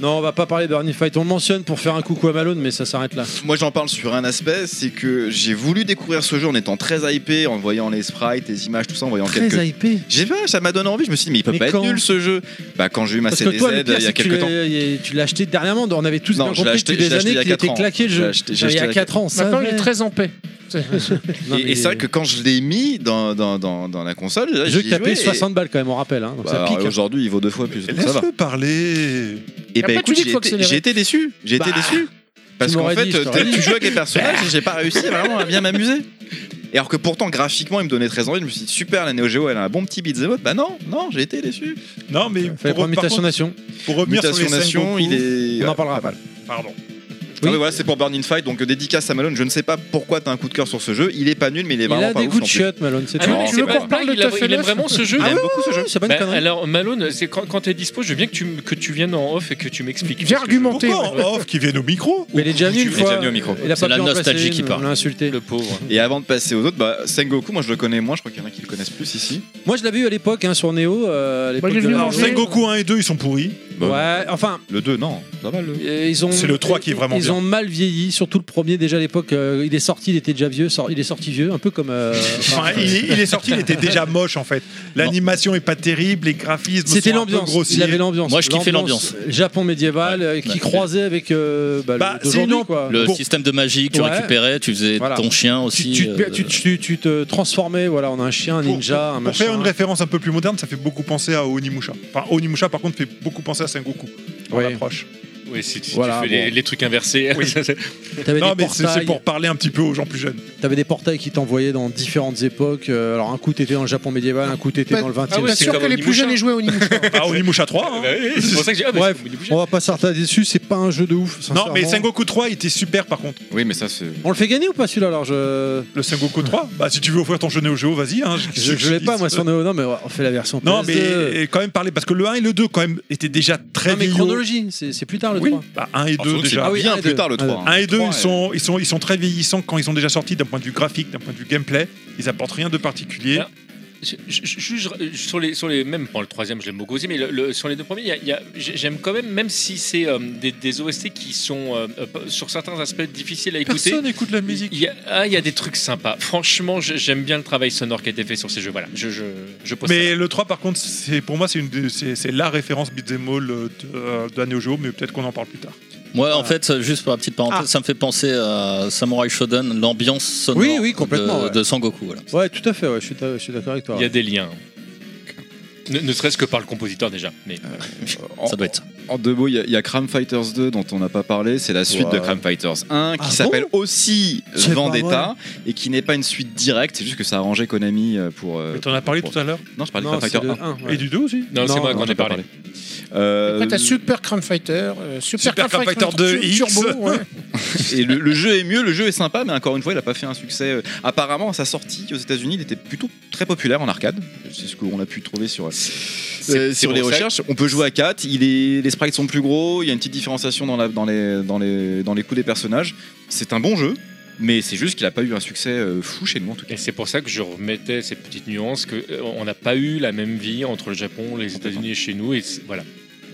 Non, on va pas parler de Burning Fight. On le mentionne pour faire un coucou à Malone, mais ça s'arrête là. Moi j'en parle sur un aspect, c'est que j'ai voulu découvrir ce jeu en étant très hypé, en voyant les sprites, les images, tout ça, en voyant quelques Bah, hypé. J'ai pas, ça m'a donné envie. Je me suis dit, mais il peut Mais pas quand être nul ce jeu. Bah, quand j'ai eu ma Parce que CDZ toi, le pire, il y a c'est que tu quelques temps. l'as- tu l'as acheté dernièrement. On avait tous Non, bien je l'ai compris acheté- depuis des je l'ai années acheté il y a qu'il était quatre ans. claqué le J'ai jeu. acheté- j'ai il y a acheté il y a 4 ans, ça. Maintenant, il ouais. est très en paix. C'est- Non, et mais- et c'est vrai que quand je l'ai mis dans, dans, dans, dans la console, là, Le jeu j'y que ai t'as payé joué et- 60 balles quand même, on rappelle. hein, donc Bah, ça pique. alors, Aujourd'hui, il vaut deux fois plus. donc ça va. Laisse-le parler. Et Après, bah, tu écoute, dis qu'il j'ai faut été, accélérer. j'ai été déçu. J'ai été Bah, déçu. Parce tu qu'en m'aurais fait, dit, je t'aurais dès que tu joues avec <laughs> les personnages, et j'ai pas réussi vraiment à bien m'amuser. Et alors que pourtant, graphiquement, il me donnait très envie. Je me suis dit, super, la Neo Geo, elle a un bon petit beat'em up. Bah non, non, j'ai été déçu. Non, mais Fallait pour, prendre par Mutation contre, Nation. pour revenir Mutation sur les Nation, Sengoku, il On est. en ouais, Ah, parlera pas mal. Pardon. Oui. Ah ouais, voilà, c'est pour Burning Fight, donc euh, dédicace à Malone. Je ne sais pas pourquoi t'as un coup de cœur sur ce jeu. Il est pas nul, mais il est Il vraiment a pas des ouf goûts non de plus. shot, Malone, c'est Ah tout. non, mais Non, tu c'est veux pas qu'on vrai. parle de Il a- Tough il aime Enough vraiment ce jeu. Ah J'aime ouais, beaucoup ce jeu. C'est pas une Bah, connerie. alors Malone, c'est quand, quand t'es dispo, je veux bien que tu, me- que tu viennes en off et que tu m'expliques. Viens Parce que argumenter. Ah, Pourquoi en off qui viennent au micro Mais il est déjà venu Il une est fois. déjà venu au micro. Il a C'est pas la pu en nostalgie passer qui une, parle. On l'a insulté. Le pauvre. Et avant de passer aux autres, bah, Sengoku, moi je le connais moins, je crois qu'il y en a qui le connaissent plus ici. Moi, je l'avais eu à l'époque hein, sur Neo. euh, à l'époque il est de venu la- manger. Sengoku 1 et 2, ils sont pourris. Ouais, enfin, Le 2, non, pas mal. Le... Euh, ils ont C'est le 3 qui est vraiment ils bien. ont mal vieilli surtout le premier déjà à l'époque euh, il est sorti il était déjà vieux sor- il est sorti vieux un peu comme euh, enfin, Enfin, il, il est sorti, il était déjà moche en fait. L'animation est pas terrible, les graphismes c'était sont un peu l'ambiance grossiers. il avait l'ambiance Moi, je kiffais l'ambiance. Japon médiéval euh, qui bah, croisait avec euh, bah, Bah, le- c'est d'aujourd'hui, une- quoi Le Pour- système de magie que tu Ouais. récupérais, tu faisais Voilà. ton chien tu, aussi. tu- euh, tu- tu- tu te transformais voilà on a un chien un Pour- ninja un Pour faire machin une référence un peu plus moderne, ça fait beaucoup penser à Onimusha. Enfin, Onimusha par contre fait beaucoup penser à Sengoku. en Ouais. approche. Oui, si, tu- si Voilà, tu fais bon. les, les trucs inversés. Oui. ça, <laughs> c'est- t'avais Non, des mais c'est- c'est portails pour parler un petit peu aux gens plus jeunes. t'avais des portails qui t'envoyaient dans différentes époques euh, alors un coup t'étais dans le Japon médiéval un coup t'étais Pas- dans le 20 Ah ouais, Pas c'est sûr comme que les plus Onimusha. jeunes aient joué au Nimusha. Ah, Onimusha 3. hein. <laughs> Bah oui, c'est pour ça que j'ai. Ah, mais Bref. c'est- on va pas s'arrêter dessus c'est pas un jeu de ouf Non, mais sincèrement. Sengoku 3 était super par contre. Oui, mais ça c'est. Ah, on le fait gagner ou pas celui-là alors je Le Sengoku 3, bah si tu veux offrir ton jeu Neo Geo, vas-y. Hein, Je, je l'ai pas moi sur Neo, non mais on fait la version Non, mais PS2. et quand même parler, parce que le 1 et le 2 quand même étaient déjà très Non, mais vieillots. chronologie, c'est c'est plus tard le Oui, 3. bah, 1 et Ah, 2 surtout que c'est déjà. Ah oui, un bien et plus deux. tard le Ah, 3. hein. 1 et 2, Le ils 3, euh, sont, ils, sont, ils sont très vieillissants quand ils sont déjà sortis d'un point de vue graphique, d'un point de vue gameplay. Ils apportent rien de particulier. Ah. Je- je- je- je- je- sur les sur les même bon, le troisième je l'aime beaucoup aussi mais le- le- sur les deux premiers il y a- il y a- j'ai- j'aime quand même même si c'est euh, des, des OST qui sont euh, euh, pas- sur certains aspects difficiles à écouter Personne n'écoute la musique. il y, a, ah, il y a des trucs sympas franchement je- j'aime bien le travail sonore qui a été fait sur ces jeux voilà je je, je pose ça. Mais le 3, par contre, c'est pour moi, c'est une des- c'est c'est la référence beat'em all euh, de, euh, de la Neo Geo, mais peut-être qu'on en parle plus tard. Moi, en fait, ça- juste pour la petite Ah. parenthèse, ça me fait penser à Samurai Shodown, l'ambiance sonore Oui, oui, complètement, de, ouais. de Sangoku. Voilà. Ouais, tout à fait, ouais, je suis, ta- je suis d'accord avec toi. il y a des liens ne, ne serait-ce que par le compositeur déjà mais en, Oh. Ça doit être ça. en deux mots, il y a- il y, a Crime Fighters 2 dont on n'a pas parlé. C'est la suite Ouais. de Crime Fighters 1 qui Ah s'appelle aussi euh, C'est pas Vendetta et qui n'est pas une suite directe. C'est juste que ça a arrangé Konami euh, pour. euh, Mais t'en as parlé pour- tout à l'heure. Non, je parlais de Non, Crime c'est Fighter le 1. 1. ouais. Et du 2 aussi non, c'est Non, moi Non, quand j'en j'ai ai pas parlé Euh, Après, t'as Super Crime Fighter, euh, Super, Super Crime Crime Fighter Fighter 2 X. Turbo. ouais. Et le, le jeu est mieux, le jeu est sympa, mais encore une fois, il n'a pas fait un succès. euh, Apparemment, à sa sortie aux États-Unis, il était plutôt très populaire en arcade. C'est ce qu'on a pu trouver sur, euh, c'est sur les pour ça que- recherches. On peut jouer à 4, il est, les sprites sont plus gros, il y a une petite différenciation dans, la- dans, les, dans, les, dans les coups des personnages. C'est un bon jeu, mais c'est juste qu'il n'a pas eu un succès euh, fou chez nous en tout cas. Et c'est pour ça que je remettais cette petite nuance que euh, on n'a pas eu la même vie entre le Japon, les États-Unis et chez nous et c'est- voilà,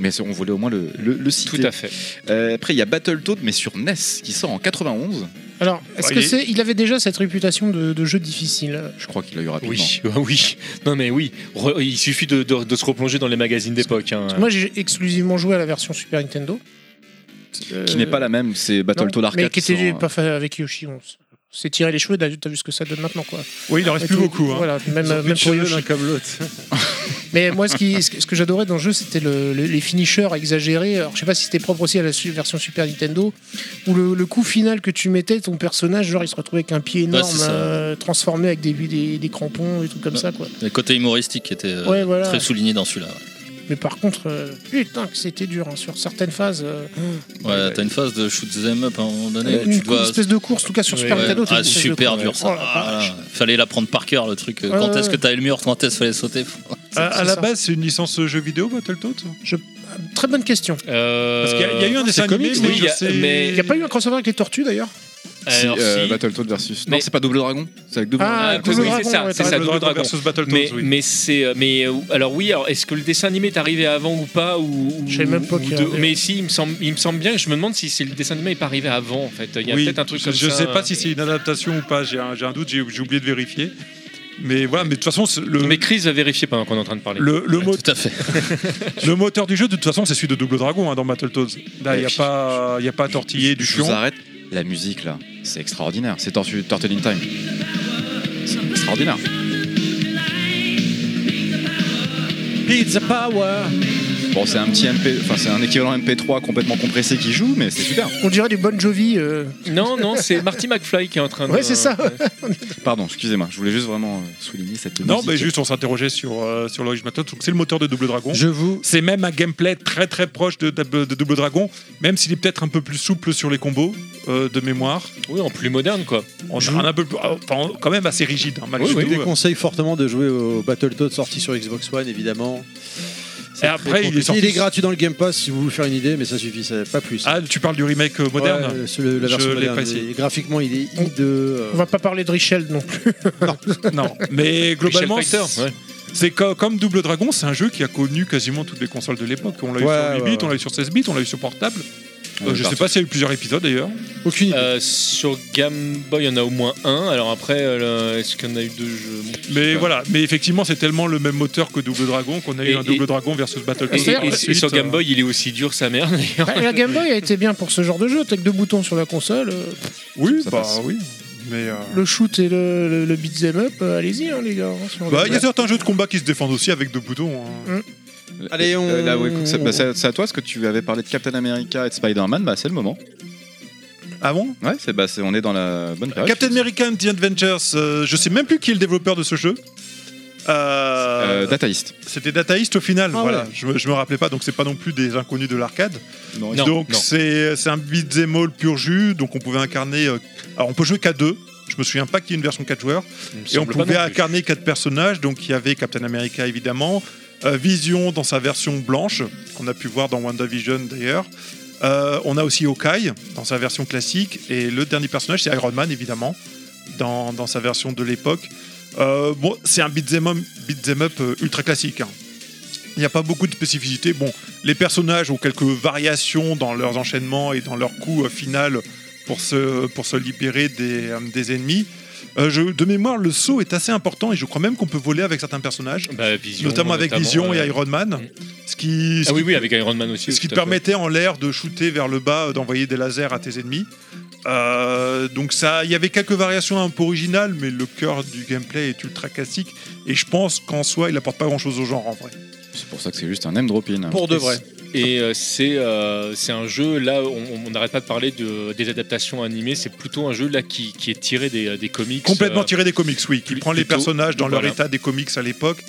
Mais c'est- on voulait au moins le, le, le citer. tout à fait. Euh, après, il y a Battletoad, mais sur NES, qui sort en 91. Alors, est-ce que Voyez. c'est. Il avait déjà cette réputation de, de jeu difficile. Je crois qu'il l'a eu rapidement. Oui, <laughs> bah oui. Non mais oui, Re- il suffit de, de- de se replonger dans les magazines d'époque. hein. Moi, j'ai exclusivement joué à la version Super Nintendo. Euh, Qui n'est pas la même, c'est Battletoad Non, Arcade. Mais qui sort, était euh, pas fait avec Yoshi. On s- s'est tiré les cheveux, t'as t'as vu ce que ça donne maintenant, quoi. Oui, il en reste plus beaucoup. hein. Voilà, même, Ils ont euh, plus même de pour cheveux Yoshi. l'un comme <laughs> l'autre. Mais moi, ce, <laughs> qui, ce que- ce que j'adorais dans le jeu, c'était le- le- les finishers exagérés. Alors, je sais pas si c'était propre aussi à la su- version Super Nintendo, où le, le coup final que tu mettais, ton personnage, genre, il se retrouvait avec un pied énorme, c'est ça. euh, transformé avec des, des, des crampons et tout comme Ouais. ça, quoi. Le côté humoristique qui était euh, Ouais, voilà. très souligné dans celui-là. Mais par contre, euh, putain, que c'était dur hein, sur certaines phases. euh, Ouais, Ouais, t'as une phase de shoot them up à un moment donné où une tu dois. espèce de course, en tout cas sur Oui, Super Ouais, Nintendo. t'as ah, une espèce de super course. dur ça. Oh la Ah, vache. là, Fallait l'apprendre par cœur le truc. Ouais, Quand est-ce ouais. que t'avais le mur, quand est-ce qu'il fallait sauter. À, à c'est la ça. base, c'est une licence jeu vidéo, Battletoad Très bonne question. Euh, Parce qu'il y, a- il y a eu un dessin c'est animé, comics, mais oui, il je y a- sais- mais- Il n'y a pas eu un crossover avec les tortues d'ailleurs Si, Alors, euh, si- Battletoads versus. Mais- Non, c'est pas Double Dragon C'est avec Double Ah, Dragon. Double oui, Dragon, c'est ça, ouais, c'est t'as ça, raison. Double Dragon. versus Battletoads, Mais, oui. mais c'est euh, mais euh, alors oui alors est-ce que le dessin animé est arrivé avant ou pas ou, ou- Je sais même pas ou qu'il y de- avait. mais si il me semble il me semble bien que je me demande si, si le dessin animé est pas arrivé avant en fait il y a Oui, peut-être un truc je, comme je ça euh, sais pas si c'est une adaptation ou pas, j'ai un, j'ai un doute, j'ai j'ai oublié de vérifier. Mais voilà, mais de toute façon, c'est le, mais Chris va vérifier pendant qu'on est en train de parler le, le, mo- Tout à fait. le moteur du jeu, de toute façon, c'est celui de Double Dragon hein, dans Battletoads. Là, il n'y a, pas- il y a pas à tortiller du Je vous chion. arrête. La musique là, c'est extraordinaire. C'est Tortue Turtle in Time. C'est extraordinaire. Pizza Power Bon, c'est un petit MP, enfin c'est un équivalent MP3 complètement compressé qui joue, mais c'est super. On dirait du Bon Jovi. euh, non non c'est Marty McFly qui est en Euh, train de Ouais, c'est ça. Pardon, excusez-moi, je voulais juste vraiment euh, souligner cette Non, musique. mais juste, on s'interrogeait sur, euh, sur l'origine de Battletoads. Donc, C'est le moteur de Double Dragon. Je vous. C'est même un gameplay très très proche de, de- de Double Dragon, même s'il est peut-être un peu plus souple sur les combos euh, de mémoire. oui en plus moderne quoi On a un peu plus- enfin, quand même assez rigide, hein, malgré Je vous tout. déconseille fortement de jouer au Battletoads sorti sur Xbox One, évidemment. C'est Et très après, il est compliqué. sorti- Il est gratuit dans le Game Pass si vous voulez faire une idée, mais ça suffit, ça- pas plus. Ah, tu parles du remake euh, moderne Ouais, c'est le- la Je version l'ai moderne. pas essayé. Et Graphiquement, il est hideux. euh, On va pas parler de Richel non plus. <laughs> Non, mais globalement, Michel Pfeiffer, ouais. c'est co- comme Double Dragon, c'est un jeu qui a connu quasiment toutes les consoles de l'époque. On l'a eu Ouais, sur 8 bits, ouais, ouais. on l'a eu sur 16 bits, on l'a eu sur portable. Ouais, Euh, je sais parti. pas s'il y a eu plusieurs épisodes d'ailleurs. Aucune idée. Euh, sur Game Boy il y en a au moins un alors après euh, le- est-ce qu'on a eu deux jeux Mais pas. voilà, mais effectivement, c'est tellement le même moteur que Double Dragon qu'on a eu Et- un Double et- Dragon versus Battle et, et- et sur euh. Game Boy il est aussi dur sa mère <laughs> d'ailleurs Bah, la Game Boy a été bien pour ce genre de jeu. T'as que deux boutons sur la console. euh, Oui, Ça bah passe. oui. Mais. euh, Le shoot et le, le, le beat'em up. euh, Allez-y, hein, les gars. hein, sur bah, le- il y a certains jeux de combat qui se défendent aussi avec deux boutons. hein. Allez, on- Euh, là, ouais, écoute, c'est bah, c'est à c'est à toi, ce que tu avais parlé de Captain America et de Spider-Man, bah c'est le moment. Ah bon Ouais, c'est bah, c'est- on est dans la bonne période. Ah, Captain America and the Adventures, euh, je sais même plus qui est le développeur de ce jeu. Euh, Euh, Dataist. C'était Dataist au final, Ah voilà. ouais. Je, me- je me rappelais pas, donc c'est pas non plus des inconnus de l'arcade. Non, Non, donc non. c'est c'est un beat'em all pur jus, donc on pouvait incarner. euh, alors on peut jouer qu'à deux. Je me souviens pas qu'il y ait une version 4 joueurs. Il me Et on semble pas pouvait non plus. incarner quatre personnages. Donc il y avait Captain America évidemment, euh, Vision dans sa version blanche qu'on a pu voir dans WandaVision d'ailleurs. Euh, on a aussi Hawkeye dans sa version classique et le dernier personnage c'est Iron Man évidemment dans, dans sa version de l'époque. Euh, bon, c'est un beat'em up, beat'em up, euh, ultra classique. hein. Il n'y a pas beaucoup de spécificités. Bon, les personnages ont quelques variations dans leurs enchaînements et dans leur coup euh, final pour se, pour se libérer des, euh, des ennemis. Euh, je- de mémoire, le saut est assez important et je crois même qu'on peut voler avec certains personnages, Bah, Vision, notamment avec Vision euh, et Iron Man, Mm. ce qui, ce ah oui qui- oui avec Iron Man aussi ce qui tout à fait. te permettait en l'air de shooter vers le bas, euh, d'envoyer des lasers à tes ennemis. Euh, donc ça, il y avait quelques variations un peu originales, mais le cœur du gameplay est ultra classique et je pense qu'en soi, il apporte pas grand-chose au genre en vrai. C'est pour ça que c'est juste un name dropping. pour de vrai. Et euh, c'est euh, c'est un jeu, là, on on n'arrête pas de parler de, des adaptations animées, c'est plutôt un jeu là qui, qui est tiré des, des comics. Complètement euh, tiré des comics, oui, qui plus- prend les plutôt, personnages dans leur voilà. état des comics à l'époque.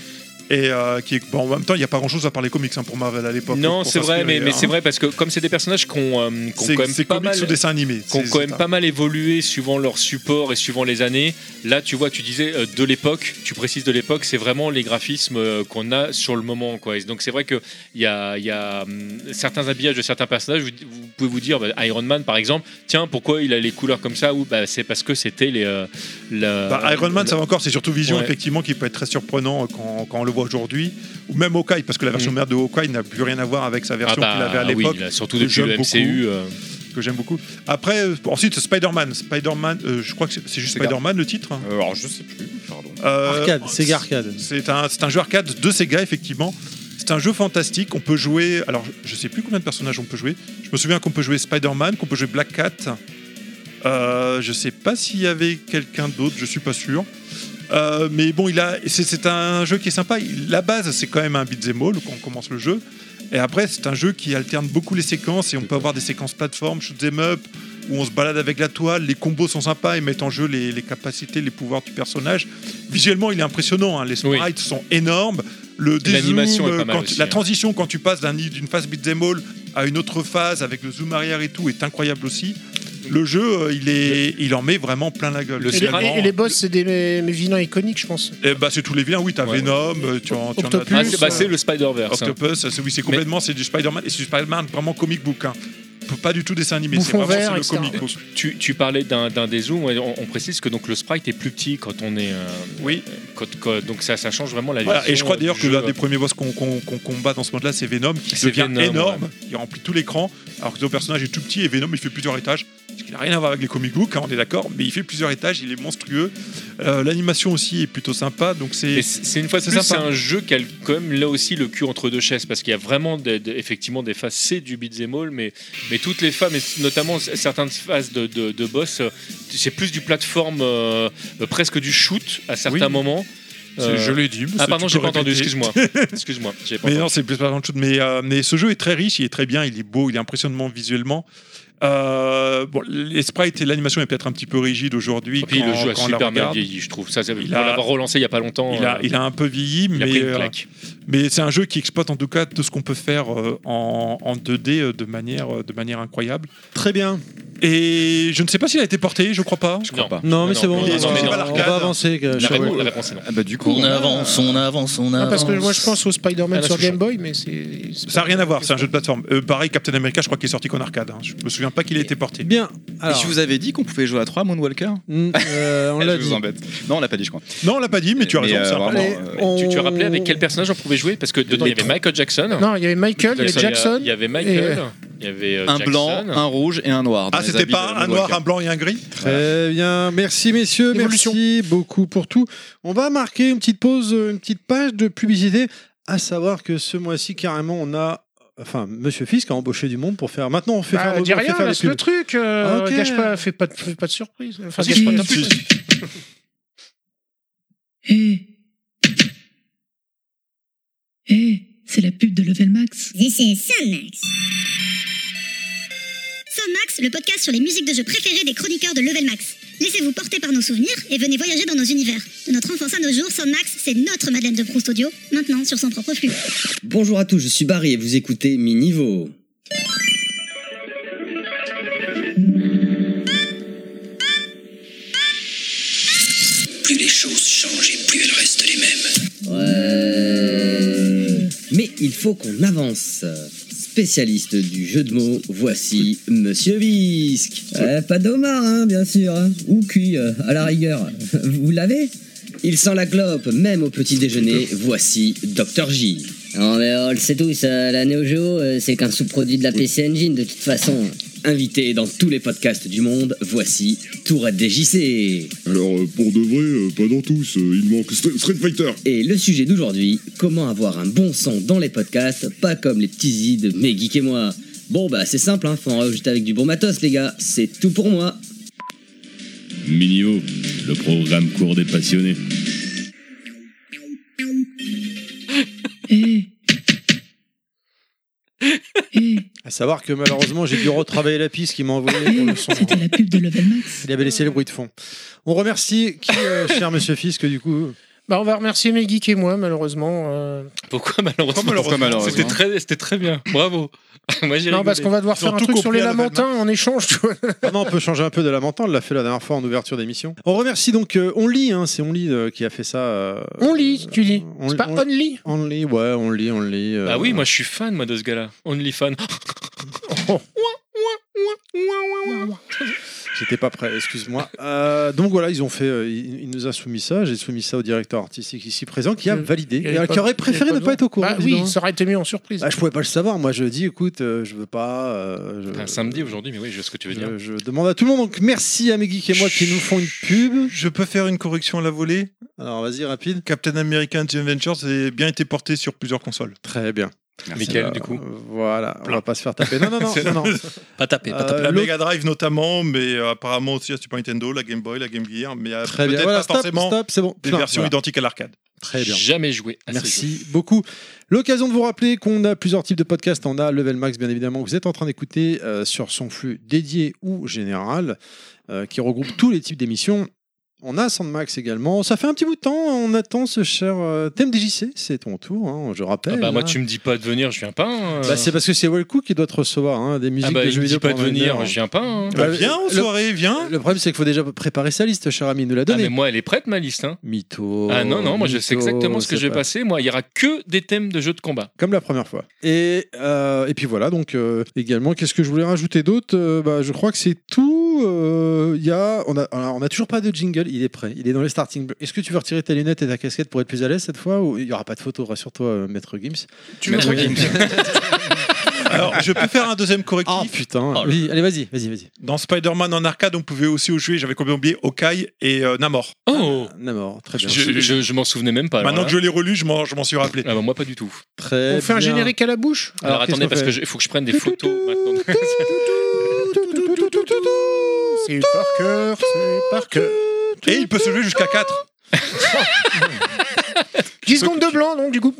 Et euh, qui est- bon, en même temps, il n'y a pas grand chose à part les comics hein, pour Marvel à l'époque. Non, pour c'est vrai, mais, s'inspirer, mais hein. c'est vrai parce que comme c'est des personnages qui ont, euh, qui ont C'est quand même c'est pas comics mal. ou dessin animé. qui ont C'est- quand même c'est pas mal évolué suivant leur support et suivant les années. Là, tu vois, tu disais euh, de l'époque, tu précises de l'époque, c'est vraiment les graphismes euh, qu'on a sur le moment. Quoi. Et donc, c'est vrai qu'il y a, il y a hum, certains habillages de certains personnages. Vous, vous pouvez vous dire, bah, Iron Man, par exemple, tiens, pourquoi il a les couleurs comme ça Ou bah, c'est parce que c'était les. euh, la- Bah, Iron Man, ça va encore, c'est surtout Vision, Ouais. effectivement, qui peut être très surprenant euh, quand, quand on le voit aujourd'hui. Ou même Hawkeye, parce que la version Mm. mère de Hawkeye n'a plus rien à voir avec sa Ah version bah, qu'il avait à oui, l'époque, là, surtout que depuis le j'aime MCU. euh, que j'aime beaucoup. Après, euh, ensuite, Spider-Man. Spider-Man, euh, je crois que c'est c'est juste C'est Spider-Man le titre. hein. Euh, alors je sais plus, pardon. Euh, Arcade, Sega Arcade. C'est un, c'est un jeu arcade de Sega, effectivement. C'est un jeu fantastique. On peut jouer. Alors, je sais plus combien de personnages on peut jouer. Je me souviens qu'on peut jouer Spider-Man, qu'on peut jouer Black Cat. Euh, je sais pas s'il y avait quelqu'un d'autre, je suis pas sûr. Euh, mais bon, il a. C'est c'est un jeu qui est sympa. Il- La base, c'est quand même un beat'em all quand on commence le jeu. Et après, c'est un jeu qui alterne beaucoup les séquences et on peut avoir des séquences plateforme, shoot'em up, où on se balade avec la toile. Les combos sont sympas et mettent en jeu les, les capacités, les pouvoirs du personnage. Visuellement, il est impressionnant. hein. Les Oui. sprites sont énormes. Le L'animation dézoom, est pas mal quand- aussi, la hein. transition quand tu passes d'un- d'une phase beat'em all à une autre phase avec le zoom arrière et tout est incroyable aussi. Le jeu, euh, il, est, il en met vraiment plein la gueule. Le Et les, Vraiment, et- et les boss, c'est des mes, mes vilains iconiques, je pense. Eh bah, c'est tous les vilains, oui, t'as Ouais. Venom, euh, tu en, tu en as Octopus, ah, c'est bah, euh, c'est le Spider-Verse. hein. Octopus, c'est- oui, c'est complètement, c'est du Spider-Man, et c'est du Spider-Man vraiment comic book. hein. pas du tout dessin animé, c'est Bouffon vraiment c'est vert, le etc. comic book. Tu, tu parlais d'un d'un des zooms, on, on précise que donc le sprite est plus petit quand on est. euh, Oui. quand- quand- donc ça, ça change vraiment la Voilà, vision, et je crois euh, d'ailleurs du que jeu. l'un des premiers boss qu'on qu'on- qu'on combat dans ce monde-là, c'est Venom, qui C'est devient Venom, énorme, ouais. il remplit tout l'écran, alors que le personnage est tout petit et Venom, il fait plusieurs étages, ce qui n'a rien à voir avec les comic books, hein, on est d'accord, mais il fait plusieurs étages, il est monstrueux. Euh, L'animation aussi est plutôt sympa, donc Et c'est... c'est c'est une fois de C'est plus, c'est sympa. un jeu qui a le- quand même là aussi le cul entre deux chaises parce qu'il y a vraiment des- des- effectivement des phases c'est du beat'em all mais mais toutes les phases, mais notamment c- certaines phases de, de, de boss, euh, c'est plus du plateforme euh, euh, presque du shoot à certains Oui. moments. Euh, Je l'ai dit. mais ah c'est- pardon, tu j'ai peux pas entendu. répéter. Excuse-moi. <laughs> Excuse-moi. j'ai pas Mais entendu. non, c'est plus pas grand chose. Mais, euh, mais ce jeu est très riche, il est très bien, il est beau, il est impressionnant visuellement. Euh, bon, les sprites et l'animation est peut-être un petit peu rigide aujourd'hui. Et puis le quand- jeu a quand on la super mal regarde. vieilli, je trouve. Ça, c'est- pour Il a- l'avoir relancé il y a pas longtemps. Il a, euh, il a un peu vieilli, il mais, a pris une euh, claque. mais c'est un jeu qui exploite en tout cas tout ce qu'on peut faire euh, en, en 2D euh, de manière, euh, de manière incroyable. Très bien. Et je ne sais pas s'il a été porté, je crois pas. Je crois pas. Non, mais c'est bon, non, on va- non, non, on non, va l'arcade. avancer. euh, La Sherwood. réponse, la réponse est non. Ah bah du coup, On a- avance, on avance, on avance. Ah, parce que moi je pense au Spider-Man Ah, là, sur je suis Game Boy, mais c'est. c'est Ça n'a pas- rien à voir, c'est un jeu de plateforme. Euh, pareil, Captain America, je crois qu'il est sorti qu'en arcade. hein. Je me souviens pas qu'il ait été porté. Bien. Et Alors, je vous avais dit qu'on pouvait jouer à 3 Moonwalker mm, euh, on Ah, l'a <laughs> Je dit. vous embête. Non, on l'a pas dit, je crois. Non, on l'a pas dit, mais tu as Mais, raison. euh, c'est important. vraiment, Allez, euh, on- Bah, Tu, tu as rappelé avec quel personnage on pouvait jouer Parce que dedans, il y avait Michael Jackson. Non, il y avait Michael, il y avait Jackson, Jackson. Il y avait Michael. Il y avait euh, Un Jackson. blanc, un rouge et un noir. dans Ah, les c'était habits de pas un noir, Moonwalker. un blanc et un gris Très bien. Merci, messieurs. Évolution. Merci beaucoup pour tout. On va marquer une petite pause, euh, une petite page de publicité. À savoir que ce mois-ci, carrément, on a. Enfin, Monsieur Fisk a embauché du monde pour faire. Maintenant, on fait Bah, faire, dis on fait rien, faire laisse des le pubs. truc. euh, Ah, ok. Gâche pas, fais pas, de- fais pas de surprise. Enfin, Si, gâche pas ta si, pub. Hé Hé Eh, C'est la pub de Level Max. This is Sonmax. Sonmax, le podcast sur les musiques de jeux préférées des chroniqueurs de Level Max. Laissez-vous porter par nos souvenirs et venez voyager dans nos univers. De notre enfance à nos jours, Sonmax, c'est notre Madeleine de Proust Audio, maintenant sur son propre flux. Bonjour à tous, je suis Barry et vous écoutez Mi-Niveau. Plus les choses changent et plus elles restent les mêmes. Mais il faut qu'on avance. Spécialiste du jeu de mots, voici Monsieur Bisque. pas d'homard, hein, bien sûr. hein. Ou cuit, euh, à la rigueur. Vous l'avez Il sent la clope, même au petit déjeuner. Voici Dr J. Non, mais on le sait tous, la Neo c'est qu'un sous-produit de la PC Engine, de toute façon. Invité dans tous les podcasts du monde, voici Tourette DJC. Alors, euh, pour de vrai, euh, pas dans tous, euh, il manque St- Street Fighter. Et le sujet d'aujourd'hui, comment avoir un bon son dans les podcasts, pas comme les petits i de mes geeks et moi. Bon bah c'est simple, hein, faut en rajouter avec du bon matos les gars, c'est tout pour moi. Minio, le programme court des passionnés. Hé Hé À savoir que malheureusement, j'ai dû retravailler la piste qui m'a envoyé pour le son. C'était la pub de Level Max. Il avait laissé le bruit de fond. On remercie qui, euh, cher Monsieur Fisk, du coup. Bah, on va remercier mes geeks et moi, malheureusement. euh. <laughs> Pourquoi malheureusement Pourquoi Oh, malheureusement C'était très, c'était très bien. Bravo. <laughs> Moi, j'ai Non, rigolé. parce qu'on va devoir Ils ont faire un tout truc sur compris les à Level lamentins en échange, tu vois. Ah non, on peut changer un peu de lamentant. On l'a fait la dernière fois en ouverture d'émission. On remercie donc euh, On Lit, hein, c'est On Lit euh, qui a fait ça. euh, On lit, tu dis. <laughs> on- C'est pas on- only. Only, ouais, Only, Only. euh, Bah oui, moi je suis fan moi, de ce gars-là. Only fan. Ah, J'étais pas prêt, excuse-moi. Euh, donc voilà, ils ont fait, euh, il, il nous a soumis ça. J'ai soumis ça au directeur artistique ici présent qui a Il y validé, avait et, euh, pas- qui aurait il y préféré avait ne pas être au courant. Bah dis oui, donc. ça aurait été mieux en surprise. Ah, je pouvais pas le savoir. Moi, je dis, écoute, euh, je veux pas. euh, je- Un samedi aujourd'hui, mais oui, je vois ce que tu veux dire. je, je demande à tout le monde. Donc merci à mes geeks et moi qui nous font une pub. Je peux faire une correction à la volée Alors vas-y rapide. Captain America and the Avengers a bien été porté sur plusieurs consoles. Très bien. Michael, du coup. Euh, voilà, on va pas se faire taper. Non, <laughs> non, non, non, non. Pas taper, pas taper. Euh, la l'autre- Mega Drive notamment, mais euh, apparemment aussi la Super Nintendo, la Game Boy, la Game Gear, mais euh, Très bien. peut-être Voilà, pas stop, forcément stop, c'est bon. des Plein, versions voilà. identiques à l'arcade. Très bien. Jamais joué. à ces jeux. Merci beaucoup. L'occasion de vous rappeler qu'on a plusieurs types de podcasts. On a Level Max, bien évidemment, que vous êtes en train d'écouter euh, sur son flux dédié ou général, euh, qui regroupe tous les types d'émissions. On a Sandmax également. Ça fait un petit bout de temps, on attend ce cher euh, TMDJC, c'est ton tour, hein, je rappelle. Ah bah, moi, hein. tu me dis pas de venir, je viens pas. hein. Bah, c'est parce que c'est Walcou qui doit te recevoir hein, des musiques ah bah, de il jeux me dit vidéo. pas de pendant une venir, heure. je viens pas. hein. Bah, Bah, viens en le- soirée, viens. Le problème, c'est qu'il faut déjà préparer sa liste, cher ami, nous l'a Ah, mais donné. moi, elle est prête, ma liste. hein. Mytho. Ah non, non, moi je sais mytho, exactement ce que Oh, c'est je vais pas- passer. Moi, il y aura que des thèmes de jeux de combat. Comme la première fois. Et, euh, et puis voilà, donc euh, également, qu'est-ce que je voulais rajouter d'autre Euh, bah, Je crois que c'est tout. Euh, Il y a, on, a, alors, on a toujours pas de jingle, il est prêt, il est dans les starting blocks. Est-ce que tu veux retirer tes lunettes et ta casquette pour être plus à l'aise cette fois ou Il n'y aura pas de photo, rassure-toi, euh, Maître Gims. Tu veux- Oui. Alors, je peux faire un deuxième correctif. Oh putain, Oh, le- Oui, allez, vas-y, vas-y, vas-y. Dans Spider-Man en arcade, on pouvait aussi jouer, j'avais complètement oublié, Okai et euh, Namor. Oh Namor, très bien. Je, je- je m'en souvenais même pas. alors Maintenant là. que je l'ai relu, je m'en je m'en suis rappelé. Ah bah, moi, pas du tout. Très On fait un Eh bien. <laughs> Ah, générique à la bouche Alors, Alors, qu'est-ce attendez, qu'on parce fait qu'il faut que je prenne des photos maintenant. C'est par cœur, c'est par cœur. Et il peut se jouer jusqu'à 4. 10 secondes de blanc, donc du coup.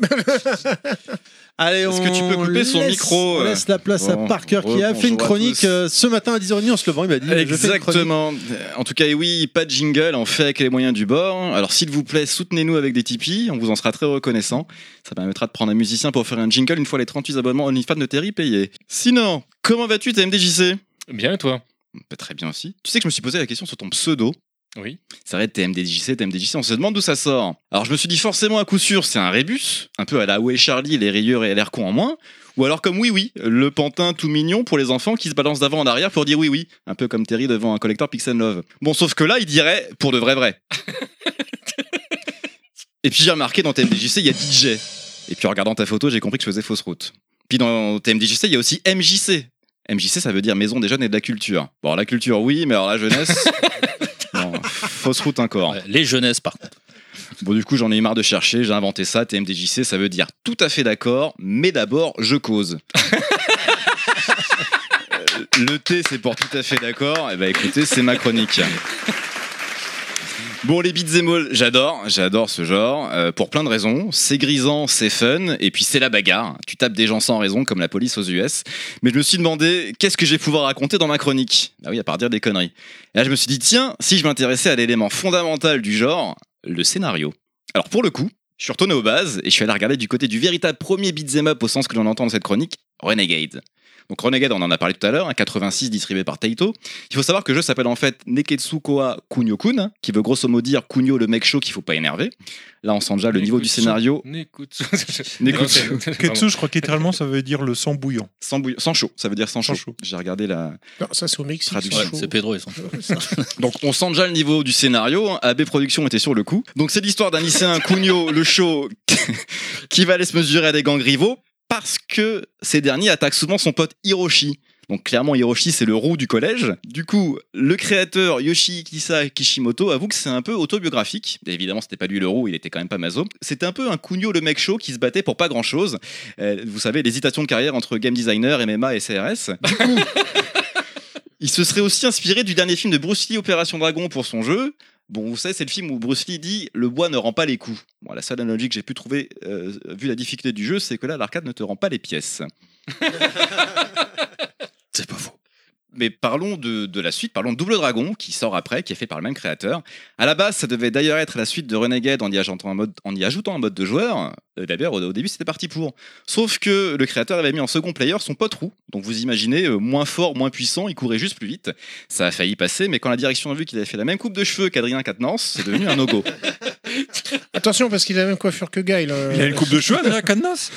<laughs> Allez, Est-ce que tu peux on couper son laisse- micro, On euh, laisse la place à bon, Parker qui a rebonjour fait une à chronique tous. euh, ce matin à 10h30 en se levant. Il m'a dit je fais une chronique. Exactement. En tout cas, et oui, pas de jingle, on fait avec les moyens du bord. Alors, s'il vous plaît, soutenez-nous avec des Tipeee, on vous en sera très reconnaissant. Ça permettra de prendre un musicien pour faire un jingle une fois les 38 abonnements OnlyFans de Terry payés. Sinon, comment vas-tu, TMDJC Bien, et toi Bah, Très bien aussi. Tu sais que je me suis posé la question sur ton pseudo. Oui. Ça va être TMDJC, TMDJC, on se demande d'où ça sort. Alors je me suis dit forcément à coup sûr, c'est un rébus, un peu à la Way Charlie, les rayures et l'air con en moins. Ou alors comme oui oui, le pantin tout mignon pour les enfants qui se balance d'avant en arrière pour dire oui oui, un peu comme Terry devant un collecteur Pixel Love. Bon sauf que là il dirait pour de vrai vrai. et puis j'ai remarqué dans TMDJC il y a DJ. Et puis en regardant ta photo j'ai compris que je faisais fausse route. Puis dans TMDJC il y a aussi MJC. MJC ça veut dire Maison des Jeunes et de la Culture. Bon alors, la culture oui mais alors la jeunesse... non, fausse route encore. Ouais, Les jeunesses, par contre. Bon, du coup, j'en ai eu marre de chercher, j'ai inventé ça, TMDJC, ça veut dire tout à fait d'accord, mais d'abord, je cause. Euh, Le T, c'est pour tout à fait d'accord, et bah écoutez, c'est ma chronique. Bon, les beats et malls, j'adore, j'adore ce genre, euh, pour plein de raisons. C'est grisant, c'est fun, et puis c'est la bagarre. Tu tapes des gens sans raison, comme la police aux US. Mais je me suis demandé, qu'est-ce que je vais pouvoir raconter dans ma chronique Bah oui, à part dire des conneries. Et là, je me suis dit, tiens, si je m'intéressais à l'élément fondamental du genre, le scénario. Alors pour le coup, je suis retourné aux bases et je suis allé regarder du côté du véritable premier beat'em up au sens que l'on entend dans cette chronique, Renegade. Donc Renegade, on en a parlé tout à l'heure, un 86 distribué par Taito. Il faut savoir que le jeu s'appelle en fait Neketsukoa Kunio-kun, hein, qui veut grosso modo dire Kunio le mec chaud qu'il faut pas énerver. Là, on sent déjà le niveau du Nekutsu. scénario Nekutsu. Nekutsu. Non, c'est- Ketsu, je crois que littéralement, ça veut dire le sang bouillant. sans, bouill- sans chaud, ça veut dire sans Sans chaud. chaud. J'ai regardé la, Non, ça c'est au Mexique. Traduction. Ouais, chaud. c'est Pedro, ils sont. Donc on sent déjà le niveau du scénario, hein. AB Productions était sur le coup. Donc c'est l'histoire d'un lycéen <laughs> Cugno le chaud <laughs> qui va aller se mesurer à des gangs rivaux parce que ces derniers attaquent souvent son pote Hiroshi. Donc clairement Hiroshi c'est le roux du collège. Du coup, le créateur Yoshikisa Kishimoto avoue que c'est un peu autobiographique. Et évidemment, c'était pas lui le roux, il était quand même pas maso. C'était un peu un Cugno le mec chaud qui se battait pour pas grand-chose. Euh, vous savez, l'hésitation de carrière entre game designer, MMA et CRS. Du coup, il se serait aussi inspiré du dernier film de Bruce Lee, Opération Dragon, pour son jeu. Bon, vous savez, c'est le film où Bruce Lee dit Le bois ne rend pas les coups. Bon, la seule analogie que j'ai pu trouver, euh, vu la difficulté du jeu, c'est que là, l'arcade ne te rend pas les pièces. C'est pas faux. Mais parlons de, de la suite, parlons de Double Dragon, qui sort après, qui est fait par le même créateur. À la base, ça devait d'ailleurs être la suite de Renegade en y ajoutant un mode, en y ajoutant un mode de joueur. Euh, D'ailleurs, au, au début, c'était parti pour. Sauf que le créateur avait mis en second player son pote roux. Donc vous imaginez, euh, moins fort, moins puissant, il courait juste plus vite. Ça a failli passer, mais quand la direction a vu qu'il avait fait la même coupe de cheveux qu'Adrien Quatennens, c'est devenu un no-go. Attention parce qu'il a la même coiffure que Guy. Là. Il a une coupe de cheveux, Adrien Cadenas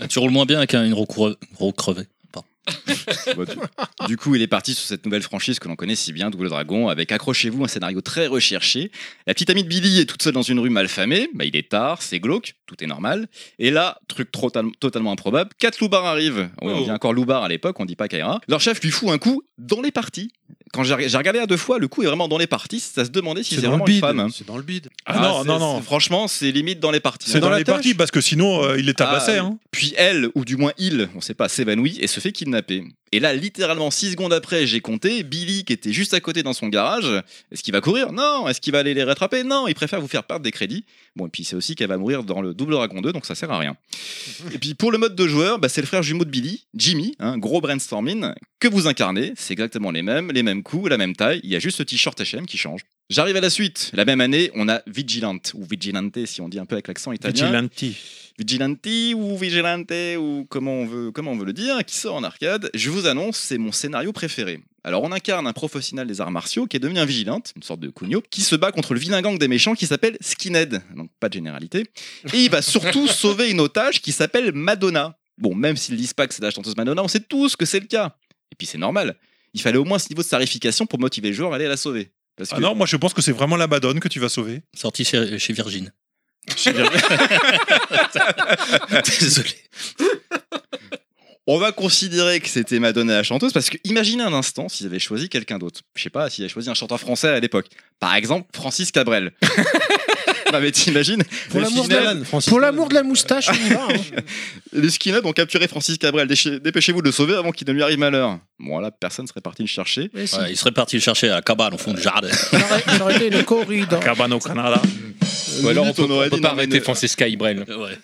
Ah, Tu roules moins bien qu'un une roue creve- roue crevée. Pardon. Bon, du- du coup, il est parti sur cette nouvelle franchise que l'on connaît si bien, Double Dragon, avec accrochez-vous un scénario très recherché. La petite amie de Billy est toute seule dans une rue malfamée. Bah, il est tard, c'est glauque, tout est normal. Et là, truc trop- totalement improbable, quatre loupards arrivent. Oui, on Oh. dit encore loupards à l'époque, on dit pas Kaira. Leur chef lui fout un coup dans les parties. Quand j'ai j'ai regardé à deux fois, le coup est vraiment dans les parties. Ça se demandait si C'est c'est dans, le vraiment une femme. bide. C'est dans le bide. Ah non, c'est- non, non. c'est- Franchement, c'est limite dans les parties. C'est dans, la les tâche. parties, parce que sinon, euh, il les tabassait. Ah, hein. Puis elle, ou du moins il, on sait pas, s'évanouit et se fait kidnapper. Et là, littéralement, 6 secondes après, j'ai compté, Billy, qui était juste à côté dans son garage, est-ce qu'il va courir Non Est-ce qu'il va aller les rattraper Non Il préfère vous faire perdre des crédits. Bon, et puis c'est aussi qu'elle va mourir dans le double dragon 2, donc ça sert à rien. Et puis pour le mode de joueur, bah, c'est le frère jumeau de Billy, Jimmy, hein, gros brainstorming, que vous incarnez. C'est exactement les mêmes, les mêmes cou, la même taille. Il y a juste ce t-shirt HM qui change. J'arrive à la suite. La même année, on a Vigilante, ou Vigilante si on dit un peu avec l'accent italien. Vigilante ou Vigilante ou comment on veut, comment on veut le dire, qui sort en arcade. Je vous annonce, c'est mon scénario préféré. Alors on incarne un professionnel des arts martiaux qui est devenu un vigilante, une sorte de cugno, qui se bat contre le vilain gang des méchants qui s'appelle Skinhead, donc pas de généralité. Et il va <laughs> surtout sauver une otage qui s'appelle Madonna. Bon, même s'ils disent pas que c'est la chanteuse Madonna, on sait tous que c'est le cas. Et puis c'est normal. Il fallait au moins ce niveau de starification pour motiver le joueur à aller la sauver. Parce Ah que- non, moi je pense que c'est vraiment la Madone que tu vas sauver. Sorti chez, chez Virgin. <laughs> Désolé. On va considérer que c'était Madonna la chanteuse parce que imaginez un instant s'ils avaient choisi quelqu'un d'autre. Je sais pas s'ils avaient choisi un chanteur français à l'époque. Par exemple, Francis <laughs> Cabrel. non mais t'imagines Pour le l'amour skinhead- d'Alan, Francis. Pour l'amour de la moustache, on y va. hein. Les skinheads ont capturé Francis Cabrel. Déche- Dépêchez-vous de le sauver avant qu'il ne lui arrive malheur. Bon là, personne serait parti le chercher. Ouais, si. Ouais, il serait parti le chercher à la cabane au fond du jardin. On aurait- on aurait été le corridor. Cabano Canada. Ou alors on Limite, peut, aurait on peut dit, pas non, mais arrêter ne- Francis Cabrel. Ouais.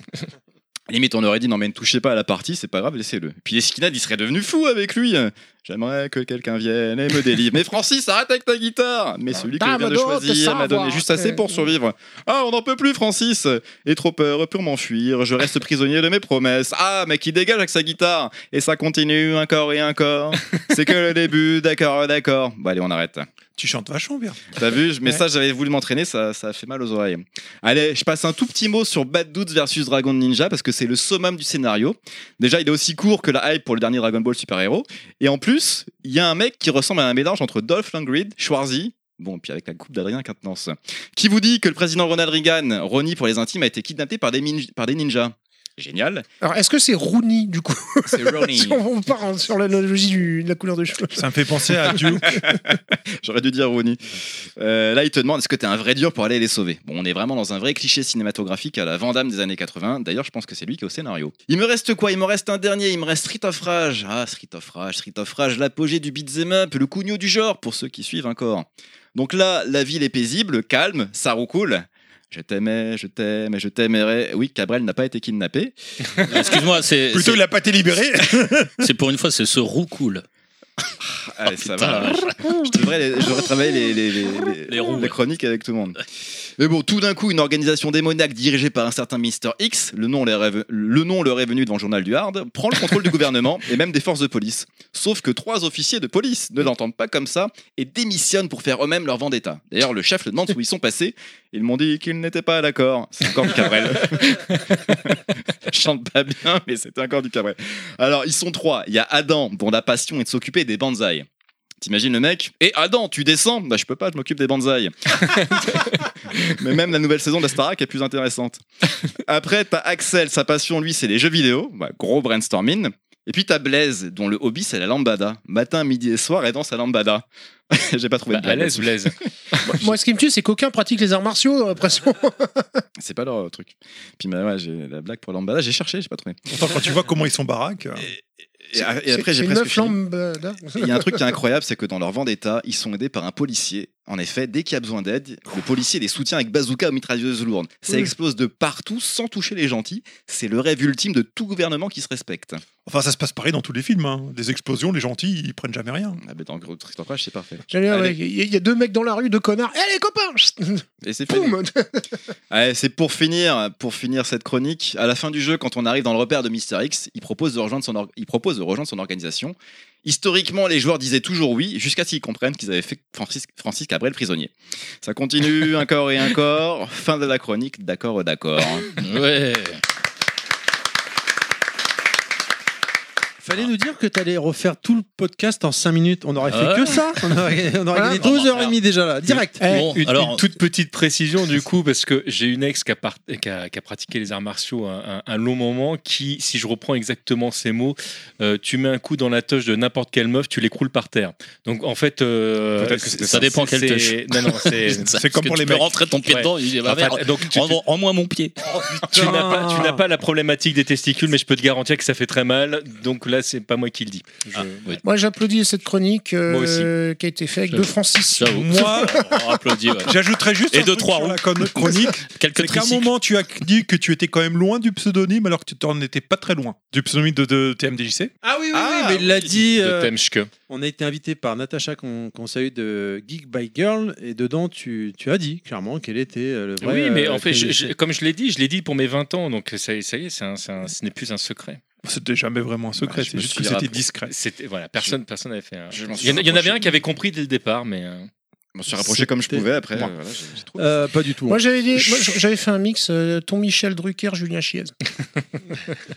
Limite, on aurait dit non, mais ne touchez pas à la partie, c'est pas grave, laissez-le. Puis les skinheads, ils seraient devenus fous avec lui. J'aimerais que quelqu'un vienne et me délivre. Mais Francis, arrête avec ta guitare Mais celui que je viens de Dame d'autres choisir m'a donné savoirs. juste assez pour survivre. Ah, on n'en peut plus, Francis Et trop peur pour m'enfuir, je reste prisonnier de mes promesses. Ah, mais qui dégage avec sa guitare Et ça continue encore et encore. C'est que le début, d'accord, d'accord. Bon, allez, on arrête. Tu chantes vachement bien. T'as vu, je- mais Ouais. ça, j'avais voulu m'entraîner, ça, ça a fait mal aux oreilles. Allez, je passe un tout petit mot sur Bad Dudes versus Dragon Ninja parce que c'est le summum du scénario. Déjà, il est aussi court que la hype pour le dernier Dragon Ball Super Hero. Et en plus, il y a un mec qui ressemble à un mélange entre Dolph Lundgren, Schwarzy, bon, puis avec la coupe d'Adrien Quatennens, qui vous dit que le président Ronald Reagan, Ronnie pour les intimes, a été kidnappé par des, min- par des ninjas. Génial. Alors, est-ce que c'est Rooney, du coup C'est Ronnie. Si on part en- sur l'analogie du- de la couleur de cheveux. Ça me fait penser à Duke. <laughs> J'aurais dû dire Ronnie. Euh, là, il te demande est-ce que t'es un vrai dur pour aller les sauver Bon, on est vraiment dans un vrai cliché cinématographique à la Vandame des années 80. D'ailleurs, je pense que c'est lui qui est au scénario. Il me reste quoi Il me reste un dernier. Il me reste Street of Rage. Ah, Street of Rage, Street of Rage, l'apogée du beat'em up, le cugno du genre, pour ceux qui suivent encore. Donc là, la ville est paisible, calme, ça roucoule. Je t'aimais, je t'aime et je t'aimerai. Oui, Cabrel n'a pas été kidnappé. Excuse-moi, c'est Plutôt, il a pas été libéré. c'est- c'est pour une fois, c'est ce roux cool. Allez, Ah, Oh, ça putain, va. la Je devrais, je devrais travailler les, les, les, les- Les roues, les ouais. chroniques avec tout le monde. Mais bon, tout d'un coup, une organisation démoniaque dirigée par un certain Mister X, le nom, leur est, ve- le nom leur est venu devant le journal du Hard, prend le contrôle du gouvernement et même des forces de police. Sauf que trois officiers de police ne l'entendent pas comme ça et démissionnent pour faire eux-mêmes leur vendetta. D'ailleurs, le chef le demande où ils sont passés. Ils m'ont dit qu'ils n'étaient pas d'accord. C'est encore du Cabrel. <laughs> Je chante pas bien, mais c'était encore du Cabrel. Alors, ils sont trois. Il y a Adam, dont la passion est de s'occuper des bonsaïs. T'imagines le mec Et Adam, tu descends Bah je peux pas, je m'occupe des <laughs> bonsaïs. Mais même la nouvelle saison d'Astarac est plus intéressante. Après, t'as Axel, sa passion, lui, c'est les jeux vidéo. Bah, gros brainstorming. Et puis t'as Blaise, dont le hobby, c'est la lambada. Matin, midi et soir, elle danse à lambada. <laughs> J'ai pas trouvé Bah, de à blague. l'aise, Blaise. Moi, ce qui me tue, c'est qu'aucun pratique les arts martiaux, euh, j'ai l'impression. C'est pas leur euh, truc. Puis bah, ouais, j'ai la blague pour lambada, j'ai cherché, j'ai pas trouvé. <laughs> Pourtant, quand tu vois comment ils sont baraques. euh, Et, et après, C'est- j'ai c'est presque neuf fini. lambes, là. Il y a un truc qui est incroyable, c'est que dans leur vendetta, ils sont aidés par un policier. En effet, dès qu'il y a besoin d'aide, le policier les soutient avec bazooka ou mitrailleuse lourde. Ça Oui. explose de partout sans toucher les gentils. C'est le rêve ultime de tout gouvernement qui se respecte. Ah, Enfin, ça se passe pareil dans tous les films. hein. Des explosions, les gentils, ils prennent jamais rien. Ah, mais dans Gros Triste Orpage, c'est parfait. J'allais dire, Allez. ouais, Il y a- il y a deux mecs dans la rue, deux connards. Eh les copains Et c'est fini. Boum Allez, c'est pour finir, pour finir cette chronique. À la fin du jeu, quand on arrive dans le repère de Mister X, il propose de rejoindre son, or- il propose de rejoindre son organisation. Historiquement, les joueurs disaient toujours oui, jusqu'à ce qu'ils comprennent qu'ils avaient fait Francis, Francis Cabrel prisonnier. Ça continue, un corps et un corps. Fin de la chronique, d'accord, euh, d'accord. Ouais. Fallait nous dire que t'allais refaire tout le podcast en 5 minutes. On aurait fait Ah. Ouais. que ça. On aurait, on aurait Voilà. gagné 2h30 déjà là, direct. Bon, une, alors une toute petite précision du coup, parce que j'ai une ex qui a, par- qui a- qui a pratiqué les arts martiaux un, un- un long moment, qui, si je reprends exactement ces mots, euh, tu mets un coup dans la toche de n'importe quelle meuf, tu l'écroules par terre. Donc en fait, euh, Peut-être que c'était ça. Ça dépend c'est- quelle c'est- Non, non, <laughs> c'est... C'est comme pour les tu peux mecs. rentrer ton pied Ouais. dedans. Il dit, bah, Enfin, merde, donc tu, tu- rends- rends-moi mon pied. tu n'as pas, tu n'as pas la problématique des testicules, mais je peux te garantir que ça fait très mal. Donc là, pas, c'est pas moi qui le dis. Je- oui. <laughs> Moi, j'applaudis cette chronique euh, Moi aussi. qui a été faite avec J'avoue. deux Francis. J'avoue. Moi- <laughs> on applaudit. ouais. J'ajouterais juste Et un de truc trois sur la roues. con- chronique. <laughs> Quelques C'est qu'à un tricycles. moment, tu as dit que tu étais quand même loin du pseudonyme alors que tu t'en étais pas très loin. Du pseudonyme de, de TMDJC. Ah oui, oui, Ah, oui, mais il l'a dit. De euh, Temschke. on a été invité par Natacha qu'on qu'on salue de Geek by Girl et dedans tu, tu as dit clairement quel était euh, le vrai. oui, mais euh, en fait, quel- je- je- comme je l'ai dit, je l'ai dit pour mes 20 ans, donc ça, ça y est, c'est un- c'est un- ce n'est plus un secret. C'était jamais vraiment un secret, Ouais, je c'est me juste suis que c'était rappelé. discret. C'était voilà, personne, personne n'avait fait. un- Je m'en Il y, suis en a- il y en avait rapproché. un qui avait compris dès le départ, mais euh, Je m'en suis rapproché comme je C'était- pouvais après. Moi. euh, voilà, j'ai- j'ai trouvé. Euh, pas du tout. Moi, j'avais dit- moi, j'avais fait un mix euh, Ton Michel Drucker, Julien Chiez.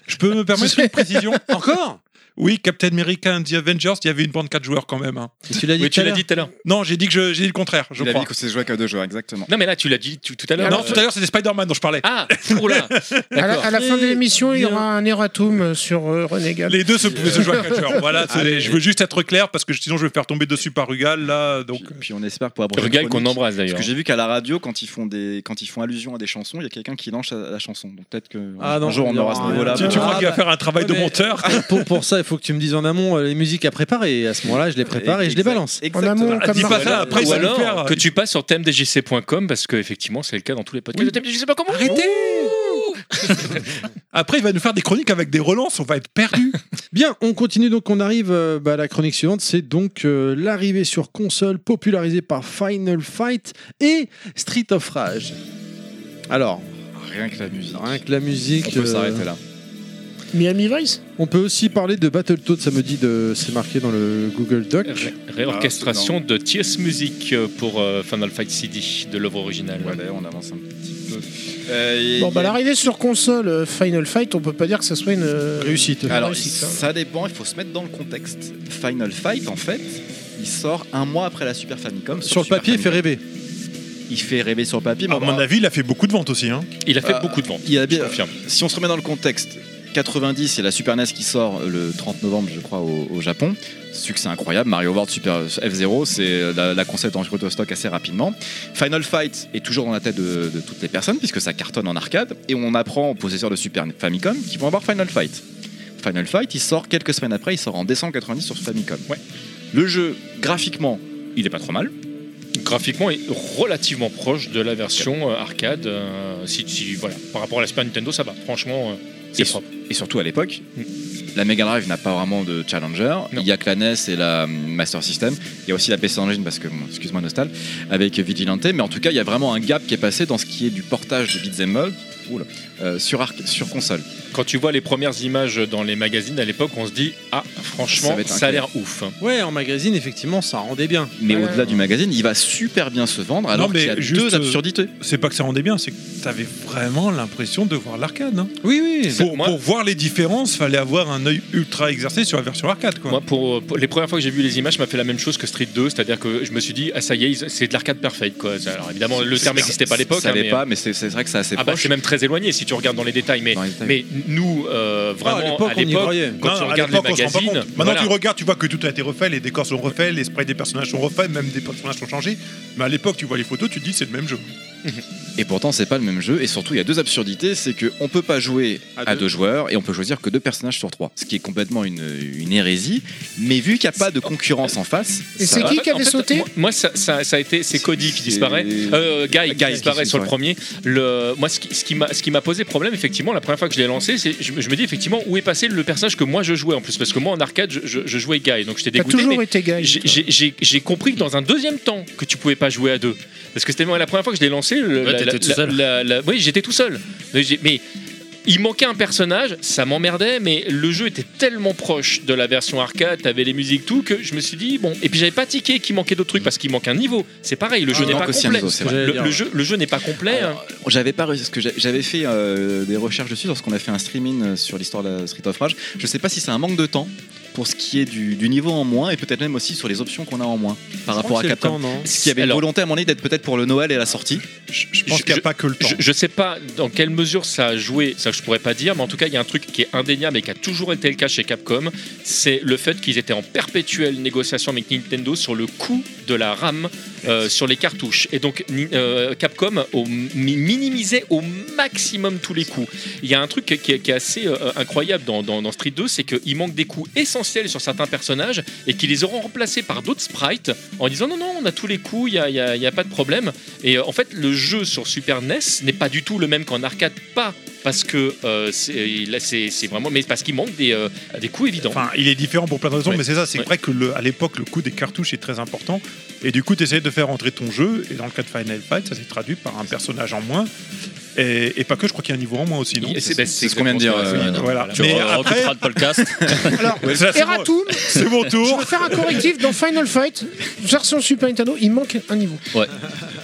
Je peux me permettre une précision <laughs> Encore Oui, Captain America and the Avengers, il y avait une bande 4 joueurs quand même. hein. Et Tu l'as dit. oui, tout tu à l'as l'heure. dit tout à l'heure. Non, j'ai dit que je- j'ai dit le contraire, je il a crois. dit que c'est joué qu'à deux joueurs, exactement. Non, mais là, tu l'as dit tout, tout à l'heure. Ah Non, Euh, tout à l'heure, c'était Spider-Man dont je parlais. Ah, oula. À la, D'accord. à la fin de l'émission, il y Bien. aura un erratum sur euh, Renegade. Les deux se pouvaient se jouer à 4 joueurs. Voilà, c'est- je veux juste être clair parce que sinon je vais faire tomber dessus par Rugal là. Donc, Puis, puis on espère pour la prochaine Rugal euh, qu'on chronique. embrasse Parce hein. d'ailleurs. que j'ai vu qu'à la radio, quand ils font des, quand ils font allusion à des chansons, il y a quelqu'un qui lance la, la chanson. Donc peut-être que Ah non, un jour on il y aura aura ce un- niveau-là. tu, tu Ah, crois qu'il va bah. faire un travail Ouais, de mais- monteur pour, pour ça, il faut que tu me dises en amont euh, les musiques à préparer. Et à ce moment-là, je les prépare et je les balance. En amont, Ah, comme Dis pas Marvel. ça après, Ou ça va le alors faire. que tu passes sur thèmedjc.com parce que effectivement c'est le cas dans tous les podcasts de thèmedjc.com. Arrêtez Après, il va nous faire des chroniques avec des relances, on va être perdu. Bien, on continue donc on arrive euh, bah, à la chronique suivante, c'est donc euh, l'arrivée sur console popularisée par Final Fight et Street of Rage. Alors, Rien que la musique. rien que la musique, On peut euh, s'arrêter là. Miami Vice on peut aussi parler de Battletoads, ça me dit, de- c'est marqué dans le Google Doc. Ré- réorchestration de Tierce Music euh, pour euh, Final Fight CD de l'œuvre originale. Voilà, on avance un petit peu. Euh, il y Bon, a- bah, l'arrivée sur console euh, Final Fight, on peut pas dire que ça soit une euh, Réussite. une Alors, réussite, hein. ça dépend, il faut se mettre dans le contexte. Final Fight, en fait, il sort un mois après la Super Famicom. Sur le papier, il fait Super rêver. Famicom. Il fait rêver sur le papier, mais Ah, À on- mon avis, il a fait beaucoup de ventes aussi. hein. Il a fait Euh, beaucoup de ventes. il a bien- je confirme. si on se remet dans le contexte, 90, c'est la Super NES qui sort le 30 novembre, je crois, au, au Japon. Succès incroyable, Mario World Super F0, c'est euh, la, la concept en stock assez rapidement. Final Fight est toujours dans la tête de, de toutes les personnes, puisque ça cartonne en arcade, et on apprend aux possesseurs de Super Famicom qu'ils vont avoir Final Fight. Final Fight, il sort quelques semaines après, il sort en décembre 90 sur Famicom. Ouais. Le jeu, graphiquement, il est pas trop mal. Graphiquement, il est relativement proche de la version euh, arcade. euh, si, si- voilà, par rapport à la Super Nintendo, ça va. Franchement, euh, c'est Et propre. Et surtout à l'époque, Mm. la Mega Drive n'a pas vraiment de challenger. Non. Il y a que la NES et la mm, Master System. Il y a aussi la PC Engine parce que, bon, excuse-moi Nostal, avec Vigilante. Mais en tout cas, il y a vraiment un gap qui est passé dans ce qui est du portage de Beat'em Up oula, euh, sur, arc- sur console. Quand tu vois les premières images dans les magazines à l'époque, on se dit ah Ça franchement, va être ça, a l'air ouf. Ouais, en magazine, effectivement, ça rendait bien. Mais Ouais. au-delà du magazine, il va super bien se vendre alors mais qu'il y a juste, deux euh, absurdités. C'est pas que ça rendait bien, c'est que t'avais vraiment l'impression de voir l'arcade. hein. Oui, oui. Pour, moi- pour voir les différences, fallait avoir un œil ultra exercé sur la version arcade. Quoi. Moi, pour, euh, pour- les premières fois que j'ai vu les images, ça m'a fait la même chose que Street 2, c'est-à-dire que je me suis dit ah ça y est, ils- c'est de l'arcade parfaite quoi. Alors évidemment, le terme n'existait pas à l'époque. Ça hein, l'est mais, pas, mais c'est c'est vrai que c'est assez Ah bah proche. c'est même très éloigné si tu regardes dans les détails, mais, Dans les détails. mais nous, euh, Ah, vraiment, à on y l'époque, croyait. quand Non, tu à regardes les l'époque, on s'en rend pas magazines, compte. Maintenant, voilà. tu regardes, tu vois que tout a été refait, les décors sont refaits, les sprites des personnages sont refaits, même des personnages sont changés. Mais à l'époque, tu vois les photos, tu te dis c'est le même jeu. Et pourtant, c'est pas le même jeu. Et surtout, il y a deux absurdités c'est qu'on peut pas jouer à, deux. joueurs et on peut choisir que deux personnages sur trois. Ce qui est complètement une, une hérésie. Mais vu qu'il n'y a pas de concurrence en face. Et ça c'est va. qui qui En avait fait, sauté moi, Moi, ça, ça- ça a été. C'est Cody qui disparaît. Euh, Guy, Guy qui disparaît qui sur disparaît. le premier. Le, moi, ce qui, ce qui m'a- ce qui m'a posé problème, effectivement, la première fois que je l'ai lancé, c'est, je, me- je me dis effectivement où est passé le personnage que moi je jouais en plus. Parce que moi, en arcade, je, je- je jouais Guy. Donc j'étais T'as dégoûté. toujours mais été gay. j'ai- j'ai- J'ai j'ai compris que dans un deuxième temps que tu pouvais pas jouer à deux. Parce que c'était moi, la première fois que je l'ai lancé. Ouais, le- la- t'étais la- tout la- seul. la- la- oui, j'étais tout seul. Mais j'ai- mais il manquait un personnage, ça m'emmerdait, mais le jeu était tellement proche de la version arcade, t'avais les musiques, tout, que je me suis dit, bon, et puis j'avais pas tiqué qu'il manquait d'autres trucs parce qu'il manque un niveau. C'est pareil, le jeu Mm. Ah, Il n'est manque pas aussi un complet. niveau, c'est vrai. Le, J'allais dire, le ouais. jeu, le jeu n'est pas complet. hein. Alors, J'avais pas réussi- parce que j'a- j'avais fait euh, des recherches dessus lorsqu'on a fait un streaming euh, sur l'histoire de la Street of Rage. Je sais pas si c'est un manque de temps pour ce qui est du, du niveau en moins et peut-être même aussi sur les options qu'on a en moins par Je Ah, rapport crois à que c'est le Capcom. temps, non Ce qui avait Alors- une volonté à mon avis d'être peut-être pour le Noël et la sortie. Je pense qu'il n'y a pas que le temps. Je, ne sais pas dans quelle mesure ça a joué, ça je pourrais pas dire, mais en tout cas il y a un truc qui est indéniable et qui a toujours été le cas chez Capcom, c'est le fait qu'ils étaient en perpétuelle négociation avec Nintendo sur le coût de la RAM euh, sur les cartouches. Et donc ni- euh, Capcom au, mi- minimisait au maximum tous les coûts. Il y a un truc qui, est- qui est assez euh, incroyable dans, dans- dans Street 2, c'est qu'il manque des coûts essentiels sur certains personnages et qu'ils les auront remplacés par d'autres sprites en disant non non on a tous les coups, il n'y a, il y a- il y a pas de problème. Et euh, en fait, le jeu sur Super NES n'est pas du tout le même qu'en arcade, pas parce que euh, c'est- là c'est c'est vraiment, mais parce qu'il manque des, euh, des coups évidents. Enfin, il est différent pour plein de raisons, Ouais. mais c'est ça, c'est Ouais. vrai que le, à l'époque, le coût des cartouches est très important. Et du coup, tu essayes de faire entrer ton jeu, et dans le cas de Final Fight, ça s'est traduit par un personnage en moins. Et, et pas que, je crois qu'il y a un niveau en moins aussi, non Et c'est- c'est ce qu'on vient de exactement dire, ce que- euh, Voilà. Tu Mais re- après- recouperas le podcast. Alors, <laughs> Ouais, ça, c'est mon- Erratum, c'est mon je tour. veux faire un correctif dans Final Fight, version Super Nintendo, il manque un niveau. Mais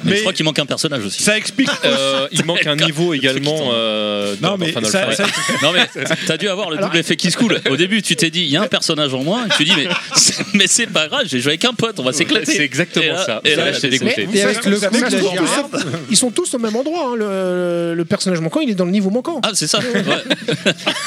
Mais- je crois qu'il manque un personnage aussi. Ça explique. Euh, il manque un niveau également. euh, dans- dans Non, mais Final ça- Fight. ça- Non mais t'as dû avoir le double effet qui se coule. Au début, tu t'es dit, il y a un personnage en moins. Et tu dis, mais c'est- mais c'est pas grave, j'ai joué avec un pote, on va s'éclater. C'est exactement Et là- ça. Et Ça, là, j'étais dégoûté. Mais, Et avec ça- le ça- coup de ça- la ça- girafe. Ils sont tous au même endroit, hein, le, le personnage manquant, il est dans le niveau manquant. Ah, c'est ça. ouais.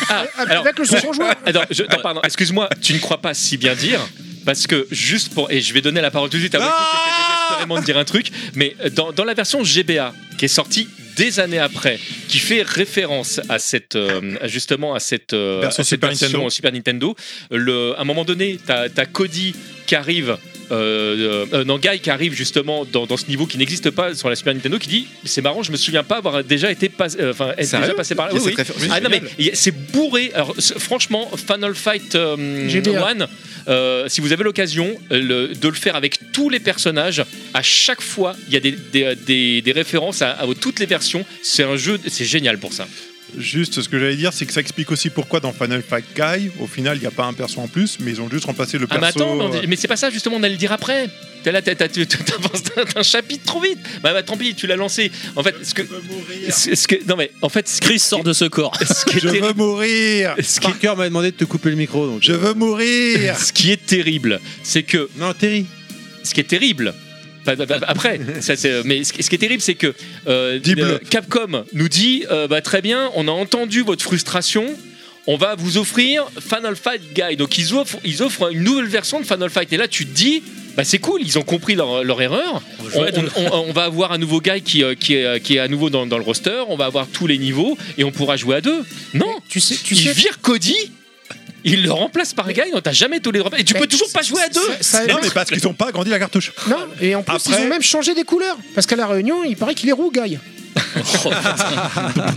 Ah, alors- Avec le second joueur. <laughs> Attends, je- attends, pardon, excuse-moi, tu ne crois pas si bien dire parce que juste pour et je vais donner la parole tout de suite à Wiki qui était désespérément de dire un truc, mais euh, dans, dans la version GBA qui est sortie des années après, qui fait référence à cette euh, justement à cette, euh, Version à cette Super version Nintendo. Super Nintendo, le, à un moment donné, t'as as Cody qui arrive. Euh, euh, non, Guy qui arrive justement dans, dans ce niveau qui n'existe pas sur la Super Nintendo qui dit c'est marrant je me souviens pas avoir déjà été pas- euh, enfin être Sérieux déjà passé par là Il y a Oui, cette oui. référence. Ah non mais il y a- c'est bourré. Alors c- franchement, Final Fight euh, GBA. One, euh, si vous avez l'occasion euh, le- de le faire avec tous les personnages, à chaque fois il y a des, des- des- des références à, à toutes les versions. C'est un jeu, c'est génial pour ça. Juste, ce que j'allais dire, c'est que ça explique aussi pourquoi dans Final Fight Guy, au final, il n'y a pas un perso en plus, mais ils ont juste remplacé le Ah mais perso. attends, mais, on euh, dit- mais c'est pas ça justement, on allait le dire après. T'as là, t'as- t'as- tu- t'avances d'un d'un chapitre trop vite. Bah, bah, tant pis, tu l'as lancé. En fait, ce que, ce ce que, non mais en fait, ce qui- Chris sort de ce corps. ce qui est Je terrible- veux mourir ce qui- Parker m'a demandé de te couper le micro. Donc. Je veux mourir ce qui est terrible, c'est que Non, Terry. ce qui est terrible. enfin, bah, bah, Après, ça, c'est- mais ce qui ce qui est terrible, c'est que euh, Dis-le. euh, Capcom nous dit euh, bah, très bien, on a entendu votre frustration. On va vous offrir Final Fight Guy. Donc ils offrent, ils offrent une nouvelle version de Final Fight. Et là, tu te dis, bah c'est cool, ils ont compris leur, leur erreur. On, Ouais, donc- on- on- on va avoir un nouveau guy qui, euh, qui, est, euh, qui est à nouveau dans, dans le roster. On va avoir tous les niveaux et on pourra jouer à deux. Non, Tu sais, tu ils sais. virent Cody, ils le remplacent par un guy. dont t'as jamais tous les remplacés. Et tu Mais peux toujours pas jouer à ça- deux. <laughs> ça- Non, mais parce qu'ils n'ont pas agrandi la cartouche. <laughs> Non, et en plus, Après- ils ont même changé des couleurs. Parce qu'à la réunion, il paraît qu'il est roux, Guy. Oh, putain.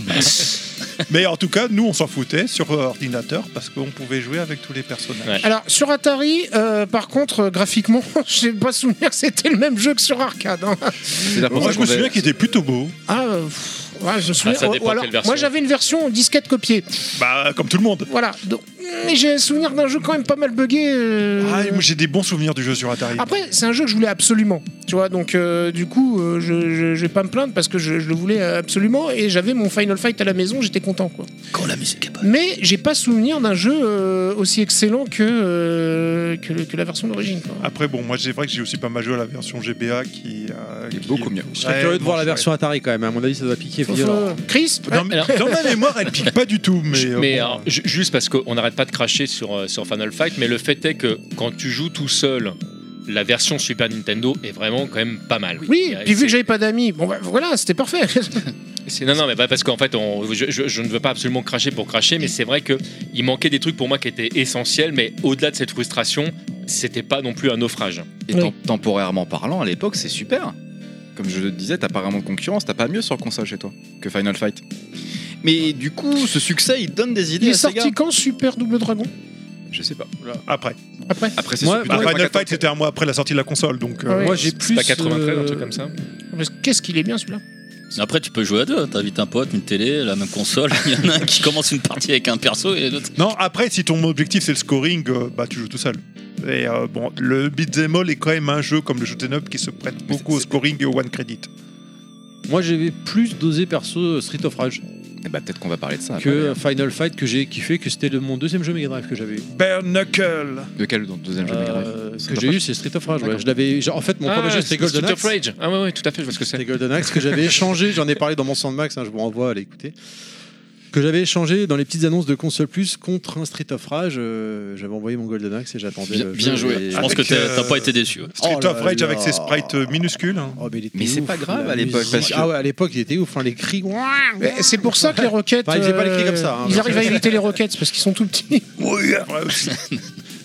Mais en tout cas, nous, on s'en foutait sur ordinateur parce qu'on pouvait jouer avec tous les personnages. Ouais. Alors, sur Atari, euh, par contre, euh, graphiquement, <laughs> je pas souvenir que c'était le même jeu que sur arcade. hein. C'est la Moi, première je me qu'on souviens avait- qu'il était plutôt beau. Ah, euh, pff, ouais, je me souviens. Ah, ça ou- dépend ou alors, quelle version. moi, j'avais une version en disquette copiée. Bah, comme tout le monde. Voilà. Donc, mais j'ai le souvenir d'un jeu quand même pas mal buggé. euh. Ah, moi, j'ai des bons souvenirs du jeu sur Atari. Après, c'est un jeu que je voulais absolument. Tu vois, donc euh, du coup, euh, je, je- je vais pas me plaindre parce que je, je le voulais euh, absolument et j'avais mon Final Fight à la maison, j'étais content quoi. Quand la musique est bonne. Mais j'ai pas souvenir d'un jeu euh, aussi excellent que, euh, que, que la version d'origine. quoi. Après, bon, moi, c'est vrai que j'ai aussi pas mal joué à la version GBA qui, euh, Qui est beaucoup mieux. Je serais curieux de voir la vraiment version Atari quand même. À mon avis, ça doit piquer. Faut- violent. faut- Euh, Chris chouette. Dans, ouais. Alors- dans ma mémoire, elle pique pas du tout, <laughs> mais. Ju- euh, bon, alors, ju- juste parce qu'on n'arrête pas de cracher sur, euh, sur Final Fight, mais le fait est que quand tu joues tout seul, la version Super Nintendo est vraiment quand même pas mal. Oui, Et puis vu Ah, c'est- que j'avais pas d'amis, bon bah, voilà, c'était parfait. <laughs> c'est- Non, non, mais bah, parce qu'en fait, on- je, je- je ne veux pas absolument cracher pour cracher, mais c'est vrai que il manquait des trucs pour moi qui étaient essentiels, mais au-delà de cette frustration, c'était pas non plus un naufrage. Et tem- temporairement parlant, à l'époque, c'est super. Comme je le disais, t'as pas vraiment de concurrence, t'as pas mieux sur console chez toi que Final Fight. Mais du coup, ce succès, il donne des idées Il est à Sega. sorti quand Super Double Dragon Je sais pas. Après. Après Après, c'est Moi, sûr, plutôt Bah, trois, Final quatre ans. Fight, c'était un mois après la sortie de la console, donc. euh, Ah ouais. Moi, j'ai C'est plus. pas 93, euh, un truc comme ça Parce que Qu'est-ce qu'il est bien celui-là Après, tu peux jouer à deux. hein. T'invites un pote, une télé, la même console. Il y en a un qui commence une partie avec un perso et l'autre. Non, après, si ton objectif c'est le scoring, euh, bah tu joues tout seul. Et euh, bon, le beat'em all est quand même un jeu comme le shoot'em up qui se prête beaucoup au scoring et au one credit. Moi, j'avais plus dosé perso euh, Street of Rage. Et bah peut-être qu'on va parler de ça. que Final Fight que j'ai kiffé, que c'était le- mon deuxième jeu Mega Drive que j'avais eu. Bare Knuckle De quel deuxième jeu Mega Drive Euh, ce Street que of j'ai Rage. eu, c'est Street of Rage. ouais. D'accord. Je l'avais, j'ai- en fait, mon Ah, premier jeu, c'était Street Golden of Axe. Rage. Ah ouais, ouais, tout à fait, je vois ce que c'est. C'était Golden Axe que j'avais échangé. J'en ai parlé dans mon Sandmax. hein, je vous renvoie à l'écouter. Que j'avais échangé dans les petites annonces de console plus contre un Street of Rage. euh, j'avais envoyé mon Golden Axe et j'attendais. Bien- le jeu bien joué. et- Je pense que Avec, t'as euh, t'as pas été déçu. ouais. Street Oh là of Rage là. avec ses sprites euh, minuscules. hein. Oh, mais il était Mais c'est ouf, pas grave la à l'époque, parce musique. que- Ah ouais, à l'époque, il était ouf. hein, les cris. Mais C'est pour ça que les roquettes. Enfin, ils faisaient pas les cris comme ça, hein. ils arrivent à éviter les roquettes parce qu'ils sont tout petits. Ouais, <laughs> aussi.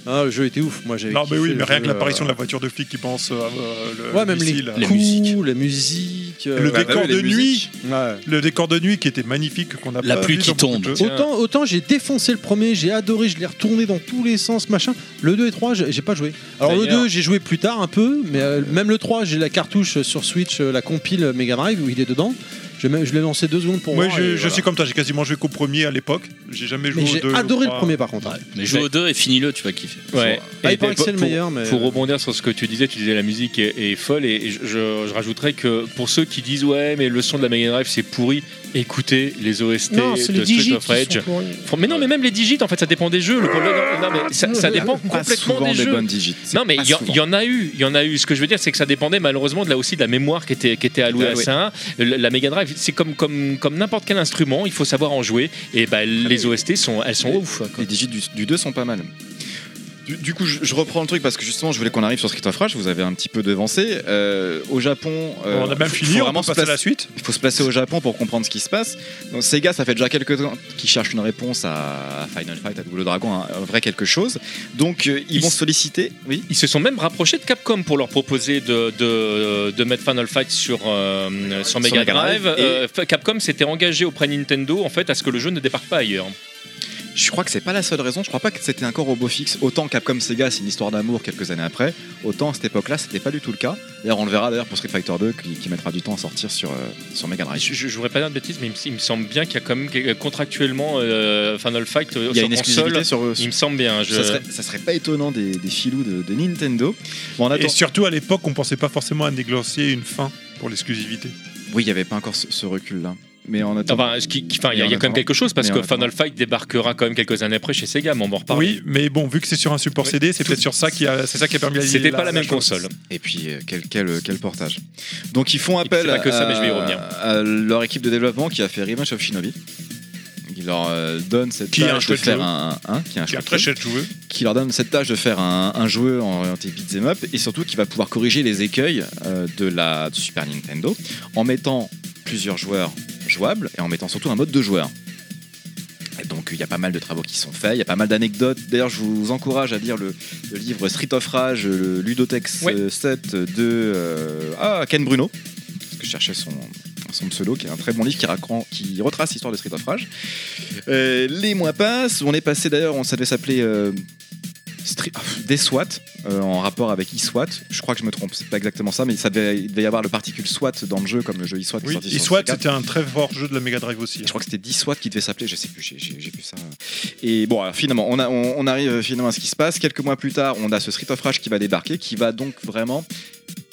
Ah, le jeu était ouf. Moi, j'avais Non, mais kiffé oui, le mais rien jeu, que l'apparition euh, de la voiture de flic qui pense euh, euh, le, Ouais, le même les, missile. coups, musiques. la musique. euh, Le bah décor oui, les de nuit, musiques. ouais. le décor de nuit qui était magnifique qu'on a La pas pluie vu qui dans beaucoup tombe. de jeux. Tiens. Autant, autant j'ai défoncé le premier, j'ai adoré, je l'ai retourné dans tous les sens, machin. Le 2 et 3, j'ai j'ai pas joué. Alors le D'ailleurs- 2, j'ai joué plus tard un peu, mais euh, même le 3, j'ai la cartouche sur Switch, euh, la compile Mega Drive où il est dedans. Je, l'ai- je l'ai lancé deux secondes pour Moi, voir. je, Oh, et je voilà. suis comme toi, j'ai quasiment joué qu'au premier à l'époque. J'ai jamais joué Mais au deux. j'ai ou adoré le trois. premier par contre. Ouais, Mais joue Mais- aux deux et finis-le, tu vas kiffer. Ouais. Ah, Et il paraît que pour- c'est le pour- meilleur, mais. euh, Pour rebondir sur ce que tu disais, tu disais la musique est, est folle et je, je- je rajouterais que pour ceux qui disent ouais mais le son de la Mega Drive c'est pourri, écoutez les OST Non, c'est de les Street digits. of Rage. Fran- Mais non mais même les digits en fait ça dépend des jeux. Le problème, non, mais ça, ça dépend Pas complètement souvent des des, jeux. bonnes digits. c'est Non mais pas il y, en- souvent. il y en a eu, il y en a eu. Ce que je veux dire c'est que ça dépendait malheureusement de là aussi de la mémoire qui était qui était allouée Ah à oui. ça. Le- La Mega Drive c'est comme comme comme n'importe quel instrument, il faut savoir en jouer et bah, les OST sont elles sont ouf. quoi. Bah, Les digits du, du 2 sont pas mal. Du, du coup, je, je reprends le truc parce que justement, je voulais qu'on arrive sur Street of Rage. Vous avez un petit peu devancé. Euh, au Japon, euh, On a même faut- fini, faut on vraiment se peut passer à placer- la suite. Il faut se placer au Japon pour comprendre ce qui se passe. Donc, Sega, ça fait déjà quelques temps qu'ils cherchent une réponse à Final Fight, à Double Dragon, un, un vrai quelque chose. Donc, euh, ils, Ils- vont solliciter. Oui. Ils se sont même rapprochés de Capcom pour leur proposer de, de, de mettre Final Fight sur, euh, sur Mega Mega Drive. Drive. Euh, fa- Capcom s'était engagé auprès de Nintendo en fait à ce que le jeu ne débarque pas ailleurs. Je crois que c'est pas la seule raison. Je crois pas que c'était encore au beau fixe. Autant Capcom Sega, c'est une histoire d'amour quelques années après. Autant à cette époque-là, c'était pas du tout le cas. D'ailleurs, on le verra d'ailleurs pour Street Fighter 2 qui, qui mettra du temps à sortir sur, euh, sur Mega Drive. Ah, Je, je, je voudrais pas dire de bêtises, mais il me, il me semble bien qu'il y a quand même quelque- contractuellement euh, Final Fight euh, Il y a sur une euh, console. exclusivité sur, Il me semble bien. Je... Ça, serait, ça serait pas étonnant des, des filous de, de Nintendo. Bon, on attend. Et surtout à l'époque, on pensait pas forcément à négocier une fin pour l'exclusivité. Oui, il n'y avait pas encore ce, ce recul-là. Mais on attend. Enfin, ce qui- qui- enfin, il y a, Mais il y a en quand attendant- même quelque chose parce mais en que attendant- Final Fight débarquera quand même quelques années après chez Sega, mais on va en reparler. Oui, mais bon, vu que c'est sur un support CD, c'est peut-être sur ça qui a, c'est ça qui a permis. à- C'était pas la même chose. console. Et puis, euh, quel, quel, quel portage. Donc, ils font puis, appel c'est pas que ça, à, mais je vais y revenir. à leur équipe de développement qui a fait Revenge of Shinobi. Ils leur euh, donnent cette Qui est un tâche de chouette faire jeu. un, un- qui est un Qui a chouette très jeu. cher de jouer. qui leur donne cette tâche de faire un, un jeu orienté beat'em up et surtout qui va pouvoir corriger les écueils euh, de la de Super Nintendo en mettant plusieurs joueurs jouables et en mettant surtout un mode de joueur. Et donc il y a pas mal de travaux qui sont faits, il y a pas mal d'anecdotes. D'ailleurs, je vous encourage à lire le, le livre Street of Rage, le Ludotex Ouais. euh, 7 de euh, ah, Ken Bruno, parce que je cherchais son, son pseudo, qui est un très bon livre qui, raconte- qui retrace l'histoire de Street of Rage. Euh, les mois passent, on est passé d'ailleurs, on ça devait s'appeler euh, Street- ah, des SWAT euh, en rapport avec eSWAT. Je crois que je me trompe, c'est pas exactement ça, mais ça devait, il devait y avoir le particule SWAT dans le jeu, comme le jeu eSWAT. est Oui, sorti et sur SWAT, Sega. c'était un très fort jeu de la Mega Drive aussi. hein. Je crois que c'était 10 SWAT qui devait s'appeler, je sais plus, j'ai- j'ai j'ai plus ça. Et bon, alors, finalement, on, a- on- on arrive euh, finalement à ce qui se passe. Quelques mois plus tard, on a ce Street of Rage qui va débarquer, qui va donc vraiment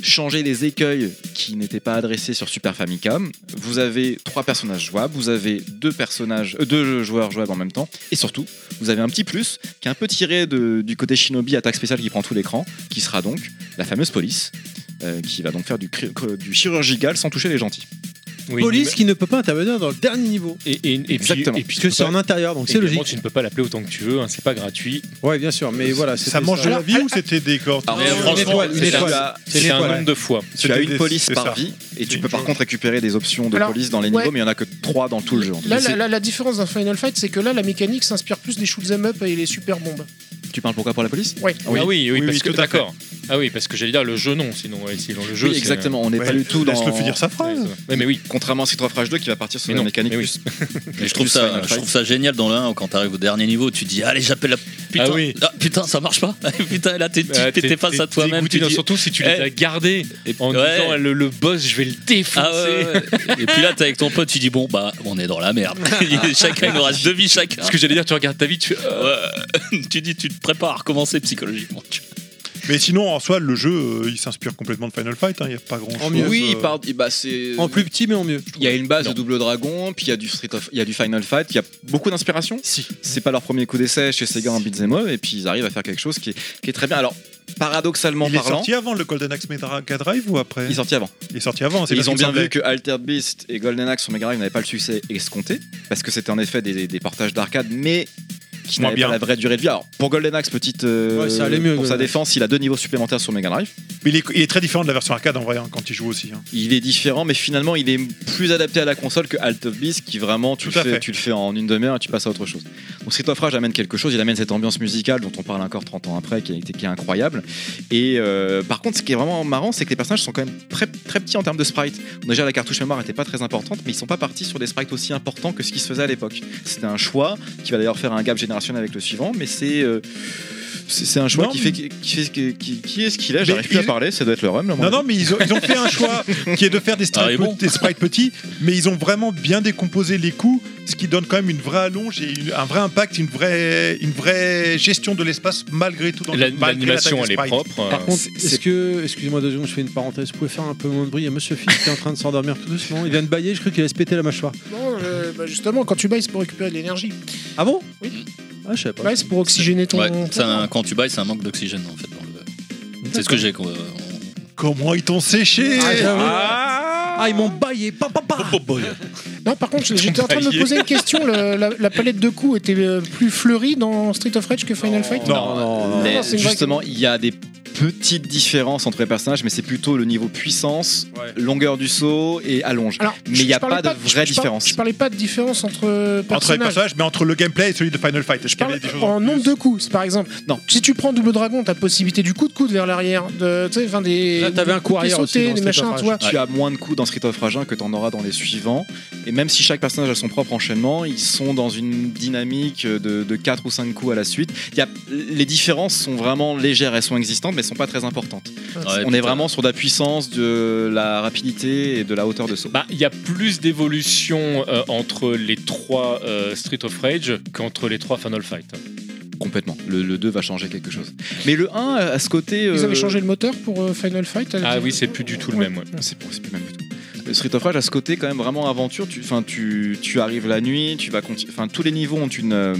changer les écueils qui n'étaient pas adressés sur Super Famicom. Vous avez trois personnages jouables, vous avez deux personnages, euh, deux joueurs jouables en même temps, et surtout, vous avez un petit plus qui est un peu tiré de- du côté Shinobi attaque spéciale qui prend tout l'écran, qui sera donc la fameuse police. euh, qui va donc faire du, cri- du chirurgical sans toucher les gentils. Oui, Police qui ne peut pas intervenir dans le dernier niveau. Et, et, et puis- Exactement. et puis, Puisque c'est en intérieur, donc c'est évidemment, logique. Tu ne peux pas l'appeler autant que tu veux, hein, c'est pas gratuit. Ouais, bien sûr, mais voilà. Ça c'était mange de la Alors, vie ou c'était des cordes Ah, Alors, Mais tu- franchement, étoile, une c'est étoile. ça. C'est euh, C'est Ah un l'étoile. nombre de fois. Tu as C'était une des- police c'est par ça. vie et tu une peux par chose. contre récupérer des options de Alors, police dans les ouais. niveaux, mais il n'y en a que 3 dans tout le jeu. en fait. Là, Et c'est- la, la- la différence d'un Final Fight, c'est que là, la mécanique s'inspire plus des shoot'em up et les super bombes. Tu parles pourquoi pour la police Ouais. Ah oui, oui, Oui, parce oui, que tout à fait. d'accord. Ah oui, parce que j'allais dire le jeu non, sinon, ouais, sinon le jeu. Oui, c'est- euh, exactement, on n'est Ouais, pas du tout dans. Laisse-le finir sa Ouais, phrase. Ah, ouais, mais oui. Contrairement à Street of Rage 2 qui va partir sur Mais une non, mécanique mais oui. plus. Mais je trouve ça, je trouve ça génial dans le 1 quand t'arrives au dernier niveau, tu dis allez j'appelle la putain, Ah oui. Ah, putain ça marche pas, <laughs> putain là t'es Euh, t'es face à toi-même, tu dégoûté, dis- surtout si tu Eh. les as gardés et- en ouais. disant eh, le, le boss, je vais le défoncer. Ah ouais, ouais, ouais. et puis là t'es avec ton pote, tu dis bon bah on est dans la <laughs> merde, chacun il nous reste deux vies chacun. <laughs> Parce que j'allais dire, tu regardes ta vie, tu fais, euh, Ouais. tu dis tu te prépares à recommencer psychologiquement. tu- Mais sinon, en soi, le jeu, euh, il s'inspire complètement de Final Fight. hein, Il n'y a pas grand chose. oui, euh, il part, il- bah, c'est. En plus petit mais en mieux. Il y a une base Non. de Double Dragon, puis il y a du Street of- il y a du Final Fight, il y a beaucoup d'inspiration. Si. C'est pas leur premier coup d'essai chez Sega en beat'em up, et puis ils arrivent à faire quelque chose qui est, qui est très bien. Alors, paradoxalement Il est parlant, sorti avant le Golden Axe Mega Drive ou après il est sorti avant. Il est sorti avant. c'est parce Ils ont qu'il bien semblait- vu que Alter Beast et Golden Axe sur Mega Drive n'avaient pas le succès escompté, parce que c'était en effet des, des portages d'arcade, mais qui Moins n'avaient bien. pas la vraie durée de vie. Alors, pour Golden Axe, petite. euh, Ouais, ça allait mieux, Pour sa Golden Axe. défense, il a deux niveaux supplémentaires sur Mega Drive. Mais il est, il est très différent de la version arcade en vrai hein, quand il joue aussi. hein. Il est différent, mais finalement, il est plus adapté à la console que Alt of Beast, qui vraiment, tu, Tout le à fais, fait. tu le fais en une demi-heure et tu passes à autre chose. Donc Street of Rage amène quelque chose, il amène cette ambiance musicale dont on parle encore 30 ans après, qui, a été- qui est incroyable. Et euh, par contre, ce qui est vraiment marrant, c'est que les personnages sont quand même très, très petits en termes de sprites. Déjà, la cartouche mémoire n'était pas très importante, mais ils sont pas partis sur des sprites aussi importants que ce qui se faisait à l'époque. C'était un choix qui va d'ailleurs faire un gap générationnel avec le suivant, mais c'est. euh, c'est c'est un choix Non, qui fait qui, qui fait- qui- qui- qui est ce qu'il est. Mais J'arrive plus à ils- parler, ça doit être le rhum. là, à mon Non, non, mais ils ont, ils ont fait un choix qui est de faire des sprites, Ah, et bon. pe- des sprites petits, mais ils ont vraiment bien décomposé les coups, ce qui donne quand même une vraie allonge et une- un vrai impact, une vraie, une vraie gestion de l'espace malgré tout. dans le- La- malgré L'animation, elle l'attaque est des sprites. propre. euh, Par contre, c'est- est-ce c'est- que, excusez-moi deux secondes, je fais une parenthèse. Vous pouvez faire un peu moins de bruit Il y a Monsieur Fils qui est en train de s'endormir tout doucement. Il vient de bailler, je crois qu'il allait se péter la mâchoire. Non, euh, bah, justement, quand tu bailles, c'est pour récupérer de l'énergie. Ah bon Oui. Ah, je savais pas. Ouais, c'est pour oxygéner ton. Ouais, c'est un- quand tu bailles, c'est un manque d'oxygène en fait. dans le- C'est ce que j'ai. quoi. On- Comment ils t'ont séché Ah, j'avoue. Ah, Oh, ils m'ont baillé, pa, pa, pa. Non, par contre, j'étais en train de me poser une question. le- la, la palette de coups était euh, plus fleurie dans Street of Rage que Final Fight Non, Oh, non, Les- Ah non, c'est une vraie justement, il y a des petites différences entre les personnages, mais c'est plutôt le niveau puissance, longueur du saut et allonge. Alors, Mais je- il n'y a je parlais pas de vraie je- je par- différence. Je parlais pas de différence entre euh, Entre les personnages. personnages, mais entre le gameplay et celui de Final Fight. Je Il y avait parle des choses en plus. nombre de coups, par exemple. Non. Si tu prends double dragon, t'as possibilité du coup de coude vers l'arrière. De, tu sais, enfin des. Là, t'avais un des courrier aussi. sautés, dans des Street machins, of Rage. tu vois. Tu as moins de coups dans Street of Rage 1 que tu en auras dans les suivants. Et même si chaque personnage a son propre enchaînement, ils sont dans une dynamique de, de 4 ou 5 coups à la suite. Il y a- les différences sont vraiment légères, elles sont existantes, mais elles sont pas très importantes. Ouais, On putain. est vraiment sur de la puissance, de la rapidité et de la hauteur de saut. Bah, il y a plus d'évolution euh, entre les trois euh, Street of Rage qu'entre les trois Final Fight. Complètement. Le, le 2 va changer quelque chose. Mais le 1 à ce côté. Ils euh, avaient changé le moteur pour euh, Final Fight. Ah oui, c'est plus du tout le Ouais. même. ouais. C'est pour- c'est plus le même du tout. Le Street of Rage a ce côté quand même vraiment aventure. Tu, enfin, tu, tu arrives la nuit, tu vas continuer. Enfin, tous les niveaux ont une. euh,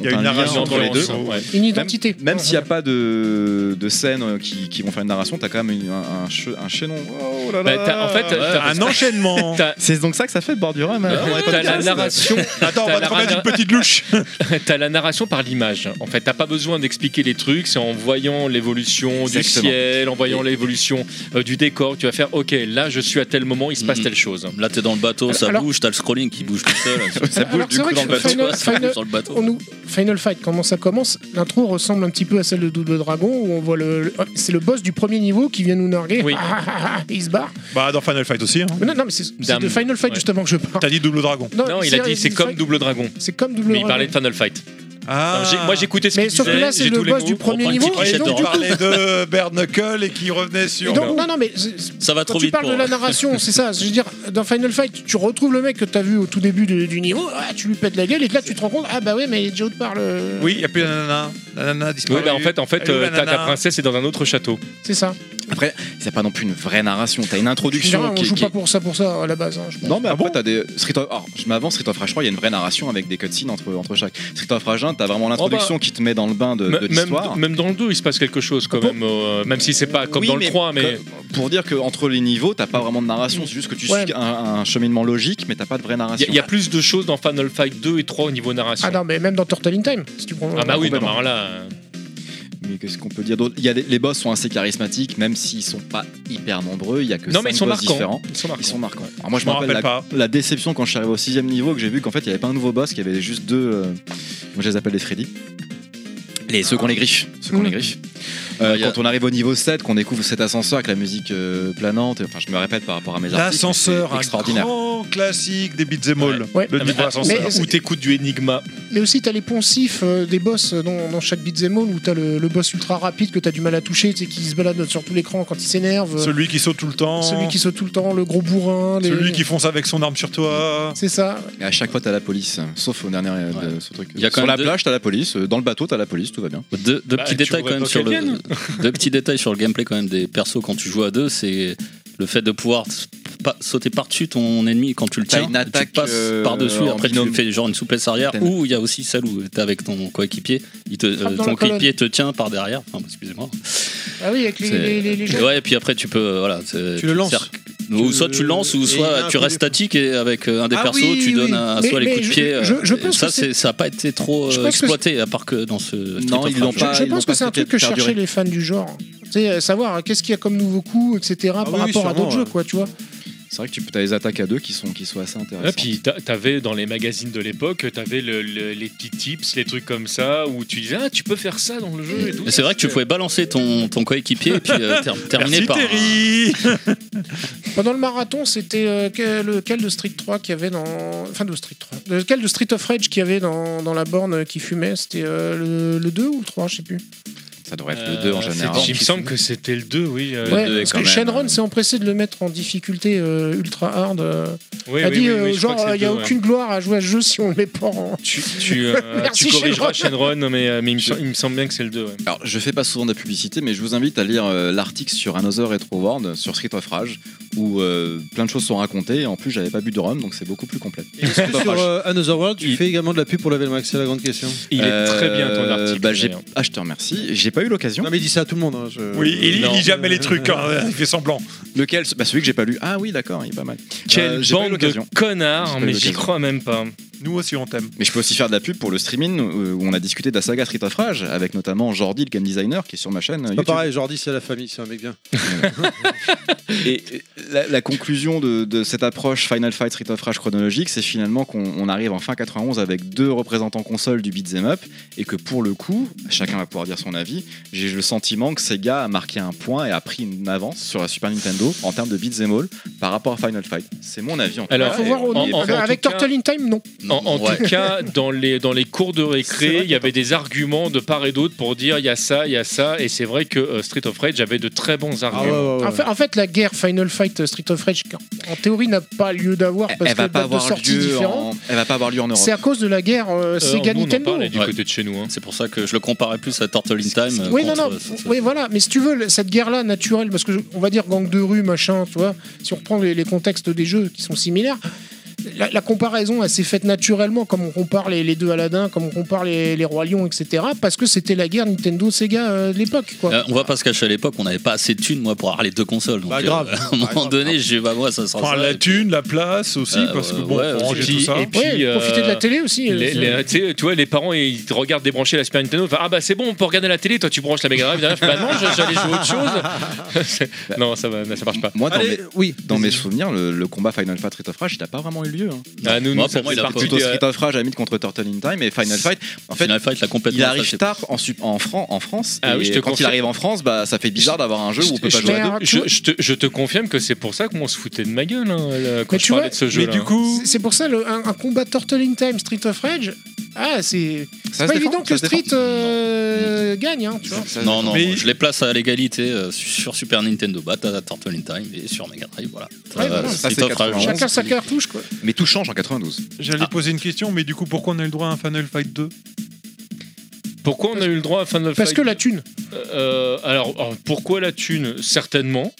Il y a ont une un lien narration entre les deux. dans ouais. Une identité. Même s'il n'y a pas de, de scènes euh, qui, qui vont faire une narration, t'as quand même une- un, un, che- un chaînon. Oh là Bah, t'as- en fait, t'as- <laughs> Un enchaînement. t'as- C'est donc ça que ça fait de bord du rhum. hein. On est pas t'as bien, la ça. narration, Attends, on t'as va la te remettre rana- une petite louche. <laughs> t'as la narration par l'image. En fait, t'as pas besoin d'expliquer les trucs. C'est en voyant l'évolution du Exactement. ciel, en voyant l'évolution euh, du décor, que tu vas faire. Ok, là, je suis à tel moment, il se passe Mhm. telle chose. Euh, Là, t'es dans le bateau, ça Alors- bouge, t'as le scrolling qui bouge tout seul. Ça bouge Alors, du <laughs> c'est coup vrai dans que le bateau. Final- ça bouge <laughs> Final- sur le bateau. On nous- Final Fight, comment ça commence L'intro ressemble un petit peu à celle de Double Dragon où on voit le. le- C'est le boss du premier niveau qui vient nous narguer. Oui. Ah, ah, ah, ah, et il se barre. Bah, dans Final Fight aussi. hein. Mais non, non, mais c'est c'est Dame. de Final Fight Ouais. justement que je parle. T'as dit Double Dragon. Non, il a dit c'est comme Double Dragon. C'est comme Double Mais il Dragon. parlait de Final Fight. Ah. Non, j'ai- moi j'écoutais ce Mais qu'il sauf que disait, là, c'est j'ai le tous les boss mots. du premier prend une niveau. petite Et fichette donc, de du On rap. coup, parlait de Bare Knuckle et qui revenait et sur. donc- non, non, mais c'est- c'est- Ça va quand trop tu vite. parles pour- hein. de la narration, c'est ça. Je veux dire, dans Final Fight, tu retrouves le mec que t'as vu au tout début du, du niveau, ah, tu lui pètes la gueule, et que là, tu te rends compte, ah bah ouais, mais il est déjà autre part le. Oui, il n'y a plus la nana. La nana a Oui, disparu. bah en fait, en fait, Elle est où, Ah la euh, ta, ta nana princesse est dans un autre château. C'est ça. Après, c'est pas non plus une vraie narration. T'as une Je veux dire, introduction on qui, joue qui- pas pour ça, pour ça, à la base. hein, je pense. Non, mais après, t'as des. Street of... alors, je m'avance, Street of Rage 3, il y a une vraie narration avec des cutscenes entre, entre chaque. Street of Rage 1, t'as vraiment l'introduction qui te met dans le bain de, M- de Oh, bah. même, l'histoire. même dans le 2, il se passe quelque chose quand Ah bon même, euh, même si c'est pas comme Oui, dans le 3, mais que- Pour dire qu'entre les niveaux, t'as pas vraiment de narration, c'est juste que tu Ouais. suis un, un cheminement logique, mais t'as pas de vraie il y, narration. a- il y a plus de choses dans Final Fight 2 et 3 au niveau narration. Ah non, mais même dans Turtle in Time, si tu prends. Ah bah oui, non, complètement. mais alors là, euh, Mais qu'est-ce qu'on peut dire d'autre Il y a des- Les boss sont assez charismatiques, même s'ils sont pas hyper nombreux, il y a que non cinq mais ils sont boss marquants. différents. Ils sont Ils marquants. sont marquants. Alors moi, je Je me m'en rappelle rappelle la, pas. la déception quand je suis arrivé au sixième niveau que j'ai vu qu'en fait, il y avait pas un nouveau boss, qu'il y avait juste deux. euh, Moi, je les appelle les Freddy. Les, Ah. ceux qu'on les griffe. Ceux qu'on Mm. les griffe. Euh, Il y a- quand on arrive au niveau 7, qu'on découvre cet ascenseur avec la musique euh, planante, enfin je me répète par rapport à mes articles, L'ascenseur, c'est un extraordinaire. grand classique des beats all. Ouais. Le Ah, niveau mais- ascenseur. mais- Ou t'écoutes du Enigma. Mais aussi, t'as les poncifs euh, des boss euh, dans, dans chaque beat'em all où t'as le, le boss ultra rapide que t'as du mal à toucher, tu sais, qui se balade sur tout l'écran quand il s'énerve. euh, Celui qui saute tout le temps. celui qui saute tout le temps, le gros bourrin. les- Celui qui fonce avec son arme sur toi. C'est ça. Et à chaque fois, t'as la police, sauf au dernier euh, de ce truc. Il y a quand Sur même la deux- plage, t'as la police. euh, Dans le bateau, t'as la police. tout va bien. Deux, deux Bah, petits tu détails aurais quand même pas sur le qu'elles <laughs> viennent. deux petits détails sur le gameplay quand même des persos quand tu joues à deux, c'est le fait de pouvoir s- pa- sauter par-dessus ton ennemi quand tu le T'as tiens, une tu attaque, passes euh, par-dessus, en après binôme. tu fais genre une souplesse arrière Capitaine. ou il y a aussi celle où t'es avec ton coéquipier, il te, Frappe euh, dans ton la colonne. coéquipier te tient par derrière, enfin, excusez-moi. Ah oui, avec les, C'est- les, les, les jeux. Ouais, et puis après tu peux euh, voilà, c'est- Tu le lances. cercles. Ou Tu- soit tu le lances, et ou il y a soit un tu coup restes de- statique et avec euh, un des Ah persos, oui, tu donnes oui. à Mais- soit les mais coups de je- pied. euh, je- je pense et ça, que c'est- ça n'a pas été trop Je euh, pense que exploité, à part que dans ce. Street Non, of ils l'ont Rage. pas- Bah, Je, je ils l'ont pense que pas c'est un fait truc que perdurer. cherchaient les fans du genre. Tu sais, euh, savoir euh, qu'est-ce qu'il y a comme nouveau coup, etc. Ah par oui, rapport à sûrement, d'autres jeux, ouais. quoi, tu vois. C'est vrai que tu as les attaques à deux qui sont, qui sont assez Ah, intéressantes. puis t'a- t'avais dans les magazines de l'époque, t'avais le, le- les petits tips, les trucs comme ça, où tu disais ah tu peux faire ça dans le jeu. et tout. Mais c'est vrai que tu pouvais balancer ton, ton coéquipier et puis euh, ter- terminer Merci, par. Terry. Pendant le marathon, c'était euh, quel, lequel de Street 3 qu'il y avait dans. Enfin, de Street 3. Lequel de Street of Rage qu'il y avait dans, dans la borne qui fumait C'était euh, le, le 2 ou le 3, je sais plus. Ça devrait être le 2 en Euh, général. c'est- Il me semble que c'était le 2, oui. euh, Ouais, deux est parce quand que même, Shenron euh, s'est empressé de le mettre en difficulté euh, ultra hard. euh. oui, a oui, oui, oui, dit, euh, je crois genre, que c'est euh, le il n'y a deux, ouais. aucune gloire à jouer à ce jeu si on le met pas en. <laughs> Tu, tu, euh, Merci, tu corrigeras Shenron. Shenron, mais, euh, mais il, me sem- il me semble bien que c'est le 2. ouais. Alors, je fais pas souvent de la publicité, mais je vous invite à lire euh, l'article sur Another Retro World, sur Street of Rage, où euh, plein de choses sont racontées. Et en plus, j'avais pas bu de rhum, donc c'est beaucoup plus complet. Est-ce que sur euh, Another World, tu Il- fais également de la pub pour Level Max C'est la grande question. Il est très bien ton Euh, article. bah, j'ai- d'ailleurs. ah, je te remercie. J'ai pas eu l'occasion. Non, mais dis ça à tout le monde. hein, je- Oui, il, il Non. lit jamais les trucs, hein, il fait semblant. Lequel Bah, celui que j'ai pas lu. Ah oui, d'accord, il est pas mal. Quelle Euh, j'ai pas eu bande de l'occasion. J'ai connards, pas eu mais j'y l'occasion. crois même pas. Nous aussi, on t'aime. Mais je peux aussi faire de la pub pour le streaming euh, où on a discuté de la saga Street of Rage avec notamment Jordi, le game designer, qui est sur ma chaîne. euh, Pas YouTube. pareil, Jordi, c'est la famille, c'est un mec bien. Et euh, la, la conclusion de, de cette approche Final Fight Street of Rage chronologique, c'est finalement qu'on on arrive en fin 91 avec deux représentants consoles du beat'em up et que pour le coup, chacun va pouvoir dire son avis. J'ai le sentiment que Sega a marqué un point et a pris une avance sur la Super Nintendo en termes de beat'em all par rapport à Final Fight. C'est mon avis. En tout Alors, cas, Faut et voir au on nom. y est Ah, en- presque. en Avec tout cas- Turtle in Time, non. En, en Ouais. tout cas, dans les, dans les cours de C'est vrai récré, que il y avait des arguments de part et d'autre pour dire il y a ça, il y a ça, et c'est vrai que euh, Street of Rage avait de très bons Ah ouais, arguments. ouais, ouais. En fait, en fait, la guerre Final Fight euh, Street of Rage, en- en théorie, n'a pas lieu d'avoir parce elle va qu'elle pas date de avoir sorties lieu. différentes. En... Elle va pas avoir lieu en Europe. C'est à cause de la guerre euh, Euh, Sega nous, on en Nintendo. parlait du Ouais. côté de chez nous. hein. C'est pour ça que je le comparais plus à Turtle in Time. euh, Oui, non, contre, non, euh, ça- ça- oui, voilà, mais si tu veux, cette guerre-là naturelle, parce que je- on va dire gang de rue, machin, tu vois, si on reprend les, les contextes des jeux qui sont similaires, la, la comparaison, elle s'est faite naturellement, comme on compare les, les deux Aladdin, comme on compare les, les Rois Lions, etc., parce que c'était la guerre Nintendo-Sega euh, de l'époque, quoi. Euh, on va pas se cacher à l'époque, on n'avait pas assez de thunes moi pour avoir les deux consoles. Donc, Bah, euh, grave. <laughs> à un moment Bah, grave, donné, grave. j'ai dit, bah moi ça sera Enfin, ça. la Et puis- thune, la place aussi, Euh, parce que euh, bon, ouais, faut aussi. ranger tout ça. Et puis, Ouais, euh, profiter de la télé aussi. euh, les- c'est- les- tu sais, tu vois, les parents, ils te regardent débrancher la Super Nintendo. Enfin, ah bah c'est bon, on peut regarder la télé. Toi, tu branches la Mega Drive. derrière. Bah non, j'allais jouer à autre chose. <laughs> C'est- non, ça, va, ça marche pas. Moi, dans Allez, mes- oui. Dans mes souvenirs, le, le combat Final Fight Street of Rage, il n'a pas vraiment eu lieu. hein. Ah, Moi, nous, nous, pour ça moi, il fait a pas- partie Plutôt du- Street of Rage à la limite contre Turtle in Time et Final Fight. En fait, Final Fight l'a complètement il arrive effacé. tard en, sup- en, Fran- en France. Ah et oui, je te quand il confirme. arrive en France, bah, ça fait bizarre d'avoir un jeu où on peut pas je- jouer à mais- deux. Je, je te, je te confirme que c'est pour ça qu'on se foutait de ma gueule hein, là, quand Mais je tu parlais vois, de ce Mais jeu-là. du coup, C'est pour ça, le- un, un combat Turtle in Time, Street of Rage, ah, c'est Ça c'est se pas défend, évident que ça se défend. Street euh, gagne, hein, tu vois. Ça- Non, non, Mais- moi, je les place à l'égalité euh, sur Super Nintendo. Bah, t'as Turtle in Time et sur Mega Drive, voilà. Ouais, Euh, voilà. Street Ça, c'est of Rage. 91. Chacun sa cartouche, quoi. Mais tout change en 92. j'allais Ah. poser une question, mais du coup, pourquoi on a le droit à un Final Fight 2 Pourquoi on a eu le droit à Final Parce Fight que la thune. Euh, alors, alors, pourquoi la thune Certainement.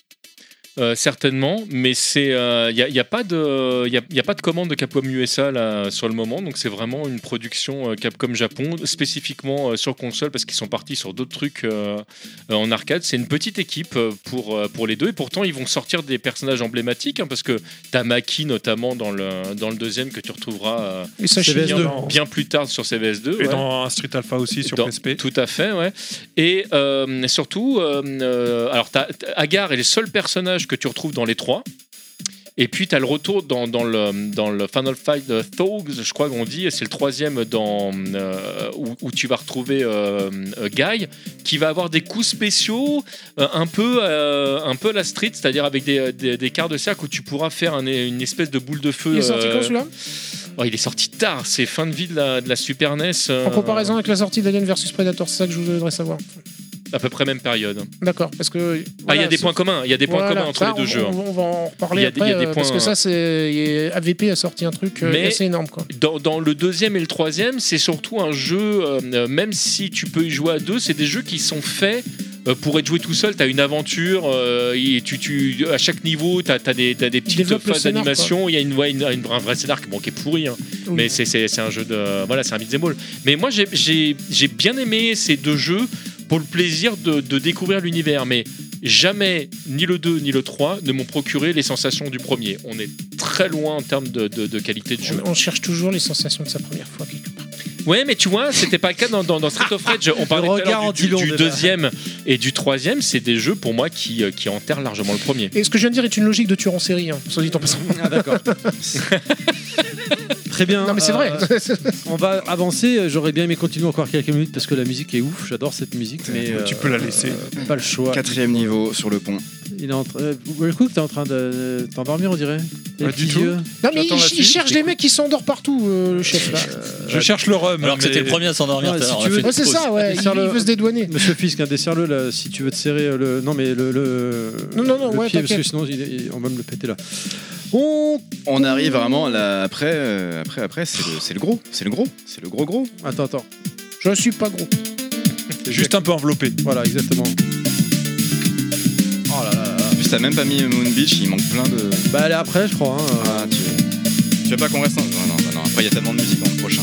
Euh, certainement, mais c'est il n'y a, y a pas de y a- y a pas de commande de Capcom USA là, sur le moment, donc c'est vraiment une production euh, Capcom Japon spécifiquement euh, sur console parce qu'ils sont partis sur d'autres trucs euh, euh, en arcade. C'est une petite équipe euh, pour euh, pour les deux et pourtant ils vont sortir des personnages emblématiques hein, parce que t'as Maki notamment dans le dans le deuxième que tu retrouveras euh, Et ça, CVS2. Bien dans- bien plus tard sur CVS2. Et ouais. dans un Street Alpha aussi sur Dans- PSP. Tout à fait, ouais. Et euh, surtout, euh, euh, alors t'as- t'as- Agar est le seul personnage que tu retrouves dans les trois. Et puis tu as le retour dans, dans le, dans le Final Fight de Thogs, je crois qu'on dit, et c'est le troisième dans, euh, où, où tu vas retrouver euh, euh, Guy, qui va avoir des coups spéciaux euh, un, peu, euh, un peu à la street, c'est-à-dire avec des, des, des quarts de cercle où tu pourras faire un- une espèce de boule de feu. Il est sorti euh, quand celui-là ouais, Il est sorti tard, c'est fin de vie de la, de la Super E NES. En comparaison avec la sortie d'Alien vs Predator, c'est ça que je voudrais savoir. à peu près même période. D'accord, parce que. Ah, il voilà, y a des c'est- points communs, il y a des points Voilà, communs entre ça, les deux on- jeux. hein. On, on va en reparler Il y a des- après, il y a des euh, parce points, que ça, c'est il y a- AVP a sorti un truc euh, Mais- assez énorme, quoi. Dans, dans le deuxième et le troisième, c'est surtout un jeu, euh, euh, même si tu peux y jouer à deux, c'est des jeux qui sont faits euh, pour être joué tout seul. Tu as une aventure, euh, et tu, tu, à chaque niveau, tu as, des, t'as des petites développes le phases scénar, d'animation. Il y a une, ouais, une- une- un vrai scénar qui, bon, qui est pourri, hein. Oui. mais c'est- c'est c'est un jeu de. Voilà, c'est un beat'em all. Mais moi, j'ai j'ai- j'ai bien aimé ces deux jeux pour le plaisir de, de découvrir l'univers. Mais jamais, ni le 2 ni le 3 ne m'ont procuré les sensations du premier. On est très loin en termes de, de- de qualité de jeu. On, on cherche toujours les sensations de sa première fois, quelque part. Ouais, mais tu vois, c'était pas le cas dans, dans, dans Street of Rage. On parlait tout à regard l'heure en du, dit du- long, du déjà. deuxième et du troisième. C'est des jeux pour moi qui, euh, qui enterrent largement le premier. Et ce que je viens de dire est une logique de tueur en série, hein, soit dit en passant. <laughs> Ah, <laughs> d'accord. Très bien. Non, mais c'est euh, vrai. <laughs> on va avancer. J'aurais bien aimé continuer encore quelques minutes parce que la musique est ouf. J'adore cette musique, mais euh, Tu peux la laisser. pas le choix. Quatrième niveau sur le pont. Il est en train. euh, Will Cook, t'es en train de euh, t'endormir, on dirait. euh. Pas Les du petits tout. yeux. Non, J'attends mais il, la il suite, cherche des mecs qui s'endorment partout, euh, le chef, là. Je cherche le rhum. Alors que c'était mais- le premier à s'endormir Ouais, tout à si l'heure, tu on veux- a fait Ouais, une c'est pause. ça, ouais. Il, Sur le- il veut se dédouaner. Monsieur Fisk, un desserre-le là, si tu veux te serrer euh, le. Non, mais le. le... Non, non, non, le ouais, pied, parce que t'inquiète. sinon il- il- on va me le péter là. On. On arrive vraiment là après, euh, après, après, c'est le, c'est le gros, c'est le gros, c'est le gros gros. Attends, attends. Je suis pas gros. Juste un peu enveloppé. Voilà, exactement. Oh là là. là. En plus, t'as même pas mis Moon Beach, il manque plein de. Bah, elle est après, je crois. hein. Ah, tu... tu veux pas qu'on reste en... Non, non, bah non, après, il y a tellement de musique dans le prochain.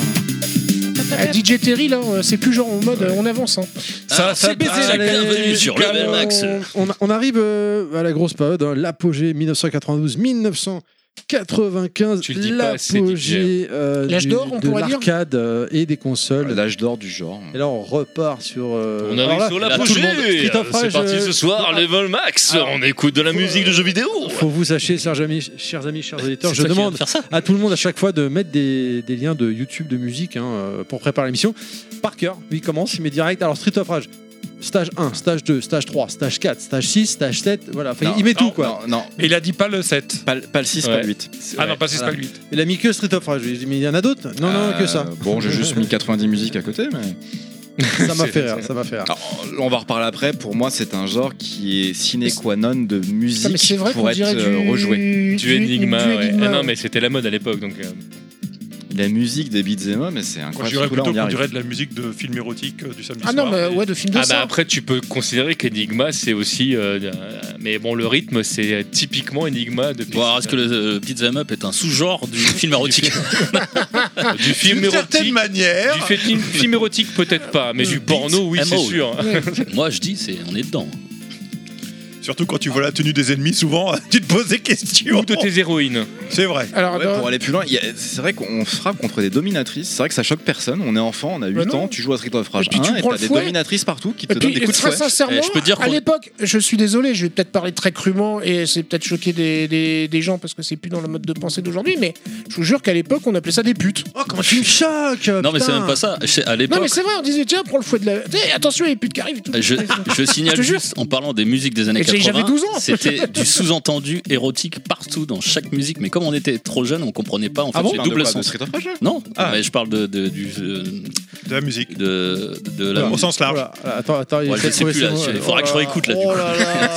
Ah, DJ Terry, là, euh, c'est plus genre en mode euh, on avance. hein. Alors, ça a Ah, c'est baisé, parti, la Bienvenue sur Car Level on- Max. On, on arrive euh, à la grosse période, hein, l'apogée 1992-1995. Tu le dis pas assez, L'apogée euh, L'âge du- d'or, on de pourrait dire l'arcade euh, et des consoles. L'âge d'or du genre. Et là, on repart sur. euh, On alors arrive là, sur là, tout le monde- l'apogée. Street of Rage, C'est parti euh, ce soir, ah, Level Max. alors, on écoute de la musique de jeux vidéo. Faut vous sachiez, chers amis, chers amis, chers auditeurs, C'est je toi qui viens demande de faire ça. à Ah, tout le monde à chaque fois de mettre des, des liens de YouTube de musique hein, euh, pour préparer l'émission. Par cœur, lui il commence, il met direct. Alors Street of Rage, stage 1, stage 2, stage 3, stage 4, stage 6, stage 7, voilà, Enfin, Non, il met non, tout quoi. Non, non, Et il a dit pas le 7. pas, le- pas le 6, Ouais. pas le 8. Ah non, pas le 6, voilà. pas le 8. Il a mis que Street of Rage, j'ai dit mais il y en a d'autres Non, non, que ça. Euh, Bon, j'ai juste mis 90 musiques à côté, mais. <laughs> Ça m'a c'est- fait rire, ça m'a fait rire. Alors, on va en reparler après. Pour moi, c'est un genre qui est sine qua non de Ah, mais musique c'est vrai qu'on pour être dirait euh, du... rejoué. Du Enigma. du ouais. Enigma, Ah non, ouais. mais c'était la mode à l'époque. Donc, euh, La musique des beat'em up, mais c'est Moi, je incroyable. dirais Surtout là, plutôt on y qu'on arrive. dirait de la musique de film érotique euh, du samedi Ah soir. non, mais Et- ouais, de film de Ah bah ça. après, tu peux considérer qu'Enigma, c'est aussi. euh, euh, mais bon, le rythme, c'est typiquement Enigma depuis. Bon, alors, est-ce que <laughs> le euh, Beat'em Up est un sous-genre du film érotique Du film D'une certaine érotique. manière. Du fait- film, film érotique, peut-être pas, mais du porno, oui, c'est MO. sûr. Moi, je dis, c'est on est dedans. Surtout quand tu vois la tenue des ennemis, souvent, <laughs> tu te poses des questions. Ou de tes héroïnes. C'est vrai. Alors, euh, Ouais, dans- pour aller plus loin, il y a- c'est vrai qu'on frappe contre des dominatrices. C'est vrai que ça choque personne. On est enfant, on a 8 Bah non. ans, tu joues à Street of Et Rage puis tu 1 et prends le t'as des fouet. dominatrices partout qui te Et puis, donnent des coups de très fouet. sincèrement, Eh, je peux dire à qu'on- l'époque, je suis désolé, je vais peut-être parler très crûment et c'est peut-être choquer des, des- des gens parce que c'est plus dans le mode de pensée d'aujourd'hui, mais je vous jure qu'à l'époque, on appelait ça des putes. Oh, comment tu me choques Non, mais c'est même pas ça. C'est- À Oh, Non, mais l'époque, c'est vrai, on disait, tiens, prends le fouet de la. Eh, attention, il y a les putes qui arrivent. et tout. je, je signale Je te jure. juste, en parlant des musiques des années Et j'ai- 80, j'avais 12 ans. c'était du sous-entendu érotique partout dans chaque musique. Mais comme on était trop jeune, on comprenait pas en fait Ah les bon Tu parles de doubles quoi, de sens. Street of Rage Non, Ah. mais je parle de, de- du euh, De la musique. de, de Ah, la. Au sens large. Attends, attends, il Ouais, essaie je de sais trouver Oh plus ses là. mots. Il faudra que je réécoute là. Du coup.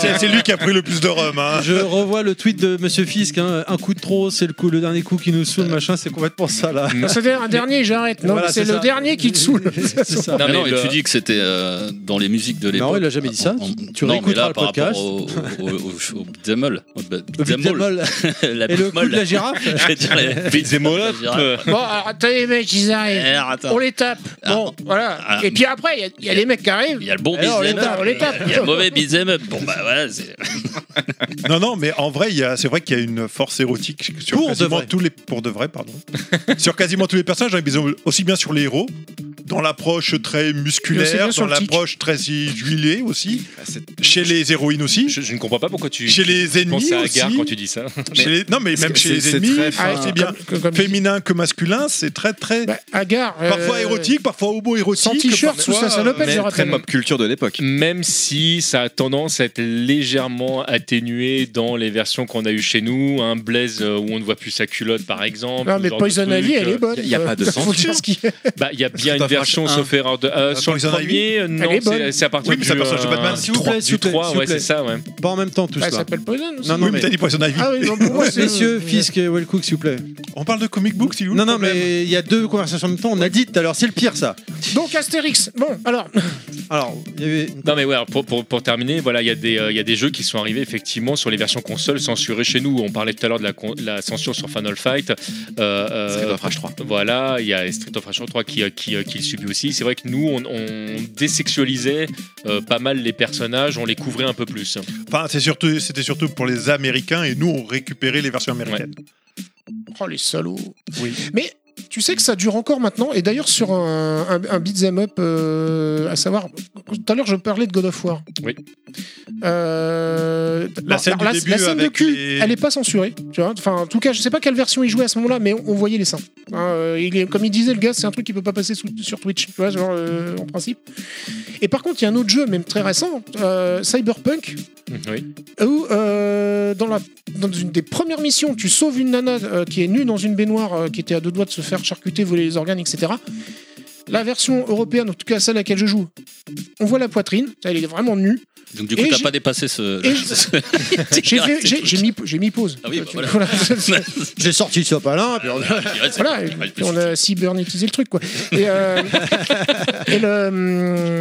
C'est c'est lui qui a pris le plus de rhum. hein. <laughs> Je revois le tweet de Monsieur Fisk, hein, un coup de trop, c'est le coup, le dernier coup qui nous saoule, machin, c'est complètement ça là. Non, C'était un dernier, j'arrête. Non, Voilà, mais c'est c'est le ça. dernier qui te saoule. <laughs> c'est ça. <laughs> Non, Non, mais, mais tu le- dis que c'était euh, dans les musiques de l'époque. Ah, Non, il a jamais dit ça. On- Tu non, mais réécouteras là, le par podcast. rapport au, au, au, au Bidemol. Au ba- <laughs> Le Bidemol. beat'em all. <laughs> La Et le coup Bidemol. de la girafe Je vais dire la Bidemol. euh, Bon, alors, attends, les mecs, ils arrivent. On les tape. Bon, voilà. Ah. Et puis après, il y a- il y, a les mecs qui Il arrivent. y a le bon Eh, Alors, on les Beat'em tape, on les Up. tape. Il y a le mauvais Beat'em Up. Bon, bah voilà. c'est- Non, non, mais en vrai, il y a- c'est vrai qu'il y a une force érotique sur Pour de quasiment vrai. tous les pour de vrai, pardon, <laughs> sur quasiment tous les personnages, hein, mais aussi bien sur les héros, dans l'approche très Mais aussi bien musculaire, sur dans le tic. l'approche très huilée aussi, Ah, c'est- chez les héroïnes aussi, Je, je ne comprends pas pourquoi tu. chez les ennemis penses à aussi, Agar quand tu dis <laughs> ça. chez les- non mais même C'est- chez les c'est ennemis, très fin. ah, c'est bien Comme- comme- féminin que masculin, c'est très très Bah, Agar. euh, parfois érotique, parfois homo érotique, sans t-shirt, sous sa salopette, je Mais très rappelle. pop culture de Mm. l'époque. Même si ça a tendance à être légèrement atténué dans les versions qu'on a eues chez nous, hein, un Blaze euh, où on ne voit plus sa culotte par exemple. Non, ce mais genre de Poison truc, Ivy, elle euh, est bonne. Il n'y a quoi. pas de <laughs> Faut censure. dire ce qu'il y a. Bah, il y a bien Street une of version, sauf erreur de. euh, Attends, sur le ils en avaient premier, euh, non, Elle est bonne. c'est- c'est à partir Oui, mais du. ça parle sur euh, Batman. S'il vous plaît, du s'il vous plaît, 3, s'il vous ouais, plaît. c'est ça, ouais. Pas en même temps tous Bah, Ah, là. elle s'appelle Poison aussi. Non, non, oui, mais mais- t'as dit Poison Ivy. Ah oui, non, <laughs> pour moi, c'est- Messieurs, Fisk et Wellcook, s'il vous plaît. On parle de comic book, si vous Non, non, mais il y a deux conversations en même temps. On a dit tout à l'heure, c'est le pire ça. Donc Astérix, bon, alors, Alors, il y avait. une- Non mais ouais, alors, pour, pour, pour terminer, voilà, il y, a des, euh, il y a des jeux qui sont arrivés effectivement sur les versions consoles censurées chez nous. On parlait tout à l'heure de la, con- la censure sur Final Fight. Euh, euh, Street of Rage 3. Voilà, il y a Street of Rage 3 qui, euh, qui, euh, qui le subit aussi. C'est vrai que nous, on, on désexualisait euh, pas mal les personnages, on les couvrait un peu plus. Enfin, c'est surtout, c'était surtout pour les Américains et nous, on récupérait les versions américaines. oh les salauds. Oui. Mais tu sais que ça dure encore maintenant, et d'ailleurs sur un, un, un beat'em up, euh, à savoir, tout à l'heure je parlais de God of War. Oui. Euh, La bon, scène alors, du la, début la scène de avec cul, les- elle est pas censurée. Tu vois enfin, en tout cas, je sais pas quelle version il jouait à ce moment-là, mais on, on voyait les seins. Hein, euh, il est- comme il disait, le gars, c'est un truc qui peut pas passer sous- sur Twitch, tu vois, genre, euh, en principe. Et par contre, il y a un autre jeu, même très récent, euh, Cyberpunk, Oui. où euh, dans, la, dans une des premières missions, tu sauves une nana euh, qui est nue dans une baignoire, euh, qui était à deux doigts de se faire charcuter, voler les organes, etc. La version européenne, en tout cas celle à laquelle je joue, on voit la poitrine, elle est <laughs> vraiment nue. Donc du Et coup, t'as j'ai- pas dépassé ce. <laughs> et je- J'ai fait- j'ai- j'ai mis, j'ai mis pause. Ah oui, bah Tu- voilà. voilà. J'ai sorti le sopalin. puis on- Voilà, et Ah, puis on a cybernétisé le truc, quoi. Et, euh, et le,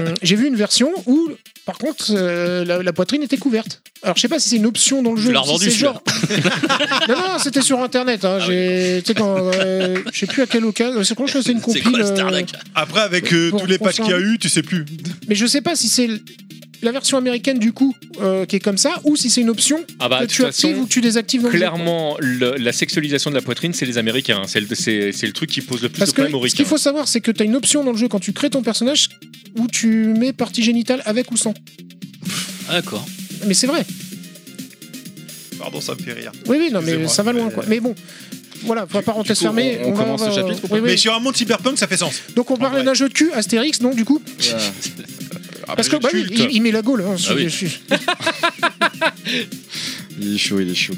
hum, j'ai vu une version où, par contre, euh, la, la poitrine était couverte. Alors, je sais pas si c'est une option dans le jeu. l'as ou si revendu, c'est genre... <laughs> Non, non, c'était sur Internet. Hein. Ah j'ai, tu sais, quand, euh, je sais plus à quelle occasion. C'est quand je faisais une C'est quoi compile. la euh, Stardac Après, avec euh, Pour- tous les pour hein. patchs qu'il y a eu, tu sais plus. <laughs> mais je sais pas si c'est la version américaine du coup euh, qui est comme ça ou si c'est une option Ah bah, que de toute tu actives ou façon, que tu désactives. dans le jeu. clairement, le- la sexualisation de la poitrine, c'est les Américains. hein. C'est le, c'est- c'est le truc qui pose le plus Parce de que problèmes aux ce qu'il Ricains. faut savoir, c'est que tu as une option dans le jeu quand tu crées ton personnage où tu mets partie génitale avec ou sans. Ah, D'accord. Mais c'est vrai. Pardon, ça me fait rire. Oui, oui, non, mais Excusez-moi, ça va loin, mais- quoi. Mais bon. Voilà, pour la parenthèse coup, on- fermée. on commence le chapitre ou euh, oui, oui. Mais sur un monde cyberpunk, ça fait sens. Donc on parlait vrai. d'un jeu de cul, Astérix, non, du coup Parce que bah, oui, il, il met la gaule. hein, sur- oui. sur- Il est chaud, il est chaud.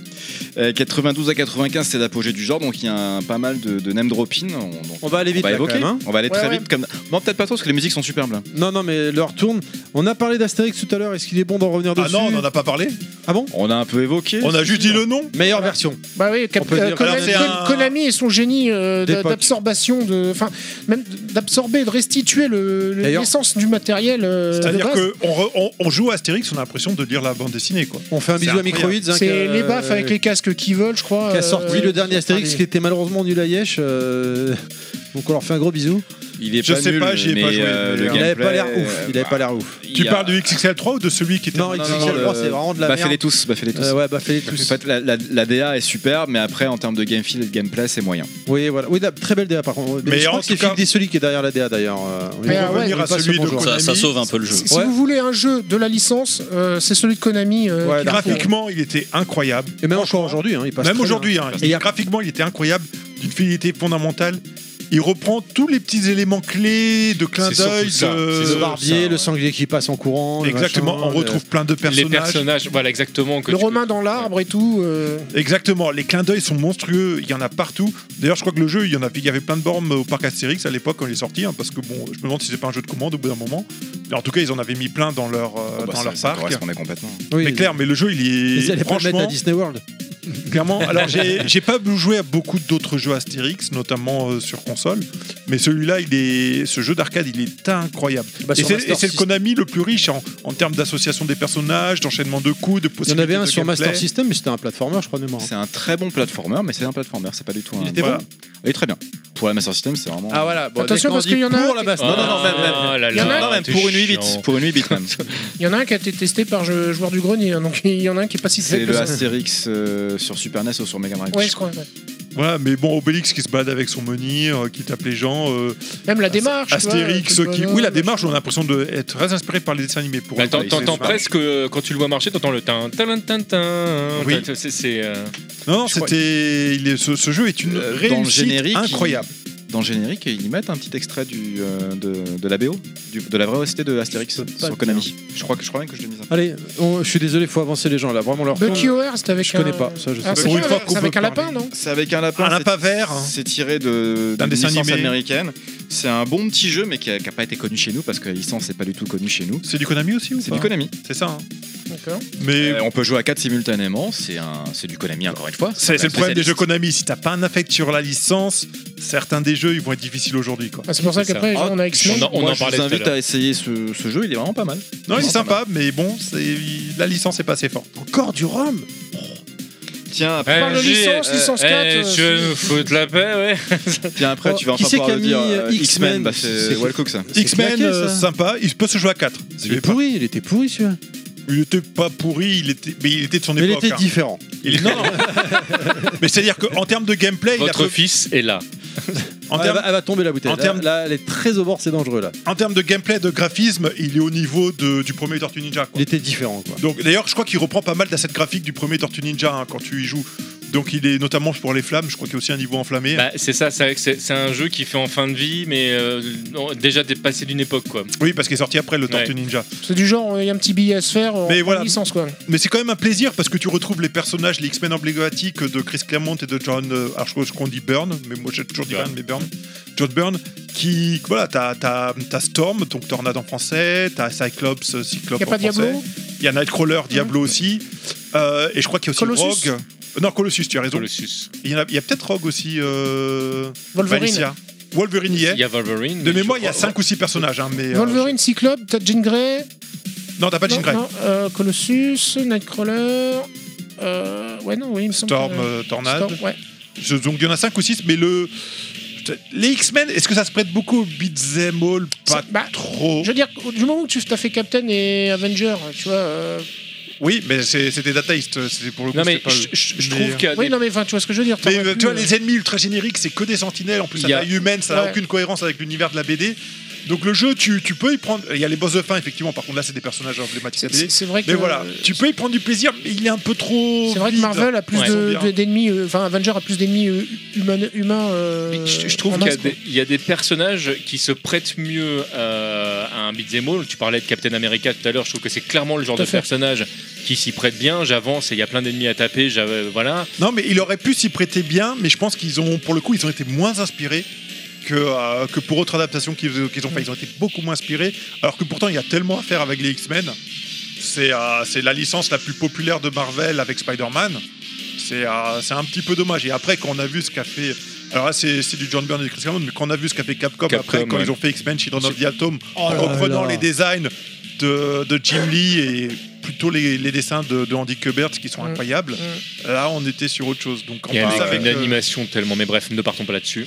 Euh, 92 à 95, c'est l'apogée du genre, donc il y a un- pas mal de, de name dropping. On, donc, On va aller on vite. va là, évoquer. quand même, hein. on va aller Ouais, très ouais. vite. Comme... Non, peut-être pas trop, parce que les musiques sont superbes. Là. Non, non, mais l'heure tourne. On a parlé d'Astérix tout à l'heure. Est-ce qu'il est bon d'en revenir Ah dessus non, on en a pas parlé. Ah bon On a un peu évoqué. On a juste dit le nom. Meilleure version. Bah oui, Cap- On peut euh, dire- Konami, Alors, c'est Kon- un- Konami et son génie euh, d'a- D'époque. d'absorbation, de, enfin même d'absorber, de restituer le- le- D'ailleurs- l'essence du matériel. euh, de C'est-à-dire base. qu'on on, on joue à Astérix, on a l'impression de lire la bande dessinée, quoi. On fait un C'est bisou à incroyable. Microids. hein, C'est qui a- les baffes avec les casques qui veulent, je crois. Qui a euh, sorti le dernier Astérix qui était malheureusement nul à Yesh. euh, <laughs> Donc on leur fait un gros bisou. Il est Je pas sais nul, pas, j'y ai mais, pas joué, euh, le mais il Il avait gameplay, pas l'air ouf. euh, Il avait bah, pas l'air ouf. Tu il y a- parles du XXL3 ou de celui qui était. Non, XXL3, c'est vraiment de la Bah, fais-les merde. tous, bah, fais-les tous. Euh, ouais, bah fais-les tous. En fait, la, la- la DA est super, mais après, en termes de game feel et de gameplay, c'est moyen. Oui, voilà. Oui, la- très belle DA par contre. Mais, Mais je en crois que tout c'est cas- Philippe Dessoli qui est derrière la DA d'ailleurs. euh, on Ah va ouais, revenir mais pas celui celui de bonjour. Ça, Konami. ça sauve un peu le jeu. Si si Ouais. vous voulez un jeu de la licence, euh, c'est celui de Konami. euh, Ouais, qui- Graphiquement, il était incroyable. Et même encore aujourd'hui, hein, il passe. Même très aujourd'hui, hein, Et il y a- graphiquement, il était incroyable, d'une fidélité fondamentale. Il reprend tous les petits éléments clés de clin C'est surtout d'œil. ça, de- bien. c'est Le barbier, le sanglier qui passe en courant. le Exactement, machin, on le- retrouve plein de Les personnages. personnages, voilà exactement. Que Le tu- Romain dans l'arbre et tout. euh, Exactement, les clins d'œil sont monstrueux, il y en a partout. D'ailleurs, je crois que le jeu, il y en a, il y avait plein de bornes au parc Astérix à l'époque quand il est sorti, hein, parce que bon, je me demande si c'est pas un jeu de commande au bout d'un moment. Mais en tout cas, ils en avaient mis plein dans leur, euh, Oh, bah, dans ça- leur ça parc. correspondait complètement. Oui, Mais clair, mais le jeu, il Ils est allaient pas le mettre à franchement, Disney World. clairement. Alors, j'ai j'ai pas joué à beaucoup d'autres jeux Astérix, notamment euh, sur console, mais celui-là, il est, ce jeu d'arcade, il est incroyable. Bah, et sur c'est Master et c'est le System. Konami le plus riche en, en termes d'association des personnages, d'enchaînement de coups, de Il y en possibilités. avait un de sur gameplay. Master System, mais c'était un platformer, je crois, de mémoire. C'est un très bon platformer, mais c'est un platformer, c'est pas du tout un. Il était Voilà. bon Il est très bien. Pour la Master System, c'est vraiment. voilà. bon, dès Attention, qu'on parce dit qu'il y en a- pour la Master- Ah, Non, non, non, même, même. là Il y en a- là, non, même t'es pour une 8 bits, chiant. pour une 8 bits même. Il y en a un qui a été testé par jeu- joueur du grenier, hein, donc il y en a un qui est pas si C'est faible que le ça. Astérix euh, sur Super NES ou sur Mega Man. Ouais, je crois. ouais. Voilà, mais bon, Obélix qui se balade avec son menhir, euh, qui tape les gens. euh, Même la démarche. tu vois, euh, Astérix le truc qui. de Oui, la bonhomme, démarche, on a l'impression d'être très inspiré par les dessins animés. Pour Bah, eux. t'en- Ouais, T'entends c'est pareil. presque euh, quand tu le vois marcher, t'entends le tin tin tin tin. Oui. T'as- C'est c'est, euh, Non, non, Je crois- c'était. il est- Ce, ce jeu est une Euh, dans le réussite générique, incroyable. Dans le générique, ils y mettent un petit extrait du, euh, de, de la BO, du- de la vraie OST de Astérix Je peux pas sur Konami. Je crois, que, je crois même que je l'ai mis un Allez, on- je suis désolé, faut avancer les gens là. Vraiment, leur Bucky tourne. O'Hare, c'était avec Je un- connais pas, ça, je sais Ah, pas. c'est Pour une pas- fois qu'on c'est avec peut un lapin, parler. non C'est avec un lapin. Un c'est- lapin vert. hein. C'est tiré de D'un d'une dessin licence animé. américaine. C'est un bon petit jeu, mais qui a, qui a pas été connu chez nous parce que la licence n'est pas du tout connue chez nous. C'est du Konami aussi ou C'est pas du Konami. C'est ça. hein. D'accord. Mais Euh, on peut jouer à 4 simultanément, c'est un, c'est du Konami encore une fois. c'est c'est le problème des jeux Bah, Spécialiste. Konami. Si t'as pas un affect sur la licence, certains des jeux ils vont être difficiles aujourd'hui. quoi. Ah, c'est pour ça C'est qu'après, ça. on a X-Men. On en- on Moi, en parlait Je tout vous à invite l'heure. à essayer ce, ce jeu, il est vraiment pas mal. Non, il est Non, pas sympa, mais bon, c'est- il- la licence est pas assez forte. Encore du rhum Tiens, Eh, après, parle de j'ai- licence, licence eh, 4, euh, Tu veux c'est- nous foutre la paix, ouais tiens, après Oh, tu vas qui enfin c'est pouvoir qui le a dire. mis, euh, euh, X-Men X-Men, bah, c'est C'est- Walcook ça. C'est X-Men, claqué, euh, ça. sympa, il peut se jouer à 4. Il est pourri, il était pourri celui-là. Il était pas pourri, il était, mais il était de son Mais il époque. était hein. différent. Il- non, non. <laughs> mais c'est-à-dire qu'en termes de gameplay, il a Votre peu- fils est là. en elle, termes va, elle va tomber la bouteille. en là, termes- là, elle est très au bord, c'est dangereux là. en termes de gameplay, de graphisme, il est au niveau de- du premier Tortue Ninja. Il quoi. était différent quoi. Donc d'ailleurs, je crois qu'il reprend pas mal d'assets graphiques du premier Tortue Ninja hein, quand tu y joues. Donc il est notamment pour les flammes, je crois qu'il y a aussi un niveau enflammé. Bah, c'est ça, c'est vrai que c'est c'est un jeu qui fait en fin de vie, mais euh, non, déjà dépassé d'une époque, quoi. Oui, parce qu'il est sorti après le Tortue Ouais. Ninja. C'est du genre, il y a un petit billet à se faire en Mais voilà. licence, quoi. Mais c'est quand même un plaisir parce que tu retrouves les personnages, les X-Men emblématiques de Chris Claremont et de John. euh, Alors je crois qu'on dit Byrne, mais moi j'ai toujours dit Byrne. Byrne, mais Byrne. John Byrne, qui. Voilà, t'as t'as- t'as Storm, donc Tornade en français, t'as Cyclops, euh, Cyclope Y a en pas français. Diablo Hein Il y a Nightcrawler, Diablo aussi. Euh, et je crois qu'il y a aussi Colossus Rogue. Euh, Non, Colossus, tu as raison. Colossus. Il y en a, il y a peut-être Rogue aussi. Euh... Wolverine. Valicia. Wolverine y est. Il y a Wolverine. De mais oh, mémoire, je il y a crois- 5 ou 6 personnages. Hein, mais, euh, Wolverine, Cyclope, t'as Jean Grey. je- Non, t'as pas Jean non, Grey. non, euh, Colossus, Nightcrawler. euh, ouais, non, oui, il me semble. Storm, que- euh, Tornade. Storm, ouais. Je- donc il y en a 5 ou 6, mais le. Les X-Men, est-ce que ça se prête beaucoup au beat'em all Pas C'est- bah, trop. Je veux dire, du moment où tu t'as fait Captain et Avenger, tu vois. euh, Ah, Oui, mais c'est c'est des dataistes, c'est pour le coup. Non, mais c'est pas je, le- je- je Mais, euh, trouve qu'il y a Oui, des- non, mais enfin, tu vois ce que je veux dire. Mais, t'aurais euh, pu, tu vois, euh, les ennemis ultra génériques, c'est que des sentinelles, en plus ça Il y a- taille humaine, ça n'a Ouais. aucune cohérence avec l'univers de la BD. Donc le jeu, tu, tu peux y prendre. Il y a les boss de fin, effectivement, par contre là, c'est des personnages emblématiques. de la c'est- BD. C'est c'est vrai que. euh, Mais voilà, tu peux y prendre du plaisir, mais il est un peu trop. C'est vrai que vide. Marvel a plus Ouais. de- Ils sont bien. de- d'ennemis, euh, enfin Avenger a plus d'ennemis euh, humains. humains euh, Je, je trouve en qu'il y, a masse, quoi. des- il y a des personnages qui se prêtent mieux euh, à un beat'em all. Tu parlais de Captain America tout à l'heure. Je trouve que c'est clairement le genre Tout à de fait. personnage qui s'y prête bien. J'avance et il y a plein d'ennemis à taper. j'av- euh, Voilà. Non, mais il aurait pu s'y prêter bien, mais je pense qu'ils ont, pour le coup, ils ont été moins inspirés que, euh, que pour autres adaptations qu'ils euh, qu'ils ont fait. Ils ont été beaucoup moins inspirés, alors que pourtant, il y a tellement à faire avec les X-Men. C'est euh, c'est la licence la plus populaire de Marvel avec Spider-Man. C'est euh, c'est un petit peu dommage. Et après, quand on a vu ce qu'a fait. Alors là, c'est c'est du John Byrne et du Chris Claremont, mais quand on a vu ce qu'a fait Capcom, Capcom, après, quand ouais. ils ont fait X-Men Children of the Atom, Oh là en reprenant là. les designs de, de Jim Lee et plutôt les, les dessins de, de Andy Kubert qui sont Mm. incroyables, Là, on était sur autre chose. Donc, en Et avec plus avec une euh, animation tellement. Mais bref, ne partons pas là-dessus.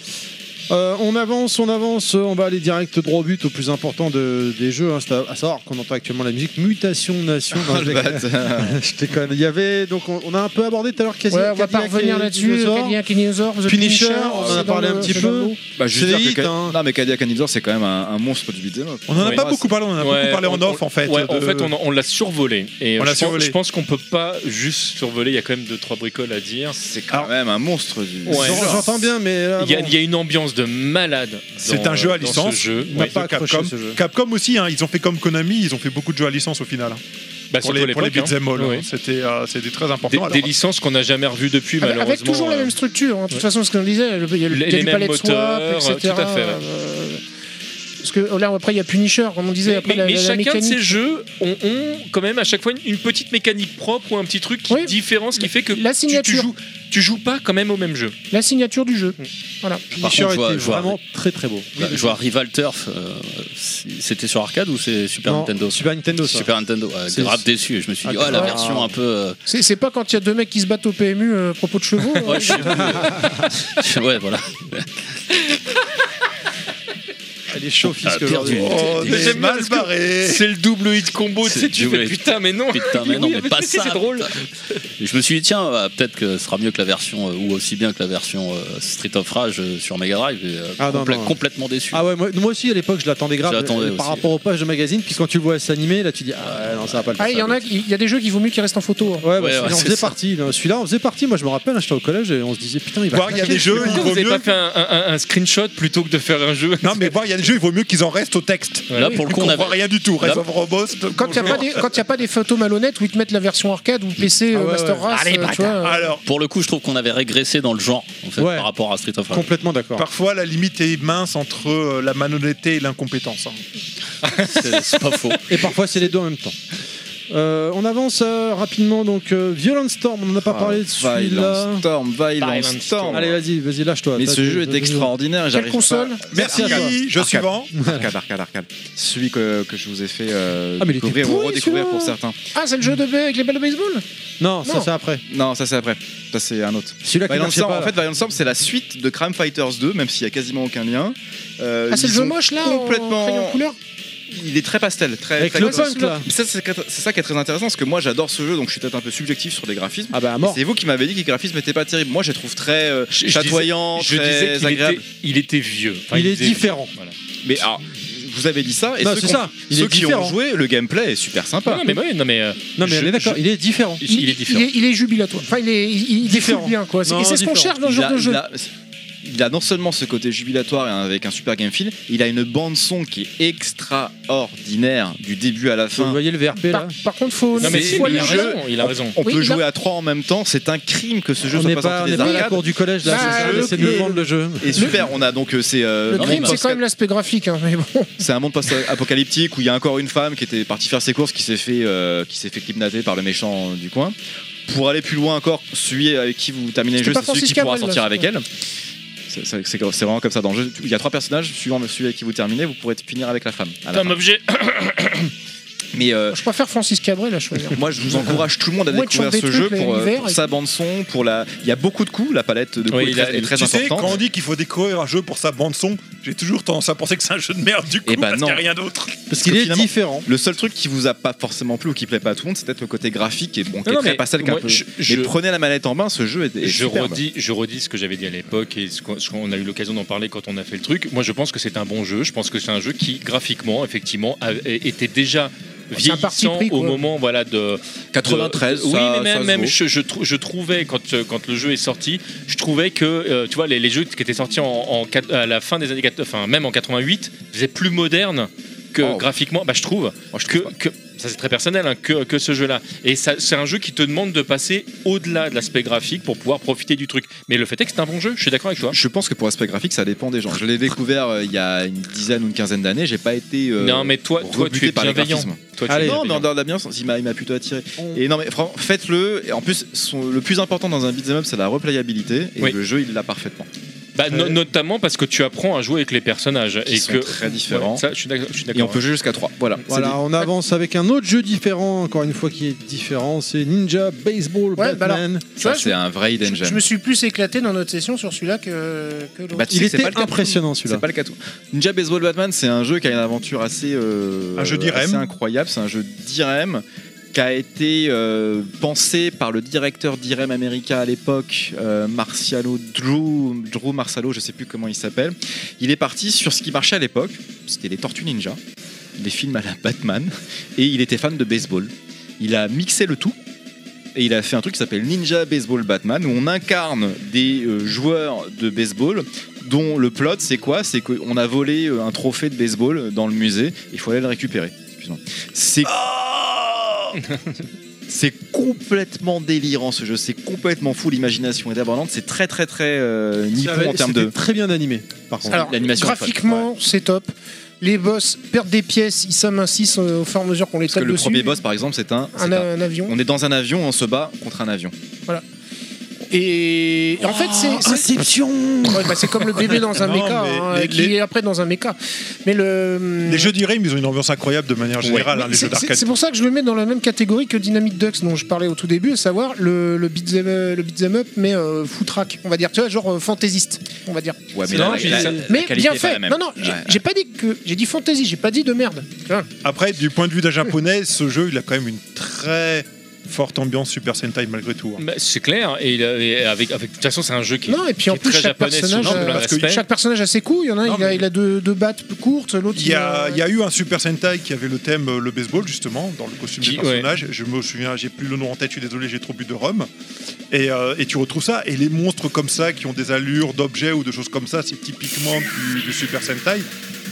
Euh, on avance, on avance, euh, on va aller direct droit au but au plus important de- des jeux, hein, c'est à, à savoir qu'on entend actuellement la musique Mutation Nation. Non, <laughs> Ah, Oh, je le <laughs> déconne. bâtard. Je déconne. Il y avait donc on, on a un peu abordé tout à l'heure quasi. Ouais, on va pas revenir là-dessus. Cadillac et Dinosaur, The Punisher, on en a c'est dans parlé un le- petit c'est peu. dans le- Bah, je veux C'est dire des que hits, Ca- hein. Non, mais Cadillac Dinosaur, c'est quand même un, un monstre du beat'em up. euh, on en a Ouais. pas beaucoup parlé, on en a Ouais, beaucoup parlé en on- off en fait. Ouais, en de- fait, on, on l'a survolé. Et euh, On je, l'a pense, survolé. je pense qu'on peut pas juste survoler. Il y a quand même deux trois bricoles à dire. C'est quand Alors- même un monstre du. Ouais. du genre. J'entends bien, mais euh, là, Il y, a, bon, il y a une ambiance de malade. C'est dans- un jeu à dans licence. Ce jeu. il m'a Ouais. pas de accroché Capcom. ce jeu. Capcom aussi, hein, ils ont fait comme Konami, ils ont fait beaucoup de jeux à licence au final. hein, Bah, pour surtout les, à pour les l'époque, hein. beat'em all, hein. Ouais. C'était euh, c'était très important. Des, Alors, des licences qu'on n'a jamais revues depuis, Avec- malheureusement. Avec toujours la euh, même structure. hein. De toute façon, ce qu'on disait, le- il y a le- Les- il y a les du mêmes palais de swap, moteurs, etc. tout à fait, ouais. euh, Parce que oh, là, après, il y a Punisher, comme on disait. Mais, après, mais- la, mais la- la chacun de mécanique. ces jeux ont, ont quand même à chaque fois une, une petite mécanique propre ou un petit truc qui Oui. est différent, ce qui fait que La tu- tu, signature. joues, tu joues pas quand même au même jeu. La signature du jeu. Voilà. Par Punisher contre, je vois- était je vois- vraiment très très beau. Bah, je vois Rival Turf, euh, c- c'était sur arcade ou c'est Super Non, Nintendo ça Super Nintendo. ça. Super Nintendo, ouais, C'est- grave déçu. Et je me suis dit, Ah, oh, la ah. version un peu. euh, <laughs> C'est c'est pas quand il y a deux mecs qui se battent au PMU euh, à propos de chevaux. hein. Ouais, je sais plus. ouais, voilà. Elle est chaud, fils Ah, que perdu. j'aurais. Oh, Des- mais j'aime bien mal parce que- <laughs> barré. C'est le double hit combo, tu C'est sais, tu double fais hit. putain, mais non. Putain, mais non, Oui, mais pas si, ça. C'est drôle. putain. Et je me suis dit, tiens, bah, peut-être que ce sera mieux que la version, euh, ou aussi bien que la version euh, Street of Rage euh, sur Mega Drive. et, euh, Ah, non, complè- non. complètement déçu. Ah ouais, moi, moi aussi à l'époque je l'attendais grave. Je l'attendais euh, par aussi. rapport aux pages de magazine, puis quand tu le vois s'animer, là tu dis ah ouais, non ça va pas le faire. Ah, il y en a, qui- il y a des jeux qui vaut mieux qu'ils restent en photo. hein. Ouais, bah, Ouais, celui-là, ouais, on c'est faisait ça. partie. Non, Celui-là, on faisait partie. Moi, je me rappelle, hein, j'étais au collège et on se disait, putain, il va. Voir, il y a craquer. des jeux, il Pourquoi vaut vous avez mieux. pas fait un, un- un- un screenshot plutôt que de faire un jeu Non, mais voir, il y a des jeux, il vaut mieux qu'ils en restent au texte. Là, pour le coup, on on comprend avait- rien du tout. Rise Là- of Robots. Quand il n'y a pas des photos malhonnêtes où ils te mettent la version arcade ou PC Ah ouais, euh, Master ouais. Race, Allez, euh, tu bâtard. Ah, vois, euh, Alors, Pour le coup, je trouve qu'on avait régressé dans le genre, en fait, Ouais. par rapport à Street of Rage. Complètement d'accord. parfois, la limite est mince entre euh, la malhonnêteté et l'incompétence. hein. C'est c'est pas <laughs> faux. Et parfois, c'est les deux en même temps. Euh, on avance euh, rapidement donc euh, Violent Storm, on n'en a pas parlé de celui-là. Ah, Violent Storm, Violent Violent Storm. Storm. Allez, vas-y, vas-y, lâche-toi. Mais T'as- ce jeu t'as- est t'as- extraordinaire. Quelle j'arrive console pas- Merci, Arcade. je suis Arcade. vent. Arcade, arcade, arcade. Celui que, que je vous ai fait euh, Ah, mais il était découvrir ou pourri, redécouvrir celui-là. pour certains. Ah, c'est le jeu de B avec les balles de baseball Non, ça Non. c'est après. Non, ça c'est après. Ça c'est un autre. Celui-là qui Violent marchait Storm, Ah, pas. en fait, Violent Storm, c'est la suite de Crime Fighters 2, même s'il y a quasiment aucun lien. Euh, Ah, c'est le ils jeu ont moche là complètement- en crayon couleur Il est très pastel, très. avec très le coloré. punk là. Mais ça, c'est c'est ça qui est très intéressant parce que moi j'adore ce jeu donc je suis peut-être un peu subjectif sur les graphismes. Ah bah à mort. C'est vous qui m'avez dit que les graphismes n'étaient pas terribles. Moi je les trouve très euh, Je- je chatoyants, disais- <laughs> je très disais qu'il agréables. était, il était vieux. Enfin, Il est faisait- différent. Voilà. Mais alors, vous avez dit ça et Non, ceux, c'est qui ont- ça. Il ceux est qui ont différent. joué, le gameplay est super Ah, sympa. non, mais, ouais, non, mais, euh, Non mais je- on est d'accord, je- il est différent. il, il est différent. Il est, il est jubilatoire. Enfin, il est, il, il Différent. défoule bien, quoi. C'est- Non, et c'est ce qu'on différent. cherche dans ce il, genre a, de jeu. il a- il a non seulement ce côté jubilatoire et avec un super game feel, il a une bande son qui est extraordinaire du début à la Vous fin. voyez le VRP Par, là par contre, faut. Non, mais c'est si, mais il a le jeu. raison. Il a raison. On Oui, peut il a- jouer à trois en même temps, c'est un crime que ce jeu On soit n'est pas pas, on sorti n'est des pas à la arcades. cour du collège là, Bah, c'est ça, le- c'est de le- vendre le jeu. Et super, on a donc euh, c'est euh, Le non, crime, mais c'est parce quand même l'aspect graphique, hein, mais bon. <laughs> C'est un monde post-apocalyptique où il y a encore une femme qui était partie faire ses courses qui s'est fait, euh, qui s'est fait kidnapper par le méchant euh, du coin. Pour aller plus loin encore, celui avec qui vous terminez le jeu, C'était c'est pas celui qui pourra Francis Cabrel, sortir là, avec elle. C'est c'est- c'est vraiment comme ça dans le jeu. Il y a trois personnages, suivant celui avec qui vous terminez, vous pourrez finir avec la femme. à la Comme fin. objet. Mais euh, Je préfère Francis Cabrel à choisir. moi, je vous encourage tout le monde à Ouais, découvrir tu ce chantes des jeu trucs, pour, là, euh, l'hiver, pour et sa bande son, pour la. Il y a beaucoup de coups, la palette de coups Oui, est il a- très, est très Tu sais, importante. quand on dit qu'il faut découvrir un jeu pour sa bande-son, j'ai toujours tendance à penser que c'est un jeu de merde du coup, Eh ben parce qu'il n'y a non. rien d'autre. Parce qu'il que est finalement- différent. Le seul truc qui vous a pas forcément plu ou qui plaît pas à tout le monde, c'est peut-être le côté graphique et bon, qui Non, est non, très mais pastel qu'un moi, peu. je- je- Mais prenez la manette en main, ce jeu est, est je superbe. redis, je redis ce que j'avais dit à l'époque et ce qu'on ce qu'on a eu l'occasion d'en parler quand on a fait le truc. Moi, je pense que c'est un bon jeu. Je pense que c'est un jeu qui, graphiquement, effectivement, a- a- était déjà C'est un parti vieillissant pris, quoi. au moment voilà de 93, de- Euh, oui Euh, ça- mais même, ça se même vaut. je, je trou- je trouvais quand euh, quand le jeu est sorti je trouvais que euh, tu vois les, les jeux qui étaient sortis en, en quat- à la fin des années 80 enfin même en 88 faisaient plus moderne que Oh. graphiquement bah je trouve Moi, je que, trouve pas. que- ça c'est très personnel hein, que, que ce jeu là et ça, c'est un jeu qui te demande de passer au-delà de l'aspect graphique pour pouvoir profiter du truc mais le fait est que c'est un bon jeu je suis d'accord avec toi Je pense que pour aspect graphique, ça dépend des gens. Je l'ai découvert euh, il y a une dizaine ou une quinzaine d'années. J'ai pas été. euh, non mais toi toi rebuté tu es par les bienveillant graphismes. toi tu Allez. es non, mais en bienveillant. dehors de la bienveillance, il m'a il m'a plutôt attiré. Et non, mais franchement, faites-le. Et En plus, son- le plus important dans un beat'em up, c'est la replayabilité. Et Oui. le jeu, il l'a parfaitement. Bah, no- notamment parce que tu apprends à jouer avec les personnages Qui et sont que très différents. Ouais, ça, je suis d'accord je suis Et on d'accord peut jouer jusqu'à 3. Voilà. Voilà, on avance avec un autre jeu différent, encore une fois qui est différent, c'est Ninja Baseball Ouais, bah alors, Batman. Tu Ça, vois, je, c'est un vrai hidden je- je gem. me suis plus éclaté dans notre session sur celui-là que, que l'autre. Bah, tu Il sais que c'est était pas le cas. impressionnant C'est celui-là. pas le cas tout. Ninja Baseball Batman, c'est un jeu qui a une aventure assez, euh, Un jeu E d'IRM. assez incroyable. C'est un jeu d'IRM qui a été euh, pensé par le directeur d'IRM America à l'époque, euh, Marcialo Drew, Drew Marcialo, je sais plus comment il s'appelle. Il est parti sur ce qui marchait à l'époque, c'était les Tortues Ninja, les films à la Batman, et il était fan de baseball. Il a mixé le tout. Et il a fait un truc qui s'appelle Ninja Baseball Batman, où on incarne des euh, joueurs de baseball dont le plot, c'est quoi C'est qu'on a volé euh, un trophée de baseball dans le musée, il faut aller le récupérer. Excuse-moi. C'est. Oh <laughs> C'est complètement délirant ce jeu, c'est complètement fou, l'imagination est abondante, c'est très très très euh, Ça nippon avait- en termes c'était de... très bien animé par contre. Alors, l'animation est folle. graphiquement, c'est top. Les boss perdent des pièces, ils s'amincissent euh, au fur et à mesure qu'on les Parce que tape le dessus. premier boss par exemple c'est un... un, c'est un- un avion. On est dans un avion, on se bat contre un avion. Et en fait, c'est- c'est Inception Ouais, bah, c'est comme le bébé dans un Non, méca, mais hein, les- qui les- est après dans un méca. Mais le. Euh, Les jeux d'Irem, ils ont une ambiance incroyable de manière générale, Mais hein, les c'est- jeux c'est- d'arcade. C'est pour ça que je le mets dans la même catégorie que Dynamic Ducks dont je parlais au tout début, à savoir le, le beat'em le beat'em up mais euh, footrack, on va dire, tu vois, genre euh, fantaisiste, on va dire. Ouais, C'est marrant, puis ça- Mais qualité bien est pas fait. la même. Non non, j'ai Ouais. j'ai pas dit que j'ai dit fantasy, j'ai pas dit de merde. Tu vois. Après, du point de vue d'un japonais, ce jeu, il a quand même une très forte ambiance Super Sentai malgré tout. hein. Bah, c'est clair et, il a- et avec avec de toute façon c'est un jeu qui est- Non et puis en qui est plus très chaque japonais, personnage, sous- non, euh, parce que chaque personnage a ses coups. Il y en a, Non, il, a mais- il a deux, deux battes courtes, l'autre euh, Il y, a, il y a eu un Super Sentai qui avait le thème euh, le baseball justement dans le costume Qui- des personnages. Je me souviens, j'ai plus le nom en tête. Je suis désolé, j'ai trop bu de rhum. Et, euh, et tu retrouves ça. Et les monstres comme ça qui ont des allures d'objets ou de choses comme ça, c'est typiquement du, du Super Sentai.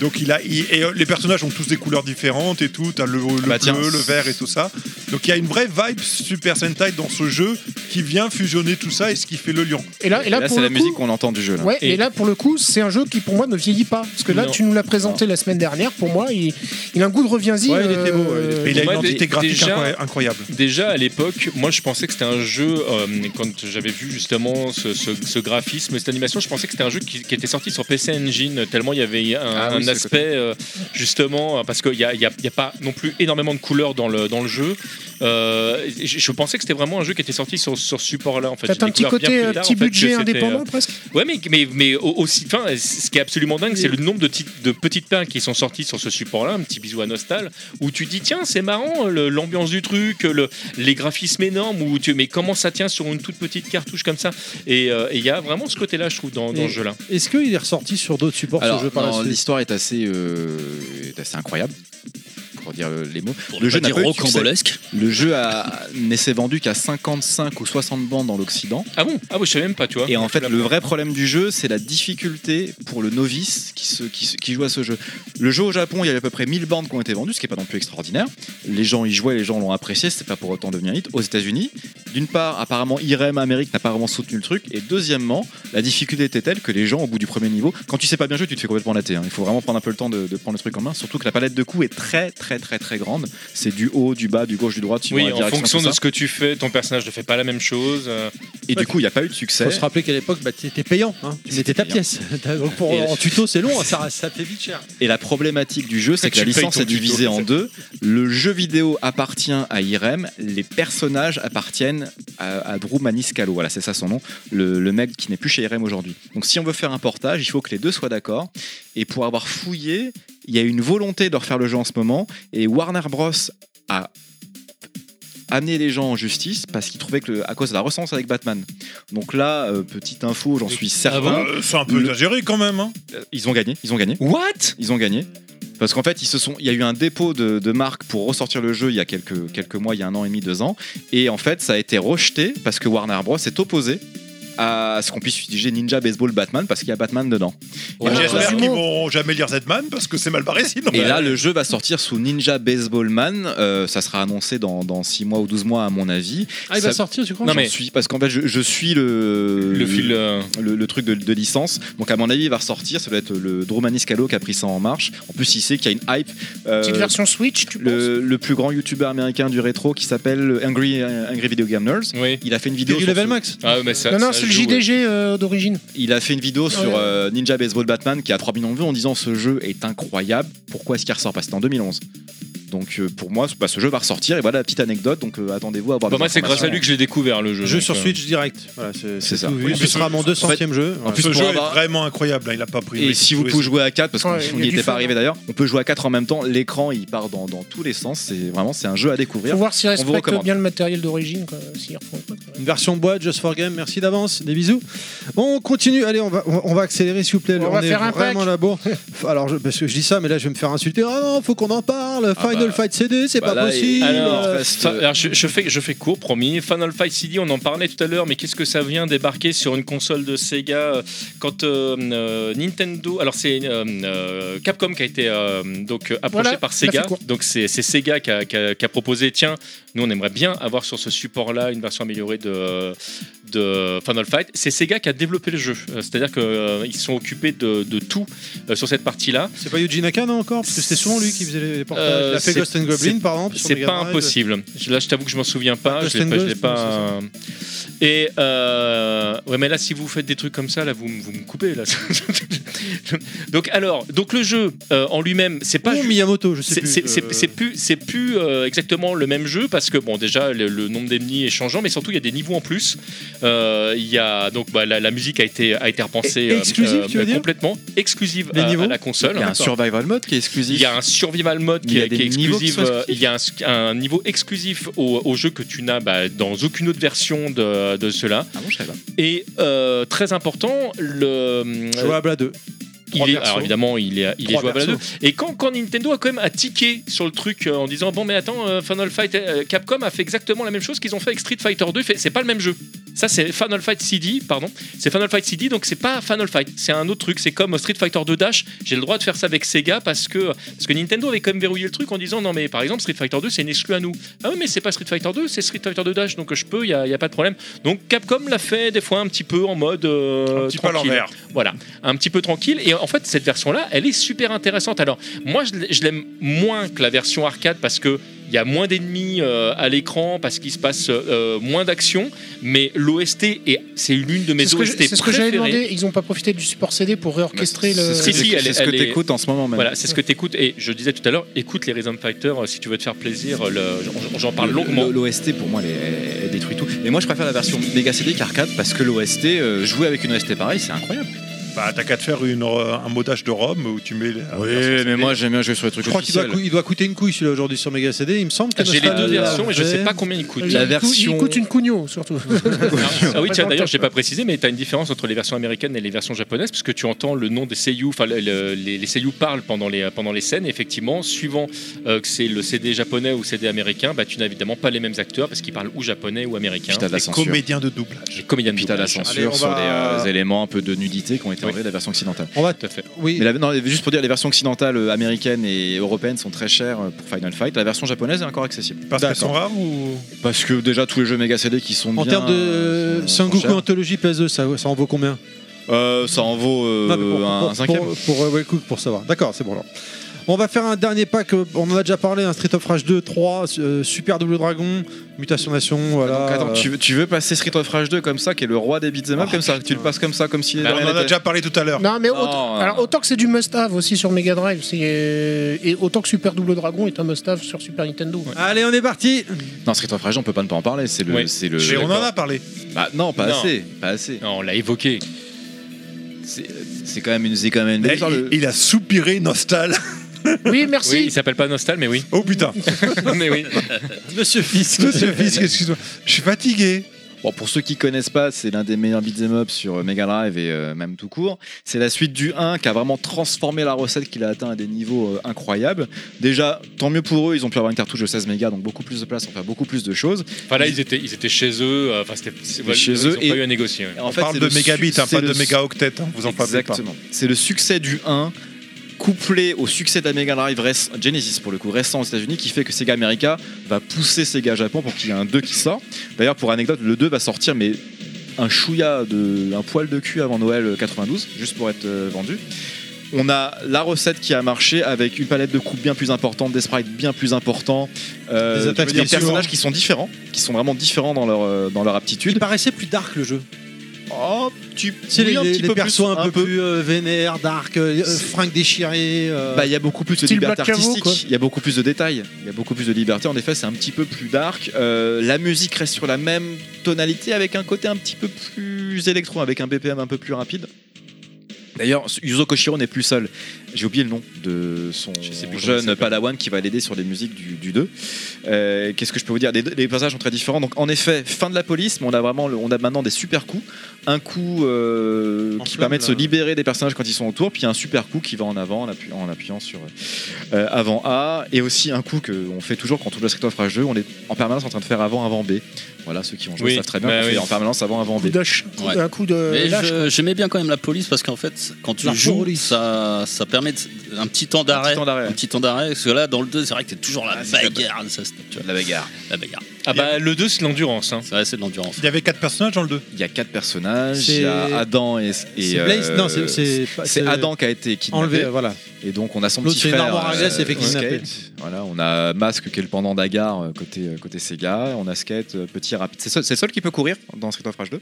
Donc il a, il- et euh, les personnages ont tous des couleurs différentes et tout. T'as le, le bah tiens. bleu, le vert et tout ça. Donc il y a une vraie vibe Super Sentai dans ce jeu qui vient fusionner tout ça et ce qui fait le lion. Et là, et là, pour c'est le la coup, musique qu'on entend du jeu. Là. Ouais, et, là pour le coup, c'est un jeu qui pour moi ne vieillit pas. Parce que là, Non. tu nous l'as présenté la semaine dernière, pour moi, il, il a un goût de reviens-y. Ouais, il était beau, ouais, il euh, était- il a Moi, une identité dé- graphique déjà- incroya- incroyable. Déjà à l'époque, moi je pensais que c'était un jeu, euh, quand j'avais vu justement ce, ce- ce graphisme, cette animation, je pensais que c'était un jeu qui, qui était sorti sur PC Engine, tellement il y avait un, Ah oui, un c'est aspect, euh, justement, parce qu'il n'y a, y a- y a pas non plus énormément de couleurs dans le, dans le jeu. Euh, je, je pensais que c'était vraiment un jeu qui était sorti sur, sur ce support-là. En fait. J'ai T'as un petit découvert bien plus côté euh, tard, petit en fait, que budget c'était, indépendant euh, presque. Ouais, mais, mais, mais au- aussi, enfin, ce qui est absolument dingue, c'est le nombre de, petites- de petites pains qui sont sorties sur ce support-là, un petit bisou à Nostal, où tu dis, tiens, c'est marrant, le- l'ambiance du truc, le- les graphismes énormes, où tu, mais comment ça tient sur une toute petite cartouche comme ça Et euh, et il y a vraiment ce côté-là, je trouve, dans, dans Et- ce jeu-là. Est-ce qu'il est ressorti sur d'autres supports Alors, ce jeu par la non, suite l'histoire est assez, euh, est assez incroyable. Pour dire euh, les mots. Pour Le ne jeu pas dire n'a pas eu de succès. rocambolesque. Le jeu a- ne s'est vendu qu'à 55 ou 60 bandes dans l'Occident. Ah bon Ah bon, je sais même pas, tu vois. Et en fait, le vrai problème du jeu, c'est la difficulté pour le novice qui, se, qui, se- qui joue à ce jeu. Le jeu au Japon, il y avait à peu près 1000 bandes qui ont été vendues, ce qui n'est pas non plus extraordinaire. Les gens y jouaient, les gens l'ont apprécié, c'est pas pour autant devenu un hit. Aux États-Unis, d'une part, apparemment, IRM Amérique n'a pas vraiment soutenu le truc. Et deuxièmement, la difficulté était telle que les gens, au bout du premier niveau, quand tu sais pas bien jouer, tu te fais complètement latter. hein. Il faut vraiment prendre un peu le temps de, de prendre le truc en main. Surtout que la palette de coups est très, très, très, très grande. C'est du haut, du bas, du gauche, du droit, suivant Oui, la en direction, fonction tout de ça. ce que tu fais, ton personnage ne fait pas la même chose. euh, Et du coup, il n'y a pas eu de succès. Faut se rappeler qu'à l'époque, bah, t'étais payant, hein. tu mettais C'était ta <laughs> payant. pièce. Donc pour, Et- en tuto, c'est long, hein. ça, ça fait vite cher. Et la problématique du jeu, c'est que Tu la payes licence ton est divisée tuto, en c'est- deux. Le jeu vidéo appartient à IRM, les personnages appartiennent à, à Drew Maniscalco. Voilà, c'est ça son nom, le, le mec qui n'est plus chez IRM aujourd'hui. Donc si on veut faire un portage, il faut que les deux soient d'accord. Et pour avoir fouillé, il y a une volonté de refaire le jeu en ce moment. Et Warner Bros. a amené les gens en justice parce qu'ils trouvaient que le- à cause de la ressemblance avec Batman. Donc là, euh, petite info, j'en Ah suis certain. Euh, c'est un peu exagéré quand même. hein. Euh, Ils ont gagné, ils ont gagné. What Ils ont gagné. Parce qu'en fait, ils se sont, il y a eu un dépôt de, de marque pour ressortir le jeu il y a quelques, quelques mois, il y a un an et demi, deux ans. Et en fait, ça a été rejeté parce que Warner Bros. s'est opposé à ce qu'on puisse utiliser Ninja Baseball Batman parce qu'il y a Batman dedans. Et Ah, J'espère bah. qu'ils vont jamais lire Z-Man parce que c'est mal barré sinon. Et là, le jeu va sortir sous Ninja Baseball Man. Euh, ça sera annoncé dans, dans 6 mois ou 12 mois, à mon avis. Ah, il Ça- va sortir, tu crois Non, J'en mais- suis, parce qu'en fait, je, je suis le, le fil. euh, le, le truc de, de licence. Donc à mon avis, il va ressortir. Ça doit être le Dromanis Calo qui a pris ça en marche. En plus, il sait qu'il y a une hype. Euh, Petite version Switch, tu penses le, le plus grand youtubeur américain du rétro qui s'appelle Angry, Angry Video Game Nerds. Oui. Il a fait une vidéo. Du Sur level ce- max. Ah, mais ça, Non, non, ça c'est le joue, ouais. JDG euh, d'origine. il a fait une vidéo sur Ah Ouais. euh, Ninja Baseball Batman qui a 3 millions de vues en disant ce jeu est incroyable. Pourquoi est-ce qu'il ressort Parce que c'était en 2011. Donc euh, pour moi, bah, ce jeu va ressortir. Et voilà la petite anecdote. Donc euh, attendez-vous à avoir. Bah, des moi, c'est grâce à informations. lui que j'ai découvert le jeu. Jeu donc, sur euh, Switch direct. Voilà, C'est ça. tout vu. Oui, Ce mais sera ce- mon 200ème jeu. En plus, ce pour jeu avoir- est vraiment incroyable. hein, Il a pas pris. Et si vous pouvez jouer à 4, parce qu'on Ouais, il y a n'y du était fun, hein. pas arrivé d'ailleurs, on peut jouer à 4 en même temps. L'écran, il part dans, dans tous les sens. C'est vraiment, c'est un jeu à Faut découvrir. voir s'il vous respecte recommande. bien le matériel d'origine, quoi, s'il refont. Une version boîte, Just for Game, merci d'avance, des bisous. Bon, on continue, allez, on va, on on va accélérer s'il vous plaît, On on va est faire un vraiment pack. à la bourre. Alors, je, parce que je dis ça, mais là je vais me faire insulter. Ah non, faut qu'on en parle, Final bah. Fight CD, c'est Bah pas là, et- possible. Alors, Euh, Reste, Fa- euh, alors, je, je fais, je fais court, promis. Final Fight CD, on en parlait tout à l'heure, mais qu'est-ce que ça vient débarquer sur une console de Sega euh, quand euh, euh, Nintendo. Alors, c'est euh, euh, Capcom qui a été euh, donc euh, approché Voilà, par on a Sega. fait court. Donc, c'est c'est Sega qui a, qui a- qui a proposé tiens, nous, on aimerait bien avoir sur ce support-là une version améliorée de, de Final Fight. C'est Sega qui a développé le jeu. Euh, C'est-à-dire qu'ils se sont occupés de, de tout euh, sur cette partie-là. c'est pas Yuji Naka non encore Parce que c'était souvent lui qui faisait les portages. Euh, Il a fait c'est- Ghost and Goblin, c'est- par exemple. sur C'est Mega pas Drive. impossible. Je- Là, je t'avoue que je m'en souviens pas. Ah, je l'ai Ghost pas. and je l'ai Ghost, pas, euh, Et euh, ouais, mais là, si vous faites des trucs comme ça, là, vous, me- vous me coupez là. <laughs> donc alors, donc le jeu euh, en lui-même, c'est pas. Ou ju- Miyamoto, je sais c'est- plus. C'est c'est- euh, c'est plus, c'est plus euh, exactement le même jeu parce que bon déjà le, le nombre d'ennemis est changeant, mais surtout il y a des niveaux en plus. Euh, Il y a donc bah, la, la musique a été a été repensée euh, Et- exclusive, tu veux dire complètement exclusive Les à, à niveaux la console. Il y a un survival mode qui est exclusif. Il y a un survival mode Il qui, y a est- des qui est niveaux qui exclusif. sont euh, Il y a un, sc- un niveau exclusif au, au jeu que tu n'as bah, dans aucune autre version de, de cela. Ah bon, je savais pas. Et euh, très important, le. Jouable à deux. trois il est, persos. alors évidemment, il est, il est Trois jouable à persos. deux. Et quand, quand Nintendo a quand même attiqué sur le truc euh, en disant Bon, mais attends, euh, Final Fight, euh, Capcom a fait exactement la même chose qu'ils ont fait avec Street Fighter 2, fait- c'est pas le même jeu. Ça, c'est Final Fight CD, pardon. C'est Final Fight CD, donc c'est pas Final Fight. C'est un autre truc. C'est comme Street Fighter 2 Dash. J'ai le droit de faire ça avec Sega parce que, parce que Nintendo avait quand même verrouillé le truc en disant non, mais par exemple, Street Fighter 2, c'est une exclu à nous. Ah oui, mais c'est pas Street Fighter 2, c'est Street Fighter 2 Dash, donc je peux, il n'y a, y a pas de problème. Donc Capcom l'a fait des fois un petit peu en mode. euh, Un petit peu à tranquille. l'envers. Voilà, un petit peu tranquille. Et en fait, cette version-là, elle est super intéressante. Alors, moi, je l'ai- je l'aime moins que la version arcade parce que il y a moins d'ennemis euh, à l'écran, parce qu'il se passe euh, moins d'action. Mais l'OST, est- c'est l'une de mes C'est ce que OST je- c'est ce que j'avais préférées. demandé. Ils n'ont pas profité du support CD pour réorchestrer C'est le. ce que Si, si, t'éc- elle est- c'est ce que elle est- t'écoutes en ce moment même. Voilà, c'est ce que tu écoutes. Et je disais tout à l'heure, écoute les Rhythm Fighter euh, si tu veux te faire plaisir. euh, le- j'en- J'en parle Le- longuement. le- L'OST pour moi elle, est- elle détruit tout. Et moi je préfère la version Mega CD qu'arcade parce que l'OST, euh, jouer avec une OST pareil, c'est incroyable. Bah, t'as qu'à te faire une, euh, un modage de ROM où tu mets. euh, les- la version Oui, mais CD. moi j'aime bien jouer sur les trucs Je crois qu'il doit, cou- il doit coûter une couille celui-là aujourd'hui sur Mega CD. Il me semble que Ah, J'ai les Nostalgia deux l'a versions et je sais fait. pas combien ils coûtent. Il la coûte- version- Il coûte une cugno surtout. Ah, ah oui, tiens, Pas d'ailleurs, dans j'ai pas précisé, mais tu as une différence entre les versions américaines et les versions japonaises, parce que tu entends le nom des seiyuu, enfin, le- le- les, les seiyuu parlent pendant les, pendant les scènes, et effectivement, suivant euh, que c'est le CD japonais ou CD américain, bah, tu n'as évidemment pas les mêmes acteurs, parce qu'ils parlent ou japonais ou américain. Putain, la Les censure. comédiens de doublage. Les comédiens de Puis t'as la doublage. censure Allez, on sur va- les euh, éléments un peu de nudité qui ont été Oui. enlevés de la version occidentale. On va. Tout à fait. Oui. Mais la- non, juste pour dire, les versions occidentales, euh, américaines et européennes sont très chères euh, pour Final Fight. La version japonaise est encore accessible. Parce qu'elles D'accord. sont rares ou. Parce que déjà tous les jeux Mega CD qui sont En bien. termes euh, de sont- sont Sengoku chers. Anthology PS2, E, ça, ça en vaut combien Euh, ça en vaut euh, Non, mais pour- un pour- cinquième. Pour, pour, euh, Wellcook, pour savoir. D'accord, c'est bon alors. On va faire un dernier pack, euh, on en a déjà parlé, un Street of Rage 2, 3, euh, Super Double Dragon, Mutation Nation, voilà. Ah, Donc, attends, euh, tu, veux- tu veux passer Street of Rage 2 comme ça, qui est le roi des beat'em up comme ça Tu le passes comme ça, comme si. Bah, On en a déjà parlé tout à l'heure. Non, <laughs> mais Non, autant, non, alors, non. autant que c'est du must-have aussi sur Mega Drive, c'est- et autant que Super Double Dragon est un must-have sur Super Nintendo. Allez, on est parti Non, Street of Rage, on peut pas ne pas en parler. C'est le, Oui. c'est le. Mais on en a parlé. Bah, non, pas Non. assez, pas assez. Non, on l'a évoqué. C'est c'est quand même une, c'est quand même une belle Eh, histoire, le- Il il a soupiré Nostal. <laughs> <laughs> Oui, Oui, merci. il s'appelle pas <laughs> Nostal, mais oui. Oh putain. mais oui. Monsieur Fisk Monsieur Fisk, excuse-moi. Je suis fatigué. Bon, pour ceux qui connaissent pas, c'est l'un des meilleurs beat'em up sur euh, Mega Drive et euh, même tout court. C'est la suite du 1 qui a vraiment transformé la recette, qu'il a atteint à des niveaux euh, incroyables. Déjà, tant mieux pour eux, ils ont pu avoir une cartouche de 16 mégas, donc beaucoup plus de place pour faire beaucoup plus de choses. Enfin, là, ils étaient, ils étaient chez eux. euh, Enfin, c'était c'est- étaient chez ils eux ont et- pas eu à négocier. ouais. Et On fait, parle c'est de le méga su- bits, hein, c'est pas le de su- méga octets. hein, vous en parlez pas. Exactement. C'est le succès du 1 couplé au succès de la Mega Drive réc- Genesis pour le coup récent aux États-Unis qui fait que Sega America va pousser Sega Japon pour qu'il y ait un 2 qui sort. D'ailleurs pour anecdote, le 2 va sortir mais un chouïa de un poil de cul avant Noël 92 juste pour être euh, vendu. On a la recette qui a marché avec une palette de coups bien plus importante, des sprites bien plus importants, euh, Des je veux attaques dire, des spéciaux. personnages qui sont différents, qui sont vraiment différents dans leur, euh, dans leur Il aptitude. paraissait plus dark le jeu. Oh, tu, Tu sais, oui, les, un les- petit les peu plus, persos un, peu, plus euh, vénères, dark, euh, euh, fringues déchirées. euh, Bah, il y a beaucoup plus de Style liberté Black Cavo, quoi. artistique, il y a beaucoup plus de détails, il y a beaucoup plus de liberté. En effet, c'est un petit peu plus dark. Euh, la musique reste sur la même tonalité avec un côté un petit peu plus électro, avec un BPM un peu plus rapide. D'ailleurs, Yuzo Koshiro n'est plus seul. J'ai oublié le nom de son Je sais plus comment il jeune s'appelle. Padawan qui va l'aider sur les musiques du, du 2. Euh, Qu'est-ce que je peux vous dire les, deux- les passages sont très différents. Donc, en effet, fin de la police, mais on a vraiment, le- on a maintenant des super coups. Un coup euh, En qui flamme, permet de se là. libérer des personnages quand ils sont autour, puis un super coup qui va en avant en, appu- en appuyant sur euh, avant A, et aussi un coup qu'on fait toujours quand on joue à Street of Rage 2, on est en permanence en train de faire avant avant B. Voilà, ceux qui ont joué Oui, savent très bien bah qu'on fait oui. en permanence avant avant B. Coup d'âche, coup- Ouais. Un coup de Mais lâche. je- j'aimais bien quand même la police parce qu'en fait, quand tu La joues, police. ça, ça permet de- un petit temps d'arrêt. temps d'arrêt. Un petit temps d'arrêt. Parce que là, dans le 2, c'est vrai que t'es toujours la Ah, c'est la bagarre. Ça, c'est- tu vois, La bagarre. la bagarre. Ah, bah, le 2, c'est l'endurance. hein. C'est vrai, c'est de l'endurance. Il y avait quatre personnages dans le 2. Il y a quatre personnages, C'est- il y a Adam et. et, c'est Blaze euh, Non, c'est- c'est. pas- c'est Adam qui a été kidnappé, Enlevé, voilà. et donc on a son L'autre, petit c'est une frère. armoire à glace, il fait euh, kidnapper. Skate. Voilà, on a Masque qui est le pendant d'Agar euh, côté, euh, côté Sega, on a Skate, euh, petit et rapide. C'est seul- c'est le seul qui peut courir dans Street of Rage 2.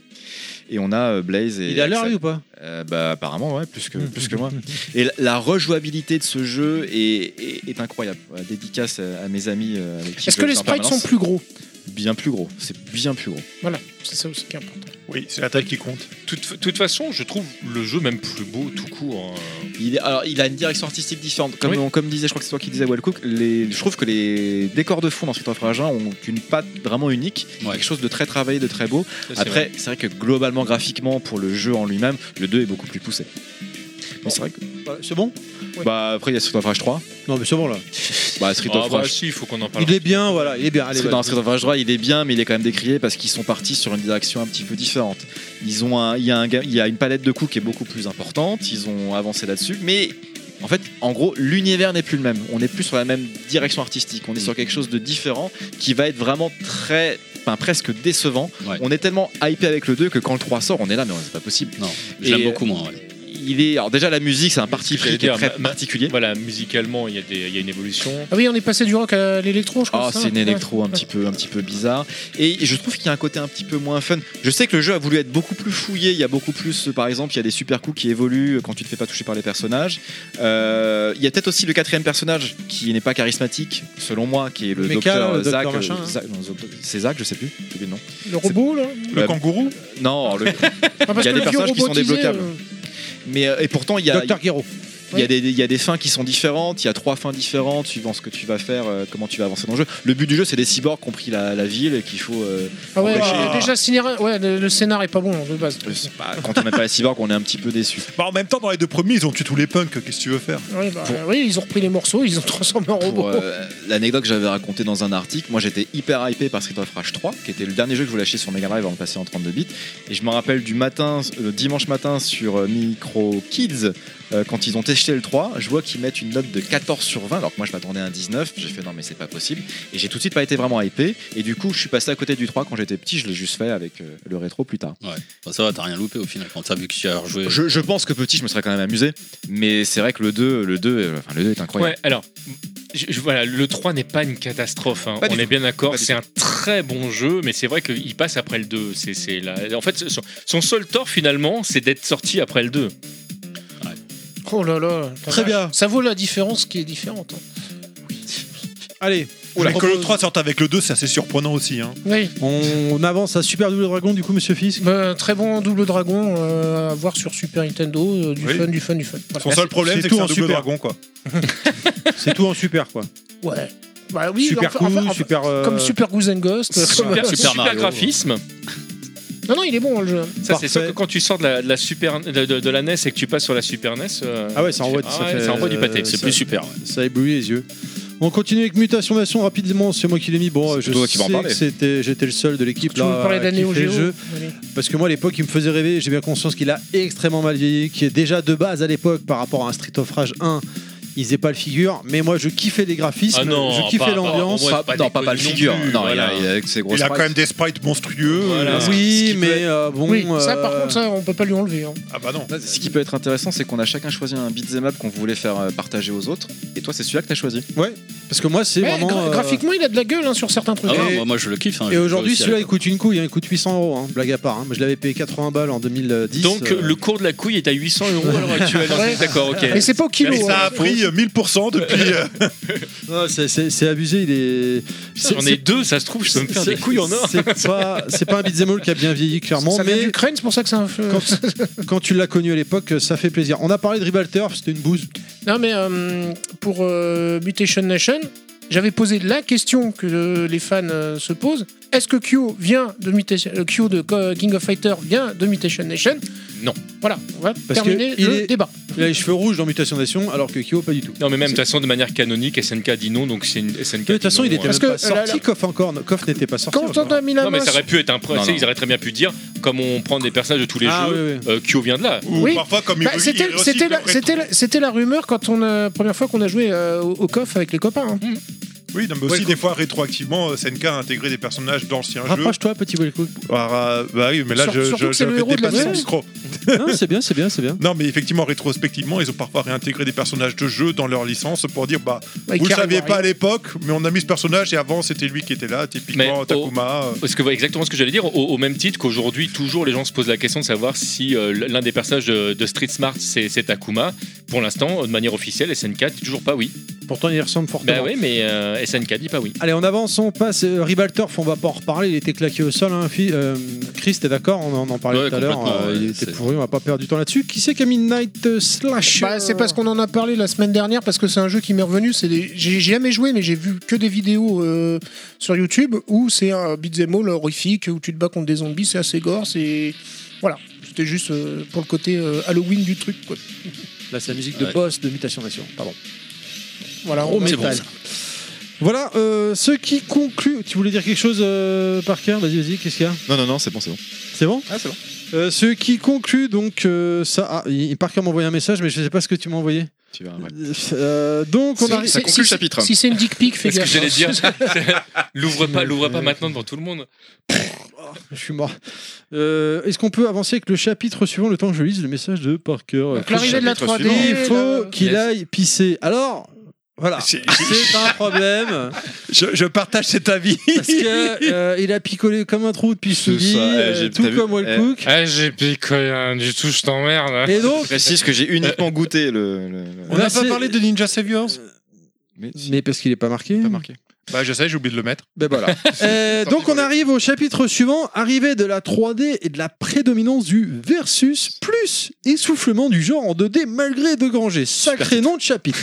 Et on a euh, Blaze et. Il est à l'heure, Axel. lui, ou pas Euh, bah, apparemment, ouais, plus que, <laughs> plus que moi. Et la, la rejouabilité de ce jeu est, est- est incroyable. Voilà, Dédicace à, à mes amis. euh, avec qui Est-ce je que les joue en sprites sont permanence. plus gros Bien plus gros. C'est bien plus gros. Voilà, c'est ça aussi qui est important. Oui, c'est la taille qui compte. toute, toute façon, je trouve le jeu même plus beau tout court. hein. Il, est- alors, il a une direction artistique différente. Comme, Oui. on- comme disait, je crois que c'est toi qui disais, Wellcook, les, je trouve que les décors de fond dans Street of Rage 1 ont une patte vraiment unique. Ouais. Quelque chose de très travaillé, de très beau. Ça, c'est vrai. Après, c'est vrai que globalement, graphiquement, pour le jeu en lui-même, le 2 est beaucoup plus poussé. Mais c'est vrai que Voilà, c'est bon Bah après, il y a Street of Rage 3. Non, mais c'est bon là. Bah Street Ah of bah Rage. si, il faut qu'on en parle. Il est bien, voilà, il est bien. Allez, Street, voilà. non, Street of Rage 3, il est bien, mais il est quand même décrié parce qu'ils sont partis sur une direction un petit peu différente. Ils ont un- il, y a un ga- il y a une palette de coups qui est beaucoup plus importante, ils ont avancé là-dessus, mais en fait, en gros, l'univers n'est plus le même. On n'est plus sur la même direction artistique, Mm. on est sur quelque chose de différent qui va être vraiment très, enfin presque décevant. Ouais. On est tellement hypé avec le 2 que quand le 3 sort, on est là, mais c'est pas possible. Non, j'aime Et- beaucoup moins. ouais. Il est, alors déjà, la musique, c'est un parti J'allais pris qui est dire, très ma- ma- particulier. Voilà, musicalement, il y, a des- il y a une évolution. Ah oui, on est passé du rock à l'électro, je crois. Ah, ça c'est une Ouais. électro un petit peu, un petit peu bizarre. Et je trouve qu'il y a un côté un petit peu moins fun. Je sais que le jeu a voulu être beaucoup plus fouillé. Il y a beaucoup plus, euh, par exemple, il y a des super coups qui évoluent euh, quand tu te fais pas toucher par les personnages. Euh, il y a peut-être aussi le quatrième personnage qui n'est pas charismatique, selon moi, qui est le Mecha, docteur le euh, docteur Zach. euh, machin, hein. Zach- non, Zoc- c'est Zach, je sais plus. J'ai oublié le nom. Le robot, là Le Euh, kangourou Non, <laughs> le- Ah, parce Il y a que des le vieux personnages qui sont robotisé, débloquables. euh, mais euh, et pourtant il y a Docteur Guéraud. Il y, a des, il y a des fins qui sont différentes, il y a trois fins différentes suivant ce que tu vas faire, euh, comment tu vas avancer dans le jeu. Le but du jeu, c'est des cyborgs, compris la, la ville, et qu'il faut euh, Ah ouais, empêcher. euh, déjà, cinéra- ouais, le, le scénar est pas bon de base. Je sais pas, quand on n'a pas la cyborg, on est un petit peu déçu. Bah, en même temps, dans les deux premiers, ils ont tué tous les punks. Qu'est-ce que tu veux faire Ouais, bah, Oui, ils ont repris les morceaux, ils ont transformé en robot. Pour euh, l'anecdote que j'avais racontée dans un article, moi j'étais hyper hypé par Street of Rage 3, qui était le dernier jeu que je voulais acheter sur Mega Drive avant de passer en 32 bits. Et je me rappelle du matin, euh, dimanche matin sur euh, Micro Kids, euh, quand ils ont testé le 3, je vois qu'ils mettent une note de 14 sur 20, alors que moi je m'attendais à un 19. J'ai fait non, mais c'est pas possible. Et j'ai tout de suite pas été vraiment hypé. Et du coup, je suis passé à côté du 3 quand j'étais petit, je l'ai juste fait avec euh, le rétro plus tard. Ouais. Bah, ça va, t'as rien loupé au final quand t'as vu que tu as rejoué. Je, je pense que petit, je me serais quand même amusé, mais c'est vrai que le 2, le 2, euh, enfin, le 2 est incroyable. Ouais, alors, je- je- voilà, le 3 n'est pas une catastrophe, hein. Pas du on est tout. bien Pas d'accord, du c'est un très bon jeu, mais c'est vrai qu'il passe après le 2. c'est c'est la- En fait, son, son seul tort finalement, c'est d'être sorti après le 2. Oh là là. Très bien. Ça vaut la différence qui est différente. hein. Allez, Mais je que le propose- 3 sorte avec le 2, c'est assez surprenant aussi. Hein. Oui. On avance à Super Double Dragon, du coup, monsieur <laughs> Fisk. Bah, très bon double dragon euh, à voir sur Super Nintendo. euh, du Oui. fun, du fun, du fun. Voilà. Son seul problème, c'est c'est tout que c'est un en double super. dragon, quoi. C'est tout en super, quoi. Ouais. Bah oui, super enfin- cool, enfin- enfin- super. euh, Comme Super Goose and Ghost. euh, Super, comme- euh, super, Mario, graphisme. Non, non, il est bon le jeu. Ça, c'est Parfait. sûr que quand tu sors de la, de la super, de, de- de la NES et que tu passes sur la Super NES. euh, Ah ouais, ça envoie, tu fais, ça ah ouais, fait- ça envoie du pâté. euh, C'est ça- plus super. ouais. Ça éblouit les yeux. On continue avec Mutation Nation rapidement, c'est moi qui l'ai mis. Bon, C'est je toi qui vas en sais parler. que c'était- j'étais le seul de l'équipe Tu veux là parler euh, qui d'année au fait le Géo jeu. Parce que moi, à l'époque, il me faisait rêver. J'ai bien conscience qu'il a extrêmement mal vieilli, qui est déjà de base à l'époque par rapport à un Street of Rage 1. Ils faisaient pas le figure, mais moi je kiffais les graphismes, Ah non, je kiffais pas- pas- l'ambiance. au moins, Pas- pas non, pas, pas le déconner non figure. plus, non, voilà. il a, il a avec ses grosses Il a quand sprites. même des sprites monstrueux. Voilà. euh, Oui, ce qui peut mais être- euh, bon. Oui, ça par euh, contre, ça, on peut pas lui enlever. hein. Ah bah non. Ce qui peut être intéressant, c'est qu'on a chacun choisi un beat'em up qu'on voulait faire euh, partager aux autres. Et toi, c'est celui-là que t'as choisi. Parce que moi, c'est Eh, vraiment. gra- euh, Graphiquement, il a de la gueule hein, sur certains trucs. Ah ouais, Et- moi, moi, je le kiffe. hein, je Et le joue aujourd'hui, aussi à celui-là, il l'époque. coûte une couille, hein, il coûte 800 euros, hein, blague à part. hein. Je l'avais payé 80 balles en 2010. Donc, euh, le cours de la couille est à 800 euros à l'heure actuelle. Ouais. Ah D'accord, ok. Mais c'est pas au kilo. Et ça hein. a pris euh, 1000% depuis. euh, non, c'est- c'est c'est abusé, il est. c'est- J'en ai euh, c'est- deux, ça se trouve, je peux me faire des c'est- couilles en or. C'est pas, c'est pas un beat'em all qui a bien vieilli, clairement, Ça vient mais d'Ukraine, c'est pour ça que ça quand, <laughs> quand tu l'as connu à l'époque, ça fait plaisir. On a parlé de Ribalter, c'était une bouse. Non, mais euh, pour euh, Mutation Nation, j'avais posé la question que euh, les fans euh, se posent. Est-ce que Q vient de Mutation, euh, Kyo de Co- King of Fighter vient de Mutation Nation Non. Voilà, on va que terminer il le est- débat. Il a les cheveux rouges dans Mutation Nation, alors que Kyo, pas du tout. Non, mais même de toute façon, de manière canonique, SNK dit non, donc c'est une SNK. De toute dit façon, non, il était euh, même Parce que, pas euh, là, sorti, Koff encore. non, Koff n'était pas sorti. Quand on a mis la Non, mais main ça sur- aurait pu être un. pro- Non, tu sais, non. Ils auraient très bien pu dire, comme on prend des personnages de tous les Ah, jeux, oui, oui. euh, Kyo vient de là. <laughs> ou Oui. Parfois, comme Bah, il c'était il c'était recycle la, le rétro. c'était la- c'était la rumeur quand on a première fois qu'on a joué euh, au, au coff avec les copains. hein. Oui, non, mais aussi, des fois, rétroactivement, euh, SNK a intégré des personnages d'anciens jeux. Rapproche-toi, petit Wellcook. Alors, euh, bah oui, mais là, Ah, Sur- je, surtout je, que c'est je le fais héros de la dépasser le série. micro. Non, c'est bien, c'est bien, c'est bien. Non, mais effectivement, rétrospectivement, ils ont parfois réintégré des personnages de jeux dans leur licence pour dire bah, Mmh. Avec vous le Karen saviez Warrior. pas à l'époque, mais on a mis ce personnage et avant, c'était lui qui était là, Mais typiquement au- Takuma. euh. Parce que voilà, exactement ce que j'allais dire, au, au même titre qu'aujourd'hui, toujours les gens se posent la question de savoir si euh, l'un des personnages de, de Street Smart c'est c'est Takuma. Pour l'instant, de manière officielle, SNK dit toujours pas oui. Pourtant, il y ressemble fortement. Bah oui, mais euh, SNK dit pas oui. Allez, on avance, on passe. euh, Ribaltorf, on va pas en reparler, il était claqué au sol. Hein, fi- euh, Chris, t'es d'accord on, en- on en parlait Ouais, tout à l'heure. complètement, euh, ouais, il était c'est- pourri, on va pas perdre du temps là-dessus. Qui c'est qui a mis Night euh, Slash Bah, c'est parce qu'on en a parlé la semaine dernière parce que c'est un jeu qui m'est revenu. C'est des- j'ai j'ai jamais joué mais j'ai vu que des vidéos euh, sur YouTube où c'est un beat'em all horrifique où tu te bats contre des zombies. C'est assez gore. C'est voilà. C'était juste euh, pour le côté euh, Halloween du truc. Quoi. Là, c'est la musique de Ouais. boss de Mutation Nation. Pardon. Voilà. Gros on- métal. Voilà, euh, ce qui conclut. Tu voulais dire quelque chose, euh, Parker Vas-y, vas-y, qu'est-ce qu'il y a Non, non, non, c'est bon, c'est bon. C'est bon Ah, c'est bon. Euh, Ce qui conclut donc euh, ça. Ah, il- Parker m'a envoyé un message, mais je sais pas ce que tu m'as envoyé. Tu verras, ouais. Euh, donc, on Si- arrive. Ça si- conclut si- le chapitre. Si c'est une dick pic, fais C'est ce que gaffe. j'allais dire. l'ouvre pas, l'ouvre pas maintenant devant tout le monde. Je suis mort. Euh, Est-ce qu'on peut avancer avec le chapitre suivant le temps que je lise le message de Parker Donc, <laughs> L'arrivée de la euh, Chapitre 3D. Il faut le- qu'il Yes. aille pisser. Alors, voilà. C'est- C'est un problème Je, je partage cet avis. parce <laughs> que euh, il a picolé comme un trou depuis ce C'est ça, eh, j'ai- tout t'as vu, comme Wellcook. Ah, j'ai picolé du tout, je t'emmerde. Et donc, Je précise que j'ai uniquement goûté le. le- le- On Là, n'a pas c'est- parlé de Ninja Saviors Mais mais parce qu'il est pas marqué. pas marqué. Bah, je sais, j'ai oublié de le mettre. Ben <laughs> voilà. Euh, donc on arrive au chapitre suivant, arrivée de la 3D et de la prédominance du versus plus essoufflement du genre en 2D malgré De Granger. Sacré nom de <laughs> chapitre.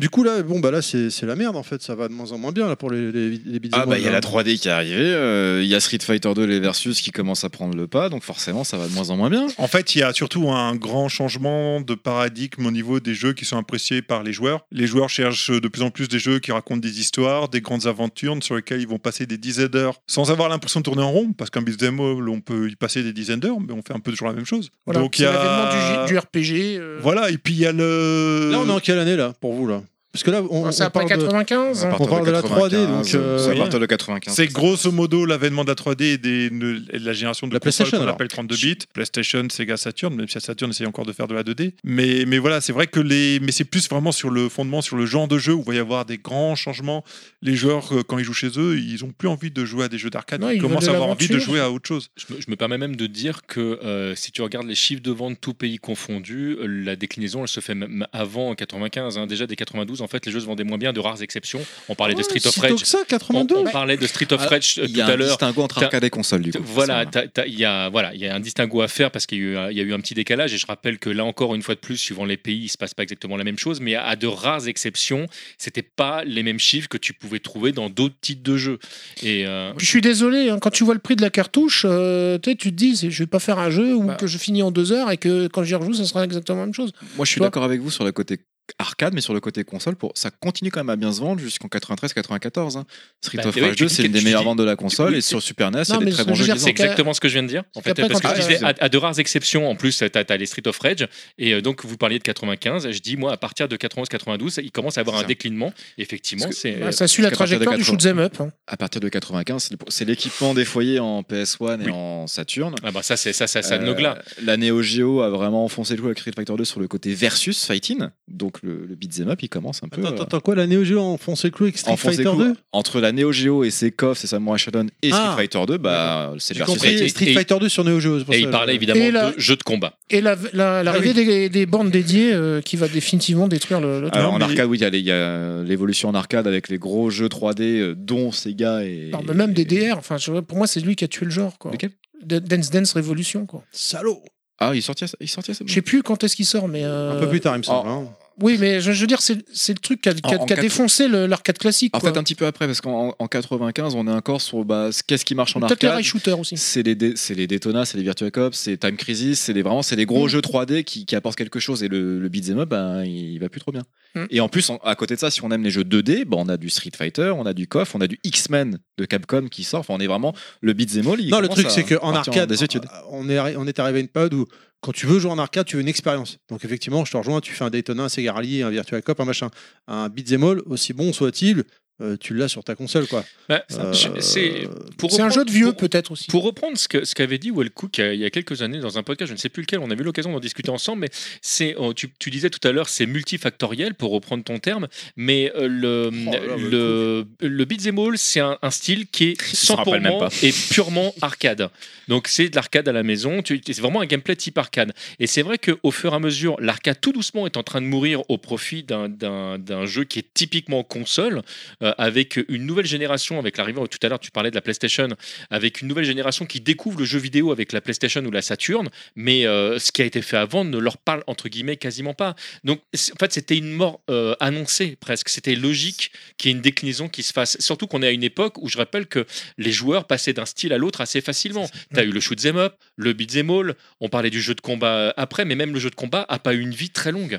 du coup là, bon bah là c'est c'est la merde en fait, ça va de moins en moins bien là pour les, les, les beat'em hein. Ah bah up, il y a là. la 3D qui est arrivée, euh, il y a Street Fighter 2 les versus qui commencent à prendre le pas, donc forcément ça va de moins en moins bien. En fait, il y a surtout un grand changement de paradigme au niveau des jeux qui sont appréciés par les joueurs. Les joueurs cherchent de plus en plus des jeux qui racontent des histoires, des grandes aventures sur lesquelles ils vont passer des dizaines d'heures sans avoir l'impression de tourner en rond, parce qu'un beat'em all, on peut y passer des dizaines d'heures, mais on fait un peu toujours la même chose. Voilà, Donc il c'est y l'avènement a... du, J- du RPG. euh, Voilà, et puis il y a le... Là on est en quelle année là pour vous là Parce que là on, Ah, C'est on après parle de... 95 À hein. partir parle de la 3D, donc, 95, euh, c'est à oui. partir de 95. C'est grosso modo l'avènement de la 3D et, des- de- et de la génération de La la PlayStation, PlayStation qu'on alors. appelle 32 bits, PlayStation, Sega, Saturn, même si la Saturn essaye encore de faire de la 2D. Mais, mais voilà, c'est vrai que les, mais c'est plus vraiment sur le fondement, sur le genre de jeu où il va y avoir des grands changements. Les joueurs euh, quand ils jouent chez eux, ils ont plus envie de jouer à des jeux d'arcade, Non, ils, ils commencent veulent à de avoir envie de l'aventure. jouer à autre chose. Je me, je me permets même de dire que euh, si tu regardes les chiffres de vente tout pays confondus, euh, la déclinaison elle se fait même avant 95. hein. Déjà dès 92, en fait, les jeux se vendaient moins bien, de rares exceptions. On parlait de Street of Ouais, Ah, si tôt Rage. que ça, On, 92 on parlait de Street of Ah, Rage euh, Il y tout a un à l'heure. distinguo entre T'as- arcade et console du coup. Voilà, forcément. t'as- t'as- il y a voilà, il y a un distinguo à faire parce qu'il y, a eu un- il y a eu un petit décalage et je rappelle que là encore une fois de plus, suivant les pays, il se passe pas exactement la même chose, mais à de rares exceptions, c'était pas les mêmes chiffres que tu pouvais trouver dans d'autres types de jeux. Et euh, Puis je suis désolé, hein, quand tu vois le prix de la cartouche, euh, tu sais, tu te dis, c'est- je vais pas faire un jeu où Bah. que je finis en deux heures et que quand j'y rejoue, ça sera exactement la même chose. Moi je suis Toi- d'accord avec vous sur le côté arcade, mais sur le côté console, pour... ça continue quand même à bien se vendre jusqu'en 93-94. hein. Street Bah, of oui, Rage tu 2, dis c'est que- une des tu meilleures dis- ventes de la console, oui, et sur Super NES, Non, c'est mais des ce très que bons je jeux. veux dire, qu'ils C'est ont. qu'à- exactement ce que je viens de dire. En fait, qu'après, parce quand que tu- je disais à, à de rares exceptions, en plus, t'as as les Street of Rage, et euh, donc vous parliez de 95, et je dis, moi, à partir de 91-92, il commence à avoir C'est un ça. déclinement. Effectivement, Parce que- c'est. Bah, ça suit la parce qu'à partir de trajectoire du 80. shoot'em up. hein. À partir de 95, c'est le- c'est l'équipement des foyers en PS1 et en Saturn. Ah bah ça, c'est ça, ça, ça Euh, Nogla. La Neo Geo a vraiment enfoncé le coup avec Street Fighter 2 sur le côté versus fighting. Donc le, le beat'em up, il commence un peu. Attends, attends, euh, attends, quoi, la Neo Geo a enfoncé le clou avec Street enfoncé Fighter le coup. 2 Entre la Neo Geo et ses coffres, c'est Samurai Shodown et Street Ah. Fighter 2, bah, c'est J'ai versus compris, fighting. et- Street et- Fighter 2 sur Neo Geo. c'est pour ça, Et il parlait je- évidemment Et la- de jeux de combat. Et la- la- l'arrivée des, des bandes dédiées euh, qui va définitivement détruire le, le truc. Alors, Non, en mais- arcade, oui, il y a les- il y a l'évolution en arcade avec les gros jeux 3D, euh, dont Sega Ah, et. Non, mais même des DR, enfin, je- pour moi, c'est lui qui a tué le genre. Quoi. Lequel Da- Dance Dance Revolution. Quoi. Salaud Ah, il sortait, il sortait ça Je sais plus quand est-ce qu'il sort, mais. euh, Un peu plus tard, il me semble. hein. Oui, mais je, je veux dire, c'est c'est le truc qui a, qui a- En- en qui a quatre- défoncé le- l'arcade classique. En quoi. fait, un petit peu après, parce qu'en en 95, on est encore sur bah, c- qu'est-ce qui marche en Peut-être les arcade. rail shooter aussi. C'est les, dé- c'est les Daytona, c'est les Virtua Cop, c'est Time Crisis, c'est les, vraiment c'est les Mm. gros jeux 3D qui, qui apportent quelque chose et le, le beat'em up, ben, il va plus trop bien. Mm. Et en plus, en- à côté de ça, si on aime les jeux 2D, ben, on a du Street Fighter, on a du KOF, on a du X-Men de Capcom qui sort. Enfin, on est vraiment le beat'em all. il Non, le commence truc, c'est à qu'en partir arcade, euh, des études. on est, arri- on est arrivé à une période où, quand tu veux jouer en arcade, tu veux une expérience. Donc, effectivement, je te rejoins, tu fais un Daytona, un Sega Rally, un Virtua Cop, un machin. Un Beat'em All, aussi bon soit-il, euh, tu l'as sur ta console, quoi. Euh, Bah, je- c'est- pour C'est un reprendre- jeu de vieux, pour- peut-être aussi. Pour reprendre ce que- ce qu'avait dit Wellcook euh, il y a quelques années dans un podcast, je ne sais plus lequel, on a eu l'occasion d'en discuter ensemble, mais c'est, oh, euh, tu, tu disais tout à l'heure, c'est multifactoriel, pour reprendre ton terme, mais euh, le, Oh le, le beat'em all, c'est un, un style qui est s'en rappelle même simplement pas. et purement arcade. Donc c'est de l'arcade à la maison, tu- c'est vraiment un gameplay type arcade. Et c'est vrai qu'au fur et à mesure, l'arcade tout doucement est en train de mourir au profit d'un- d'un d'un jeu qui est typiquement console, euh, avec une nouvelle génération, avec l'arrivée, tout à l'heure tu parlais de la PlayStation, avec une nouvelle génération qui découvre le jeu vidéo avec la PlayStation ou la Saturn, mais euh, ce qui a été fait avant ne leur parle entre guillemets quasiment pas. Donc c'est- en fait c'était une mort euh, annoncée presque, c'était logique qu'il y ait une déclinaison qui se fasse, surtout qu'on est à une époque où je rappelle que les joueurs passaient d'un style à l'autre assez facilement. Tu as eu le shoot 'em up, le beat'em all, on parlait du jeu de combat euh, après, mais même le jeu de combat a pas eu une vie très longue.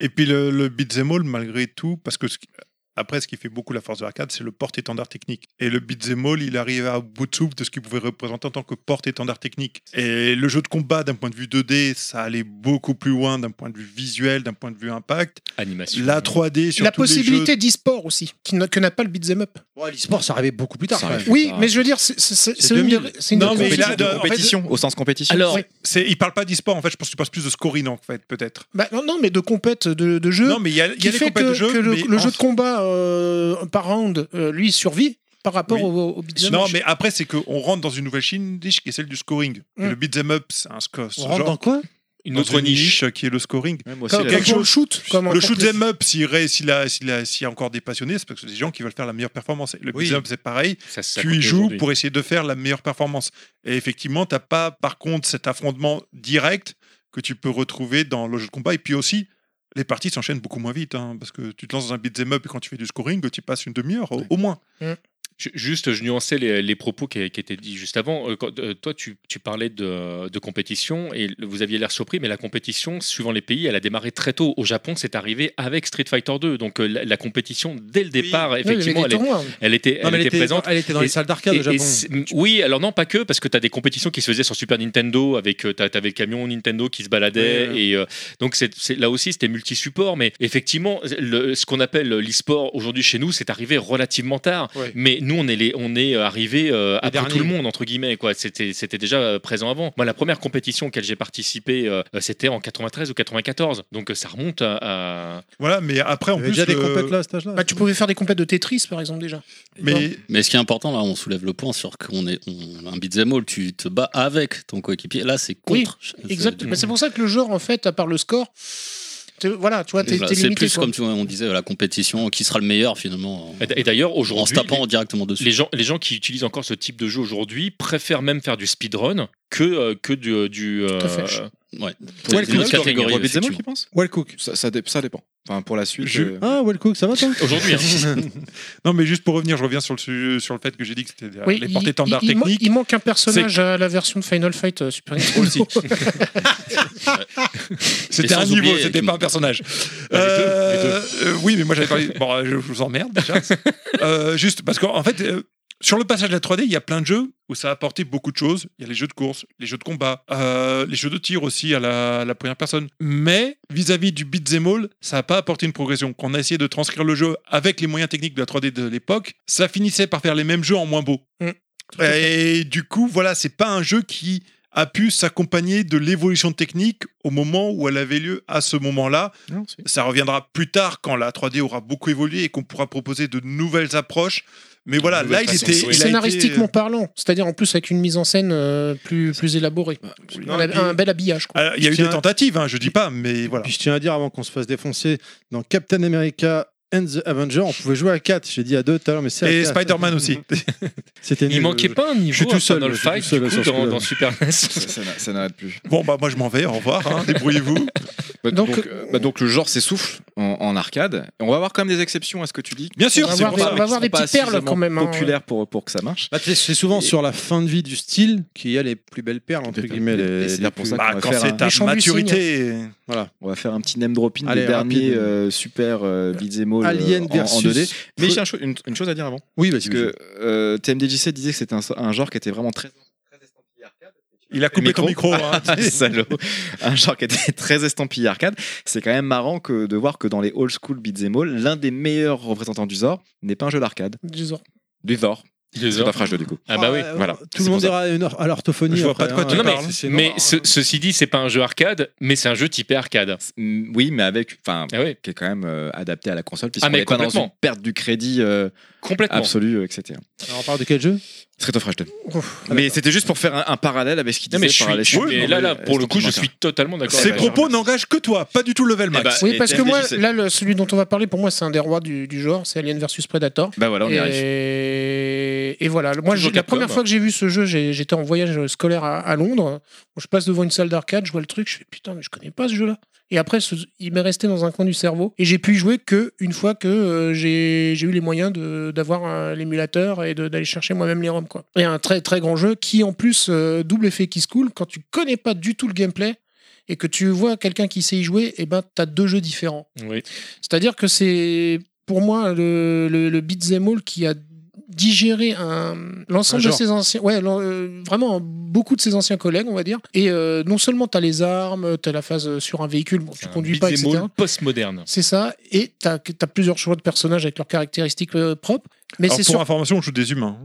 Et puis le, le beat'em all, malgré tout, parce que ce qui- après, ce qui fait beaucoup la force de l'arcade, c'est le porte-étendard technique. Et le beat'em all, il arrive à bout de souffle de ce qu'il pouvait représenter en tant que porte-étendard technique. Et le jeu de combat, d'un point de vue 2D, ça allait beaucoup plus loin d'un point de vue visuel, d'un point de vue impact. Animation. La 3D, sur La tous les possibilité d'e-sport aussi, qui n'a- que n'a pas le beat'em up. Ouais, l'e-sport, ça arrivait beaucoup plus tard. Ça quand arrive. même. Oui, mais je veux dire, c'est- c'est c'est une, 2000. des- c'est une Non, des- mais là, Compéti- de de- en fait, compétition, au sens compétition. Alors- jeux. C'est- Il parle pas d'e-sport, en fait, je pense qu'il parle plus de scoring, en fait, peut-être. Bah, non, non, mais de compète de, de jeu. Non, mais il y a, il y qui a les fait compétitions que, de jeu. que le, mais le en- jeu de combat euh, par round, euh, lui, survit par rapport Oui. au, au beat'em Non, up. mais après, c'est qu'on rentre dans une nouvelle chine niche qui est celle du scoring. Et Mm. le beat'em up, c'est un score. ce On rentre genre- dans quoi Une dans autre une niche. qui est le scoring. Ouais, moi aussi, Comme, la- comme quelque pour le chose- shoot. Comme le encore shoot plus. them up, s'il ré- s'il a- s'il a- s'il y a encore des passionnés, c'est parce que c'est des gens qui veulent faire la meilleure performance. Et Le Oui. beat'em up, c'est pareil. Ça, ça Tu compte y joues aujourd'hui. pour essayer de faire la meilleure performance. Et effectivement, t'as pas, par contre, cet affrontement direct que tu peux retrouver dans le jeu de combat. Et puis aussi, les parties s'enchaînent beaucoup moins vite, hein, parce que tu te lances dans un beat'em up et quand tu fais du scoring, tu passes une demi-heure au, au moins. Ju- Juste, je nuançais les, les propos qui, qui étaient dits juste avant. Euh, quand, euh, toi, tu, tu parlais de, de compétition et le- vous aviez l'air surpris, mais la compétition, suivant les pays, elle a démarré très tôt. Au Japon, c'est arrivé avec Street Fighter 2. Donc, euh, la, la compétition, dès le départ, Oui, il y avait effectivement, des elle, est- tournois. elle était, Non, elle mais était présente. dans- elle était dans Et- les salles d'arcade Et- au et Japon. c'est- m- oui, alors non, pas que, parce que tu as des compétitions qui se faisaient sur Super Nintendo, avec euh, t'as- t'avais le camion Nintendo qui se baladait, Ouais, ouais. et euh, donc c'est c'est- là aussi c'était multi-support, mais effectivement, le- ce qu'on appelle l'e-sport aujourd'hui chez nous, c'est arrivé relativement tard, Ouais. mais nous on est, les, on est arrivé euh, après derniers. tout le monde, entre guillemets, quoi. C'était c'était déjà euh, présent avant. Moi, la première compétition auquel j'ai participé, euh, c'était en 93 ou 94, donc euh, ça remonte à. à- Voilà, mais après, en Il y avait plus. euh, déjà des le- compètes là à cet âge-là. Bah, tu pouvais faire des compètes de Tetris, par exemple, déjà. Mais Mais ce qui est important, là, on soulève le point sur qu'on est on, un beat'em all, tu te bats avec ton coéquipier. Là, c'est Oui, contre. C'est- Exact. Mais c'est pour ça que le genre, en fait, à part le score, t'es- voilà, tu vois, t'es Voilà, t'es C'est limité. plus quoi. comme tu vois, on disait la compétition, qui sera le meilleur finalement. Et d'ailleurs, en- En, se aujourd'hui, tapant directement dessus. Les gens, les gens qui utilisent encore ce type de jeu aujourd'hui préfèrent même faire du speedrun que, euh, que du. du Tout à fait. euh, Pour Ouais, les le autres scoring, catégories, Robert Zemeck, effectivement. tu penses Wellcook. ça, ça, dé- ça dépend. Enfin, pour la suite. Je- euh, Ah, Wellcook, ça va toi Aujourd'hui, hein. non, mais juste pour revenir, je reviens sur le, su- sur le fait que j'ai dit que c'était euh, Oui, les il- portes étendards il- il man- techniques. Il manque un personnage à la version de Final Fight <laughs> euh, Super Nintendo. Aussi. Et C'était sans un niveau, oublier- c'était pas un personnage. Bah, les deux, Euh, euh, oui, mais moi j'avais parlé. Bon, euh, je, je vous <laughs> emmerde déjà. Euh, juste parce qu'en en fait, euh, sur le passage de la 3D, il y a plein de jeux où ça a apporté beaucoup de choses. Il y a les jeux de course, les jeux de combat, euh, les jeux de tir aussi à la, à la première personne. Mais vis-à-vis du beat'em all, ça n'a pas apporté une progression. Quand on a essayé de transcrire le jeu avec les moyens techniques de la 3D de l'époque, ça finissait par faire les mêmes jeux en moins beau. Mm. Et du coup, voilà, c'est pas un jeu qui a pu s'accompagner de l'évolution technique au moment où elle avait lieu à ce moment-là. Ça reviendra plus tard quand la 3D aura beaucoup évolué et qu'on pourra proposer de nouvelles approches. Mais voilà, là, il façons était. de il a jouer. été- euh, Scénaristiquement parlant, c'est-à-dire en plus avec une mise en scène euh, plus, plus élaborée. Ah, Non, Un- et puis- un bel habillage. Quoi. Alors, Il y a eu Tiens. des tentatives, hein, je dis pas, mais voilà. Puis je tiens à dire avant qu'on se fasse défoncer, dans Captain America and the Avenger, on pouvait jouer à 4. J'ai dit à 2 tout à l'heure, mais c'est à Et quatre. Spider-man aussi. <laughs> C'était il nul. manquait pas un niveau suis tout à seul, Final je suis Fight tout seul du à coup, ce dans, coup-là. dans Super NES. <laughs> ça- ça n'a- Ça n'arrête plus. Bon, bah, moi, je m'en vais, au revoir, hein, débrouillez-vous. Bah, Donc- donc, euh, bah, donc, le genre s'essouffle en, en arcade. Et on va avoir quand même des exceptions à ce que tu dis. Bien On sûr, va c'est voir pour des- ça. on va voir des Qui sont pas petites perles, suffisamment quand même, hein. populaires pour, pour que ça marche. Bah, c'est c'est souvent Et- sur la fin de vie du style qu'il y a les plus belles perles, entre Et- guillemets. et- les- et c'est les bien pour plus- ça Bah, qu'on va quand faire c'est un- ta Les champs du maturité. Voilà. On va faire un petit name dropping Allez, des derniers rapide. euh, super euh, beat'em all, euh, Alien en- en, versus. 2D. Mais j'ai un cho- une, une chose à dire avant. Oui, Parce que euh, TMDJC disait que c'était un, un genre qui était vraiment très, très estampillé arcade. Il a coupé ton micro. <laughs> hein. Ah, salaud. Un genre qui était <laughs> très estampillé arcade. C'est quand même marrant que, de voir que dans les old school beat'em all, l'un des meilleurs représentants du Zor n'est pas un jeu d'arcade. Du Zor. Du Zor. Du C'est Zor. pas fragile du coup. Ah bah oui. ouais, Voilà. euh, Tout C'est le monde pour ira à une or- à l'orthophonie. Je vois après, pas de quoi hein. tu Non, mais, parles. C'est mais noir, ce- hein. ceci dit, c'est pas un jeu arcade, mais c'est un jeu typé arcade. Mm, Oui, mais avec. Enfin, Ah oui, qui est quand même euh, adapté à la console, puisqu'on Ah, mais n'est pas dans une complètement. perte du crédit euh, complètement. absolue, euh, etc. Alors, on parle de quel jeu Street of Rage 2. Ouf. mais c'était juste pour faire un, un parallèle avec ce qu'il Non, disait mais je par suis, les- je- Oui, mais non, là, là, mais pour le laisse coup, je tomber, suis totalement d'accord. Ses avec toi. propos n'engagent que toi, pas du tout level Eh ben, max. bah, Oui, parce que moi, FDJ, là, le- celui dont on va parler, pour moi, c'est un des rois du, du genre, c'est Alien versus Predator. Bah voilà, on y arrive. Et, et voilà, moi, Toujours j'ai- la Capcom. première fois que j'ai vu ce jeu, j'ai- j'étais en voyage scolaire à, à Londres. Bon, je passe devant une salle d'arcade, je vois le truc, je fais putain, mais je connais pas ce jeu-là. Et après, ce- il m'est resté dans un coin du cerveau. Et j'ai pu y jouer que une fois que euh, j'ai j'ai eu les moyens de- d'avoir un- l'émulateur et de- d'aller chercher moi-même les ROM. Quoi. Et un très très grand jeu qui, en plus, euh, double effet qui se coule quand tu connais pas du tout le gameplay. Et que tu vois quelqu'un qui sait y jouer, et ben t'as deux jeux différents. Oui. C'est-à-dire que c'est pour moi le, le, le beat'em all qui a digéré un- l'ensemble Un de genre. ses anciens ouais l'en- euh, vraiment beaucoup de ses anciens collègues on va dire et euh, non seulement t'as les armes t'as la phase euh, sur un véhicule bon tu Un conduis pas beat'em etc all postmoderne. c'est ça et t'as as plusieurs choix de personnages avec leurs caractéristiques euh, propres mais Alors, c'est pour sûr information, on joue des humains.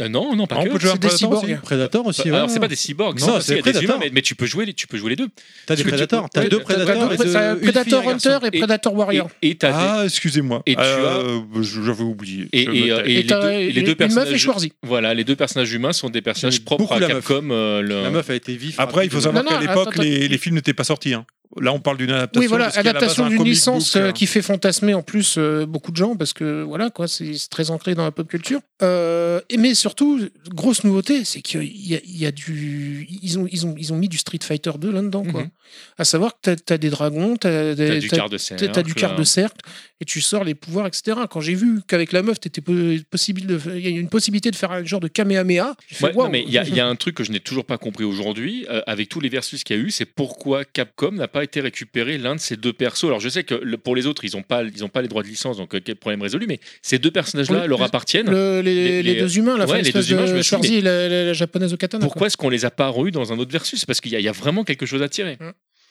Euh, non, non, pas Ah, on que. peut jouer à c'est des Predator aussi cyborgs Predator aussi. hein. ouais. Alors c'est pas des cyborgs, Non, non, c'est c'est des Predator. humains, mais, mais tu peux jouer, les- tu peux jouer les deux. T'as des Parce que tu- Predators. T'as ouais, deux t'as- T'as Predators et deux- t'as deux. une Predator fille, un garçon. Hunter et Et- Predator Warrior Et, et t'as des- Ah, excusez-moi. Et tu as- Euh, J'avais oublié. et- Je et- me tais. et les t'as deux- et les deux une meuf et personnages- Schwarzy Voilà, les deux personnages humains sont des personnages J'aime propres beaucoup à la meuf. Capcom. euh, le- La meuf a été vive. Après, il faut savoir Non, qu'à non, l'époque, attends, les, attends. les films n'étaient pas sortis. hein. Là, on parle d'une adaptation. Oui, voilà, parce qu'à la adaptation base, un d'une comic licence book, euh, euh, qui fait fantasmer en plus euh, beaucoup de gens parce que voilà, quoi, c'est c'est très ancré dans la pop culture. Euh, et- mais surtout, grosse nouveauté, c'est qu'il y, a- il y a du. Ils ont, ils, ont, ils ont mis du Street Fighter 2 là-dedans, quoi. Mhm. À savoir que t'as- t'as as des dragons, T'as t'as des. du t'as- quart de hein, cercle. t'as- t'as du quart de cercle et tu sors les pouvoirs, etc. Quand j'ai vu qu'avec la meuf, t'étais po- possible de, il y a une possibilité de faire un genre de Kamehameha, j'ai fait, Ouais, non, waouh. mais il y, a- il y a un truc que je n'ai toujours pas compris aujourd'hui, euh, avec tous les versus qu'il y a eu, c'est pourquoi Capcom n'a pas été récupéré l'un de ces deux persos. Alors je sais que le- pour les autres, ils n'ont pas, ils ont pas les droits de licence, donc euh, quel problème résolu, mais ces deux personnages-là Oui, leur le- appartiennent. Le- les, Les- les les- deux humains, la ouais, fin les espèce deux humains, je me de suis dit, Schwarzy et la, la- la japonaise au katana. quoi. Pourquoi est-ce qu'on les a pas reus dans un autre versus Parce qu'il y, a- il y a vraiment quelque chose à tirer.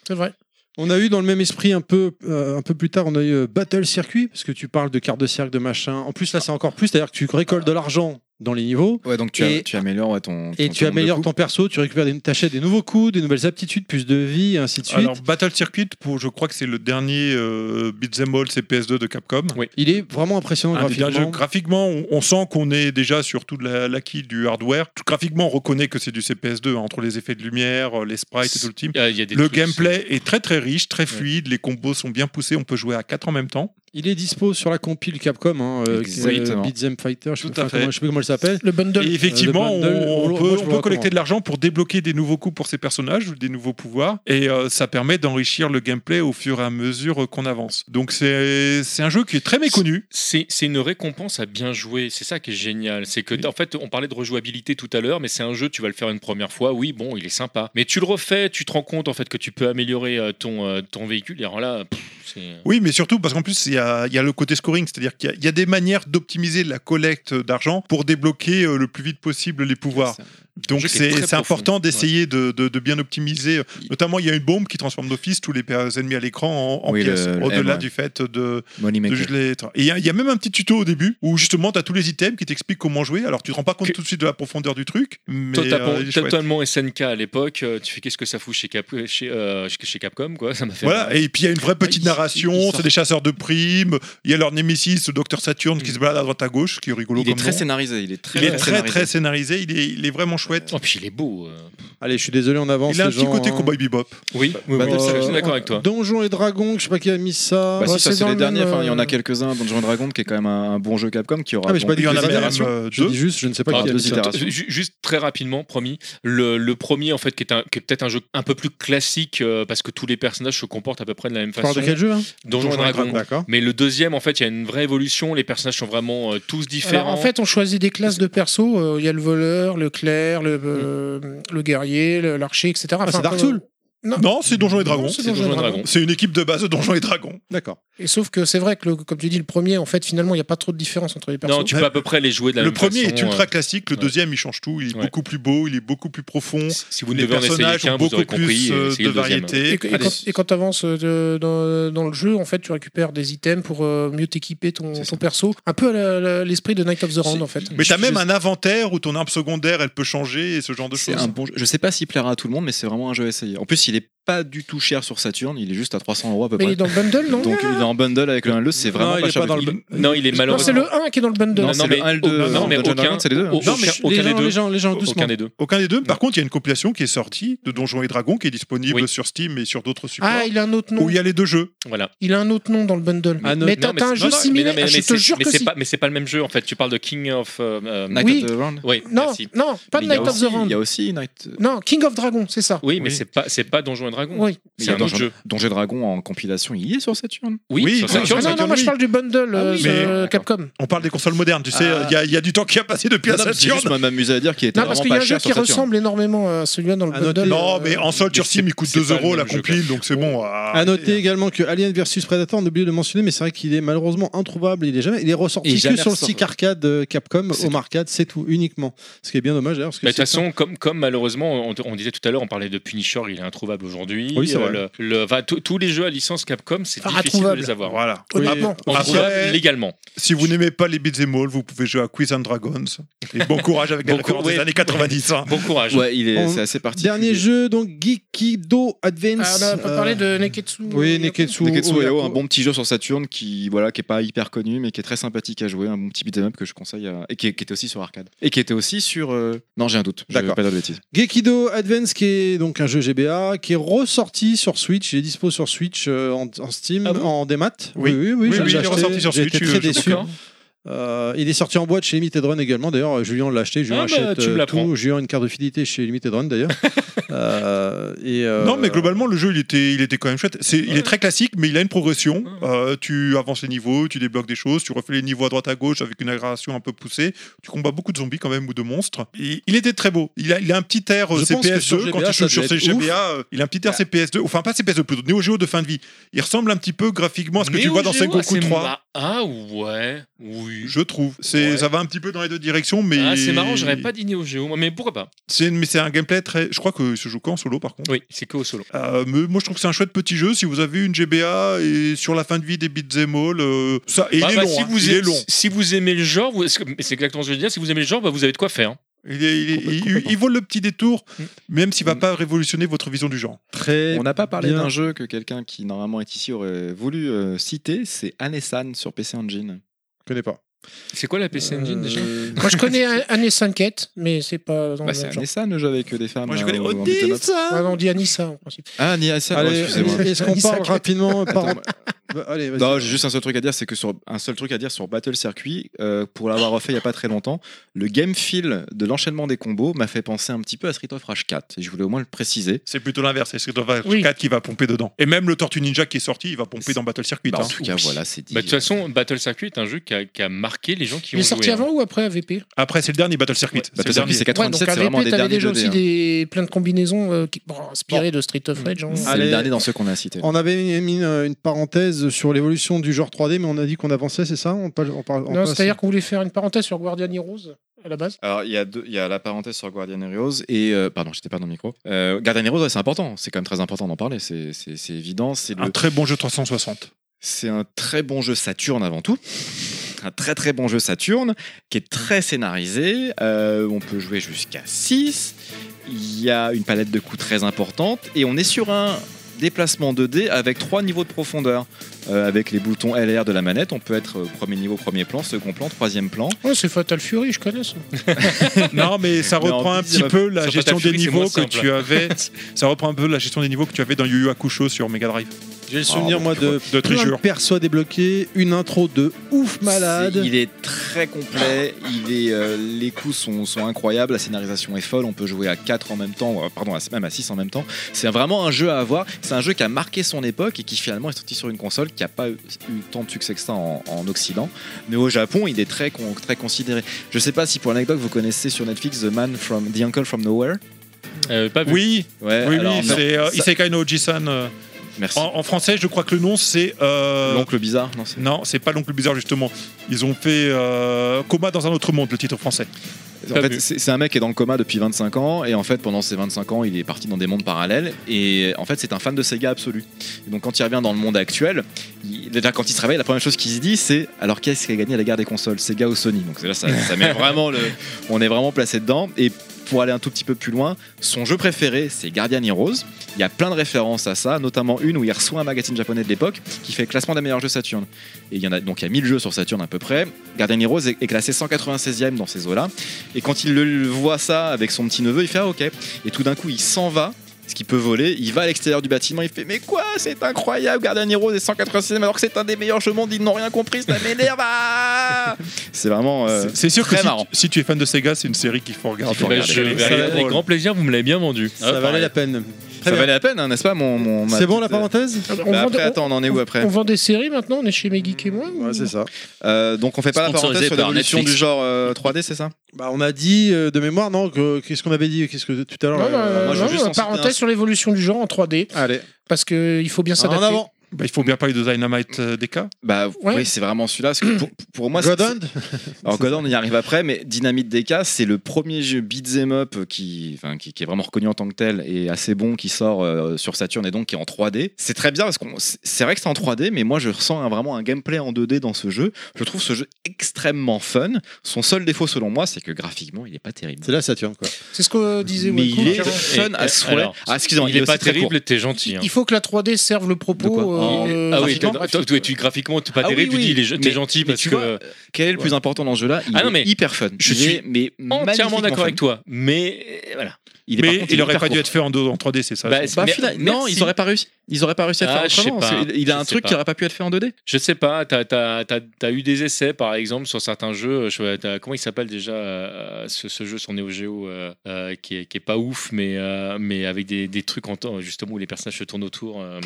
C'est vrai. On a eu dans le même esprit un peu, euh, un peu plus tard, on a eu euh, Battle Circuit, parce que tu parles de cartes de cercle, de machin. En plus, là, c'est encore plus, c'est-à-dire que tu récoltes de l'argent dans les niveaux. Ouais, donc tu, Et- am- tu améliores ouais, ton. Et tu ton- ton nombre de améliores coups. ton perso, tu récupères des, t'achètes des nouveaux coups, des nouvelles aptitudes, plus de vie, et ainsi de suite. Alors, Battle Circuit, pour, je crois que c'est le dernier euh, Beat'em All CPS2 de Capcom. Il est vraiment impressionnant Un des derniers jeux. graphiquement. graphiquement, on, on sent qu'on est déjà sur tout de la- l'acquis du hardware. Tout- graphiquement, on reconnaît que c'est du CPS2 hein, entre les effets de lumière, euh, les sprites et tout le team. Euh, il y a des Le trucs- gameplay est très très riche, très fluide, les combos sont bien poussés, on peut jouer à 4 en même temps. Il est dispo sur la compile Capcom, hein, euh, qui est, euh, Exactement. Beat'em Fighter, je sais, Tout pas à comment- fait. je sais plus comment il s'appelle. Le bundle. Et effectivement, Euh, le bundle, on, on on- moi, peut, je on le peut recommande. collecter de l'argent pour débloquer des nouveaux coups pour ces personnages, ou des nouveaux pouvoirs, et euh, ça permet d'enrichir le gameplay au fur et à mesure euh, qu'on avance. Donc c'est c'est un jeu qui est très méconnu. C'est c'est une récompense à bien jouer, c'est ça qui est génial. C'est que, en fait, on parlait de rejouabilité tout à l'heure, mais c'est un jeu, tu vas le faire une première fois, oui, bon, il est sympa. Mais tu le refais, tu te rends compte, en fait, que tu peux améliorer euh, ton, euh, ton véhicule, et alors là, pff, c'est. Oui, mais surtout parce qu'en plus, il y a, il y a le côté scoring, c'est-à-dire qu'il y a- il y, a des manières d'optimiser la collecte d'argent pour débloquer euh, le plus vite possible les pouvoirs. C'est- Donc jeu qui est c'est très c'est profond, important ouais. d'essayer de, de- de bien optimiser. Notamment, il y a une bombe qui transforme d'office tous les pa- ennemis à l'écran en, en Oui, le- pièces, le M, au-delà ouais. du fait de, Money de Maker. juste les- Et il y, a- il y a même un petit tuto au début où justement tu as tous les items qui t'expliquent comment jouer. Alors tu te rends pas compte Que- tout de suite de la profondeur du truc, mais Totalement, euh, il est chouette. totalement SNK à l'époque, euh, tu fais qu'est-ce que ça fout chez, Cap- chez, euh, chez- chez Capcom, quoi, <laughs> ça m'a fait. Voilà, et puis il y a une vraie petite ils- ils narration, sortent- c'est des chasseurs de primes, il y a leur némésis, le docteur Saturne qui se balade à droite à gauche, qui est rigolo Il est comme très nom. scénarisé. Il est très Il est très scénarisé. très scénarisé, il est, il est vraiment chouette. Oh, puis il est beau. euh. Allez, je suis désolé en avance. Il a un les petit gens, côté hein. Euh, cowboy bebop. Oui, oui, bah, oui, dans je le- suis d'accord avec toi. Donjons et Dragons, je sais pas qui a mis ça. Bah Ouais, si, ça c'est c'est dans les le derniers. même, Enfin, il y en euh, a quelques-uns. Donjon Dragon, qui est quand même un, un bon jeu Capcom, qui aura. Ah, mais j'ai bon pas dit Il y en Deux a même itérations. euh, Je deux. dis juste, je ne sais pas Ah, qui a deux mis ça. itérations. Ju- Juste très rapidement, promis, le, le premier en fait qui est, un- qui est peut-être un jeu un peu plus classique euh, parce que tous les personnages se comportent à peu près de la même Tu parles façon. de quel jeu là Donjons et Dragons. D'accord. Mais le deuxième, en fait, il y a une vraie évolution. Les personnages sont vraiment euh, tous différents. Alors, en fait, on choisit des classes de perso. Euh, Il y a le voleur, le clerc, le, euh, le guerrier, le- l'archer, etc. Ah, c'est Dark comme- Souls Non, c'est Donjons et Non, Dragons. euh, c'est Donjons et Donjons et Dragons. Dragons. C'est une équipe de base de Donjons et Dragons. D'accord. Et sauf que c'est vrai que, le- comme tu dis, le premier, en fait, finalement, il n'y a pas trop de différence entre les personnages. Non, tu peux à peu près les jouer de la Le même premier façon, est ultra euh, classique, le ouais. deuxième il change tout, il est Ouais. beaucoup plus beau, il est beaucoup plus profond. Si vous ne les devez en essayer personnages qu'un, ont vous beaucoup aurez compris. plus euh, essayez de le deuxième. variété. Et, que- et Allez. quand- et quand tu avances dans, dans le jeu, en fait, tu récupères des items pour euh, mieux t'équiper ton, ton perso. Un peu à la- la- l'esprit de Night of the Round, en fait. Mais t'as même un inventaire où ton arme secondaire elle peut changer et ce genre de C'est choses. un bon jeu. Je sais pas s'il plaira à tout le monde, mais c'est vraiment un jeu à essayer. En plus, il est pas du tout cher sur Saturn, il est juste à 300 euros à peu Mais il près. est dans le bundle, non Donc il est en bundle avec le 1 le, c'est vraiment il pas est cher. pas dans le bu- Non, il est Non, c'est malheureusement. le 1 qui est dans le bundle. Non, Non, c'est mais- le 1 et le 2. non, mais Dungeon aucun- Dragon, c'est les deux. hein. au- Non, mais Oh, Aucun les des gens, deux. les gens, les gens, doucement. Aucun des deux. Aucun des deux. Par contre, il y a une compilation qui est sortie de Donjons et Dragons qui est disponible sur Steam et sur d'autres supports Ah, il a un autre nom. où il y a les deux jeux. Voilà. Il a un autre nom dans le bundle. Ah, non, mais non, t'as Non, mais t'as un c'est- jeu non, non, similaire, mais- mais je te c'est- jure mais que c'est si. pas- Mais c'est pas le même jeu en fait. Tu parles de King of. euh, euh, Night Oui. of the Round. Oui, Non, merci. non, pas Mais il y de a Night of the Aussi, Il y Round. a aussi Night. Non, King of Dragon, c'est ça. Oui, mais Oui. c'est pas c'est pas Donjons et Dragons. Oui. C'est un autre jeu. Donjons et Dragons en compilation, il y est sur Saturn. Oui, Oui, sur sur Ah Saturn, non, Saturn, non, moi je oui. parle du bundle Ah euh, oui, sur, mais- euh, Capcom. On parle des consoles modernes, tu sais, il Ah. y a- il y, a du temps qui a passé depuis la Non, non, c'est Saturn. juste m'amuser à dire qu'il était Non, parce vraiment qu'il y pas a cher un jeu qui sur Saturn. ressemble énormément à celui-là dans le À bundle. noter- Non, euh, mais en solde sur mais Steam, c'est- il coûte c'est 2 pas le euros la même jeu, Ah compile, donc c'est bon. À noter également que Alien vs Predator, on oublie de le mentionner, mais c'est vrai qu'il est malheureusement introuvable. Il est jamais, il est ressorti Il est que jamais sur le ressorti. site arcade euh, Capcom, C'est Home Arcade, c'est tout, uniquement. Ce qui est bien dommage d'ailleurs. parce que Mais Bah, De toute c'est- façon, comme, comme malheureusement, on, on disait tout à l'heure, on parlait de Punisher, il est introuvable aujourd'hui. Oui, c'est vrai. Euh, le- le- enfin, tous- tous les jeux à licence Capcom, c'est Ah, difficile de introuvable. les avoir. Voilà. Oui. Ah, Après- Introuvable Après, légalement. si vous n'aimez pas les beats et all, vous pouvez jouer à Quiz and Dragons. Et bon courage avec les Bon références cour- des ouais. années 90. hein. Bon courage. Ouais, il est, Bon, c'est assez particulier. Dernier jeu, donc Geekido Ah, Advance. on a pas euh, parlé de Neketsu. Oui, euh, Neketsu. Neketsu Oyako. Oyo, un bon petit jeu sur Saturn qui voilà qui est pas hyper connu mais qui est très sympathique à jouer, un bon petit beat'em up que je conseille à- et qui, qui était aussi sur arcade et qui était aussi sur euh, non j'ai un doute, je vais D'accord. pas dire de bêtises. Gekido Advance, qui est donc un jeu GBA, qui est ressorti sur Switch. Il est dispo sur Switch euh, en, en Steam, Ah bon en démat. Oui. oui, Oui, je oui, l'ai il est acheté. ressorti sur J'ai Switch, été très je- je déçu. D'accord. Euh, il est sorti en boîte chez Limited Run également. D'ailleurs, Julien l'a acheté. Julien Ah bah, achète tu me euh, l'apprends. tout. Julien a une carte de fidélité chez Limited Run <laughs> d'ailleurs. Euh, et, euh, Non, mais globalement, le jeu, il était, il était quand même chouette. C'est, Il est très classique, mais il a une progression. Euh, tu avances les niveaux, tu débloques des choses, tu refais les niveaux à droite à gauche avec une aggravation un peu poussée. Tu combats beaucoup de zombies quand même ou de monstres. Et il était très beau. Il a, il a un petit air euh, Je pense que sur CPS2 quand GBA, tu ça joues sur devait être ouf. GBA. euh, Il a un petit air CPS2, enfin pas CPS2 plutôt, Neo Geo de fin de vie. Il ressemble un petit peu graphiquement à ce que tu Neo vois dans Geo, Sengoku c'est 3. ma- Ah ouais, oui. Je trouve. C'est, Ouais. Ça va un petit peu dans les deux directions, mais. Ah, c'est marrant, j'aurais pas dit Neo Geo, moi, mais pourquoi pas C'est, mais c'est un gameplay très. Je crois que se joue qu'en solo par contre. Oui, c'est que au solo. Euh, mais moi je trouve que c'est un chouette petit jeu si vous avez une GBA et sur la fin de vie des beat'em all euh, ça et Bah, il est bah, long si hein, vous il aimez- est long Si vous aimez le genre, vous- est-ce que- mais c'est exactement ce que je veux dire, si vous aimez le genre, bah, vous avez de quoi faire. hein. il, est- il est- il- il vaut le petit détour même s'il va pas révolutionner votre vision du genre très On n'a pas parlé bien. d'un jeu que quelqu'un qui normalement est ici aurait voulu euh, citer, c'est Anesan sur PC Engine. Je connais pas. C'est quoi la PC Engine déjà Euh, Moi, je connais Annie 5 mais c'est pas dans Bah, le c'est même genre. Anesan le jeu avec euh, des femmes. Moi, je là, connais au- en beat'em up. Ah, non, on dit Anissa en principe. Ah Anesan, Allez, ouais, excusez-moi. est-ce qu'on parle Isaac. rapidement par- Attends, Bah, Allez, vas-y. Non, j'ai juste un seul truc à dire, c'est que sur un seul truc à dire sur Battle Circuit, euh, pour l'avoir refait il y a pas très longtemps, le game feel de l'enchaînement des combos m'a fait penser un petit peu à Street of Rage 4. Et je voulais au moins le préciser. c'est plutôt l'inverse c'est Street of Rage Oui. 4 qui va pomper dedans et même le Tortue Ninja qui est sorti il va pomper dans Battle Circuit Bah, en hein. tout cas, voilà, c'est dit. Bah, De toute façon, Battle Circuit est un jeu qui a, qui a marqué les gens qui Il ont est joué. sorti hein. avant ou après AVP après c'est le dernier Battle Circuit C'est Battle le Circuit, dernier. c'est Ouais, donc 97, c'est vraiment AVP, des t'avais derniers déjà 2D, aussi hein. des... plein de combinaisons euh, qui... bon, inspirées de Street of Rage. hein. C'est Allez. le dernier dans ceux qu'on a cités. On avait mis une, une parenthèse sur l'évolution du genre 3D, mais on a dit qu'on avançait, c'est ça on parle, on parle- on Non, passe- c'est-à-dire qu'on voulait faire une parenthèse sur Guardian Heroes à la base. Alors, il y, a deux- il y a la parenthèse sur Guardian Heroes et. euh, pardon, j'étais pas dans le micro. Euh, Guardian Heroes, ouais, c'est important. C'est quand même très important d'en parler. C'est c'est- c'est évident. C'est le- un très bon jeu 360 C'est un très bon jeu Saturn avant tout. Un très très bon jeu Saturn qui est très scénarisé. Euh, on peut jouer jusqu'à 6. Il y a une palette de coups très importante et on est sur un déplacement 2D avec trois niveaux de profondeur. Euh, avec les boutons LR de la manette, on peut être euh, premier niveau, premier plan, second plan, troisième plan. Ouais, c'est Fatal Fury, je connais ça. non mais ça Mais en reprend un plus, petit euh, peu la sur gestion des Battlefield, c'est niveaux moins que simple. tu avais ça reprend un peu la gestion des niveaux que tu avais dans Yu Yu Hakusho sur Mega Drive J'ai le souvenir, Ah, moi, bon, de, de plein de Treasure persos débloqués, une intro de ouf C'est- malade. Il est très complet, il est, euh, les coups sont, sont incroyables, la scénarisation est folle, on peut jouer à 4 en même temps, euh, pardon, à- même à 6 en même temps. C'est vraiment un jeu à avoir, c'est un jeu qui a marqué son époque et qui finalement est sorti sur une console qui n'a pas eu eu tant de succès que ça en, en Occident. Mais au Japon, il est très, con- très considéré. Je sais pas si pour l'anecdote, vous connaissez sur Netflix The Man from The Uncle from Nowhere. Euh, pas vu. oui Ouais, Oui, alors, oui, non, c'est euh, ça- Isekai no Ojisan. euh, Merci. En, en français, je crois que le nom c'est. euh, L'oncle bizarre, non c'est- Non, c'est pas l'oncle bizarre justement. Ils ont fait euh, Coma dans un autre monde, le titre français. En fait, c'est c'est un mec qui est dans le coma depuis 25 ans et en fait pendant ces 25 ans il est parti dans des mondes parallèles et en fait c'est un fan de Sega absolu. Et donc quand il revient dans le monde actuel, il- déjà quand il se réveille la première chose qu'il se dit c'est alors qu'est-ce qui a gagné à la guerre des consoles Sega ou Sony Donc là ça, ça met vraiment le, on est vraiment placé dedans et pour aller un tout petit peu plus loin, son jeu préféré c'est Guardian Heroes. Il y a plein de références à ça, notamment une où il reçoit un magazine japonais de l'époque qui fait classement des meilleurs jeux Saturn. Et il y en a donc il y a 1000 jeux sur Saturn à peu près. Guardian Heroes est est classé 196e dans ces eaux-là. Et quand il le voit ça avec son petit neveu, il fait ah, ok. Et tout d'un coup, il s'en va. Ce qu'il peut voler, il va à l'extérieur du bâtiment, il fait Mais quoi C'est incroyable, Guardian Heroes est 196 alors que c'est un des meilleurs jeux au monde, ils n'ont rien compris, ça m'énerve <laughs> ah C'est vraiment. euh, C'est- c'est sûr que très si, marrant. si tu es fan de Sega, c'est une série qu'il faut regarder. Il faut Bah, regarder. je vais Ça va regarder être avec drôle. grand plaisir, vous me l'avez bien vendu. Ça valait la peine. Très Ça bien. valait la peine, hein, n'est-ce pas, mon. mon- ma C'est bon la petite- parenthèse On Bah, vend- après, attends, on en est où après On vend des séries maintenant, on est chez Megeek et moi ou- Ouais, c'est ça. Euh, Donc on fait pas la Sponsorisé parenthèse sur par l'évolution Netflix. du genre euh, 3D, c'est ça Bah, on a dit euh, de mémoire, non que- Qu'est-ce qu'on avait dit Qu'est-ce que tout à l'heure Non, non, euh, moi, je veux non, juste en non, citer un. parenthèse sur l'évolution du genre en 3D, Allez, parce qu'il faut bien en s'adapter. avant. Bah, il faut bien parler de Dynamite euh, DK. Bah Ouais. oui, c'est vraiment celui-là. Parce que pour, pour moi, c'est- God Hand Alors Godon, on y arrive après, mais Dynamite DK, c'est le premier jeu beat'em up qui, enfin, qui, qui est vraiment reconnu en tant que tel et assez bon qui sort euh, sur Saturn et donc qui est en 3D. C'est très bien parce que c'est vrai que c'est en 3D, mais moi je ressens un- vraiment un gameplay en 2D dans ce jeu. Je trouve ce jeu extrêmement fun. Son seul défaut selon moi, c'est que graphiquement, il est pas terrible. C'est la Saturn, quoi. C'est ce que euh, disait Mais Waco, il est clairement. fun à Et- souhait. alors, ah, excusez-moi, il est aussi pas très court. terrible, t'es gentil. hein. Il faut que la 3D serve le De propos. quoi euh, euh, Ah oui, graphiquement. toi, toi, toi, tu graphiquement, t'es pas Ah oui, terrible, oui. tu dis les jeux- t'es Mais- gentil mais parce tu que. vois, Quel est le plus important dans ce jeu-là Il Ah non, est mais hyper fun. je Il suis est, mais entièrement magnifiquement d'accord fun. avec toi, mais euh, voilà. Il est, par mais contre, il aurait hyper pas court. dû être fait en, deux- en 3D, c'est ça. Bah, c'est- c'est- Bah, Mer- fina- non, merci. ils auraient pas réussi. Ils auraient pas réussi à le Ah, faire je sais autrement. pas. C'est- Il a Je un sais truc pas. qui aurait pas pu être fait en 2D. Je sais pas, t'as as, eu des essais par exemple sur certains jeux. euh, Je, sais pas, t'as- comment il s'appelle déjà euh, ce, ce jeu sur Neo Geo euh, euh, qui, est, qui est pas ouf, mais, euh, mais avec des, des trucs en temps justement où les personnages se tournent autour. euh.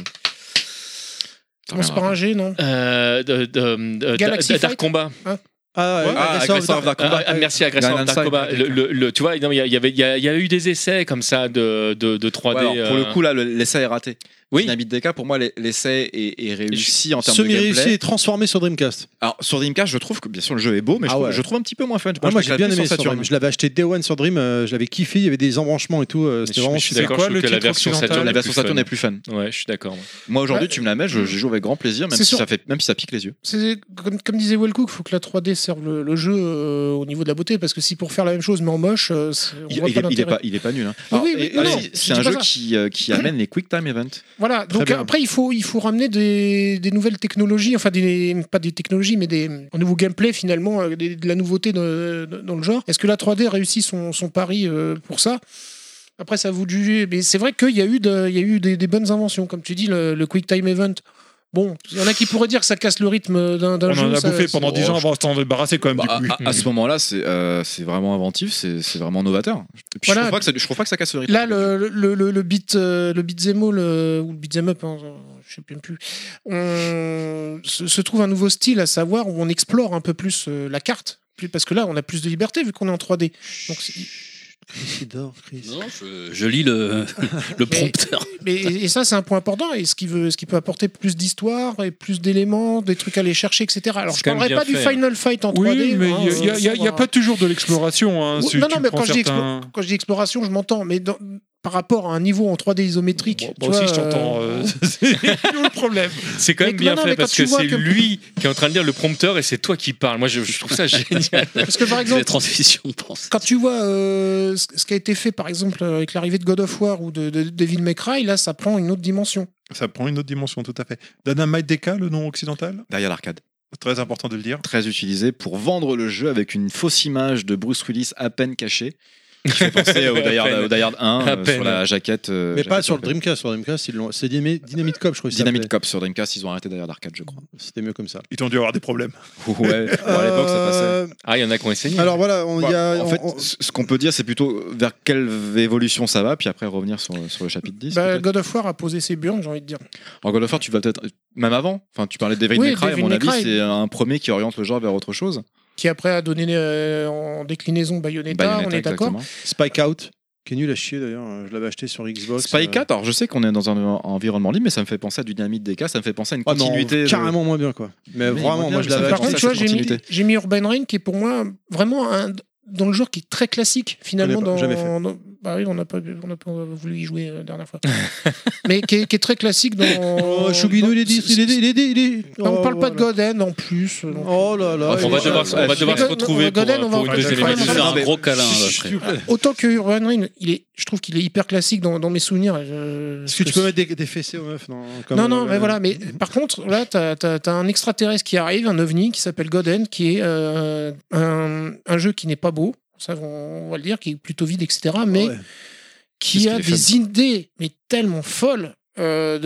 On se part un G, non Euh, de- de- de- Galaxy Dark Fight Combat. Ah, Ah, Agressor of Agressor Dark- of Dark Combat. Ah, ah, merci agresseur Grand Darkoba. Ensign. Le, le- le- tu vois, non, il y, a- il y avait, il y, a- il y a eu des essais comme ça de, de, de 3D. Ouais, alors, pour le euh, coup, là, le- l'essai est raté. Oui. Dynamite DK, pour moi, l'e- l'essai est, est réussi en termes de Semi-réussi gameplay. et transformé sur Dreamcast. Alors, sur Dreamcast, je trouve que, bien sûr, le jeu est beau, mais je, Ah trouve, ouais. je trouve un petit peu moins fun. Ah, moi je j'ai préfère bien plus aimé sur sur Dream. Saturn. Je l'avais acheté Day One sur Dream, euh, je l'avais kiffé, il y avait des embranchements et tout. euh, mais C'était je- vraiment mais je suis c'est d'accord, quoi je trouve le que la titre version occidental Saturn La est version plus Saturn fun. est plus fun. Ouais, je suis d'accord. moi. Moi, aujourd'hui, Ouais. tu me la mets, je, je joue avec grand plaisir, même C'est si, sûr. ça fait, même si ça pique les yeux. C'est- comme, comme disait Wellcook, il faut que la 3D serve le, le jeu euh, au niveau de la beauté, parce que si pour faire la même chose mais en moche, euh, c'est- on Il, voit il pas est, il est l'intérêt. pas, il est pas nul. hein. Mais oui, mais et- non, et non, c'est- je c'est dis un jeu pas ça. qui, euh, qui amène les Quick Time Event. Voilà, donc bien. après il faut, il faut ramener des, des nouvelles technologies, enfin des, pas des technologies, mais des, un nouveau gameplay finalement, euh, des- de la nouveauté de- de- dans le genre. Est-ce que la 3D réussit son, son pari euh, pour ça Après, ça vous de juger. Mais c'est vrai qu'il y a eu, de- il y a eu des, des bonnes inventions, comme tu dis, le, le Quick Time Event. Bon, il y en a qui pourraient dire que ça casse le rythme d'un d'un On jeu. en a ça- bouffé pendant ça- 10 ans avant de s'en débarrasser quand même Bah, du coup. à, à ce moment-là, c'est euh, c'est vraiment inventif, c'est c'est vraiment novateur. Et puis, Voilà. je, trouve pas que ça, je trouve pas que ça casse le rythme. Là, le, le, le, le beat, euh, le beat'em all, euh, ou le beat'em up, hein, je sais même plus, on se, se trouve un nouveau style, à savoir où on explore un peu plus euh, la carte. Plus- Parce que là, on a plus de liberté vu qu'on est en 3D. Donc, c'est- Il dort, Chris. Non, Euh, je, je lis <laughs> le, le prompteur. mais, et, et ça, c'est un point important. Et ce qui, veut, ce qui peut apporter plus d'histoire et plus d'éléments, des trucs à aller chercher, etc. Alors, C'est je quand même parlerai bien pas du fait, hein. Final Fight en 3D. Oui, mais hein, il euh, n'y a savoir- pas toujours de l'exploration. Oh, hein, Ou- si non, tu non, mais prends quand je, dis certains- explo- quand je dis exploration, je m'entends, mais dans- par rapport à un niveau en 3D isométrique. Bon, Moi tu aussi, vois, je t'entends. euh, euh, C'est nous le problème. <laughs> C'est quand Mais même que- bien non, non, fait mais parce quand tu que vois c'est que- lui qui est en train de lire le prompteur et c'est toi qui parles. Moi, je, je trouve <laughs> ça génial. <laughs> Parce que par exemple, Les transitions, je pense. quand tu vois euh, ce ce qui a été fait par exemple euh, avec l'arrivée de God of War ou de, de, de Devil May Cry, là ça prend une autre dimension. Ça prend une autre dimension, tout à fait. Dynamite DK, le nom occidental derrière l'arcade. Très important de le dire. Très utilisé pour vendre le jeu avec une fausse image de Bruce Willis à peine cachée. Qui fait <laughs> penser au Die À Hard peine. au Die Hard 1 À euh, peine. sur la jaquette. euh, Mais pas jaquette sur le Dream- Dreamcast, sur Dreamcast, ils l'ont- c'est Dynami- Dynamite Cop, je crois. que ça Dynamite Cop sur Dreamcast, ils ont arrêté Die Hard Arcade, je crois. s'appelait. C'était mieux comme ça. Ils ont dû avoir des problèmes. <laughs> Ouais, bon, à l'époque, ça passait. Euh, Ah, il y en a qui ont essayé. Alors voilà, on- il y a- Bah, en on- fait, on- ce ce qu'on peut dire, c'est plutôt vers quelle évolution ça va, puis après revenir sur, sur le chapitre 10. Bah, peut-être. God of War a posé ses burnes, j'ai envie de dire. En God of War, tu vas peut-être. Même avant. Enfin, tu parlais de Devil Oui, May Cry, à Devil mon May avis, Cry. c'est un premier qui oriente le genre vers autre chose. Qui après a donné euh, en déclinaison Bayonetta, Bayonetta, on est d'accord. exactement. Spike Out. Qui est nul à chier d'ailleurs, euh, je l'avais até sur Xbox. Spy euh, Cat, alors je sais qu'on est dans un en- environnement libre, mais ça me fait penser à du dynamite des cas, ça me fait penser à une Ah non, continuité. de- carrément moins bien quoi. Mais, Mais moins vraiment, bien, moi je mais ça l'avais fait Par acheté. partie ça, contre, tu vois, c'est j'ai mis, continuité. j'ai mis Urban Rain qui est pour moi vraiment un, dans le genre qui est très classique finalement. Je connais pas, Dans, jamais fait. dans- bah oui, on n'a pas, on n'a pas voulu y jouer euh, la dernière fois. <laughs> Mais qui est, qui est très classique dans. Oh, Choubidou, il est dit, il est dit, il est dit, il est dit. Non, on Oh, parle pas de voilà. Goden en plus. euh, donc- Oh là là. on, va il est- devoir, on va devoir se Goden, on retrouver va pour, Goden, euh, on va pour une faire deuxième un émission. faire Non, un mais- gros câlin là, après. Autant que Urban Rain, il est, je trouve qu'il est hyper classique dans, dans mes souvenirs. euh, Est-ce que tu parce peux mettre des, des fessées aux meufs Non, comme, non, non, euh, mais voilà. Mais par contre, là, t'as as, un extraterrestre qui arrive, un ovni qui s'appelle Goden, qui est euh, un, un jeu qui n'est pas beau, ça on va le dire, qui est plutôt vide, etc. Mais ouais. qui a Parce qu'il est des idées, mais tellement folles, euh,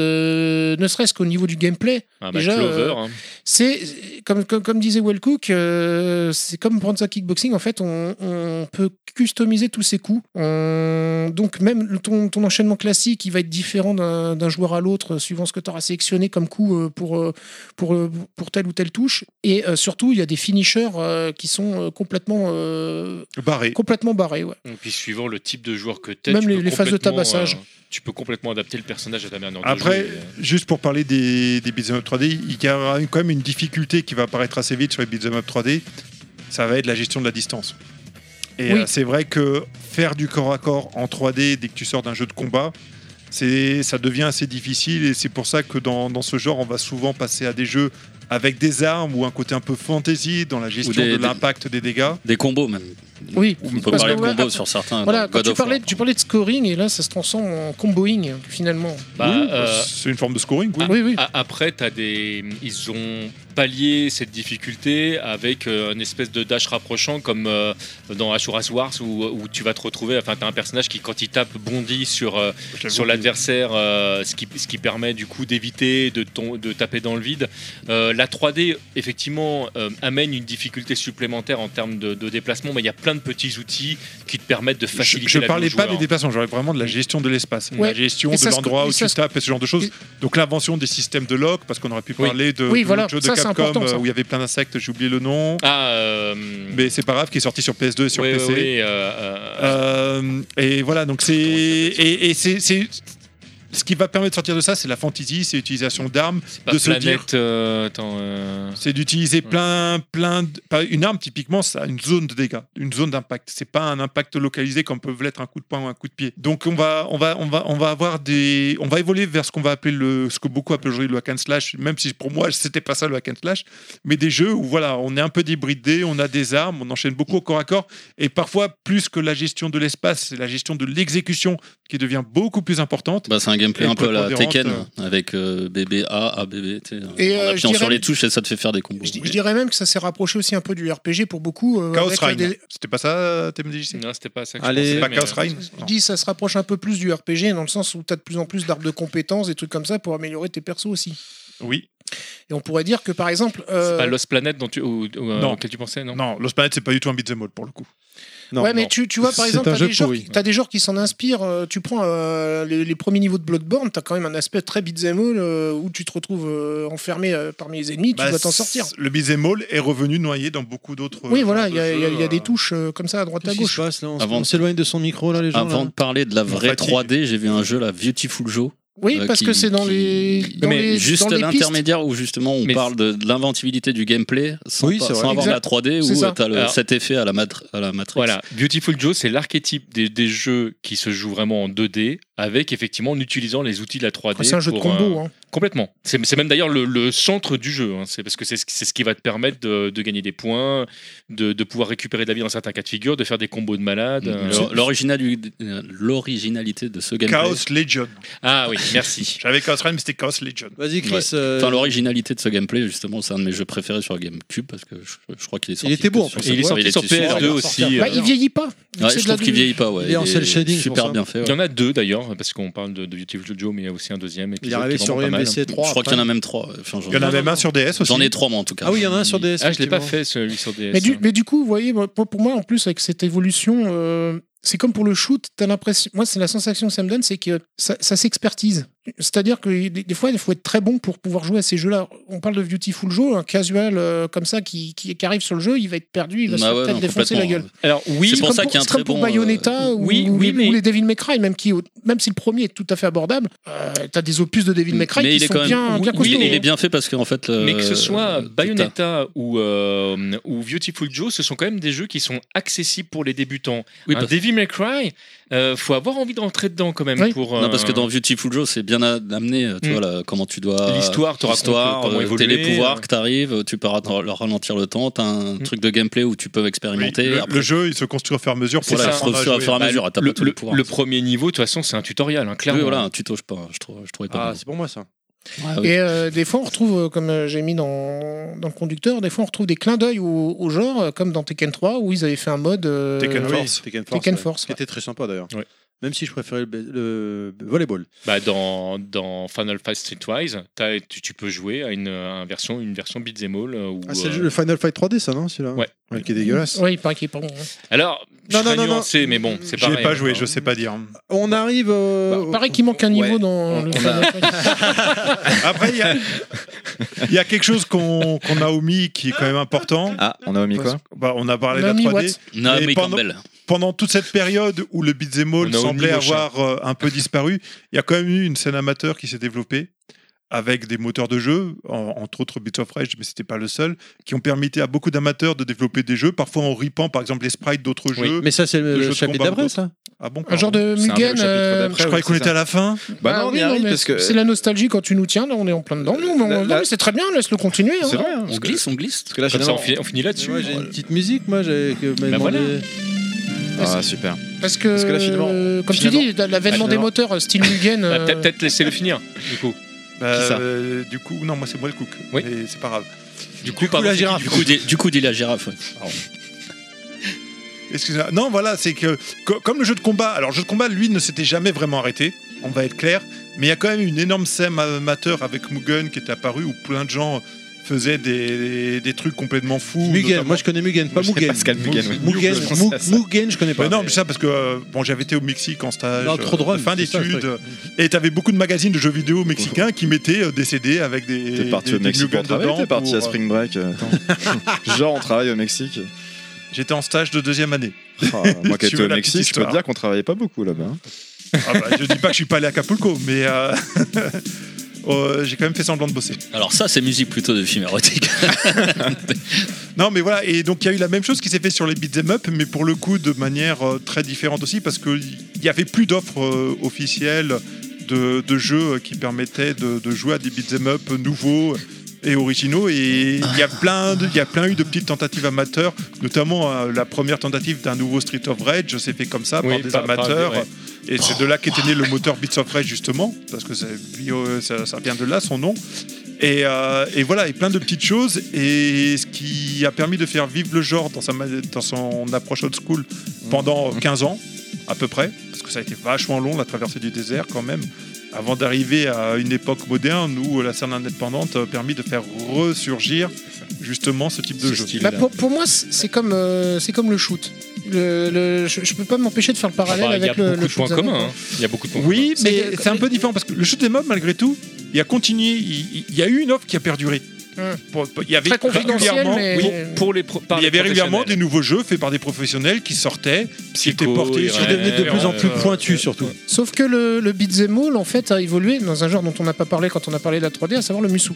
de, ne serait-ce qu'au niveau du gameplay. Ah, bah, Déjà, Clover, euh, hein. C'est comme, comme, comme disait Well Cook, euh, c'est comme prendre sa kickboxing. En fait, on, on peut customiser tous ses coups. On- donc, même le- ton, ton enchaînement classique, il va être différent d'un d'un joueur à l'autre euh, suivant ce que tu auras sélectionné comme coup euh, pour, euh, pour, euh, pour telle ou telle touche. Et euh, surtout, il y a des finishers euh, qui sont euh, complètement, euh, Barré. complètement barrés. Ouais. Et puis suivant le type de joueur que t'es, Même tu les- peux les phases de complètement, tabassage. euh, tu peux complètement adapter le personnage à ta manière de Après, jouer, euh. juste pour parler des, des beat'em up 3D, il y aura quand même une difficulté qui va apparaître assez vite sur les beat'em up 3D, ça va être la gestion de la distance. Et Oui. euh, c'est vrai que faire du corps à corps en 3D dès que tu sors d'un jeu de combat, c'est- ça devient assez difficile et c'est pour ça que dans, dans ce genre, on va souvent passer à des jeux avec des armes ou un côté un peu fantasy dans la gestion des- de des- l'impact des dégâts. Des combos même. Oui, On peut parce parler que, de ouais, combos sur certains. Voilà, dans quand God tu of War. parlais, tu parlais de scoring et là ça se transforme en comboing finalement. Ah. Bah, Oui, euh, c'est une forme de scoring, oui. Oui, oui. A- Après, t'as des... ils ont pallié cette difficulté avec euh, une espèce de dash rapprochant comme euh, dans Ashura's Wars où, où tu vas te retrouver, enfin, t'as un personnage qui, quand il tape, bondit sur, euh, sur l'adversaire, euh, ce, qui, ce qui permet du coup d'éviter de, ton- de taper dans le vide. Euh, la 3D, effectivement, euh, amène une difficulté supplémentaire en termes de, de déplacement, mais il y a plein de petits outils qui te permettent de Je, faciliter je la vie parlais au pas joueur, des déplacements, j'aurais vraiment de la gestion de l'espace, Ouais. la gestion Et de ça se- l'endroit et où ça tu se- tapes et ce genre de choses. et- Donc l'invention des systèmes de lock, parce qu'on aurait pu Oui. parler de, Oui, de voilà, l'autre jeu de ça, c'est Capcom important, ça. euh, où il y avait plein d'insectes, j'ai oublié le nom, Ah, euh, mais c'est pas grave, qui est sorti sur PS2 et sur ouais, ouais, PC. ouais, euh, euh, Euh, et voilà, donc c'est et, et c'est c'est- ce qui va permettre de sortir de ça, c'est la fantaisie, c'est l'utilisation d'armes, pas de se planète. dire- euh, attends, euh, c'est d'utiliser Ouais. plein plein de- pas- une arme typiquement ça a une zone de dégâts, une zone d'impact. C'est pas un impact localisé comme peuvent l'être un coup de poing ou un coup de pied. Donc on va on va on va on va avoir des on va évoluer vers ce qu'on va appeler le ce que beaucoup appellent aujourd'hui le hack and slash, même si pour moi c'était pas ça le hack and slash, mais des jeux où voilà, on est un peu débridé, on a des armes, on enchaîne beaucoup au corps à corps et parfois plus que la gestion de l'espace, c'est la gestion de l'exécution qui devient beaucoup plus importante. Bah, c'est un gameplay Et un peu à la prépondérante, Tekken euh. avec euh, BBA, ABB, tu sais, Et, euh, en je appuyant dirais- sur les touches et ça te fait faire des combos. Je, di- je dirais même que ça s'est rapproché aussi un peu du RPG pour beaucoup. euh, Chaos avec, euh, Reign. des- C'était pas ça TMDJC Non, c'était pas ça que Allez. je C'est pensais, pas mais, Chaos euh, Reign Je Non. dis ça se rapproche un peu plus du RPG dans le sens où tu as de plus en plus d'arbres de compétences, des trucs comme ça pour améliorer tes persos aussi. Oui. Et on pourrait dire que par exemple. euh, C'est pas Lost Planet dont tu, ou, ou, euh, Non. auquel tu pensais, non, Non, Lost Planet c'est pas du tout un beat'em all pour le coup. Non, ouais, mais non. tu, <laughs> tu vois, par C'est exemple, un t'as jeu des, genres pourri. qui- t'as des genres qui s'en inspirent. euh, tu prends euh, les, les premiers niveaux de Bloodborne, t'as quand même un aspect très beat'em all euh, où tu te retrouves euh, enfermé euh, parmi les ennemis, tu Bah, dois t'en sortir. Le beat'em all est revenu noyé dans beaucoup d'autres. Oui, euh, voilà, genres il y, a- de il y a- il y a jeux, des euh. touches euh, comme ça à droite à Qu'est-ce qui se gauche. passe là On s- Avant- on s'éloigne de son micro là, les gens. Avant là. euh, de parler de la vraie fatigue. 3D, j'ai vu un jeu, la Beautiful Joe. Oui, euh, parce qui- que c'est dans qui- les. dans mais les- juste dans les pistes. l'intermédiaire où justement on Mais parle de, de l'inventivité du gameplay sans, Oui, pas- c'est vrai. sans avoir Exact. la 3D C'est ça. où t'as le- Alors- cet effet à la, matri- à la Matrix. Voilà, Beautiful Joe, c'est l'archétype des, des jeux qui se jouent vraiment en 2D, avec effectivement en utilisant les outils de la 3D. Ah, C'est un jeu de pour, combo. euh, hein. Complètement. C'est c'est même d'ailleurs le, le centre du jeu. hein. C'est parce que c'est ce c'est ce qui va te permettre de, de gagner des points, de, de pouvoir récupérer de la vie dans certains cas de figure, de faire des combos de malades. euh. Le- l'original- euh, L'originalité de ce gameplay. Chaos euh. Legion. Ah oui, merci. J'avais Chaos Realm, mais c'était Chaos Legion. Vas-y, Chris. Ouais. euh, Enfin, l'originalité de ce gameplay, justement, c'est un de mes jeux préférés sur GameCube parce que je, je crois qu'il est sorti. était beau, en sur- plus. Et il est sorti sur PS2 aussi. Bah, euh. il vieillit pas. Ouais, C'est je de la trouve qu'il double- vieillit pas. Ouais. Il est en cel shading, c'est pour Super ça. bien fait. Il ouais. y en a deux d'ailleurs, parce qu'on parle de, de Beautiful Joe, mais il y a aussi un deuxième. Il est épisode arrivé qui est sur vraiment pas mal. hein. UMBC 3. Je crois qu'il y en a après. même trois. Enfin, j'en- Il y en avait même un sur DS aussi. J'en ai trois, moi, en tout cas. Ah oui, il y en a un sur DS. Ah, je l'ai pas effectivement. fait ce- lui sur DS. Mais du, hein. mais du coup, vous voyez, moi, pour, pour moi, en plus, avec cette évolution, euh, c'est comme pour le shoot, t'as l'impression. Moi, c'est la sensation que ça me donne, c'est que ça, ça s'expertise. C'est-à-dire que des des fois, il faut être très bon pour pouvoir jouer à ces jeux-là. On parle de Beautiful Joe, un casual euh, comme ça qui, qui, qui arrive sur le jeu, il va être perdu, il va Bah se ouais, peut-être non, défoncer la complètement. gueule. Alors oui, C'est pour comme ça qu'il y a un c'est comme très pour bon, euh, Bayonetta ou, oui, ou- oui, mais- ou les Devil May Cry, même, qui, même si le premier est tout à fait abordable, euh, t'as des opus de Devil May Cry mais qui il est sont quand même bien, oui, bien oui, costauds, il hein. est bien fait parce que en fait euh, le- Mais que ce soit le- Bayonetta ou, euh, ou Beautiful Joe, ce sont quand même des jeux qui sont accessibles pour les débutants. Oui, un parce- Devil May Cry, euh, faut avoir envie de rentrer dedans quand même Oui. pour. Non, parce que euh, dans Beautiful Joe, c'est bien a- amené, euh, tu Mm. vois, là, comment tu dois. L'histoire te raconte l'histoire, comment euh, évoluer, T'es les pouvoirs euh. que t'arrives, euh, tu peux ra- leur ralentir le temps, t'as un truc de gameplay où tu peux Oui, expérimenter. le, après, le jeu, il se construit au fur et à mesure pour voilà, ça, au apprendre à fur au jouer. fur et à bah, mesure, t'as le, pas tous les le- pouvoirs. le premier niveau, de toute façon, c'est un tutoriel, hein, clairement. Oui, voilà, tu touches pas, je, trou- je trouvais pas. Ah, bon. c'est pour moi ça. Ah oui. Et euh, des fois, on retrouve, euh, comme euh, j'ai mis dans, dans le conducteur, des fois, on retrouve des clins d'œil au, au genre, euh, comme dans Tekken 3, où ils avaient fait un mode. euh, Tekken Oui, Force. Tekken Force. Tekken ouais. Force, Qui était très sympa d'ailleurs. Ouais. Même si je préférais le, ba- le volleyball. Bah, dans, dans Final Fight Streetwise, t'as- tu, tu peux jouer à une, à un version, une version beat'em all. euh, ou, Ah, c'est le euh, jeu- le Final Fight 3D, ça, non Celui-là Ouais. Qui est dégueulasse. Oui, il paraît qu'il est pas bon. hein. Alors, je Non, serais non, non, non. nuancé, mais bon, c'est J'y pareil. ai pas joué, hein. je sais pas dire. On arrive. euh, au- Paraît Bah, qu'il manque un niveau Ouais. dans On- le. on Final Fantasy. Après, il y a, il y a quelque chose qu'on qu'on a omis qui est quand même important. Ah, on a omis quoi Bah, on a parlé de la Naomi 3D. Watts. Naomi Et pendant- Campbell. pendant toute cette période où le beat'em On a all omis semblait le chat. avoir euh, un peu disparu, il y a quand même eu une scène amateur qui s'est développée avec des moteurs de jeu, en- entre autres Beats of Rage, mais c'était pas le seul, qui ont permis à beaucoup d'amateurs de développer des jeux, parfois en ripant par exemple les sprites d'autres Oui. jeux. Mais ça, c'est le, jeu de chapitre combat d'après, d'autres. ça Ah bon Un genre de C'est un peu le Mugen. chapitre euh, d'après, Je croyais ouais, qu'on c'est était à la fin. Bah ah non, on oui, y arrive mais parce que. C'est la nostalgie quand tu nous tiens, là, on est en plein dedans. Nous, mais on- La- non, la- mais c'est très bien, laisse-le continuer. hein. C'est vrai, hein, On parce que- glisse, on glisse. Parce que là, Comme ça, on finalement. finit, on finit là-dessus. Moi, j'ai une petite musique, moi. j'ai- que m'a Bah demandé- voilà. Ah, super. Parce que, Parce que là, finalement, euh, comme tu finalement- dis, l'avènement des finalement- moteurs euh, style Mugen. Bah, euh, peut-être- Peut-être laissez-le finir, du coup. Bah, Qui ça euh, du coup, non, moi c'est moi le cook. Oui. Mais c'est pas grave. Du coup, pardon, la c'est qui, girafe. du Du coup coup, dis, du coup, dis la girafe. ouais. Excusez-moi. Non, voilà, c'est que co- comme le jeu de combat, alors le jeu de combat, lui, ne s'était jamais vraiment arrêté, on va être clair, mais il y a quand même une énorme scène amateur avec Mugen qui était apparue où plein de gens faisaient des, des trucs complètement fous. Mugen, notamment- moi je connais Mugen, pas Je sais Mugen. Pascal Mugen, oui. Mugen, Je Mu- pensais à ça. Mugen, je connais pas. Mais non, mais ça parce que euh, bon, j'avais été au Mexique en stage Non, trop euh, drôle, de fin c'est ça, le d'études et t'avais beaucoup de magazines de jeux vidéo mexicains qui mettaient euh, des CD avec des T'es parti des- au des Mexique Mugen pour travailler, dedans t'es parti pour, à Spring Break. euh, attends. <laughs> Genre, on travaille au Mexique. euh, J'étais en stage de deuxième année. Ah, moi qui Tu étais veux au la Mexique, petite je peux te histoire dire qu'on travaillait pas beaucoup là-bas. hein. Ah bah, je dis pas que je suis pas allé à Acapulco, mais euh, <laughs> euh, j'ai quand même fait semblant de bosser. Alors, ça, c'est musique plutôt de film <laughs> érotique. Non, mais voilà, et donc il y a eu la même chose qui s'est fait sur les beat'em up, mais pour le coup de manière euh, très différente aussi, parce qu'il n'y avait plus d'offres euh, officielles de, de jeux qui permettaient de, de jouer à des beat'em up nouveaux et originaux, et il y a plein de- il y a plein eu de petites tentatives amateurs, notamment euh, la première tentative d'un nouveau Street of Rage, c'est fait comme ça Oui, par des par- par des- amateurs. ouais. Et c'est de là qu'était né le moteur Beats of Rage justement, parce que c'est- euh, ça, ça vient de là son nom. Et, euh, et voilà, et plein de petites choses. Et ce qui a permis de faire vivre le genre dans, sa, ma- dans son approche old school pendant 15 ans, à peu près, parce que ça a été vachement long, la traversée du désert quand même, avant d'arriver à une époque moderne où la scène indépendante a permis de faire ressurgir justement ce type de Ce jeu. style. Bah, pour, pour moi, c'est c'est comme, euh, c'est comme le shoot. Le- le- je, je peux pas m'empêcher de faire le parallèle Bah, Il y a avec le, beaucoup le de shoot points them up, communs. hein. hein. Il y a beaucoup de points communs. Oui, C'est mais que- c'est un peu différent parce que le shoot 'em up, malgré tout, il a continué. Il, il- il y a eu une offre qui a perduré. Hum. Pour- pour- Il y avait Très confidentiel, régulièrement, mais- oui, Oui. Pour les pro- Hmm. par il y les avait régulièrement des professionnels. nouveaux jeux faits par des professionnels qui sortaient, qui Psycho, étaient portés sur Ils Ouais, des devenaient de plus en plus ouais, pointus surtout. Sauf que le, le beat'em all, en fait, a évolué dans un genre dont on n'a pas parlé quand on a parlé de la 3D, à savoir le musou.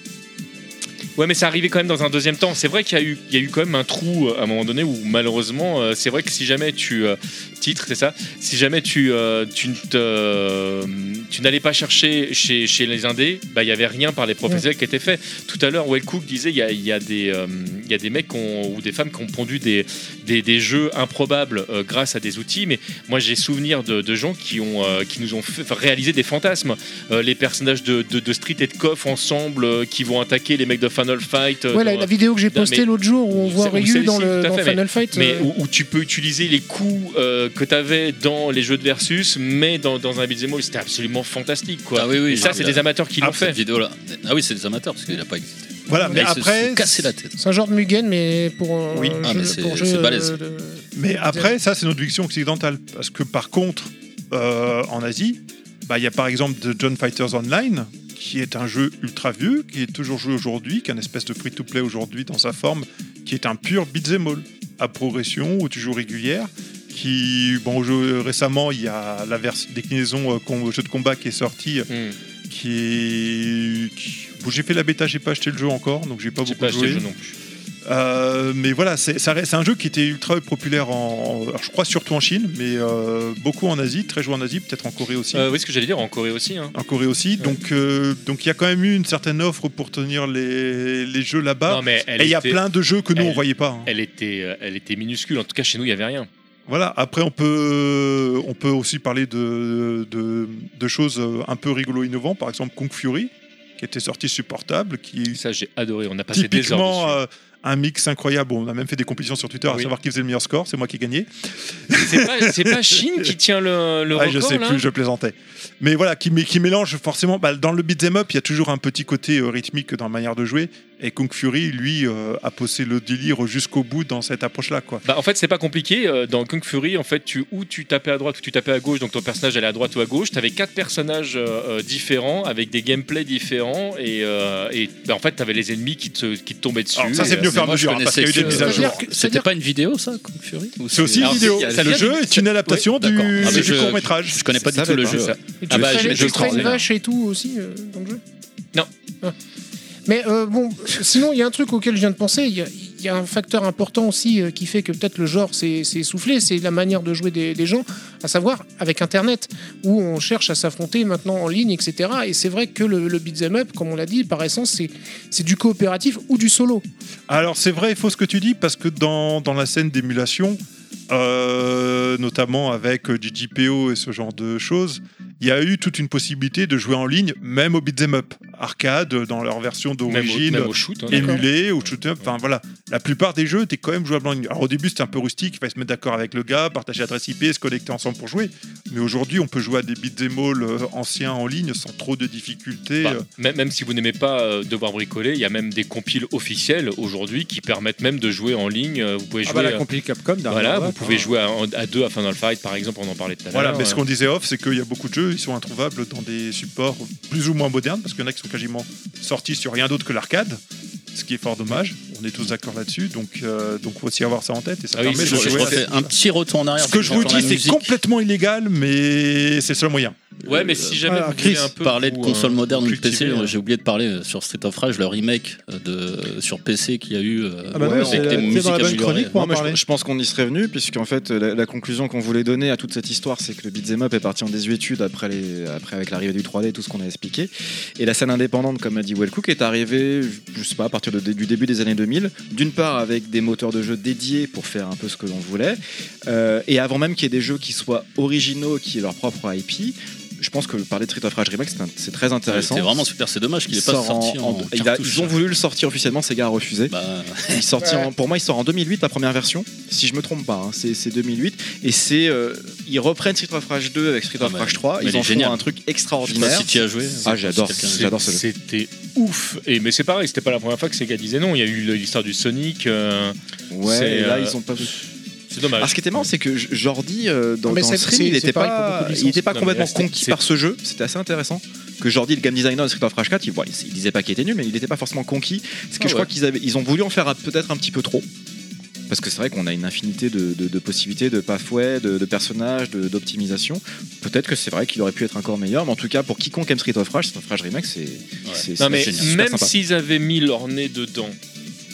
Ouais, mais ça arrivait quand même dans un deuxième temps. C'est vrai qu'il y, a eu- il y a eu quand même un trou euh, à un moment donné où malheureusement, euh, c'est vrai que si jamais tu euh, titre, c'est ça, si jamais tu euh, tu ne te- euh, tu n'allais pas chercher chez, chez les indés, bah il y avait rien par les professionnels qui était fait. Tout à l'heure, Well Cook disait il y a, il y a des euh, il y a des mecs qui ont- ou des femmes qui ont pondu des des, des jeux improbables euh, grâce à des outils. Mais moi, j'ai souvenir de, de gens qui ont euh, qui nous ont fait, enfin, réalisé des fantasmes. Euh, les personnages de, de, de Street et de Coff ensemble euh, qui vont attaquer les mecs de Final Fight. euh, Ouais, la, dans- la vidéo que j'ai non, postée mais- l'autre jour où on voit C'est- Ryu celle-ci, dans le tout à dans fait, Final Fight. mais euh, où, où tu peux utiliser les coups euh, que tu avais dans les jeux de versus, mais dans, dans un beat'em all, c'était absolument fantastique. Quoi. Ah oui, oui, et ça, j'ai- c'est des amateurs qui l'ont Ah, cette fait. vidéo-là. Ah oui, c'est des amateurs, parce qu'il a pas existé. Voilà, mais Là, ils se après, sont cassés la tête. C'est un genre de Mugen, mais pour euh, Oui. jeu- Ah, mais c'est- pour jeu, c'est euh, balèze. de- Mais après, ça, c'est notre fiction occidentale. Parce que par contre, euh, en Asie, Bah, Il y a par exemple The John Fighters Online, qui est un jeu ultra vieux, qui est toujours joué aujourd'hui, qui est un espèce de free-to-play aujourd'hui dans sa forme, qui est un pur beat'em all à progression ou toujours régulière. Qui, bon, jeu, récemment, il y a la vers- déclinaison euh, com- jeu de combat qui est sortie, Hum, qui est. qui- bon, j'ai fait la bêta, j'ai pas acheté le jeu encore, donc j'ai pas J'ai beaucoup pas acheté joué. le jeu non plus. Euh, mais voilà, c'est ça reste- c'est un jeu qui était ultra populaire, en, en- alors, je crois surtout en Chine, mais euh, beaucoup en Asie, très joué en Asie, peut-être en Corée aussi. Euh, oui, ce que j'allais dire, en Corée aussi. hein. En Corée aussi, donc euh, donc il y a quand même eu une certaine offre pour tenir les, les jeux là-bas. Non, mais elle Et il y a était- plein de jeux que nous elle- on voyait pas. hein. Elle était, euh, elle était minuscule. En tout cas, chez nous, il n'y avait rien. Voilà. Après on peut on peut aussi parler de de, de choses euh, un peu rigolo innovant, par exemple Kung Fury, qui était sorti sur portable, qui Ça, j'ai adoré. On a passé des heures. typiquement dessus. euh, un mix incroyable. On a même fait des compétitions sur Twitter à Oui. savoir qui faisait le meilleur score. C'est moi qui gagnais. C'est pas, c'est pas Chine qui tient le, <laughs> le Ah, record je sais là plus, je plaisantais. Mais voilà, qui, mé- qui mélange forcément. bah, dans le beat'em up, il y a toujours un petit côté euh, rythmique dans la manière de jouer. Et Kung Fury, lui, euh, a poussé le délire jusqu'au bout dans cette approche-là. quoi. Bah, en fait, c'est pas compliqué. Euh, Dans Kung Fury, en fait, tu, ou tu tapais à droite ou tu tapais à gauche, donc ton personnage allait à droite ou à gauche. T'avais quatre personnages euh, euh, différents avec des gameplays différents et, euh, et, bah, en fait, t'avais les ennemis qui te, qui te tombaient dessus. Alors, ça, Et, c'est euh, venu au fur et à Moi, je mesure, hein, parce qu'il y a eu des connaissais mises à que- jour. C'était pas une vidéo, ça, Kung Fury ou C'est aussi une Alors, vidéo. si, il y a- Le jeu est une adaptation d'accord. du, Ah, mais je- court-métrage. Je connais pas Ça du tout le dépend. jeu. Ça- Et tu Ah bah, fais je- les je extraits crois, de ouais. vache et tout aussi euh, dans le jeu Non. Ah. Mais euh, bon, sinon, il y a un truc auquel je viens de penser. Il y a, il y a un facteur important aussi euh, qui fait que peut-être le genre s'est s'est essoufflé, c'est la manière de jouer des, des gens, à savoir avec Internet, où on cherche à s'affronter maintenant en ligne, etc. Et c'est vrai que le, le beat'em up, comme on l'a dit, par essence, c'est c'est du coopératif ou du solo. Alors c'est vrai et faux ce que tu dis parce que dans, dans la scène d'émulation, euh, notamment avec euh, du JPO et ce genre de choses, il y a eu toute une possibilité de jouer en ligne, même au beat'em up arcade dans leur version Même au, d'origine. même au shoot. hein, d'accord. émulé ou shoot 'em up, enfin voilà. La plupart des jeux étaient quand même jouables en ligne. Alors au début c'était un peu rustique, il fallait se mettre d'accord avec le gars, partager l'adresse IP, se connecter ensemble pour jouer. Mais aujourd'hui on peut jouer à des beat'em all euh, anciens en ligne sans trop de difficultés. Bah, euh. même, même si vous n'aimez pas euh, devoir bricoler, il y a même des compiles officiels aujourd'hui qui permettent même de jouer en ligne. Euh, Vous pouvez jouer. Ah bah la euh, compil Capcom derrière voilà, la vous boîte, pouvez hein. jouer à, à deux à Final Fight, par exemple, on en parlait tout à l'heure. euh. Voilà, mais ce qu'on disait off, c'est qu'il y a beaucoup de jeux, ils sont introuvables dans des supports plus ou moins modernes, parce qu'il y en a qui sont quasiment sortis sur rien d'autre que l'arcade, ce qui est fort dommage. On est tous d'accord là-dessus, donc euh, donc faut aussi avoir ça en tête et ça Ah oui, permet c'est de sûr, Je jouer. à- refais un petit retour en arrière. Ce que je vous j'entends la dis, c'est musique. complètement illégal, mais c'est le seul moyen. Ouais, mais si jamais voilà, vous voulez Chris, un peu parler de vous, console hein, euh, moderne ou de cultiver, PC, euh, j'ai oublié de parler euh, sur Street of Rage, le remake euh, de, sur PC qu'il y a eu. euh, Ah bah non, avec c'est- des t'es dans la musiques bonne améliorées. chronique, moi. Non, mais parler. je, je pense qu'on y serait venu, puisqu'en fait, euh, la, la conclusion qu'on voulait donner à toute cette histoire, c'est que le beat'em up est parti en désuétude après, les, après avec l'arrivée du 3D et tout ce qu'on a expliqué. Et la scène indépendante, comme a dit Wellcook, est arrivée, je- je sais pas, à partir de- du début des années 2000, d'une part avec des moteurs de jeu dédiés pour faire un peu ce que l'on voulait, euh, et avant même qu'il y ait des jeux qui soient originaux, qui aient leur propre IP. Je pense que parler de Street of Rage Remake, c'est un- c'est très intéressant. C'était vraiment super, c'est dommage qu'il est pas Sort en- sorti en, en- il a- cartouche. hein. ils ont voulu le sortir officiellement, Sega a refusé. Bah, Il sortit en- pour moi, il sort en 2008 la première version, si je me trompe pas. hein, c'est c'est 2008 et c'est euh, ils reprennent Street of Rage 2 avec Street Ah, of mais- Rage 3. mais il Ils est en font génial. un truc je sais pas extraordinaire. si tu y as joué. Ah, j'adore, Si quelqu'un- j'adore ce jeu. C'était ouf. Et mais c'est pareil, c'était pas la première fois que Sega disait non. Il y a eu le- l'histoire du Sonic. euh, Ouais, C'est, et là euh, ils ont pas. c'est dommage. Ah, ce qui était marrant, c'est que J- Jordi euh, dans, Non, Ah, mais dans le c'est- stream, c'est- il c'est n'était pareil pour pas, beaucoup de il était pas licences. complètement Non, mais là, conquis c'est- par ce jeu. C'était assez intéressant. Que Jordi, le game designer de Street of Rage 4, il, bon, il- il disait pas qu'il était nul, mais il n'était pas forcément conquis. Parce Ah que je ouais. crois qu'ils avaient, ils ont voulu en faire un- peut-être un petit peu trop. Parce que c'est vrai qu'on a une infinité de, de- de possibilités, de pathways, de, de personnages, de- d'optimisation. Peut-être que c'est vrai qu'il aurait pu être encore meilleur, mais en tout cas, pour quiconque aime Street of Rage, Street of Rage Remake, c'est c'est- Non c'est mais génial, super même sympa. s'ils avaient mis leur nez dedans,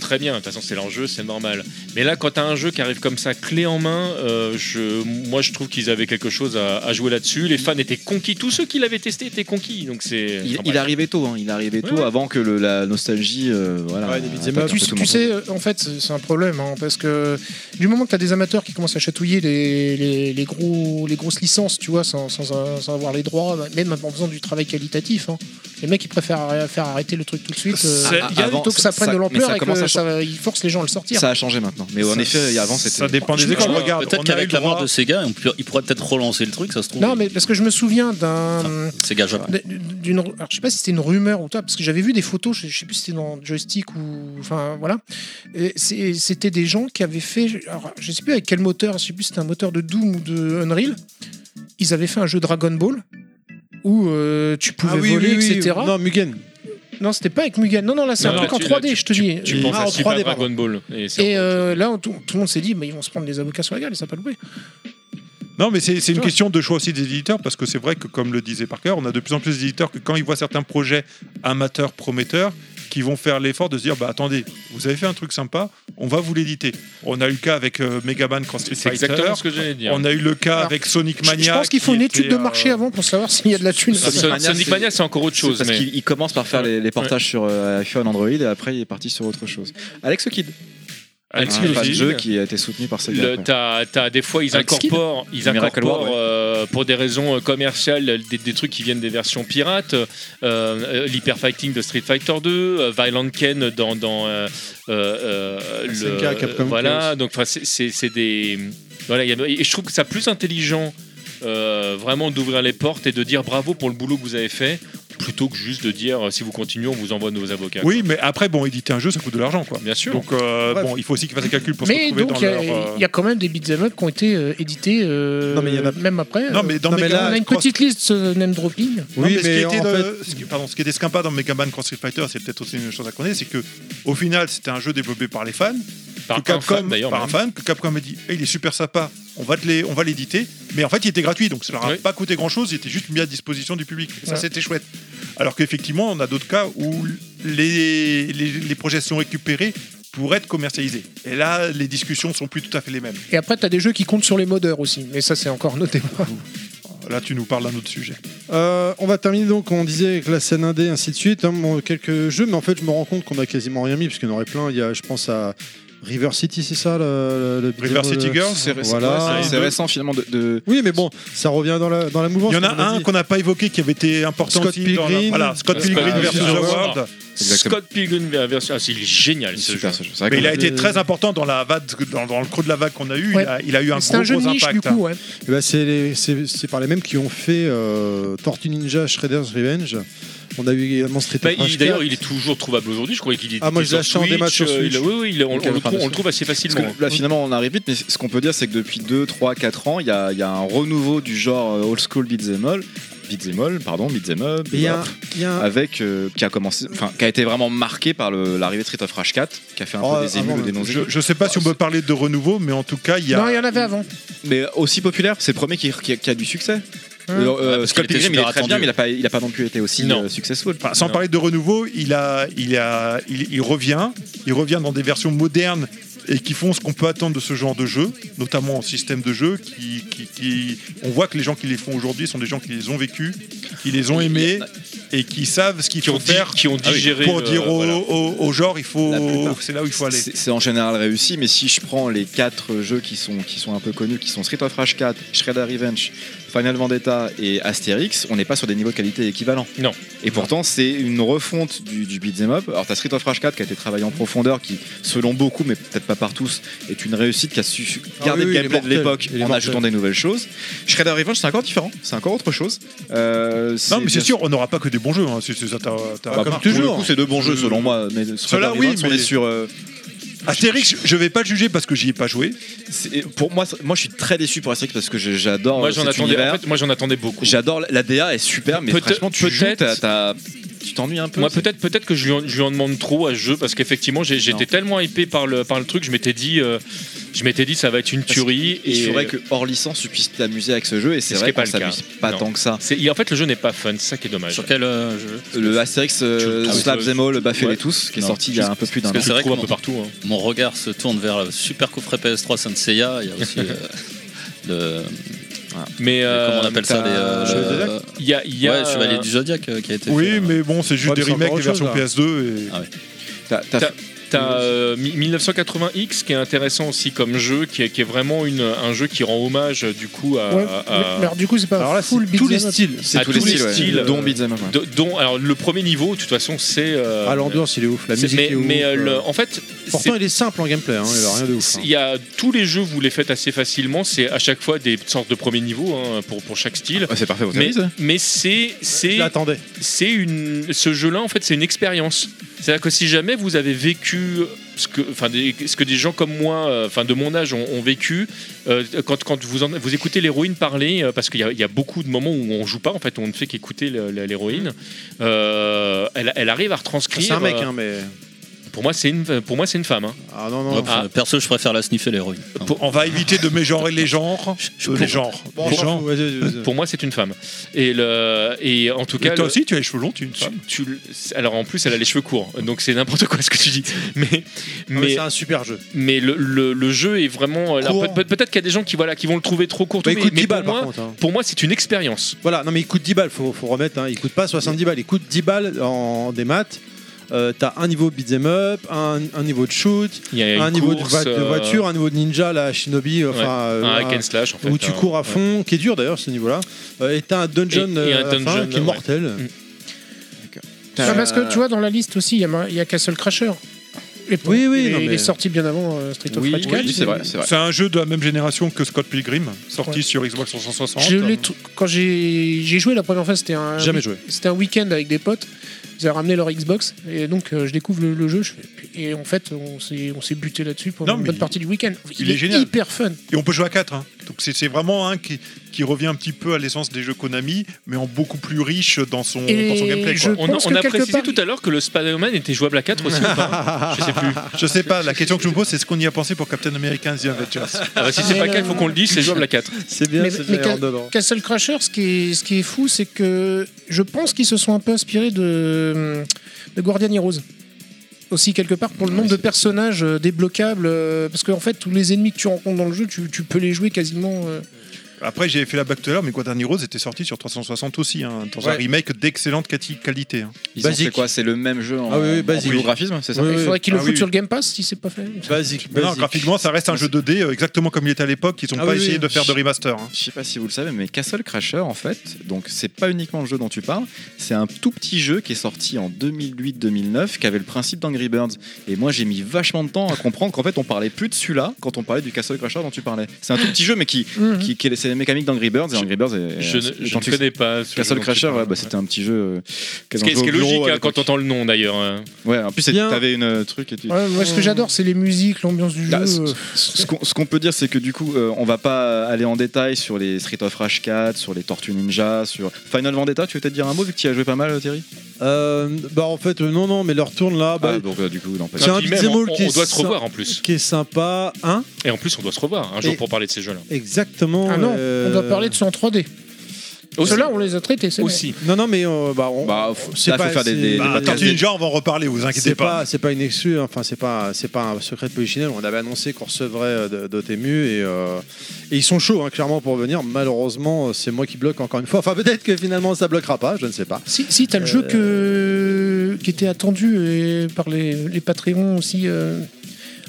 très bien. De toute façon, c'est leur jeu, c'est normal. Mais là, quand t'as un jeu qui arrive comme ça, clé en main, euh, je, moi, je trouve qu'ils avaient quelque chose à, à jouer là-dessus. Les fans étaient conquis. Tous ceux qui l'avaient testé étaient conquis. Donc c'est. Il, enfin, il bref. arrivait tôt, hein, il arrivait tôt Ouais. avant que le- la nostalgie. euh, voilà, Ouais, des beat'em attaque up. un peu Tu, tout le tu monde. sais, euh, en fait, c'est c'est un problème, hein, parce que du moment que tu as des amateurs qui commencent à chatouiller les, les- les gros, les grosses licences, tu vois, sans, sans- sans avoir les droits, bah, même en faisant du travail qualitatif, hein, les mecs, ils préfèrent arr- faire arrêter le truc tout de suite, euh, C'est- Ah, avant, plutôt que ça ça- prenne ça- de mais l'ampleur ça et commence à que ça, ils forcent les gens à le sortir. Ça a changé maintenant. Mais en Ça- effet, avant, c'était. Ça dépend des Je écoles. pense- Regarde, Peut-être on a eu qu'avec le la mort droit- de Sega, on peut- ils pourraient peut-être relancer le truc, ça se trouve. Non, mais parce que je me souviens d'un. Sega Japon. D- d'une alors, je sais pas si c'était une rumeur ou toi parce que j'avais vu des photos je, je sais plus si c'était dans joystick ou enfin voilà Et c'est- c'était des gens qui avaient fait alors, je sais plus avec quel moteur je sais plus si c'était un moteur de Doom ou de Unreal ils avaient fait un jeu Dragon Ball où euh, tu pouvais Ah oui, oui, voler, oui. etc. Non, Mugen. Non, c'était pas avec Mugen. Non, non, là, c'est un Non, truc là, en tu- 3D, là, tu- je te dis. Tu penses Ah, en à Super 3D, Dragon Ball. Et c'est Et euh, là, on- tout, tout le monde s'est dit, mais ils vont se prendre des avocats sur la gueule, ça pas loupé. Non, mais c'est c'est une Ouais. question de choix aussi des éditeurs, parce que c'est vrai que, comme le disait Parker, on a de plus en plus d'éditeurs que quand ils voient certains projets amateurs, prometteurs, qui vont faire l'effort de se dire bah attendez, vous avez fait un truc sympa, on va vous l'éditer. On a eu le cas avec euh, Megaman Cross Street c'est Fighter. exactement ce hein. que j'allais dire. On a eu le cas Alors, avec Sonic Je- Mania. Je pense qu'il faut qui une étude était, de euh, marché avant pour savoir s'il y a de la thune. Ah, Son- Sonic Mania, c'est encore autre chose. Parce mais- qu'il il commence par faire les, les portages sur euh, iPhone, Android, et après il est parti sur autre chose. Alex Kidd, Alex un Kidd fan aussi. jeu qui a été soutenu par Sega. Le- après. t'as- t'as- des fois, ils Avec Skid. incorporent, ils Miracle incorporent World, ouais. euh, pour des raisons euh, commerciales des, des trucs qui viennent des versions pirates. euh, euh, L'hyper fighting de Street Fighter 2, euh, Violent Ken dans, dans euh, euh, euh, SNK, Capcom voilà, Chaos. donc enfin, c'est- c'est c'est des. Voilà, il y a- et je trouve que ça plus intelligent. euh, vraiment d'ouvrir les portes et de dire bravo pour le boulot que vous avez fait plutôt que juste de dire euh, si vous continuez on vous envoie nos avocats Oui, mais après, bon, éditer un jeu, ça coûte de l'argent, quoi. bien sûr Donc, euh, Bref. bon, il faut aussi qu'ils fassent les calculs pour se Mais retrouver donc, dans il y, a- leur. euh, il y a quand même des beat'em up qui ont été euh, édités euh, Non, mais il y en a- même après. Non, mais dans Non, mais Megaman on a une Cross- petite liste euh, name dropping. Non, Oui, mais, mais ce, qui était en de- ce qui- pardon, ce qui était sympa dans Megaman Cross Street Fighter, c'est peut-être aussi une chose à connaître, c'est que au final, c'était un jeu développé par les fans, par que un Capcom, fan, d'ailleurs par un même. fan, que Capcom a dit, Eh, il est super sympa, on va te les- on va l'éditer, mais en fait, il était gratuit, donc ça leur a Oui. pas coûté grand-chose, il était juste mis à disposition du public. Et Ça, Ouais. c'était chouette. Alors qu'effectivement, on a d'autres cas où les, les, les projets sont récupérés pour être commercialisés. Et là, les discussions sont plus tout à fait les mêmes. Et après, t'as des jeux qui comptent sur les modeurs aussi. Mais ça, c'est encore noté. Là, tu nous parles d'un autre sujet. Euh, on va terminer donc, on disait avec la scène indé, ainsi de suite, hein, bon, quelques jeux, mais en fait je me rends compte qu'on a quasiment rien mis, parce qu'il y en aurait plein, il y a je pense à River City, c'est ça le, le- le River beat'em all, City euh, Girls, C'est récent, Voilà. ouais, c'est- c'est récent finalement de, de- Oui mais bon, ça revient dans la, dans la mouvance. Il y en comme on a un dit. qu'on n'a pas évoqué qui avait été important Scott aussi dans la- Pilgrim. voilà, Scott Euh, Pilgrim Scott versus The Pilgrim. World. Exactement. Scott Pilgrim version ah, c'est il est génial ce jeu super ce jeu. C'est vrai Mais qu'on- il a été Euh, très important dans, la vague, dans, dans le creux de la vague qu'on a eu. Ouais. Il, a, il a eu un C'est un gros, jeu de gros niche, impact. hein. du coup. hein. ouais. Eh ben, c'est les- c'est- c'est par les mêmes qui ont fait euh, Tortue Ninja Shredder's Revenge. On a eu également Street Bah, of il- Rage D'ailleurs, 4. il est toujours trouvable aujourd'hui. Je croyais qu'il était Ah, moi, je l'ai acheté en démat sur euh, il- Switch. Oui, oui, il- on, on Ok, le enfin, trouve, on le sur- trouve assez Parce facilement. que là finalement on arrive vite, mais ce qu'on peut dire c'est que depuis 2, 3, 4 ans, il y a, il y a un renouveau du genre euh, old school beat'em all, beat'em all, pardon, beat'em up, Il y a, un- il y a un- Ah, avec euh, qui a commencé, enfin qui a été vraiment marqué par le- l'arrivée de Street of Rage 4, qui a fait un Oh, peu des émules, avant, des non-émules, Je ne sais pas si on peut parler de renouveau, mais en tout cas, il y a. Non, il y en avait avant. mais aussi populaire. C'est le premier qui, qui a, qui a du succès. Euh, euh, Mmh. Ah, parce Scott qu'il était Pilgrim, il est super très bien, attendu. mais il a pas, il a pas non plus été aussi Non. euh, successful. Enfin, sans Non. parler de renouveau, il, a, il, a, il, il revient. Il revient dans des versions modernes et qui font ce qu'on peut attendre de ce genre de jeu, notamment en système de jeu. Qui, qui- qui- on voit que les gens qui les font aujourd'hui sont des gens qui les ont vécus, qui les ont aimés et qui savent ce qu'il Qui ont faut di- faire Ah qui ont digéré. pour euh, dire au, voilà. au- au genre, il La faut, plupart. c'est là où il faut aller. C'est c'est en général réussi, mais si je prends les quatre jeux qui sont, qui sont un peu connus, qui sont Street of Rage 4, Shredder Revenge, Final Vendetta et Astérix, on n'est pas sur des niveaux de qualité équivalents. Non. Et pourtant, c'est une refonte du, du beat'em up. Alors, t'as Street of Rage 4 qui a été travaillé en profondeur, qui, selon beaucoup, mais peut-être pas par tous, est une réussite qui a su su Ah garder oui, oui, le il est gameplay de mortel. l'époque Il est en mortel. ajoutant des nouvelles choses. Shredder Revenge, c'est encore différent, c'est encore autre chose. Euh, Non, mais c'est sûr, on n'aura pas que des bons jeux. hein. C'est- c'est ça, t'as- t'as- Bah, comme pour toujours. Euh, le coup, c'est deux bons jeux selon moi. Mais Shredder oui, Revenge, on mais- est sur. euh, Astérix, je vais pas le juger parce que j'y ai pas joué. C'est- Pour moi, c'est- moi, je suis très déçu pour Astérix parce que je- j'adore Moi, euh, j'en cet attendais, univers. en fait, moi, j'en attendais beaucoup. J'adore la DA est super, mais Peut- franchement, tu joues, peut-être- t'as- t'as- tu t'ennuies un peu. Moi c'est- peut-être peut-être que je lui, en, je lui en demande trop à ce jeu parce qu'effectivement j'ai- j'étais Non. tellement hypé par le par le truc je m'étais dit euh, je m'étais dit ça va être une tuerie Il et faudrait que hors licence, tu puisses t'amuser avec ce jeu et c'est ce qui vrai est pas qu'on le cas. s'amuse pas Non. tant que ça. c'est- et en fait le jeu n'est pas fun c'est ça qui est dommage. Sur quel euh, jeu Le Astérix euh, Ah oui. Slap Them All, Baffez les tous, qui est Non. sorti il y a un peu plus d'un an. Parce Tu que c'est vrai le trouves un que peu partout. hein. Mon regard se tourne vers le super coffret PS3 Senseiya. Il y a <laughs> aussi euh, le. Mais euh, comment on appelle ça t'as- les, euh, Chevalier le- du il y a il y a Ouais, Chevalier du Zodiac euh, qui a été Oui, fait, euh, mais bon, c'est juste Ouais, des mais c'est remakes encore des autre chose, versions PS2. Et... Ah. T'as- t'as- T'as- T'as euh, mi- 1980X qui est intéressant aussi comme jeu, qui est, qui est vraiment une, un jeu qui rend hommage euh, du coup à, Ouais, à- mais alors, du coup, c'est pas Alors là, c'est full tous les beat'em up. styles. C'est à tous les tous les styles, ouais. styles, dont euh, beat'em up, ouais. de- dont alors le premier niveau de toute façon c'est euh, Ah l'ambiance, il est ouf, la c'est- musique mais, est ouf. mais, euh, euh, le- en fait c'est- Pourtant, il est simple en gameplay, hein, il a rien de ouf. hein. Il y a tous les jeux, vous les faites assez facilement. C'est à chaque fois des sortes de premiers niveaux hein, pour, pour chaque style. Ouais, c'est parfait, Ah, bah, vous Mais, savez, ça mais c'est Je c'est l'attendais. c'est une ce jeu-là en fait c'est une expérience. C'est-à-dire que si jamais vous avez vécu ce que, enfin, des- ce que des gens comme moi, euh, enfin de mon âge, ont, ont vécu, euh, quand, quand vous, en- vous écoutez l'héroïne parler, euh, parce qu'il y, a- il y a beaucoup de moments où on joue pas, en fait, où on ne fait qu'écouter le- le- l'héroïne, euh, elle, elle arrive à retranscrire. C'est un mec, euh, hein, mais. Pour moi, c'est une, pour moi, c'est une femme. hein. Ah non, Ouais, non. enfin, Perso, je préfère la sniffer l'héroïne. Pour- On va éviter de mégenrer les genres. je- Euh, pour- les genres. Bon, les on s'en genres. fout, vas-y, vas-y, vas-y. Pour moi, c'est une femme. Et, le, et en tout Et cas. toi le- aussi, tu as les cheveux longs, tu es une femme. tu le- alors en plus elle a les cheveux courts donc c'est n'importe quoi ce que tu dis mais Non, mais mais Ah c'est un super jeu. mais le, le- le jeu est vraiment alors, Court. peut- peut- peut-être qu'il y a des gens qui voilà qui vont le trouver trop court Bah, tout, il coûte 10 pour balles moi par contre. hein. pour moi c'est une expérience Voilà, non mais il coûte 10 balles, faut, faut remettre, hein. il coûte pas 70 balles, il coûte 10 balles en des maths. Euh, T'as un niveau beat'em up, un, un niveau de shoot, il y a une un niveau de course, va- de, euh, voiture, un niveau de ninja, la shinobi, ouais, enfin, euh, un un- hack and slash en fait où tu hein. cours à Ouais. fond, qui est dur d'ailleurs ce niveau-là. Euh, et t'as un dungeon, Et- et euh, un à la fin, dungeon, qui est ouais. mortel. <laughs> Ah, parce que tu vois, dans la liste aussi, il y a ma- il y, a Castle Crasher. Et pour- Oui, oui, il, est- non, il mais- est sorti bien avant euh, Street of Oui, Rage 4. oui, c'est vrai, c'est vrai. C'est un jeu de la même génération que Scott Pilgrim, sorti Ouais. sur Xbox 360. Je l'ai tr- quand j'ai j'ai joué la première fois, c'était un Jamais joué. c'était un week-end avec des potes. Ils avaient ramené leur Xbox et donc euh, je découvre le, le jeu. je fais- et en fait, on s'est on s'est buté là-dessus pendant Non, une mais bonne il- partie du week-end. il est génial. hyper fun. Et on peut jouer à 4. Donc c'est c'est vraiment un qui, qui revient un petit peu à l'essence des jeux Konami, mais en beaucoup plus riche dans son, Et dans son gameplay. je- quoi. on, a- pense on que a quelque précisé part- tout à l'heure que le Spider-Man était jouable à <laughs> 4 aussi ou pas je sais plus Je sais <laughs> pas, la question que je me pose, c'est ce qu'on y a pensé pour Captain America and The Avengers. Ah bah, si c'est Mais pas le- 4 faut qu'on le dise c'est jouable à 4 C'est bien, Mais- c'est mais bien quel- dedans. Castle Crasher, ce qui est, ce qui est fou, c'est que je pense qu'ils se sont un peu inspirés de, euh, de Guardian Heroes. Aussi, quelque part, pour le nombre de personnages euh, débloquables. euh, parce qu'en fait, tous les ennemis que tu rencontres dans le jeu, tu, tu peux les jouer quasiment. euh, Après, j'ai fait la back to l'heure, mais Guardian Heroes était sorti sur 360 aussi, hein, dans un Ouais. remake d'excellente quali- qualité. hein. Ils Basique. ont fait quoi C'est le même jeu en, Ah oui, oui, en basique. plus graphisme, c'est ça Oui, il oui. faudrait qu'ils le Ah foutent oui, sur oui. le Game Pass si c'est pas fait. Basique, Mais Non, basique. graphiquement, ça reste un jeu 2D euh, exactement comme il était à l'époque. Ils n'ont Ah pas oui, essayé oui. de faire de remaster. hein. Je sais pas si vous le savez, mais Castle Crasher, en fait, donc c'est pas uniquement le jeu dont tu parles, c'est un tout petit jeu qui est sorti en 2008-2009 qui avait le principe d'Angry Birds. Et moi, j'ai mis vachement de temps à comprendre qu'en fait, on parlait plus de celui-là quand on parlait du Castle Crasher dont tu parlais. C'est un tout petit jeu, mais qui, Mhm. qui, qui est- c'est les mécaniques d'Angry Birds et Angry Birds est. je ne, est- est- je ne connais pas ce jeu Castle dont tu Crasher, parles. ouais, bah, c'était un petit jeu. euh, hein. ce qu'elles qui est, ont ce qui est joué au bureau logique à hein, quand l'époque. t'entends le nom d'ailleurs hein. Ouais, en plus, c'est- Bien. t'avais une euh, truc et tu. Ouais, moi, ce que j'adore, c'est les musiques, l'ambiance du Là, jeu. ce- euh, Ce qu'on ce qu'on peut dire, c'est que du coup, euh, on va pas aller en détail sur les Street of Rage 4, sur les Tortues Ninja, sur Final Vendetta. Tu veux peut-être dire un mot vu que tu y as joué pas mal, Thierry Euh, bah en fait, euh, non, non, mais leur tourne là, bah, Ah, donc euh, du coup, non, pas C'est Quand un il beat'em m'aime, all on, qui est on doit se sans- revoir en plus qui est sympa, hein et en plus on doit se revoir un jour Et- pour parler de ces jeux là Exactement. Ah non, euh, on doit parler de son 3D. Ceux-là, on les a traités, c'est vrai. aussi Non, non, mais euh, bah, on. Bah, faut- c'est là, pas- faut faire des, c'est- des- des Bah, Bah, podcasts Tortue attendez, dé- Ninja, on va en reparler, vous inquiétez C'est pas. pas, c'est pas une exclu, hein, enfin c'est pas, c'est pas un secret de polichinelle. On avait annoncé qu'on recevrait euh, de- Dotemu et, euh, et ils sont chauds hein, clairement pour venir. Malheureusement, euh, c'est moi qui bloque encore une fois. Enfin peut-être que finalement ça bloquera pas, je ne sais pas. Si, si t'as le jeu que... qui était attendu euh, par les, les Patreons aussi. euh,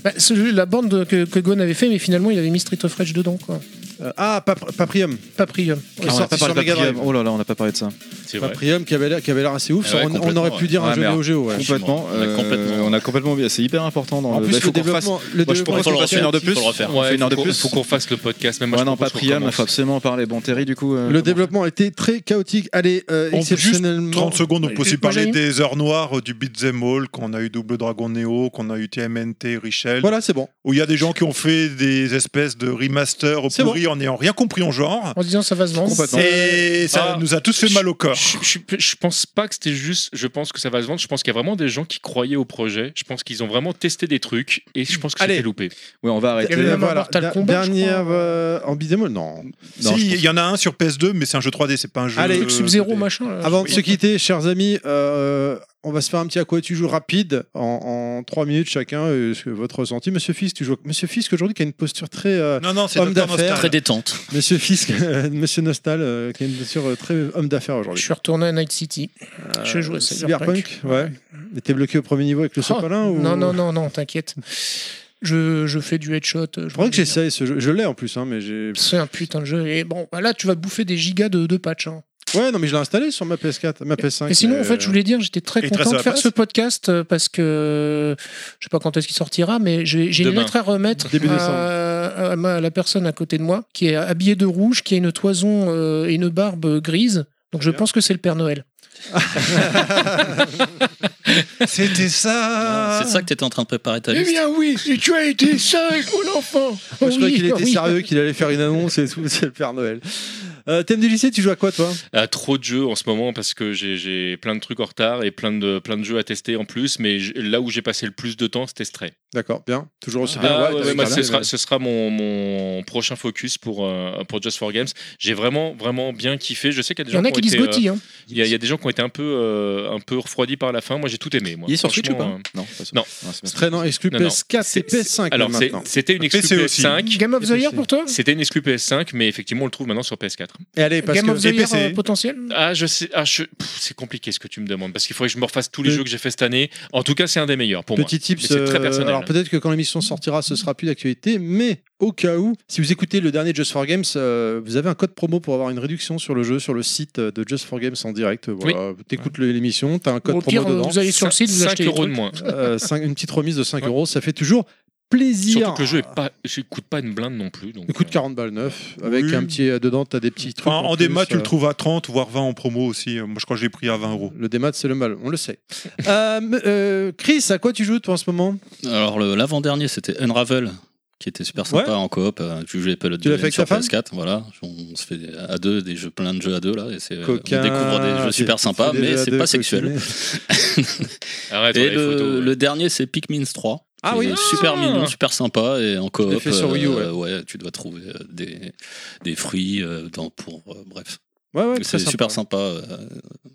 bah, celui- la bande de- que, que Gon avait fait, mais finalement il avait mis Street of Rage dedans, quoi. euh, Euh, ah Pap- Paprium, Paprium. qui est Ah, on a sorti pas parlé sur de Mega Paprium. Drive. Oh là là, on n'a pas parlé de ça. c'est vrai Paprium qui avait l'air, qui avait l'air assez ouf. Ouais, on, on aurait complètement, pu dire ouais. un jeu Ouais, Neo Geo. Ah, ouais. Ah, Complètement, On a euh, complètement- on a complètement oublié. C'est hyper important dans En le. plus bah, il faut le qu'on fasse. développement, le Moi, je développement- propose Faut le qu'on fasse une refaire, heure de faut le plus. refaire. On fait une heure de faut qu'on- plus. faut qu'on fasse le podcast même moi Ouais, je non, propose pas qu'on Priam, il commence. faut absolument en parler. Bon, Terry, du coup. euh, Le développement a été très chaotique. Allez, euh, On- juste exceptionnellement. 30 secondes, on peut aussi Et moi, parler j'ai- des heures noires euh, du Beat'em All, qu'on a eu Double Dragon Neo, qu'on a eu TMNT, Richel, Voilà, c'est bon. où il y a des gens qui ont fait des espèces de remasters C'est pourris en n'ayant rien compris en genre. En se disant ça va se vendre. Complètement. Et ça Ah. nous a tous fait mal au corps. Je, je- je pense pas que c'était juste. Je pense que ça va se vendre. Je pense qu'il y a vraiment des gens qui croyaient au projet. Je pense qu'ils ont vraiment testé des trucs et je pense que Allez. c'était loupé. Ouais, on va Et arrêter. avait même un voilà, Mortal da- Kombat, je dernière crois. euh, en bidémo, non. Non, si, je il y en a un sur PS2, mais c'est un jeu 3D, c'est pas un jeu. Allez. euh, Truc Sub-Zero, 2D. machin. là. Avant de Oui. se quitter, chers amis, euh, on va se faire un petit à quoi tu joues rapide en, en 3 minutes chacun. euh, ce que- votre ressenti, Monsieur Fisk, tu joues. Monsieur Fisk aujourd'hui qui a une posture très. <laughs> euh, Non, non, c'est Homme Dr. d'affaires. Nostal. Très détente. Monsieur Fisk, <laughs> euh, Monsieur Nostal, euh, qui a une posture euh, très homme d'affaires Je aujourd'hui. suis retourné à Night City. je joue à Cyberpunk, ouais. Et T'es bloqué au premier niveau avec le Oh, sopalin ou... Non, non, non, non, t'inquiète. Je, je fais du headshot. Je Je crois que j'essaye ce jeu. Je l'ai en plus, hein, mais j'ai. C'est un putain de jeu. Et bon, bah là, tu vas bouffer des gigas de, de patchs. hein. Ouais, non, mais je l'ai installé sur ma PS4, ma PS5. Et sinon, en fait, je euh, voulais dire, j'étais très il te reste content de de la faire place ce podcast euh, parce que euh, je sais pas quand est-ce qu'il sortira, mais j'ai j'ai une Demain. lettre à remettre Début décembre. à, à ma- à la personne à côté de moi qui est habillée de rouge, qui a une toison euh, et une barbe grise. Donc je pense que c'est le Père Noël. euh, C'était Ah. <laughs> ça. C'est ça que t'étais en train de préparer ta Eh liste. bien oui, si tu as été sage, mon enfant. Moi, je Oui, croyais qu'il était oui. sérieux, qu'il allait faire une annonce et tout, <laughs> c'est le Père Noël. Euh, thème du lycée, tu joues à quoi toi à trop de jeux en ce moment parce que j'ai- j'ai plein de trucs en retard et plein de, plein de jeux à tester en plus. Mais j- là où j'ai passé le plus de temps, c'était Stray. D'accord, bien. Toujours aussi bien. Ah ouais, ouais, t'as ouais, vu, moi, t'as ce, bien sera, aimé. ce sera mon, mon prochain focus pour, euh, pour Just for Games. J'ai vraiment, vraiment bien kiffé. Je sais qu'il y a des Il y gens en a qui qui ont disent été, euh, Gauthier. Hein. Il y, a- il y a des gens qui ont été un peu, euh, un peu refroidis par la fin. Moi, j'ai tout aimé. Moi. Il est sur Switch ou pas Franchement, euh, Non, pas sûr. non. c'est pas sûr. Stray, non, exclu Non, non. PS4 et C'est- PS5 Alors, c'est- maintenant. c'était une exclu PC aussi. PS5. Game of the Year pour toi C'était une exclu PS5, mais effectivement, on le trouve maintenant sur PS4. Et allez, parce Game que of the Year PC. euh, potentiel Ah, je sais. Ah, je- pff, c'est compliqué ce que tu me demandes parce qu'il faudrait que je me refasse tous les Pe- jeux que j'ai fait cette année. En tout cas, c'est un des meilleurs pour Petit moi. tips, Mais C'est très euh, personnel. hein. alors peut-être que quand l'émission sortira, ce sera plus d'actualité, mais au cas où, si vous écoutez le dernier Just for Games, euh, vous avez un code promo pour avoir une réduction sur le jeu sur le site euh, de Just for Games en direct. Voilà, t'écoutes le- l'émission, t'as un code Au promo pire, euh, dedans, vous allez sur le site, vous 5 achetez les euros de trucs. moins. Euh, cinq- une petite remise de 5 euros, ça fait toujours plaisir. Surtout que le jeu est pas, il coûte pas une blinde non plus. Donc, Il coûte euh, 40 balles neuf, avec Oui. un petit euh, dedans, t'as des petits trucs. Enfin, en plus, démat, tu euh, le trouves à 30 voire 20 en promo aussi. Moi, je crois que je l'ai pris à 20 Oh. euros. Le démat, c'est le mal, on le sait. <laughs> Euh, m- euh, Chris, à quoi tu joues toi en ce moment Alors, le- l'avant-dernier, c'était Unravel, qui était super sympa Ouais. en coop. euh, Tu jouais Pelot Tu l'as fait avec sur ta femme PS4. Voilà, on se fait des- à deux, des jeux, plein de jeux à deux, là. Et c'est, euh, Coquin, on découvre des jeux tu- super tu sympas, fais des mais jeux à c'est deux, pas sexuel. coquinet. Arrête, Et ouais, les le, photos, ouais. le dernier, c'est Pikmin's 3. Ah qui oui. est Ah. super mignon, super sympa et en coop. l'ai fait sur Wii U, ouais. euh, tu dois trouver euh, des, des fruits euh, dans, pour euh, bref. Ouais, ouais, C'est très sympa. super sympa. euh,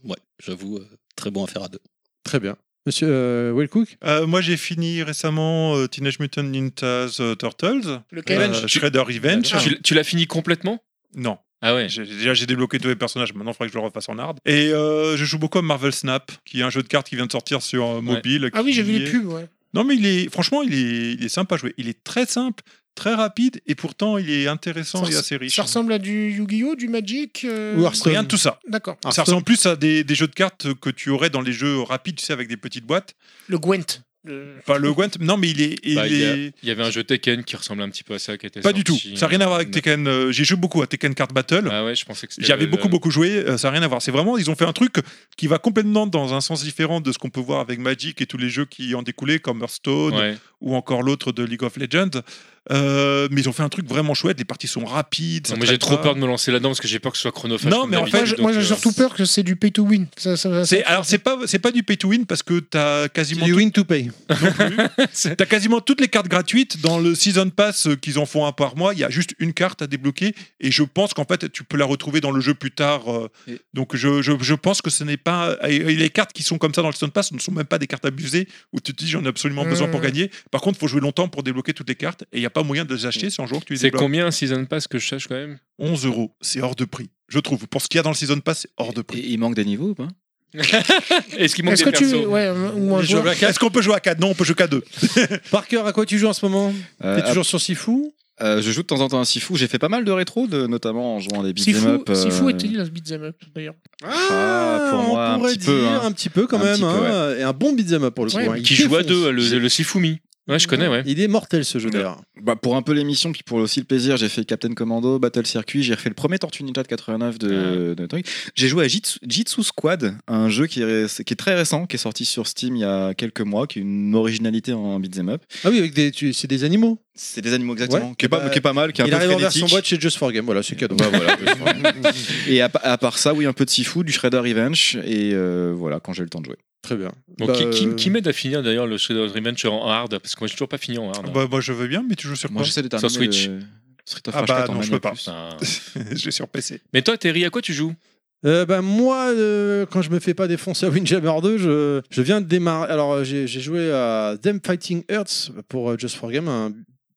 ouais, j'avoue, euh, très bon à faire à deux. Très bien. Monsieur euh, Wellcook Euh, moi, j'ai fini récemment euh, Teenage Mutant Ninja Turtles, Lequel euh, Shredder Revenge. Tu, tu l'as fini complètement Non, Ah ouais. j'ai- déjà j'ai débloqué tous les personnages, maintenant il faudrait que je le refasse en hard. Et euh, je joue beaucoup à Marvel Snap, qui est un jeu de cartes qui vient de sortir sur euh, mobile. Ah oui, j'ai qui vu est- les pubs, ouais. Non, mais il est franchement, il est, il est sympa à jouer. Il est très simple, très rapide, et pourtant il est intéressant Ça et res- assez riche. Ça ressemble à du Yu-Gi-Oh, du Magic euh, Ou Hearthstone Rien de tout ça. D'accord. Ça Hearthstone. ressemble plus à des, des jeux de cartes que tu aurais dans les jeux rapides, tu sais, avec des petites boîtes. Le Gwent. Le- Pas le Gwent, non, mais il est. Il Bah, est... Il y avait un jeu Tekken qui ressemblait un petit peu à ça qui était Pas du tout. sorti. Ça n'a rien à voir avec Non. Tekken. euh, J'ai joué beaucoup à Tekken Card Battle. Ah ouais, je pensais que c'était J'avais le- beaucoup, le- beaucoup joué. euh, ça n'a rien à voir. C'est vraiment, ils ont fait un truc qui va complètement dans un sens différent de ce qu'on peut voir avec Magic et tous les jeux qui en découlaient, comme Hearthstone Ouais. ou encore l'autre de League of Legends. Euh, mais ils ont fait un truc vraiment chouette. Les parties sont rapides. ça Non, moi j'ai trop traîne pas. peur de me lancer là-dedans parce que j'ai peur que ce soit chronophage. Non, comme mais en Moi, d'habitude, j'ai- donc, moi, j'ai euh, surtout peur que c'est du pay to win. Ça, ça, ça- C'est alors c'est pas c'est pas du pay to win parce que t'as quasiment You win to pay. tout- t'as quasiment toutes les cartes gratuites dans le season pass euh, qu'ils en font un par mois il y a juste une carte à débloquer et je pense qu'en fait tu peux la retrouver dans le jeu plus tard euh, Et- donc je, je, je pense que ce n'est pas et- et les cartes qui sont comme ça dans le season pass ne sont même pas des cartes abusées où tu te dis j'en ai absolument besoin pour Mmh. gagner par contre faut jouer longtemps pour débloquer toutes les cartes et il y a pas moyen de les acheter c'est un jour que tu les C'est débloques combien un season pass que je sache quand même 11 euros c'est hors de prix je trouve pour ce qu'il y a dans le season pass c'est hors de Et prix Il manque des niveaux ou pas Est-ce qu'il manque Est-ce des que tu. persos Ouais, euh, ou un Les jeux joueur. à quatre. est-ce qu'on peut jouer à 4 non on peut jouer qu'à 2 Parker, à quoi tu joues en ce moment Euh, T'es toujours sur Sifu Euh, je joue de temps en temps à Sifu. J'ai fait pas mal de rétro, de, notamment en jouant à des Sifu beat'em up. euh, Sifu était dans ce beat'em up d'ailleurs. Ah, pour on moi, un pourrait petit dire peu, hein. un petit peu quand Un même, petit peu, hein, et un bon beat'em up pour le Ouais, coup. hein. Qui Il joue à défonce. deux, le, le Sifumi. Ouais, je connais, ouais. Il est mortel ce jeu Ouais. d'ailleurs. bah, pour un peu l'émission, puis pour aussi le plaisir, j'ai fait Captain Commando, Battle Circuit, j'ai refait le premier Tortue Ninja de 89 de, de truc. J'ai joué à Jitsu, Jitsu Squad, un jeu qui est, ré- qui est très récent, qui est sorti sur Steam il y a quelques mois, qui est une originalité en beat'em up. Ah oui, avec des, tu- c'est des animaux. C'est des animaux exactement, Ouais. qui, est pas, Bah, qui est pas mal, qui est un Il peu arrive en version frénétique. boîte chez Just for Game, voilà, c'est cadeau. Bah voilà, Just <laughs> for Et à, pa- à part ça, oui, un peu de Sifu, du Shredder Revenge, et euh, voilà, quand j'ai le temps de jouer. Très bien. Donc, Bah, qui, qui- qui euh, m'aide à finir d'ailleurs le Shadow Revenge en hard Parce que moi j'ai toujours pas fini en Ah hard. bah, moi je veux bien mais tu joues sur Moi, quoi j'essaie de terminer Sur Switch. le Street of Ah Rage bah 4 en non, je mania peux pas. plus. Putain. <laughs> je l'ai sur PC Mais toi, Terry, à quoi tu joues Euh, bah, moi, euh, quand je me fais pas défoncer à Windjammer 2, je, je viens de démarrer. Alors, euh, j'ai j'ai joué à Them Fighting Earths pour euh, Just for Game, un,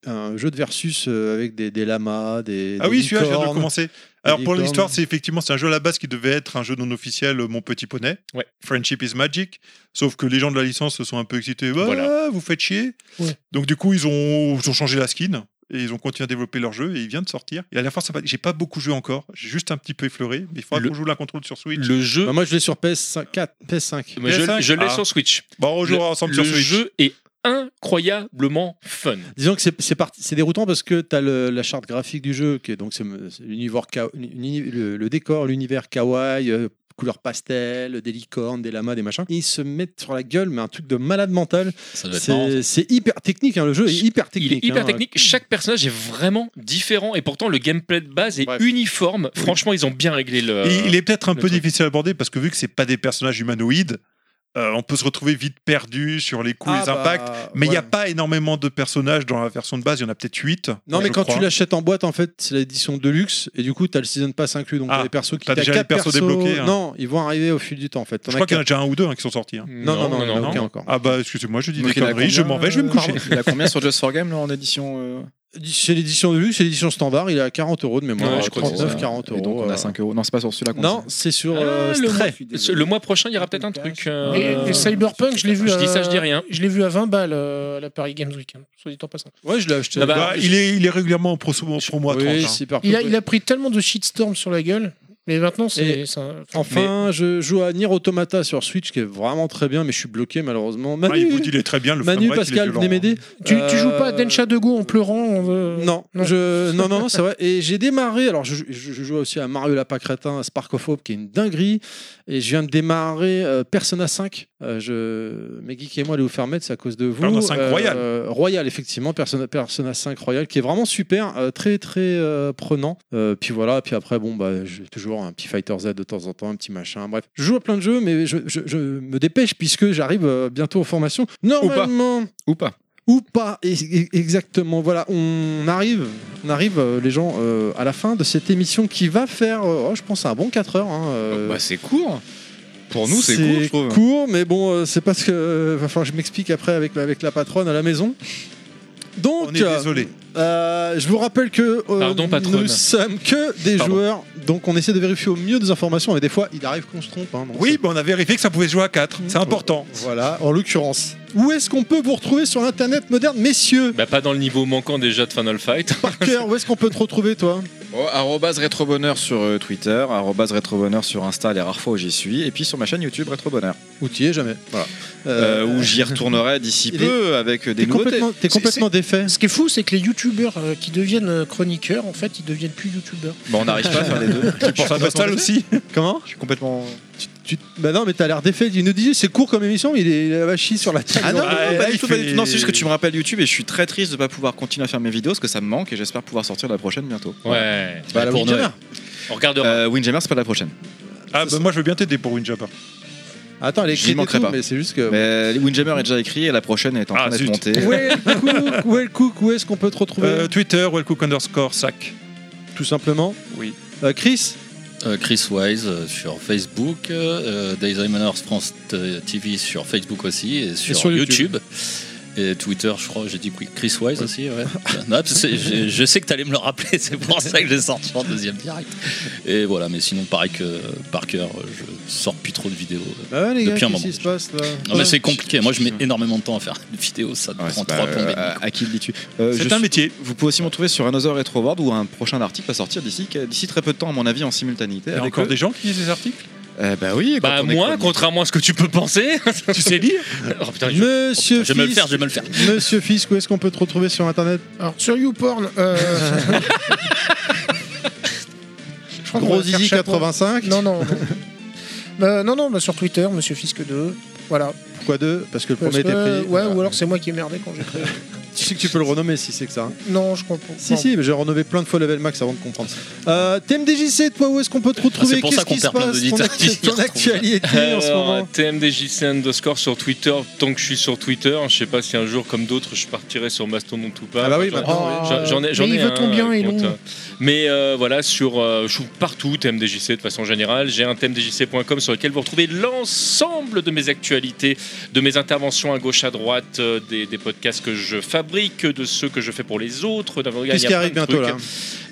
un jeu de versus euh, avec des, des lamas, des. Ah des oui, celui-là, je viens de le licornes. commencer. Alors pour licornes. l'histoire, c'est effectivement c'est un jeu à la base qui devait être un jeu non officiel, euh, Mon Petit Poney, Ouais. Friendship is Magic, sauf que les gens de la licence se sont un peu excités, Bah, Voilà. vous faites chier. Ouais. Donc du coup, ils ont, ils ont changé la skin. Et ils ont continué à développer leur jeu et il vient de sortir. Il a l'air fort sympa. J'ai pas beaucoup joué encore. J'ai juste un petit peu effleuré. Mais il faudra Le- qu'on joue l'un contre l'autre sur Switch. Le jeu. Bah, moi, je l'ai sur PS4, PS5. Moi, je PS5, je l'ai ah. sur Switch. Bon, on jouera ensemble le sur Switch. jeu est incroyablement fun. Disons que c'est c'est parti- c'est déroutant parce que tu as la charte graphique du jeu, qui est donc c'est c'est l'univers ka- l'uni- le, le décor, l'univers kawaii, euh, couleur pastel, des licornes, des lamas, des machins. Et ils se mettent sur la gueule, mais un truc de malade mental. Ça doit être marrant, ça. C'est c'est hyper technique, hein, le jeu est hyper technique. Il est hyper hein. technique. Chaque personnage est vraiment différent et pourtant le gameplay de base est Bref. uniforme. Franchement, ils ont bien réglé le. Et il est peut-être un le peu truc. difficile à aborder parce que vu que c'est pas des personnages humanoïdes, euh, on peut se retrouver vite perdu sur les coups, Ah, les bah, impacts. Mais il n'y a ouais. pas énormément de personnages dans la version de base, il y en a peut-être 8. Non, mais je quand crois. tu l'achètes en boîte, en fait, c'est l'édition de luxe et du coup, t'as le season pass inclus. Donc, Ah, t'as les persos qui t'as t'as déjà quatre les persos débloqués, hein. Non, ils vont arriver au fil du temps en fait. T'en je as crois qu'il y en a quatre. déjà un ou deux hein, qui sont sortis. Hmm. hein. Non, non, non, il y en a non. aucun encore. Ah bah excusez-moi, je dis Donc, des il y en a conneries, je combien, m'en vais, je vais me euh, coucher. Il a combien sur Just for Game là en édition euh, C'est l'édition de luxe, c'est l'édition standard. Il est à 40 euros de mémoire. Ouais, je crois que c'est 39, ça. 40 euros. Et donc on euh. a 5 euros. Non, c'est pas sur celui-là qu'on Non, c'est sur Ah, euh, le, Stray. mois, le mois prochain, il y aura peut-être un truc. euh, Et, et Cyberpunk, je l'ai vu. Je dis à- ça, je dis rien. Je l'ai vu à 20 balles euh, à la Paris Games Week, hein, soit dit en passant. Ouais, je l'ai acheté. Ah bah, Bah, il, est, il est régulièrement en promo pour moi. Oui, 30, hein. c'est parfait. Il a, il a pris tellement de shitstorm sur la gueule, mais maintenant c'est. Et- c'est un- Enfin, je joue à Nier Automata sur Switch qui est vraiment très bien, mais je suis bloqué malheureusement. Ah, il vous Manu, dit, il est très bien. Le Manu framerate, il est Pascal, violent, hein. venez m'aider. Tu, Euh, tu joues pas à Densha de Go en pleurant on veut- Non, Non. je, non, non, c'est vrai. Et j'ai démarré. Alors, je, je, je joue aussi à Mario Lapin Crétin, à Spark of Hope, qui est une dinguerie. Et je viens de démarrer euh, Persona 5. Euh, je... Mes geeks et moi, allez vous faire mettre, c'est à cause de vous. Persona 5 Royal. euh, Royal, effectivement. Persona, Persona 5 Royal, qui est vraiment super, euh, très, très euh, prenant. Euh, puis voilà, puis après, bon, bah, j'ai toujours un petit Fighter Z de temps en temps, un petit machin. Bref, je joue à plein de jeux, mais je, je- je me dépêche puisque j'arrive euh, bientôt aux formations. Normalement a. Ou pas ou pas et- et- exactement voilà on arrive on arrive euh, les gens euh, à la fin de cette émission qui va faire euh, oh, je pense un bon 4 heures hein, euh, Bah, c'est court. Pour nous, c'est court, je trouve. court, mais bon euh, c'est parce que euh, va falloir que je m'explique après avec, avec la patronne à la maison donc On est euh, désolé. euh, je vous rappelle que euh, Pardon, patronne. nous sommes que des Pardon. joueurs donc on essaie de vérifier au mieux des informations mais des fois il arrive qu'on se trompe hein, donc Oui, mais on a vérifié que ça pouvait se jouer à 4. C'est Mmh. important. voilà en l'occurrence où est-ce qu'on peut vous retrouver sur l'internet moderne <laughs> messieurs Bah, pas dans le niveau manquant déjà de <laughs> Final Fight. Parker, où est-ce qu'on peut te retrouver toi Oh, arrobase rétrobonheur sur euh, Twitter, arrobase rétrobonheur sur Insta, les rares fois où j'y suis, et puis sur ma chaîne YouTube Rétrobonheur, Ou t'y es jamais. Voilà. euh, où j'y retournerai d'ici il peu avec des T'es nouveautés. complètement, t'es C'est- complètement défait. Ce qui est fou, c'est que les youtubeurs euh, qui deviennent euh, chroniqueurs, en fait, ils deviennent plus youtubeurs. Bon, on n'arrive pas à faire les deux. Tu penses à Nostal aussi Comment Je suis complètement. tu, Bah non, mais t'as l'air défait. Il nous disait c'est court comme émission, mais il est il va chier sur la table. Ah non, Ah, non, non, il pas du tout, pas fait- du tout. Non, c'est juste que tu me rappelles YouTube et je suis très triste de pas pouvoir continuer à faire mes vidéos parce que ça me manque et j'espère pouvoir sortir la prochaine bientôt. Ouais. Bah, la pour Windjammer. Noël. On regardera. Euh, Windjammer, c'est pas la prochaine. Ah, bah moi, je veux bien t'aider pour Windjammer. Ah, Attends, elle est J'y écrite et manquerai tout, pas. mais c'est juste que. Mais Windjammer est déjà écrit et la prochaine est en train Ah, d'être zut. montée. Où est le cook Où est le cook Où est-ce qu'on peut te retrouver Euh, Twitter, wellcook underscore sac. Tout simplement. oui. Euh, Chris Euh, Chris Wise euh, sur Facebook, euh, Daisy Manners France euh, TV sur Facebook aussi et sur, sur YouTube. YouTube. Et Twitter, je crois, j'ai dit oui, Chris Wise aussi, <laughs> ouais. Non, parce que je, je sais que t'allais me le rappeler, c'est pour ça que j'ai sorti en deuxième direct. Et voilà, mais sinon, pareil que euh, Parker, euh, je sors plus trop de vidéos. Bah ouais, les gars, Depuis un qu'est-ce qui se passe là Non, mais c'est compliqué, moi je mets énormément de temps à faire une vidéo, ça Ouais, prend c'est pas, trois euh, plombées. à, à qui le dis-tu Euh, je C'est un suis- métier. Vous pouvez aussi me retrouver sur Another Retroward où un prochain article va sortir d'ici d'ici très peu de temps, à mon avis, en simultanéité. Il y a avec encore eux. des gens qui lisent les articles Euh, bah oui, quand Bah, on est moi, comme- contrairement à ce que <laughs> tu peux penser. Tu sais lire oh putain, je- Monsieur Je vais me le Fisk, faire, je vais me le faire. Monsieur Fisk, où est-ce qu'on peut te retrouver sur internet Alors, sur YouPorn, euh, je crois qu'on Gros va faire Zizi chaque mois. 85 Non, non. non. Bah, non, non, bah, sur Twitter, Monsieur Fisque 2. Voilà. Pourquoi deux Parce que le Parce premier était que- pris. ouais, ou alors c'est moi qui ai merdé quand j'ai créé. Tu sais que tu peux le renommer si c'est que ça. hein. non, je comprends. Si, Non. si, mais j'ai renouvelé plein de fois level max avant de comprendre. Euh, TMDJC, toi, où est-ce qu'on peut te retrouver c'est pour ça Qu'est-ce qu'on qui se perd plein passe Ton, d'auditeurs actu- qui ton <laughs> retrouvent ça. actualité en ce Alors, euh, moment TMDJC underscore sur Twitter. Tant que je suis sur Twitter, hein, je sais pas si un jour, comme d'autres, je partirai sur Mastodon ou pas. Ah bah oui, J'en- maintenant, oui. j'en- J'en ai, j'en oh, Mais il ai veut un, ton bien, euh, il compte, est- euh, Mais euh, voilà, sur euh, je trouve partout TMDJC de façon générale. J'ai un TMDJC.com sur lequel vous retrouvez l'ensemble de mes actualités, de mes interventions à gauche, à droite, euh, des, des podcasts que je fabrique, de ceux que je fais pour les autres. Il y a Qu'est-ce qui plein de arrive bientôt trucs. là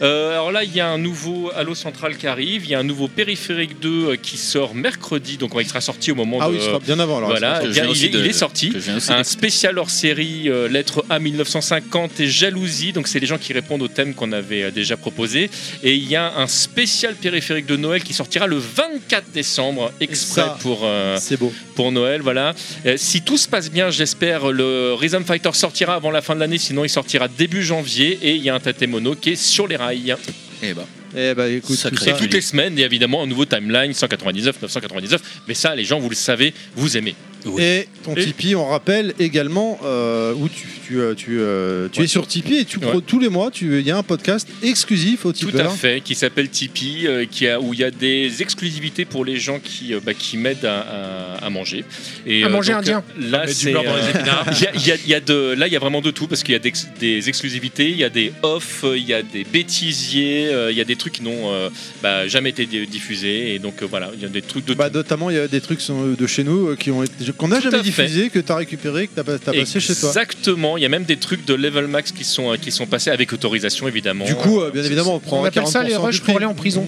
Euh, alors là, il y a un nouveau Halo Central qui arrive, il y a un nouveau Périphérique 2 euh, qui sort mercredi, donc ouais, il sera sorti au moment Ah de. oui, ce sera bien avant alors. voilà, Que je ah, il, viens il aussi est- de- il est sorti. Ah. que je viens aussi Un spécial hors série, euh, lettre A 1950 et jalousie. Donc, c'est les gens qui répondent au thème qu'on avait euh, déjà proposé. Et il y a un spécial périphérique de Noël qui sortira le 24 décembre, exprès Et ça, pour, euh, C'est beau. pour Noël. Voilà. Euh, si tout se passe bien, j'espère, le Rhythm Fighter sortira avant la fin de l'année. Sinon, il sortira début janvier. Et il y a un Tatemono qui est sur les rails. ben, Eh bah. Eh bah écoute, tout et ça, toutes les semaines, il y a évidemment un nouveau timeline 199, 999. Mais ça, les gens, vous le savez, vous aimez. Et ton Et- Tipeee, on rappelle également euh, où tu, tu, euh, tu, euh, tu Ouais. es sur Tipeee et tu Ouais. pro- tous les mois, tu- il y a un podcast exclusif au Tout à tipeur. fait, qui s'appelle Tipeee, euh, qui a, où il y a des exclusivités pour les gens qui, euh, bah, qui m'aident à, à- à manger. Et, À manger donc, indien. euh, Là, Ah, mais du c'est, beurre dans euh, les épinards. <laughs> il y a- il y a- il y a de- là, il y a vraiment de tout parce qu'il y a des, des exclusivités, il y a des offs, il y a des bêtisiers, euh, il y a des trucs qui n'ont euh, bah, jamais été di- diffusés. Et donc euh, voilà, il y a des trucs de Bah, tout. notamment, il y a des trucs sont- de chez nous euh, qui ont été- qu'on n'a Tout à jamais fait. diffusé, que tu as récupéré, que tu as, passé chez toi. Exactement, il y a même des trucs de level max qui sont, euh, qui sont passés avec autorisation évidemment. Du coup, euh, bien C'est- évidemment, on prend On appelle ça 40% les du rushs prix. pour aller en prison.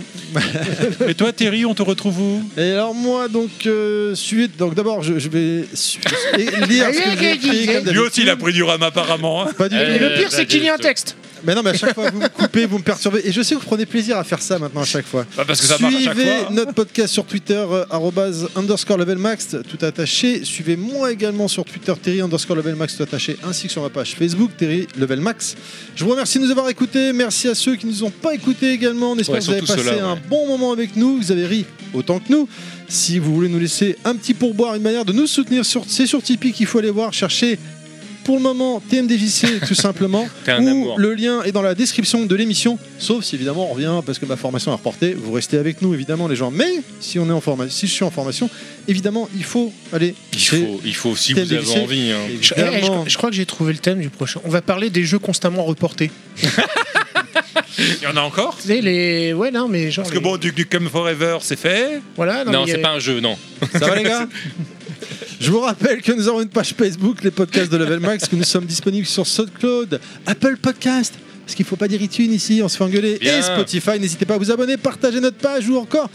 Et toi, Terry, on te retrouve où Et alors moi donc euh, suite donc d'abord je, je vais su- et lire ce que j'ai écrit, comme Lui d'habitude. aussi, il a pris du rhum apparemment. hein. Pas du tout. Et le Euh, pire, c'est bah, qu'il y a un je- texte. Mais non mais à chaque fois vous me coupez, vous me perturbez et je sais que vous prenez plaisir à faire ça maintenant à chaque fois. Bah, parce que ça marche à Suivez chaque fois. notre podcast sur Twitter euh, arrobase underscore level max tout attaché. Suivez moi également sur Twitter Terry underscore level max tout attaché ainsi que sur ma page Facebook Terry level max. Je vous remercie de nous avoir écoutés. Merci à ceux qui nous ont pas écoutés également. On espère Ouais, que vous avez surtout passé ceux-là, un ouais. bon moment avec nous. Vous avez ri autant que nous. Si vous voulez nous laisser un petit pourboire, une manière de nous soutenir, sur, c'est sur Tipeee qu'il faut aller voir chercher. Pour le moment, <laughs> TMDJC tout simplement. T'es un ou amour. Le lien est dans la description de l'émission. Sauf si évidemment on revient parce que ma formation est reportée. Vous restez avec nous évidemment les gens. Mais si on est en formation, si je suis en formation, évidemment il faut aller. Il chez- faut, il faut si Tel vous avez lycée. envie. hein. Eh, eh, Je, Évidemment. je crois que j'ai trouvé le thème du prochain. On va parler des jeux constamment reportés. Il y en a encore Tu sais, les. Ouais, non, mais genre. Parce que les- bon, du, du Come Forever, c'est fait. Voilà, non, Non, mais il y c'est a- pas un jeu, non. Ça va les gars <laughs> Je vous rappelle que nous avons une page Facebook, les podcasts de Level Max, que nous sommes disponibles sur SoundCloud, Apple Podcast, parce qu'il faut pas dire iTunes ici, on se fait engueuler, Bien. et Spotify. N'hésitez pas à vous abonner, partager notre page ou encore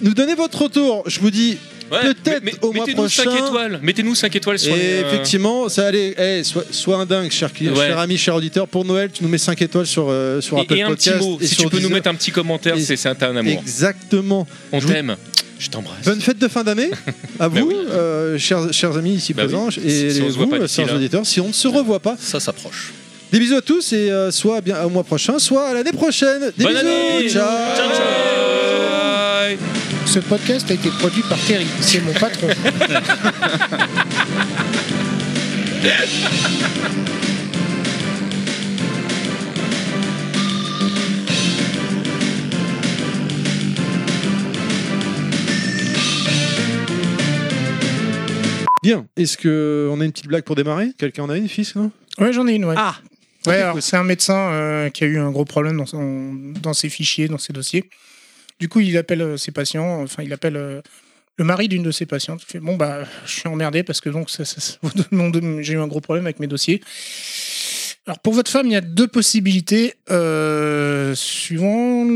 nous donner votre retour. Je vous dis Ouais, Peut-être mais- mais- au mois mettez-nous prochain. cinq étoles. Mettez-nous 5 étoiles sur Et les, euh, effectivement, ça allait. eh, sois, sois un dingue, cher, cli- Ouais. cher ami, cher auditeur. Pour Noël, tu nous mets 5 étoiles sur, euh, sur Apple et, et un petit Podcast. mot, si tu sur peux nous Deezer. mettre un petit commentaire, Et- c'est c'est un, t'as un amour. Exactement. On je vous- t'aime. Je t'embrasse. Bonne fête de fin d'année à Bah vous, oui. euh, chers, chers amis ici Bah oui. présents, Si- et si on se voit vous, pas euh, d'ici chers là. auditeurs, si on ne se revoit pas. Ça s'approche. Des bisous à tous et euh, soit bien au mois prochain, soit à l'année prochaine. Des Bonne bisous. année. Ciao. Ciao, ciao. Bye. Ce podcast a été produit par Terry. C'est mon patron. Bien. Est-ce que on a une petite blague pour démarrer Quelqu'un en a une, fils non Ouais, j'en ai une, ouais. Ah. Ouais, alors, c'est un médecin euh, qui a eu un gros problème dans, son- dans ses fichiers, dans ses dossiers. Du coup, il appelle euh, ses patients, enfin, il appelle euh, le mari d'une de ses patientes. Il fait Bon, bah, je suis emmerdé parce que donc, ça- ça- ça- mon- j'ai eu un gros problème avec mes dossiers. Alors, pour votre femme, il y a deux possibilités. euh, suivant,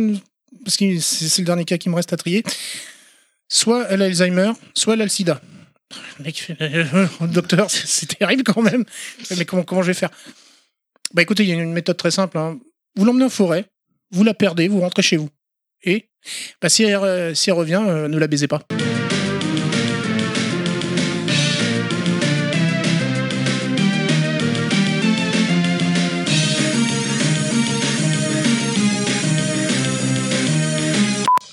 parce que c'est c'est le dernier cas qui me reste à trier. Soit elle a Alzheimer, soit elle a le sida. Le mec <laughs> fait Euh, Docteur, c'est- c'est terrible quand même. Mais comment, comment je vais faire bah écoutez, il y a une méthode très simple. hein. Vous l'emmenez en forêt, vous la perdez, vous rentrez chez vous. Et bah, si, elle, euh, si elle revient, euh, ne la baisez pas.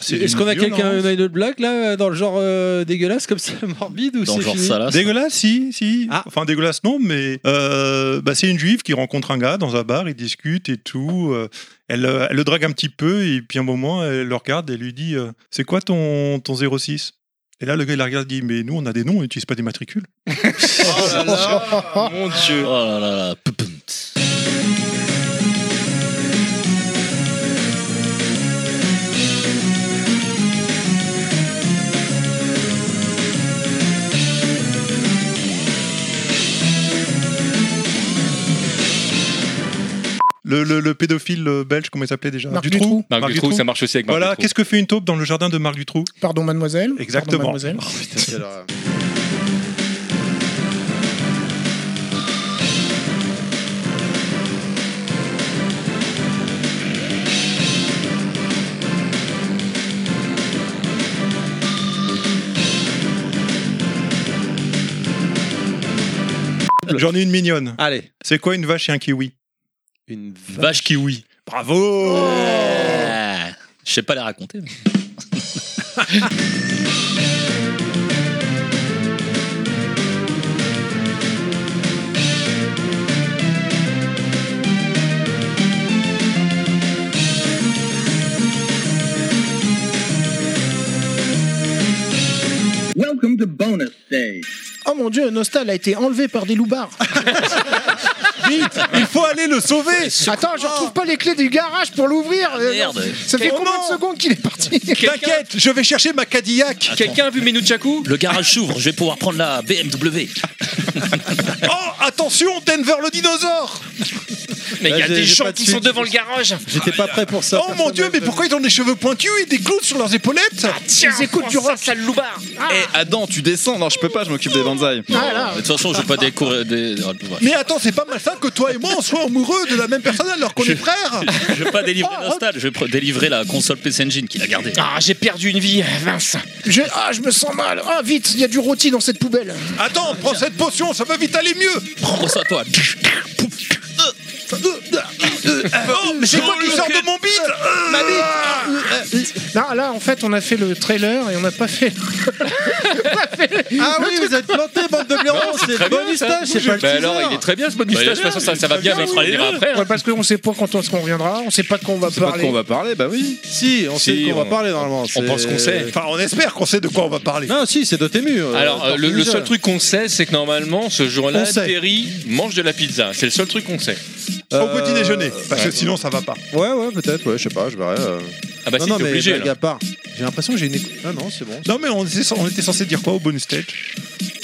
C'est Est-ce une qu'on a quelqu'un violence. une autre blague là dans le genre euh, dégueulasse comme ça <laughs> morbide ou Dans c'est le genre fini ça là. Dégueulasse, si, si. Ah. Enfin, dégueulasse, non, mais euh, bah, c'est une juive qui rencontre un gars dans un bar, ils discutent et tout. euh, elle, euh, elle le drague un petit peu, et puis à un moment, elle le regarde et lui dit euh, C'est quoi ton, ton 06 Et là, le gars, il la regarde et dit Mais nous, on a des noms, on n'utilise pas des matricules. <laughs> Mon Dieu. Oh là là là. Poupoum. Le, le- le pédophile euh, belge, comment il s'appelait déjà Marc Dutroux. Marc Marc Dutroux, Dutroux. ça marche aussi avec Marc Voilà, Dutroux. qu'est-ce que fait une taupe dans le jardin de Marc Dutroux Pardon, mademoiselle. Exactement. Pardon, mademoiselle. J'en ai une mignonne. Allez, C'est quoi une vache et un kiwi une Vache kiwi. Bravo Ah. Je sais pas les raconter. mais- Welcome to bonus day. Oh mon dieu, Nostal a été enlevé par des loupards. Vite, il faut aller le sauver. Attends, je retrouve pas les clés du garage pour l'ouvrir. Euh, merde. Ça fait Oh combien non. de secondes qu'il est parti T'inquiète, je vais chercher ma Cadillac. Quelqu'un a vu Menuchaku Le garage s'ouvre, je vais pouvoir prendre la BMW. Oh, attention, Denver le dinosaure. Mais il y Là, a j'ai- des j'ai gens pas de qui suite. sont devant le garage. J'étais pas prêt pour ça. Oh mon dieu, mais pourquoi ils ont des cheveux pointus et des clous sur leurs épaulettes Tiens, Ils écoutent du rock. ça, sale loupard. Eh Adam, tu descends. Non, je peux pas, je m'occupe des bonsaïs. Ah, là. De toute façon, je vais pas découvrir des. oh, ouais. Mais attends, c'est pas malsain que toi et moi on soit amoureux de la même personne alors qu'on est frères. Je vais pas délivrer Nostal, je vais pr- délivrer la console PC Engine qu'il a gardée. Ah, j'ai perdu une vie, Vince. je, Ah, je me sens mal. Ah, vite, il y a du rôti dans cette poubelle. Attends, prends cette potion, ça va vite aller mieux. Prends ça toi. Oh, mais c'est quoi qui sort de mon bide Ma Là, là, en fait, on a fait le trailer et on n'a pas fait. Ah oui, vous êtes planté, bande de blaireaux, c'est le bon moustache, c'est pas le Bah alors, teaser. il est très bien ce bon moustache. De toute façon, ça, ça va bien, mais on le dira après. hein. Ouais, parce qu'on sait pas quand est-ce qu'on reviendra, on sait pas de quoi on va Pas de parler. quoi on va parler, bah oui. Si, on Si, sait de quoi on va on- parler normalement. On c'est- pense qu'on sait. Enfin, on espère qu'on sait de quoi on va parler. Non, si, c'est Dotemu. euh, Alors, euh, le, le seul truc qu'on sait, c'est que normalement, ce jour-là, On sait. Terry mange de la pizza. C'est le seul truc qu'on sait. Au petit déjeuner, parce que ouais. sinon ça va pas. Euh, Ouais, ouais, peut-être, ouais, je sais pas, je verrai. euh. Ah bah non, si, non, t'es mais obligé. blague là. à part, j'ai l'impression que j'ai une. écou- Ah non, c'est bon. Non mais on était, on était censé dire quoi au bonus stage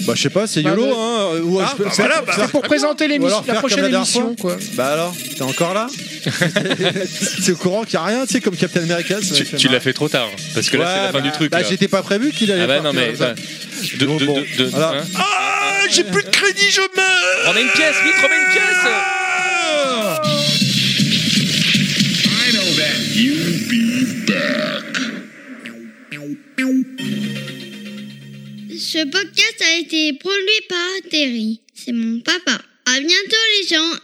Bah, je sais pas, c'est Bah, YOLO, le- hein. euh, ouais, Ah, je peux- bah, faire- voilà, bah, faire- Pour présenter Ou l'émission, alors la faire comme prochaine la dernière émission, quoi. Bah alors, t'es encore là <laughs> T'es au courant qu'il y a rien, tu sais, comme Captain America. ça m'a Tu, tu marrer. l'as fait trop tard. Parce que là, c'est la Ouais, fin bah, du truc. Bah, là. j'étais pas prévu qu'il allait. Ah bah non, partir mais. comme ça. bah, de- Bon, de- bon. de- de- Alors, hein Ah, j'ai plus de crédit, je meurs Remets une pièce, vite, remets une pièce Ce podcast a été produit par Terry. C'est mon papa. À bientôt les gens